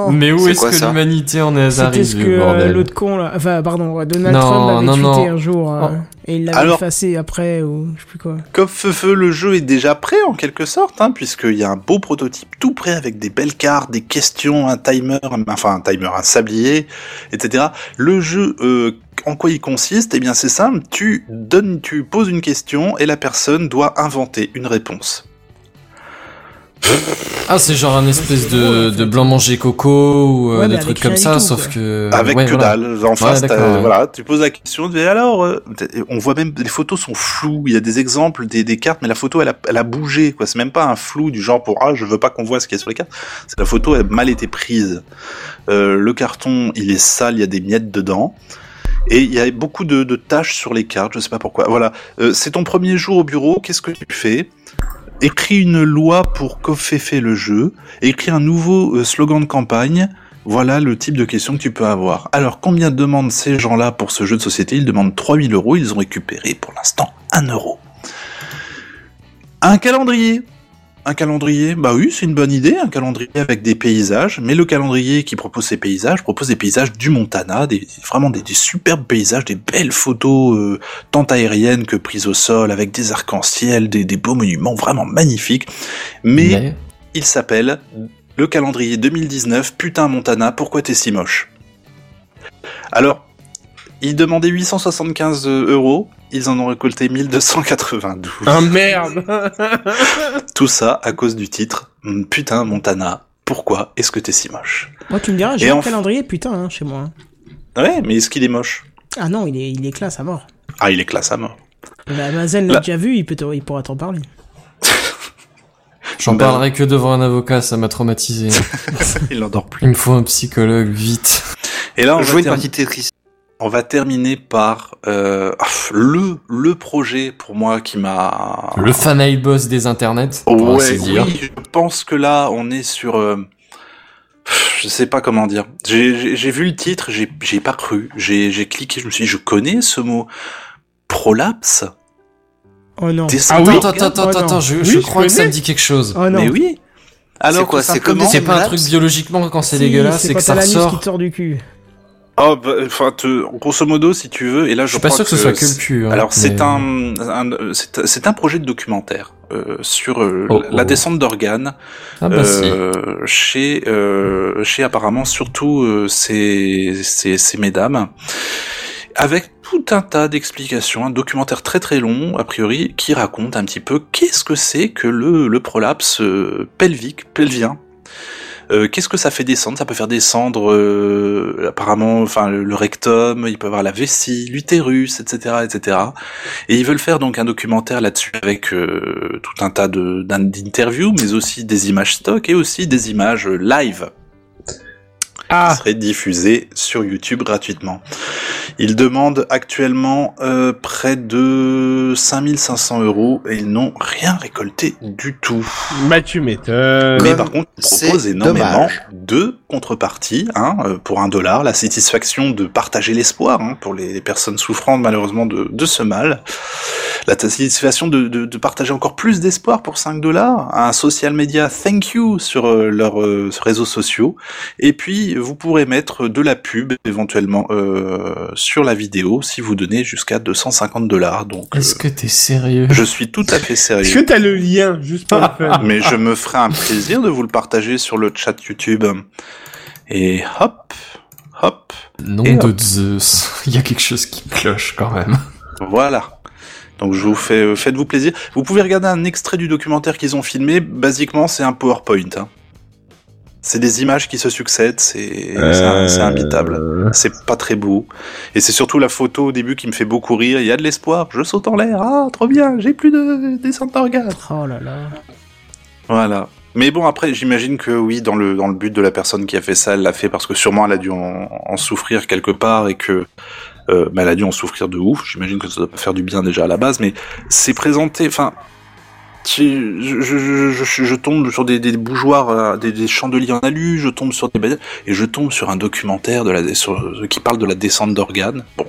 Speaker 1: Non
Speaker 5: Mais où
Speaker 10: C'est
Speaker 5: est-ce
Speaker 10: quoi,
Speaker 5: que
Speaker 10: ça
Speaker 5: l'humanité en est
Speaker 1: C'était ce que
Speaker 5: arrivée,
Speaker 1: euh,
Speaker 5: bordel
Speaker 1: l'autre con là, enfin pardon, ouais, Donald
Speaker 5: Non,
Speaker 1: Trump avait
Speaker 5: non,
Speaker 1: tweeté
Speaker 5: non.
Speaker 1: un jour euh,
Speaker 5: Oh.
Speaker 1: et il l'avait
Speaker 4: Alors-
Speaker 1: effacé après ou je sais plus quoi.
Speaker 4: Comme feu feu, le jeu est déjà prêt en quelque sorte, hein, puisqu'il y a un beau prototype tout prêt avec des belles cartes, des questions, un timer, un- enfin un timer, un sablier, etc. Le jeu, euh, en quoi il consiste Eh bien, c'est simple. Tu donnes, tu poses une question et la personne doit inventer une réponse.
Speaker 5: Ah, c'est genre un espèce de, de blanc manger coco ou euh,
Speaker 1: Ouais, mais
Speaker 5: des
Speaker 1: avec
Speaker 5: trucs comme
Speaker 1: rien
Speaker 5: ça,
Speaker 1: du tout,
Speaker 5: sauf
Speaker 1: quoi.
Speaker 5: que.
Speaker 4: Avec
Speaker 5: euh, ouais,
Speaker 4: que
Speaker 5: voilà.
Speaker 4: dalle. En face,
Speaker 5: d'accord,
Speaker 4: t'as-
Speaker 5: ouais.
Speaker 4: voilà, tu poses la question. Tu dis alors, euh, on voit même les photos sont floues. Il y a des exemples des, des cartes, mais la photo elle a, elle a bougé. Quoi, c'est même pas un flou du genre pour ah je veux pas qu'on voit ce qu'il y a sur les cartes. C'est que la photo elle a mal été prise. Euh, le carton il est sale, il y a des miettes dedans. Et il y a beaucoup de, de taches sur les cartes, je sais pas pourquoi. Voilà, Euh, c'est ton premier jour au bureau, qu'est-ce que tu fais Écris une loi pour fait le jeu, écris un nouveau euh, slogan de campagne, voilà le type de question que tu peux avoir. Alors, combien demandent ces gens-là pour ce jeu de société Ils demandent 3000 euros, ils ont récupéré pour l'instant 1 euro. Un calendrier Un calendrier, bah oui, c'est une bonne idée, un calendrier avec des paysages, mais le calendrier qui propose ces paysages propose des paysages du Montana, des, vraiment des, des superbes paysages, des belles photos euh, tant aériennes que prises au sol, avec des arcs-en-ciel, des, des beaux monuments vraiment magnifiques. Mais
Speaker 5: Mais-
Speaker 4: il s'appelle le calendrier 2019, putain Montana, pourquoi t'es si moche Alors, ils demandaient 875 euros, ils en ont récolté 1292.
Speaker 6: Ah merde
Speaker 4: Tout ça à cause du titre Hum, Putain Montana, pourquoi est-ce que t'es si moche
Speaker 1: Moi, tu me diras, j'ai
Speaker 4: Et
Speaker 1: un
Speaker 4: en-
Speaker 1: calendrier, putain, hein, chez moi. hein.
Speaker 4: Ouais, mais est-ce qu'il est moche
Speaker 1: Ah non, il est, il est classe à mort.
Speaker 4: Ah, il est classe à mort.
Speaker 1: Bah, Mazen
Speaker 4: Là-
Speaker 1: l'a déjà vu, il, peut te- il pourra t'en parler.
Speaker 5: J'en
Speaker 4: Bah-
Speaker 5: parlerai que devant un avocat, ça m'a traumatisé.
Speaker 4: Il n'endort plus.
Speaker 5: Il me faut un psychologue, vite.
Speaker 4: Et là, on va
Speaker 10: Jouer une
Speaker 4: terminer-
Speaker 10: partie de Tetris.
Speaker 4: On va terminer par euh, le le projet pour moi qui m'a
Speaker 5: Le fan boss des internets, pour
Speaker 4: ouais
Speaker 5: ainsi dire.
Speaker 4: oui je pense que là on est sur euh, pff, je sais pas comment dire j'ai j'ai- j'ai vu le titre j'ai j'ai pas cru j'ai j'ai cliqué je me suis dit je connais ce mot prolapse
Speaker 5: Ah
Speaker 1: Oh non.
Speaker 4: descente
Speaker 6: oui.
Speaker 5: Attends,
Speaker 4: d'organe.
Speaker 5: attends, attends,
Speaker 6: Oh, non.
Speaker 5: attends, je,
Speaker 6: Oui,
Speaker 5: je
Speaker 6: je
Speaker 5: crois que ça me
Speaker 6: connais.
Speaker 5: dit quelque chose.
Speaker 1: Oh non.
Speaker 4: mais oui alors
Speaker 10: C'est quoi,
Speaker 4: que
Speaker 10: c'est comme des
Speaker 4: simplement-
Speaker 5: C'est pas un truc
Speaker 10: Prolapse
Speaker 5: biologiquement quand c'est
Speaker 1: Oh, Si,
Speaker 5: dégueulasse, c'est
Speaker 1: quand
Speaker 5: que ça
Speaker 1: t'as l'anus
Speaker 5: ressort.
Speaker 1: qui te sort du cul.
Speaker 4: Oh, bah, enfin, te- grosso modo, si tu veux, et là, je,
Speaker 5: Je suis pas
Speaker 4: crois
Speaker 5: sûr que ce soit que le
Speaker 4: c'est-
Speaker 5: cul. hein,
Speaker 4: Alors, c'est
Speaker 5: mais-
Speaker 4: un, un- c'est c'est un projet de documentaire euh, sur euh,
Speaker 5: Oh,
Speaker 4: la
Speaker 5: oh.
Speaker 4: descente d'organes
Speaker 5: Ah bah si.
Speaker 4: euh, chez, euh, chez apparemment surtout euh, ces, ces, ces mesdames, avec tout un tas d'explications, un documentaire très très long, a priori, qui raconte un petit peu qu'est-ce que c'est que le, le prolapse euh, pelvique, pelvien. Euh, qu'est-ce que ça fait descendre Ça peut faire descendre euh, apparemment, enfin le, le rectum, il peut avoir la vessie, l'utérus, etc., etc. Et ils veulent faire donc un documentaire là-dessus avec euh, tout un tas de- d'in- d'interviews, mais aussi des images stock et aussi des images euh, live qui
Speaker 6: Ah
Speaker 4: seraient diffusées sur YouTube gratuitement. Ils demandent actuellement euh, près de 5500 euros et ils n'ont rien récolté du tout.
Speaker 6: Bah tu m'étonnes
Speaker 4: Mais
Speaker 10: Comme
Speaker 4: par contre, ils
Speaker 10: Euh, c'est
Speaker 4: proposent énormément
Speaker 10: dommage.
Speaker 4: de contreparties hein, euh, pour un dollar, la satisfaction de partager l'espoir hein, pour les, les personnes souffrant malheureusement de, de ce mal, la satisfaction de, de- de partager encore plus d'espoir pour 5 dollars, un social media thank you sur euh, leurs euh, réseaux sociaux, et puis vous pourrez mettre de la pub éventuellement euh, sur la vidéo si vous donnez jusqu'à 250 dollars. Donc, euh,
Speaker 5: Est-ce que t'es sérieux
Speaker 4: je suis tout à fait sérieux.
Speaker 6: Est-ce que t'as le lien, juste pour le fun
Speaker 4: Mais je me ferai un plaisir de vous le partager sur le chat YouTube. Et hop, hop,
Speaker 5: Nom
Speaker 4: Et euh,
Speaker 5: de Zeus, il y a quelque chose qui cloche quand même.
Speaker 4: voilà. Donc je vous fais, euh, faites-vous plaisir. Vous pouvez regarder un extrait du documentaire qu'ils ont filmé. Basiquement, c'est un PowerPoint. hein. C'est des images qui se succèdent. C'est c'est un-
Speaker 6: Euh.
Speaker 4: c'est imbitable. C'est pas très beau. Et c'est surtout la photo au début qui me fait beaucoup rire. Il y a de l'espoir. Je saute en l'air. Ah, trop bien. J'ai plus de descente d'organes.
Speaker 1: Oh là là.
Speaker 4: Voilà. Mais bon, après, j'imagine que oui, dans le, dans le but de la personne qui a fait ça, elle l'a fait parce que sûrement elle a dû en, en souffrir quelque part et que euh, bah, elle a dû en souffrir de ouf. J'imagine que ça doit pas faire du bien déjà à la base, mais c'est présenté. Enfin, tu- je, je, je, je- je tombe sur des, des bougeoirs, euh, des, des chandeliers en alu, je tombe sur des bagnoles et je tombe sur un documentaire de la, sur- qui parle de la descente d'organes. Bon.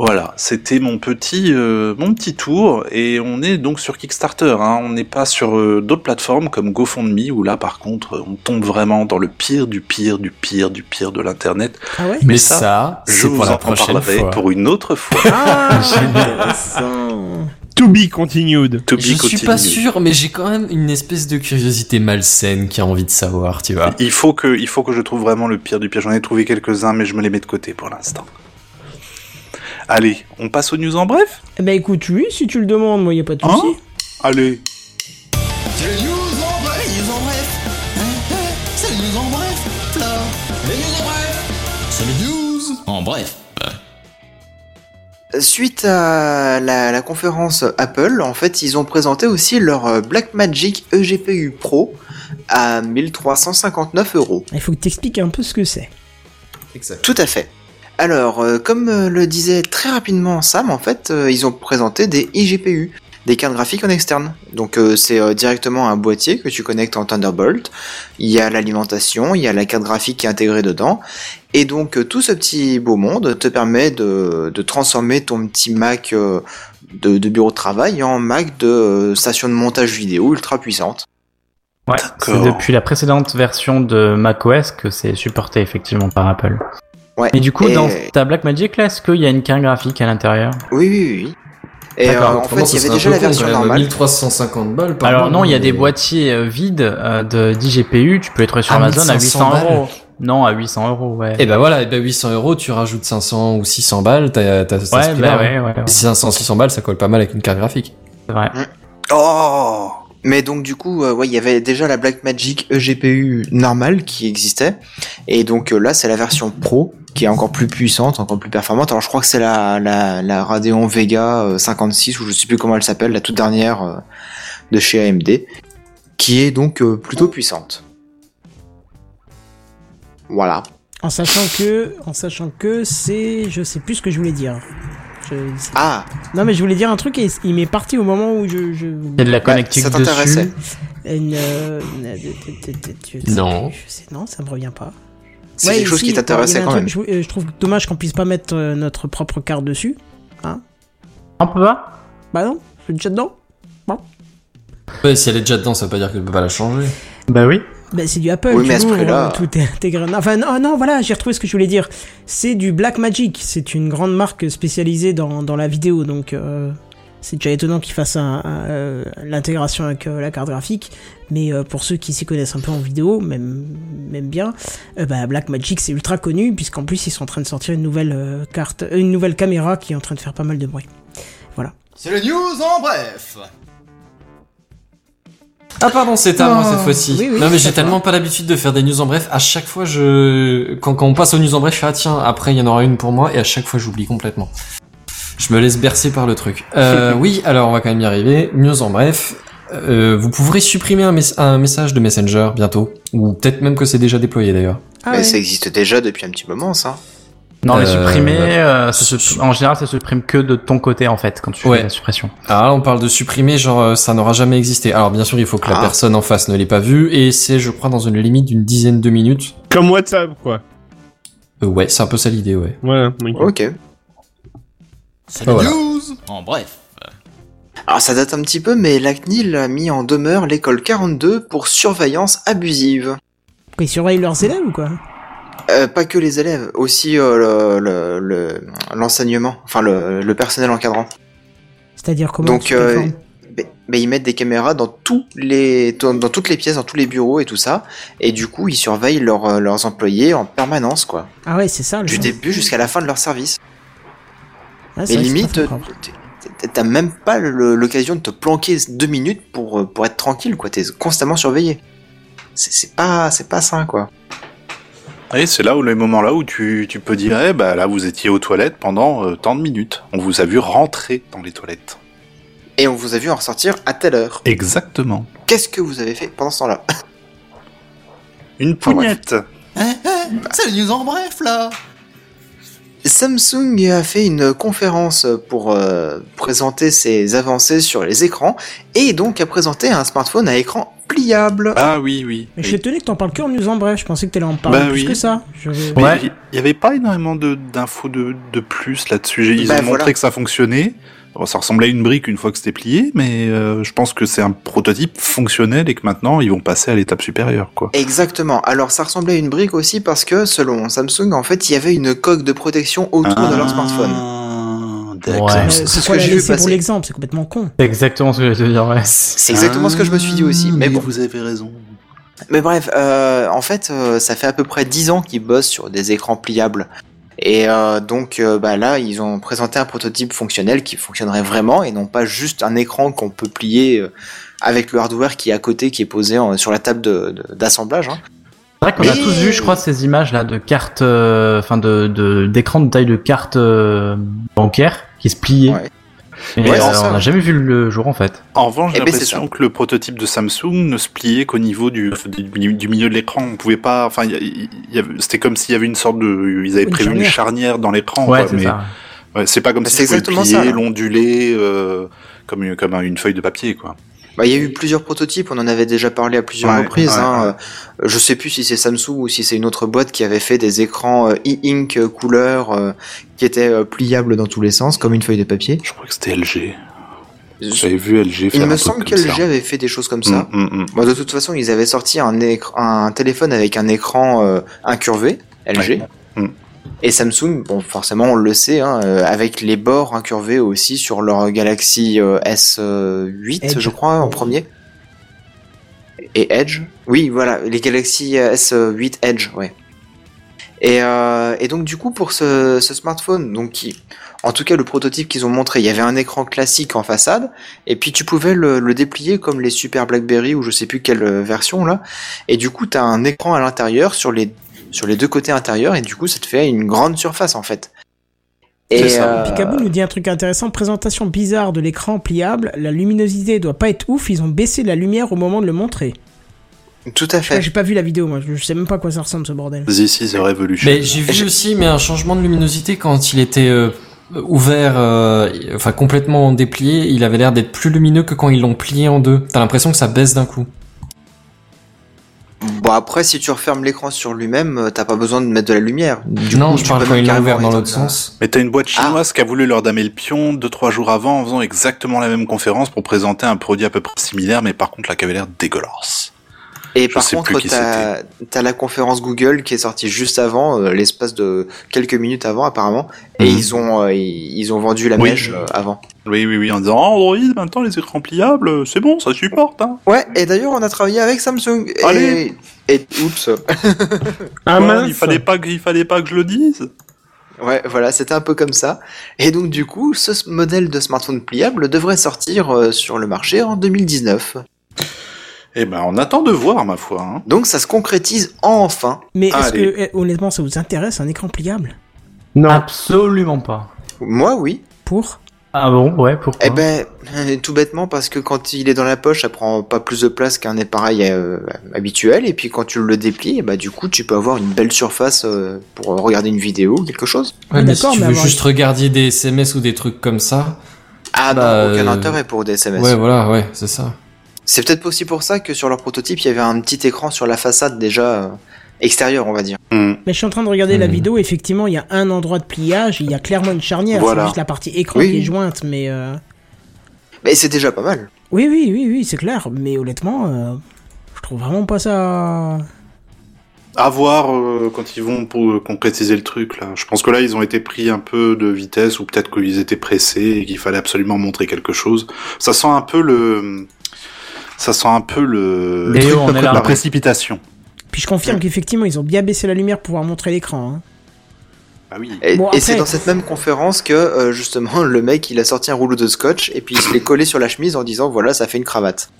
Speaker 4: Voilà, c'était mon petit euh, mon petit tour et on est donc sur Kickstarter. hein. on n'est pas sur euh, d'autres plateformes comme GoFundMe où là par contre euh, on tombe vraiment dans le pire du pire du pire du pire de l'internet.
Speaker 1: Ah ouais
Speaker 5: Mais
Speaker 4: ça,
Speaker 5: ça,
Speaker 4: Je
Speaker 5: c'est
Speaker 4: vous
Speaker 5: pour la
Speaker 4: en
Speaker 5: prochaine
Speaker 4: parlerai
Speaker 5: fois.
Speaker 4: pour une autre fois.
Speaker 1: Ah, intéressant.
Speaker 6: To be continued
Speaker 4: To be
Speaker 5: Je suis pas
Speaker 4: continued.
Speaker 5: sûr, mais j'ai quand même une espèce de curiosité malsaine qui a envie de savoir, tu
Speaker 10: euh,
Speaker 5: vois.
Speaker 4: Il faut que, il faut que je trouve vraiment le pire du pire. J'en ai trouvé quelques-uns, mais je me les mets de côté pour l'instant. Allez, on passe aux news en bref
Speaker 1: Eh ben écoute, oui, si tu le demandes, moi, y a pas de
Speaker 4: Hein
Speaker 1: souci.
Speaker 4: Allez.
Speaker 3: C'est le news en bref.
Speaker 10: Suite à la, la conférence Apple, en fait, ils ont présenté aussi leur euh, Blackmagic eGPU Pro à 1359 euros.
Speaker 1: Il faut que t'expliques un peu ce que c'est.
Speaker 10: Tout à fait. Alors, euh, comme euh, le disait très rapidement Sam, en fait, euh, ils ont présenté des iGPU, des cartes graphiques en externe. Donc euh, c'est euh, directement un boîtier que tu connectes en Thunderbolt. Il y a l'alimentation, il y a la carte graphique qui est intégrée dedans. Et donc euh, tout ce petit beau monde te permet de, de transformer ton petit Mac euh, de, de bureau de travail en Mac de euh, station de montage vidéo ultra puissante.
Speaker 7: Ouais, c'est depuis la précédente version de macOS que c'est supporté effectivement par Apple.
Speaker 10: Ouais.
Speaker 7: Et du coup,
Speaker 10: Et-
Speaker 7: dans ta Blackmagic, là, est-ce qu'il y a une carte graphique à l'intérieur
Speaker 10: Oui, oui, oui. Et euh,
Speaker 5: D'accord,
Speaker 10: en
Speaker 5: autrement,
Speaker 10: fait, il y
Speaker 5: ça
Speaker 10: avait
Speaker 5: serait un peu
Speaker 10: déjà la
Speaker 5: con,
Speaker 10: version
Speaker 5: quand même,
Speaker 10: normale.
Speaker 5: 1350 balles par
Speaker 7: Alors
Speaker 5: mois,
Speaker 7: non, il y a des
Speaker 5: mais-
Speaker 7: boîtiers euh, vides euh, de 10 GPU, tu peux les trouver sur
Speaker 5: Ah,
Speaker 7: Amazon
Speaker 5: 1500
Speaker 7: à 800
Speaker 5: balles.
Speaker 7: euros. Non, à 800 euros, ouais.
Speaker 5: Et ben voilà, et ben 800 euros, tu rajoutes 500 ou 600 balles, t'as, t'as, t'as ce
Speaker 7: ouais,
Speaker 5: prix-là,
Speaker 7: bah,
Speaker 5: hein.
Speaker 7: ouais, ouais, ouais,
Speaker 5: 500, 600 balles, ça colle pas mal avec une carte graphique.
Speaker 7: c'est vrai.
Speaker 10: Oh Mais donc du coup, euh, ouais, il y avait déjà la E Blackmagic eGPU normale qui existait, et donc euh, là c'est la version Pro qui est encore plus puissante, encore plus performante. Alors je crois que c'est la, la, la Radeon Vega euh, 56 ou je sais plus comment elle s'appelle, la toute dernière euh, de chez AMD, qui est donc euh, plutôt puissante. Voilà.
Speaker 1: En sachant que, en sachant que c'est, je sais plus ce que je voulais dire. Je-
Speaker 10: Ah,
Speaker 1: Non mais je voulais dire un truc et il m'est parti au moment où je, je...
Speaker 7: Il y a de la
Speaker 10: bah,
Speaker 7: connectique
Speaker 10: ça
Speaker 7: dessus.
Speaker 10: t'intéressait.
Speaker 1: une, euh, une- euh, de- de- de- de- je-
Speaker 5: Non.
Speaker 1: je sais- non, ça me revient pas.
Speaker 10: C'est
Speaker 1: Ouais,
Speaker 10: quelque chose
Speaker 1: si,
Speaker 10: qui
Speaker 1: il y
Speaker 10: t'intéressait
Speaker 1: a un
Speaker 10: quand
Speaker 1: truc,
Speaker 10: même.
Speaker 1: Je, euh, je trouve dommage qu'on puisse pas mettre euh, notre propre carte dessus.
Speaker 7: On peut pas
Speaker 1: Bah non, c'est déjà dedans.
Speaker 5: Ouais, si elle est déjà dedans, ça veut pas dire que tu peux pas la changer.
Speaker 7: Bah oui.
Speaker 1: Bah, c'est du Apple,
Speaker 10: Oui,
Speaker 1: tu
Speaker 10: mais à ce
Speaker 1: l'ouvres,
Speaker 10: prix-là-
Speaker 1: tout est intégré. Non, Enfin, non, non, voilà, j'ai retrouvé ce que je voulais dire. C'est du Blackmagic, c'est une grande marque spécialisée dans, dans la vidéo, donc euh, c'est déjà étonnant qu'ils fassent un- un, euh, l'intégration avec euh, la carte graphique. Mais euh, pour ceux qui s'y connaissent un peu en vidéo, même, même bien, euh, bah, Blackmagic c'est ultra connu, puisqu'en plus ils sont en train de sortir une nouvelle euh, carte, euh, une nouvelle caméra qui est en train de faire pas mal de bruit.
Speaker 3: C'est le news en bref.
Speaker 5: Ah pardon, c'est à moi cette fois-ci.
Speaker 1: Oui, oui,
Speaker 5: non
Speaker 1: c'est à
Speaker 5: mais j'ai
Speaker 1: toi.
Speaker 5: tellement pas l'habitude de faire des news en bref. À chaque fois, je quand, quand on passe aux news en bref, je fais ah tiens, après il y en aura une pour moi et à chaque fois j'oublie complètement. Je me laisse bercer par le truc. Euh, oui, alors on va quand même y arriver. News en bref. Euh, vous pourrez supprimer un, mes- un message de Messenger bientôt, ou peut-être même que c'est déjà déployé d'ailleurs.
Speaker 1: Ah
Speaker 10: Mais
Speaker 1: ouais.
Speaker 10: ça existe déjà depuis un petit moment, ça.
Speaker 7: Non, les
Speaker 5: Euh,
Speaker 7: supprimer, euh, ça
Speaker 5: su-
Speaker 7: se- en général, ça se supprime que de ton côté, en fait, quand tu
Speaker 5: Ouais.
Speaker 7: fais la suppression.
Speaker 5: Ah, là, on parle de supprimer, genre euh, ça n'aura jamais existé. Alors bien sûr, il faut que la
Speaker 10: Ah.
Speaker 5: personne en face ne l'ait pas vu, et c'est, je crois, dans une limite d'une dizaine de minutes.
Speaker 6: Comme WhatsApp, quoi.
Speaker 5: Euh, ouais, c'est un peu ça l'idée, ouais.
Speaker 6: Voilà. ok.
Speaker 10: Ok.
Speaker 3: C'est le
Speaker 5: Ah, voilà.
Speaker 3: news en bref.
Speaker 10: Alors ça date un petit peu, mais la CNIL a mis en demeure l'école 42 pour surveillance abusive.
Speaker 1: Pourquoi, Ils surveillent leurs élèves ou quoi
Speaker 10: Euh, pas que les élèves, aussi euh, le- le- le- l'enseignement, enfin le, le personnel encadrant.
Speaker 1: C'est-à-dire comment
Speaker 10: Donc,
Speaker 1: tu te défends
Speaker 10: euh, Mais, mais ils mettent des caméras dans, tous les, dans, dans toutes les pièces, dans tous les bureaux et tout ça, et du coup ils surveillent leurs- euh, leurs employés en permanence, quoi.
Speaker 1: Ah ouais, c'est ça le
Speaker 10: Du
Speaker 1: jeu.
Speaker 10: début jusqu'à la fin de leur service.
Speaker 1: Ah, c'est vrai que
Speaker 10: Mais
Speaker 1: c'est
Speaker 10: limite,
Speaker 1: pas trop propre.
Speaker 10: t- t- t'as même pas le- l'occasion de te planquer deux minutes pour, euh, pour être tranquille, quoi. T'es constamment surveillé. C'est- C'est pas, c'est pas sain, quoi.
Speaker 4: Et c'est là où le moment là où tu, tu peux dire, eh, bah là vous étiez aux toilettes pendant euh, tant de minutes. On vous a vu rentrer dans les toilettes.
Speaker 10: Et on vous a vu en ressortir à telle heure.
Speaker 4: Exactement.
Speaker 10: Qu'est-ce que vous avez fait pendant ce temps-là
Speaker 4: Une
Speaker 10: Enfin, Ah, bref.
Speaker 4: pougnette.
Speaker 3: C'est le news en bref là.
Speaker 10: Samsung a fait une conférence pour euh, présenter ses avancées sur les écrans et donc a présenté un smartphone à écran pliable.
Speaker 4: Ah oui oui.
Speaker 1: Mais je suis étonné que t'en parles que en nous en bref. Je pensais que t'allais en parler
Speaker 4: Bah
Speaker 1: plus
Speaker 4: oui.
Speaker 1: que ça. Je vais-
Speaker 4: Mais
Speaker 7: Ouais.
Speaker 4: Il n'y avait pas énormément de- d'infos de, de plus là-dessus. Ils
Speaker 10: Bah,
Speaker 4: ont montré
Speaker 10: voilà.
Speaker 4: que ça fonctionnait. Bon, ça ressemblait à une brique une fois que c'était plié, mais euh, je pense que c'est un prototype fonctionnel et que maintenant ils vont passer à l'étape supérieère. Quoi.
Speaker 10: Exactement. Alors ça ressemblait à une brique aussi parce que selon Samsung, en fait, il y avait une coque de protection autour de leur smartphone.
Speaker 4: smartphone.
Speaker 7: Ouais.
Speaker 1: Euh,
Speaker 7: c'est
Speaker 10: ce
Speaker 1: pourquoi
Speaker 10: que
Speaker 1: la
Speaker 10: j'ai vu
Speaker 1: laisser pour
Speaker 10: passer.
Speaker 1: l'exemple C'est complètement con.
Speaker 7: C'est exactement ce que je veux dire, ouais.
Speaker 10: C'est exactement ce que je me suis dit aussi. Mais bon.
Speaker 4: vous avez raison.
Speaker 10: Mais bref, euh, en fait, euh, ça fait à peu près 10 ans qu'ils bossent sur des écrans pliables. Et euh, donc euh, bah là, ils ont présenté un prototype fonctionnel qui fonctionnerait vraiment et non pas juste un écran qu'on peut plier euh, avec le hardware qui est à côté, qui est posé en- sur la table de- de- d'assemblage. hein.
Speaker 7: C'est vrai qu'on a
Speaker 10: Mais-
Speaker 7: tous vu, je crois, ces images-là de cartes, euh, enfin de de d'écran de taille de carte euh, bancaire qui se pliaient.
Speaker 10: Ouais.
Speaker 7: Et
Speaker 10: Ouais,
Speaker 7: euh,
Speaker 10: c'est ça.
Speaker 7: on n'a jamais vu le jour en fait.
Speaker 4: En revanche, j'ai
Speaker 10: Eh ben, c'est
Speaker 4: l'impression que le prototype de Samsung ne se pliait qu'au niveau du, du, du milieu de l'écran. On pouvait pas. Enfin, il y a- il y avait- c'était comme s'il y avait une sorte de. Ils avaient
Speaker 1: Une
Speaker 4: prévu une
Speaker 1: charnière.
Speaker 4: charnière dans l'écran.
Speaker 7: Ouais,
Speaker 4: quoi,
Speaker 7: c'est
Speaker 4: mais
Speaker 7: ça.
Speaker 4: ouais, c'est pas comme
Speaker 10: Mais
Speaker 4: si
Speaker 10: Bah, c'est
Speaker 4: tu pouvais le
Speaker 10: exactement
Speaker 4: plier,
Speaker 10: ça, là.
Speaker 4: l'onduler, euh, comme, une- comme un- une feuille de papier, quoi.
Speaker 10: Bah, il y a eu plusieurs prototypes, on en avait déjà parlé à plusieurs
Speaker 4: Ouais,
Speaker 10: reprises.
Speaker 4: ouais,
Speaker 10: hein. Euh, Je sais plus si c'est Samsung ou si c'est une autre boîte qui avait fait des écrans euh, e-ink euh, couleur euh, qui étaient euh, pliables dans tous les sens, comme une feuille de papier.
Speaker 4: Je crois que c'était LG. J'avais vu LG faire
Speaker 10: Il
Speaker 4: un
Speaker 10: me
Speaker 4: truc
Speaker 10: semble que
Speaker 4: comme ça.
Speaker 10: LG avait fait des choses comme ça.
Speaker 4: Mm, mm, mm.
Speaker 10: Bon, de toute façon, ils avaient sorti un, écr- un téléphone avec un écran euh, incurvé, LG.
Speaker 4: Mm.
Speaker 10: Et Samsung, bon, forcément, on le sait, hein, euh, avec les bords incurvés aussi sur leur Galaxy euh, S8,
Speaker 1: Edge.
Speaker 10: je crois, en premier. Et Edge Oui, voilà, les Galaxy euh, S8 Edge, ouais. Et, euh, et donc, du coup, pour ce, ce smartphone, donc qui- en tout cas, le prototype qu'ils ont montré, il y avait un écran classique en façade. Et puis tu pouvais le, le déplier comme les Super BlackBerry ou je sais plus quelle euh, version là. Et du coup, t'as un écran à l'intérieur sur les sur les deux côtés intérieurs et du coup, ça te fait une grande surface en fait. Et euh,
Speaker 1: Picaboo nous dit un truc intéressant. Présentation bizarre de l'écran pliable. La luminosité doit pas être ouf. Ils ont baissé la lumière au moment de le montrer.
Speaker 4: Eh.
Speaker 10: tout à
Speaker 1: Ah,
Speaker 10: fait.
Speaker 1: J'ai pas vu la vidéo, moi. Je sais même pas à quoi ça ressemble ce bordel.
Speaker 4: This is the revolution.
Speaker 5: Mais j'ai vu aussi mais un changement de luminosité quand il était euh, ouvert, euh, enfin complètement déplié, il avait l'air d'être plus lumineux que quand ils l'ont plié en deux. T'as l'impression que ça baisse d'un coup.
Speaker 10: Bon après, si tu refermes l'écran sur lui-même, euh, t'as pas besoin de mettre de la lumière. Du
Speaker 5: non,
Speaker 10: coup,
Speaker 5: je
Speaker 10: tu
Speaker 5: parle
Speaker 10: peux
Speaker 5: quand
Speaker 10: même
Speaker 5: ils l'ont
Speaker 10: carrément
Speaker 5: ouvert dans
Speaker 10: éteindre
Speaker 5: l'autre
Speaker 10: la-
Speaker 5: sens.
Speaker 4: Mais t'as une
Speaker 10: Ah.
Speaker 4: boîte chinoise qui a voulu leur damer le pion deux trois jours avant en faisant exactement la même conférence pour présenter un produit à peu près similaire, mais par contre là qui avait l'air dégueulasse.
Speaker 10: Et
Speaker 4: Je
Speaker 10: par
Speaker 4: sais
Speaker 10: contre,
Speaker 4: plus qui
Speaker 10: t'as t'as la conférence Google qui est sortie juste avant, euh, l'espace de quelques minutes avant apparemment, et
Speaker 4: Mhm.
Speaker 10: ils ont euh, ils, ils ont vendu la
Speaker 4: Oui.
Speaker 10: mèche euh, avant.
Speaker 4: Oui, oui, oui, en disant Ah, Android, maintenant les écrans pliables, c'est bon, ça supporte. Hein.
Speaker 10: Ouais, et d'ailleurs, on a travaillé avec Samsung. Et...
Speaker 4: Allez.
Speaker 10: et oups.
Speaker 6: Ah
Speaker 4: Ouais,
Speaker 6: mince
Speaker 4: il fallait pas que, il fallait pas que je le dise.
Speaker 10: Ouais, voilà, c'était un peu comme ça. Et donc, du coup, ce s- modèle de smartphone pliable devrait sortir euh, sur le marché en 2019.
Speaker 4: Eh ben, on attend de voir, ma foi. Hein.
Speaker 10: Donc, ça se concrétise enfin.
Speaker 1: Mais est-ce
Speaker 4: Allez.
Speaker 1: que, eh, honnêtement, ça vous intéresse un écran pliable
Speaker 6: Non.
Speaker 7: Absolument pas.
Speaker 10: Moi, oui.
Speaker 1: Pour
Speaker 7: Ah bon, ouais, pourquoi
Speaker 5: Hein
Speaker 10: Eh ben, euh, tout bêtement, parce que quand il est dans la poche, ça prend pas plus de place qu'un appareil euh, habituel. Et puis, quand tu le déplies, eh ben, du coup, tu peux avoir une belle surface euh, pour regarder une vidéo ou quelque chose.
Speaker 1: Ouais,
Speaker 5: mais si
Speaker 1: d'accord,
Speaker 5: tu
Speaker 1: mais
Speaker 5: veux
Speaker 1: avoir-
Speaker 5: juste regarder des SMS ou des trucs comme ça.
Speaker 10: Ah
Speaker 5: Bah,
Speaker 10: non, aucun
Speaker 5: euh,
Speaker 10: intérêt pour des SMS.
Speaker 5: Ouais, voilà, ouais, c'est ça.
Speaker 10: C'est peut-être aussi pour ça que sur leur prototype, il y avait un petit écran sur la façade déjà euh, extérieure, on va dire.
Speaker 4: Hmm.
Speaker 1: Mais je suis en train de regarder la
Speaker 5: Hmm.
Speaker 1: vidéo. Effectivement, il y a un endroit de pliage. Il y a clairement une charnière.
Speaker 4: Voilà.
Speaker 1: C'est juste la partie écran
Speaker 10: Oui.
Speaker 1: qui est jointe. Mais euh,
Speaker 10: Mais c'est déjà pas mal.
Speaker 1: oui, oui, oui, oui, c'est clair. Mais honnêtement, euh, je trouve vraiment pas ça.
Speaker 4: À voir euh, quand ils vont pour euh, concrétiser le truc là. Je pense que là ils ont été pris un peu de vitesse ou peut-être qu'ils étaient pressés et qu'il fallait absolument montrer quelque chose. Ça sent un peu le ça sent un peu le,
Speaker 7: Léo,
Speaker 4: le
Speaker 7: on est
Speaker 4: la-
Speaker 7: là.
Speaker 4: la précipitation.
Speaker 1: Puis je confirme qu'effectivement, ils ont bien baissé la lumière pour pouvoir montrer l'écran. hein.
Speaker 4: Ah oui.
Speaker 10: Et,
Speaker 1: Bon,
Speaker 10: et c'est
Speaker 1: après-
Speaker 10: dans cette même conférence que euh, justement le mec il a sorti un rouleau de scotch et puis il se l'est collé sur la chemise en disant voilà ça fait une cravate.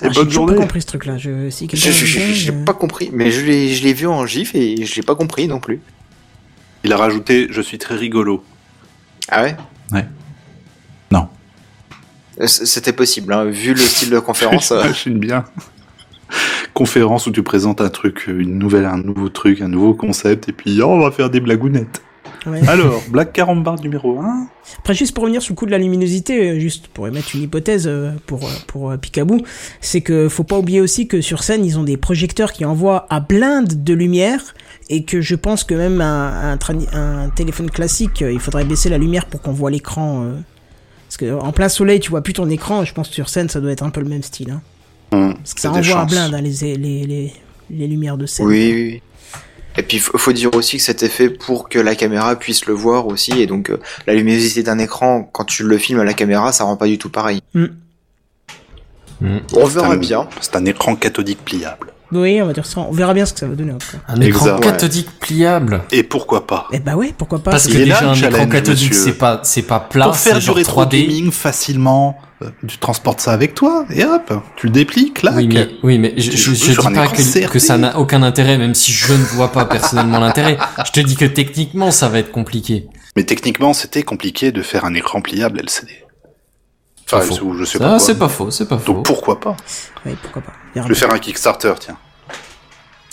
Speaker 4: Et
Speaker 1: Ah,
Speaker 4: bonne
Speaker 1: J'ai toujours pas
Speaker 4: journée.
Speaker 1: compris ce truc-là. Je... Si quelqu'un
Speaker 10: Je je- je-
Speaker 1: le
Speaker 10: je- j'ai
Speaker 1: sait, euh,
Speaker 10: pas compris, mais je l'ai je l'ai vu en gif et je l'ai pas compris non plus.
Speaker 4: Il a rajouté je suis très rigolo.
Speaker 10: Ah ouais
Speaker 4: Ouais. Non.
Speaker 10: Euh, c- C'était possible, hein, vu le style de conférence. euh,
Speaker 4: J'imagine bien. Conférence où tu présentes un truc, euh, une nouvelle, un nouveau truc, un nouveau concept, et puis oh, on va faire des blagounettes.
Speaker 1: ouais.
Speaker 4: Alors, Black Carambar numéro 1
Speaker 1: Après, juste pour revenir sur le coup de la luminosité, euh, juste pour émettre une hypothèse euh, pour, euh, pour euh, Picaboo, c'est que faut pas oublier aussi que sur scène, ils ont des projecteurs qui envoient à blinde de lumière et que je pense que même un, un, tra- un téléphone classique, euh, il faudrait baisser la lumière pour qu'on voit l'écran. euh, parce que euh, en plein soleil, tu vois plus ton écran. et Je pense que sur scène, ça doit être un peu le même style. hein.
Speaker 4: Hum,
Speaker 1: parce que
Speaker 4: c'est
Speaker 1: ça
Speaker 4: des
Speaker 1: envoie à
Speaker 4: chances.
Speaker 1: blinde hein, les, les, les, les lumières de scène.
Speaker 10: Oui, oui, oui. Et puis, faut faut dire aussi que c'était fait pour que la caméra puisse le voir aussi. Et donc, euh, la luminosité d'un écran, quand tu le filmes à la caméra, ça rend pas du tout pareil.
Speaker 1: Mm.
Speaker 5: Mm.
Speaker 10: On
Speaker 4: C'est
Speaker 10: verra
Speaker 4: un-
Speaker 10: bien.
Speaker 4: C'est un écran cathodique pliable.
Speaker 1: Oui, on va dire ça. On verra bien ce que ça va donner en tout cas.
Speaker 5: Un
Speaker 4: Exact.
Speaker 5: écran cathodique pliable.
Speaker 4: Et pourquoi pas
Speaker 1: Eh bah ouais, pourquoi pas.
Speaker 5: Parce que
Speaker 4: Il est là,
Speaker 5: déjà
Speaker 4: le
Speaker 5: un écran
Speaker 4: challenge,
Speaker 5: cathodique,
Speaker 4: monsieur.
Speaker 5: c'est pas, c'est pas plat,
Speaker 4: Pour faire
Speaker 5: c'est
Speaker 4: du
Speaker 5: genre
Speaker 4: rétro
Speaker 5: 3D.
Speaker 4: gaming facilement, euh, tu transportes ça avec toi, et hop, tu le déplies, clac.
Speaker 5: Oui mais, oui, mais je,
Speaker 4: Tu
Speaker 5: je,
Speaker 4: joues
Speaker 5: je
Speaker 4: sur
Speaker 5: dis
Speaker 4: un
Speaker 5: pas
Speaker 4: écran
Speaker 5: que,
Speaker 4: CRT.
Speaker 5: que ça n'a aucun intérêt, même si je ne vois pas personnellement l'intérêt. Je te dis que techniquement, ça va être compliqué.
Speaker 4: Mais techniquement, c'était compliqué de faire un écran pliable LCD.
Speaker 5: Pas
Speaker 4: Enfin,
Speaker 5: faux.
Speaker 4: ou je sais
Speaker 5: Ça,
Speaker 4: pas. quoi.
Speaker 5: c'est pas faux, Ah, c'est pas faux.
Speaker 4: Donc pourquoi pas
Speaker 1: Ouais, pourquoi pas. On verra
Speaker 4: Je vais
Speaker 1: bien.
Speaker 4: faire un Kickstarter, tiens.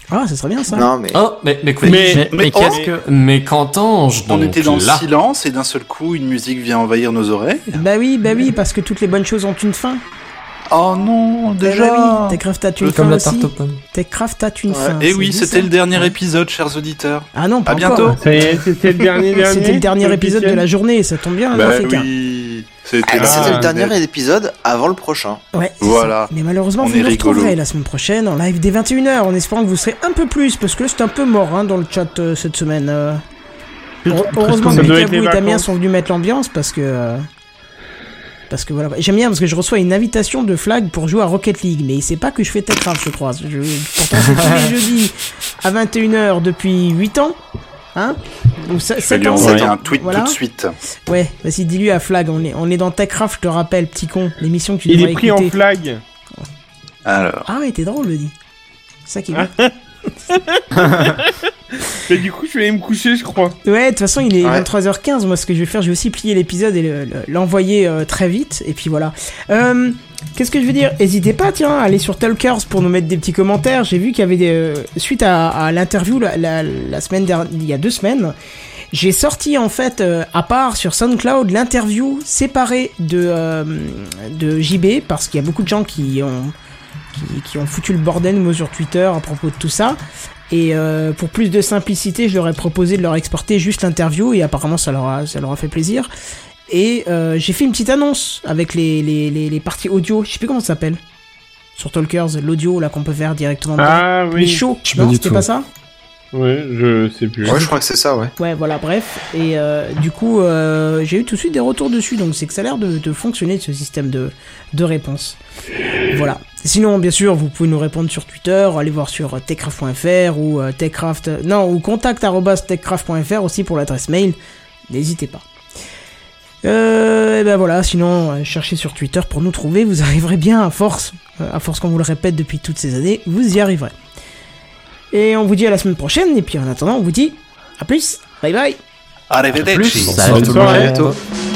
Speaker 1: Ah, ça serait bien ça.
Speaker 10: Non, mais.
Speaker 5: Oh, mais, mais, écoutez,
Speaker 6: Mais-
Speaker 5: mais,
Speaker 6: mais-
Speaker 5: qu'est-ce
Speaker 6: oh.
Speaker 5: que. Mais qu'entends-je
Speaker 4: On
Speaker 5: donc
Speaker 4: était dans le
Speaker 5: là
Speaker 4: silence et d'un seul coup, une musique vient envahir nos oreilles.
Speaker 1: Bah oui, bah oui, parce que toutes les bonnes choses ont une fin.
Speaker 4: Oh non,
Speaker 1: Bah
Speaker 4: déjà
Speaker 1: oui, Techcraft a une
Speaker 5: Comme
Speaker 1: fin
Speaker 5: la tarte
Speaker 1: aussi.
Speaker 5: aux pommes.
Speaker 1: Techcraft a une
Speaker 4: Ouais,
Speaker 1: fin.
Speaker 4: Et
Speaker 1: c'est
Speaker 4: Eh oui,
Speaker 1: dit,
Speaker 4: c'était
Speaker 1: ça.
Speaker 4: le dernier épisode, chers auditeurs.
Speaker 1: Ah non, pas
Speaker 4: À
Speaker 1: encore.
Speaker 4: bientôt.
Speaker 6: Ça y est, c'était le dernier dernier.
Speaker 1: C'était le dernier épisode de la journée, ça tombe bien. hein,
Speaker 4: Bah
Speaker 1: on en fait qu'un.
Speaker 4: oui, c'était
Speaker 10: Ah,
Speaker 4: le-
Speaker 10: C'était le
Speaker 6: Ah,
Speaker 10: dernier épisode avant le prochain.
Speaker 1: Ouais, c'est
Speaker 4: Voilà.
Speaker 1: ça. Mais malheureusement,
Speaker 4: On
Speaker 1: vous
Speaker 4: est
Speaker 1: nous
Speaker 4: rigolo.
Speaker 1: retrouverez la semaine prochaine en live dès 21h, en espérant que vous serez un peu plus, parce que là, c'est un peu mort hein, dans le chat euh, cette semaine. euh. Heure- Heureusement que
Speaker 6: Ça doit
Speaker 1: Micabou
Speaker 6: être les
Speaker 1: et Damien
Speaker 6: vacances.
Speaker 1: sont venus mettre l'ambiance, parce que... euh, Parce que voilà, j'aime bien parce que je reçois une invitation de Flag pour jouer à Rocket League, mais il sait pas que je fais Techcraft, je crois. Je- Pourtant, c'est tous les jeudis à 21h depuis 8 ans. Hein Ou
Speaker 4: Je vais
Speaker 1: 7
Speaker 4: lui
Speaker 1: ans,
Speaker 4: envoyer
Speaker 1: sept ans.
Speaker 4: un tweet
Speaker 1: Voilà.
Speaker 4: tout de suite.
Speaker 1: Ouais, vas-y, dis-lui à Flag, on est, on est dans Techcraft, je te rappelle, petit con, l'émission que tu
Speaker 6: Il
Speaker 1: devrais
Speaker 6: est pris
Speaker 1: écouter.
Speaker 6: en flag.
Speaker 4: Alors,
Speaker 1: Ah ouais, t'es drôle, le dit. C'est ça qui est
Speaker 4: Ah,
Speaker 1: bien.
Speaker 6: Mais du coup, je vais aller me coucher, je crois.
Speaker 1: Ouais, de toute façon, il est
Speaker 10: Ouais.
Speaker 1: 23h15. Moi, ce que je vais faire, je vais aussi plier l'épisode et le- le- l'envoyer euh, très vite. Et puis voilà. Euh, Qu'est-ce que je veux dire N'hésitez pas, tiens, à aller sur Talkers pour nous mettre des petits commentaires. J'ai vu qu'il y avait des. euh, suite à, à l'interview la, la- la semaine dernière, il y a deux semaines, j'ai sorti en fait, euh, à part sur SoundCloud, l'interview séparée de, euh, de JB parce qu'il y a beaucoup de gens qui ont. Qui, qui ont foutu le bordel moi sur Twitter à propos de tout ça et euh, pour plus de simplicité, je leur ai proposé de leur exporter juste l'interview et apparemment ça leur a, ça leur a fait plaisir. Et euh, j'ai fait une petite annonce avec les, les, les, les parties audio, je sais plus comment ça s'appelle. Sur Talkers, l'audio là qu'on peut faire directement.
Speaker 6: Ah
Speaker 1: Les
Speaker 6: oui.
Speaker 1: shows,
Speaker 5: Je sais
Speaker 1: non,
Speaker 5: pas du
Speaker 1: c'était
Speaker 5: tout.
Speaker 1: pas ça
Speaker 6: Ouais, je sais plus.
Speaker 10: Ouais, je crois que c'est ça, ouais.
Speaker 1: Ouais, voilà, bref. Et euh, du coup, euh, j'ai eu tout de suite des retours dessus, donc c'est que ça a l'air de, de fonctionner ce système de, de réponse. Voilà. Sinon, bien sûr, vous pouvez nous répondre sur Twitter, aller voir sur euh, techcraft.fr ou euh, techcraft. euh, Non, ou contact.techcraft.fr aussi pour l'adresse mail. N'hésitez pas. Euh, et ben voilà, sinon, euh, cherchez sur Twitter pour nous trouver, vous arriverez bien à force. Euh, à force qu'on vous le répète depuis toutes ces années, vous y arriverez. Et on vous dit à la semaine prochaine, et puis en attendant, on vous dit à plus, bye bye
Speaker 4: arrivederci.
Speaker 7: Plus, ça va
Speaker 6: Bonne
Speaker 7: tout le hein.
Speaker 6: soirée.
Speaker 7: monde.
Speaker 10: bientôt.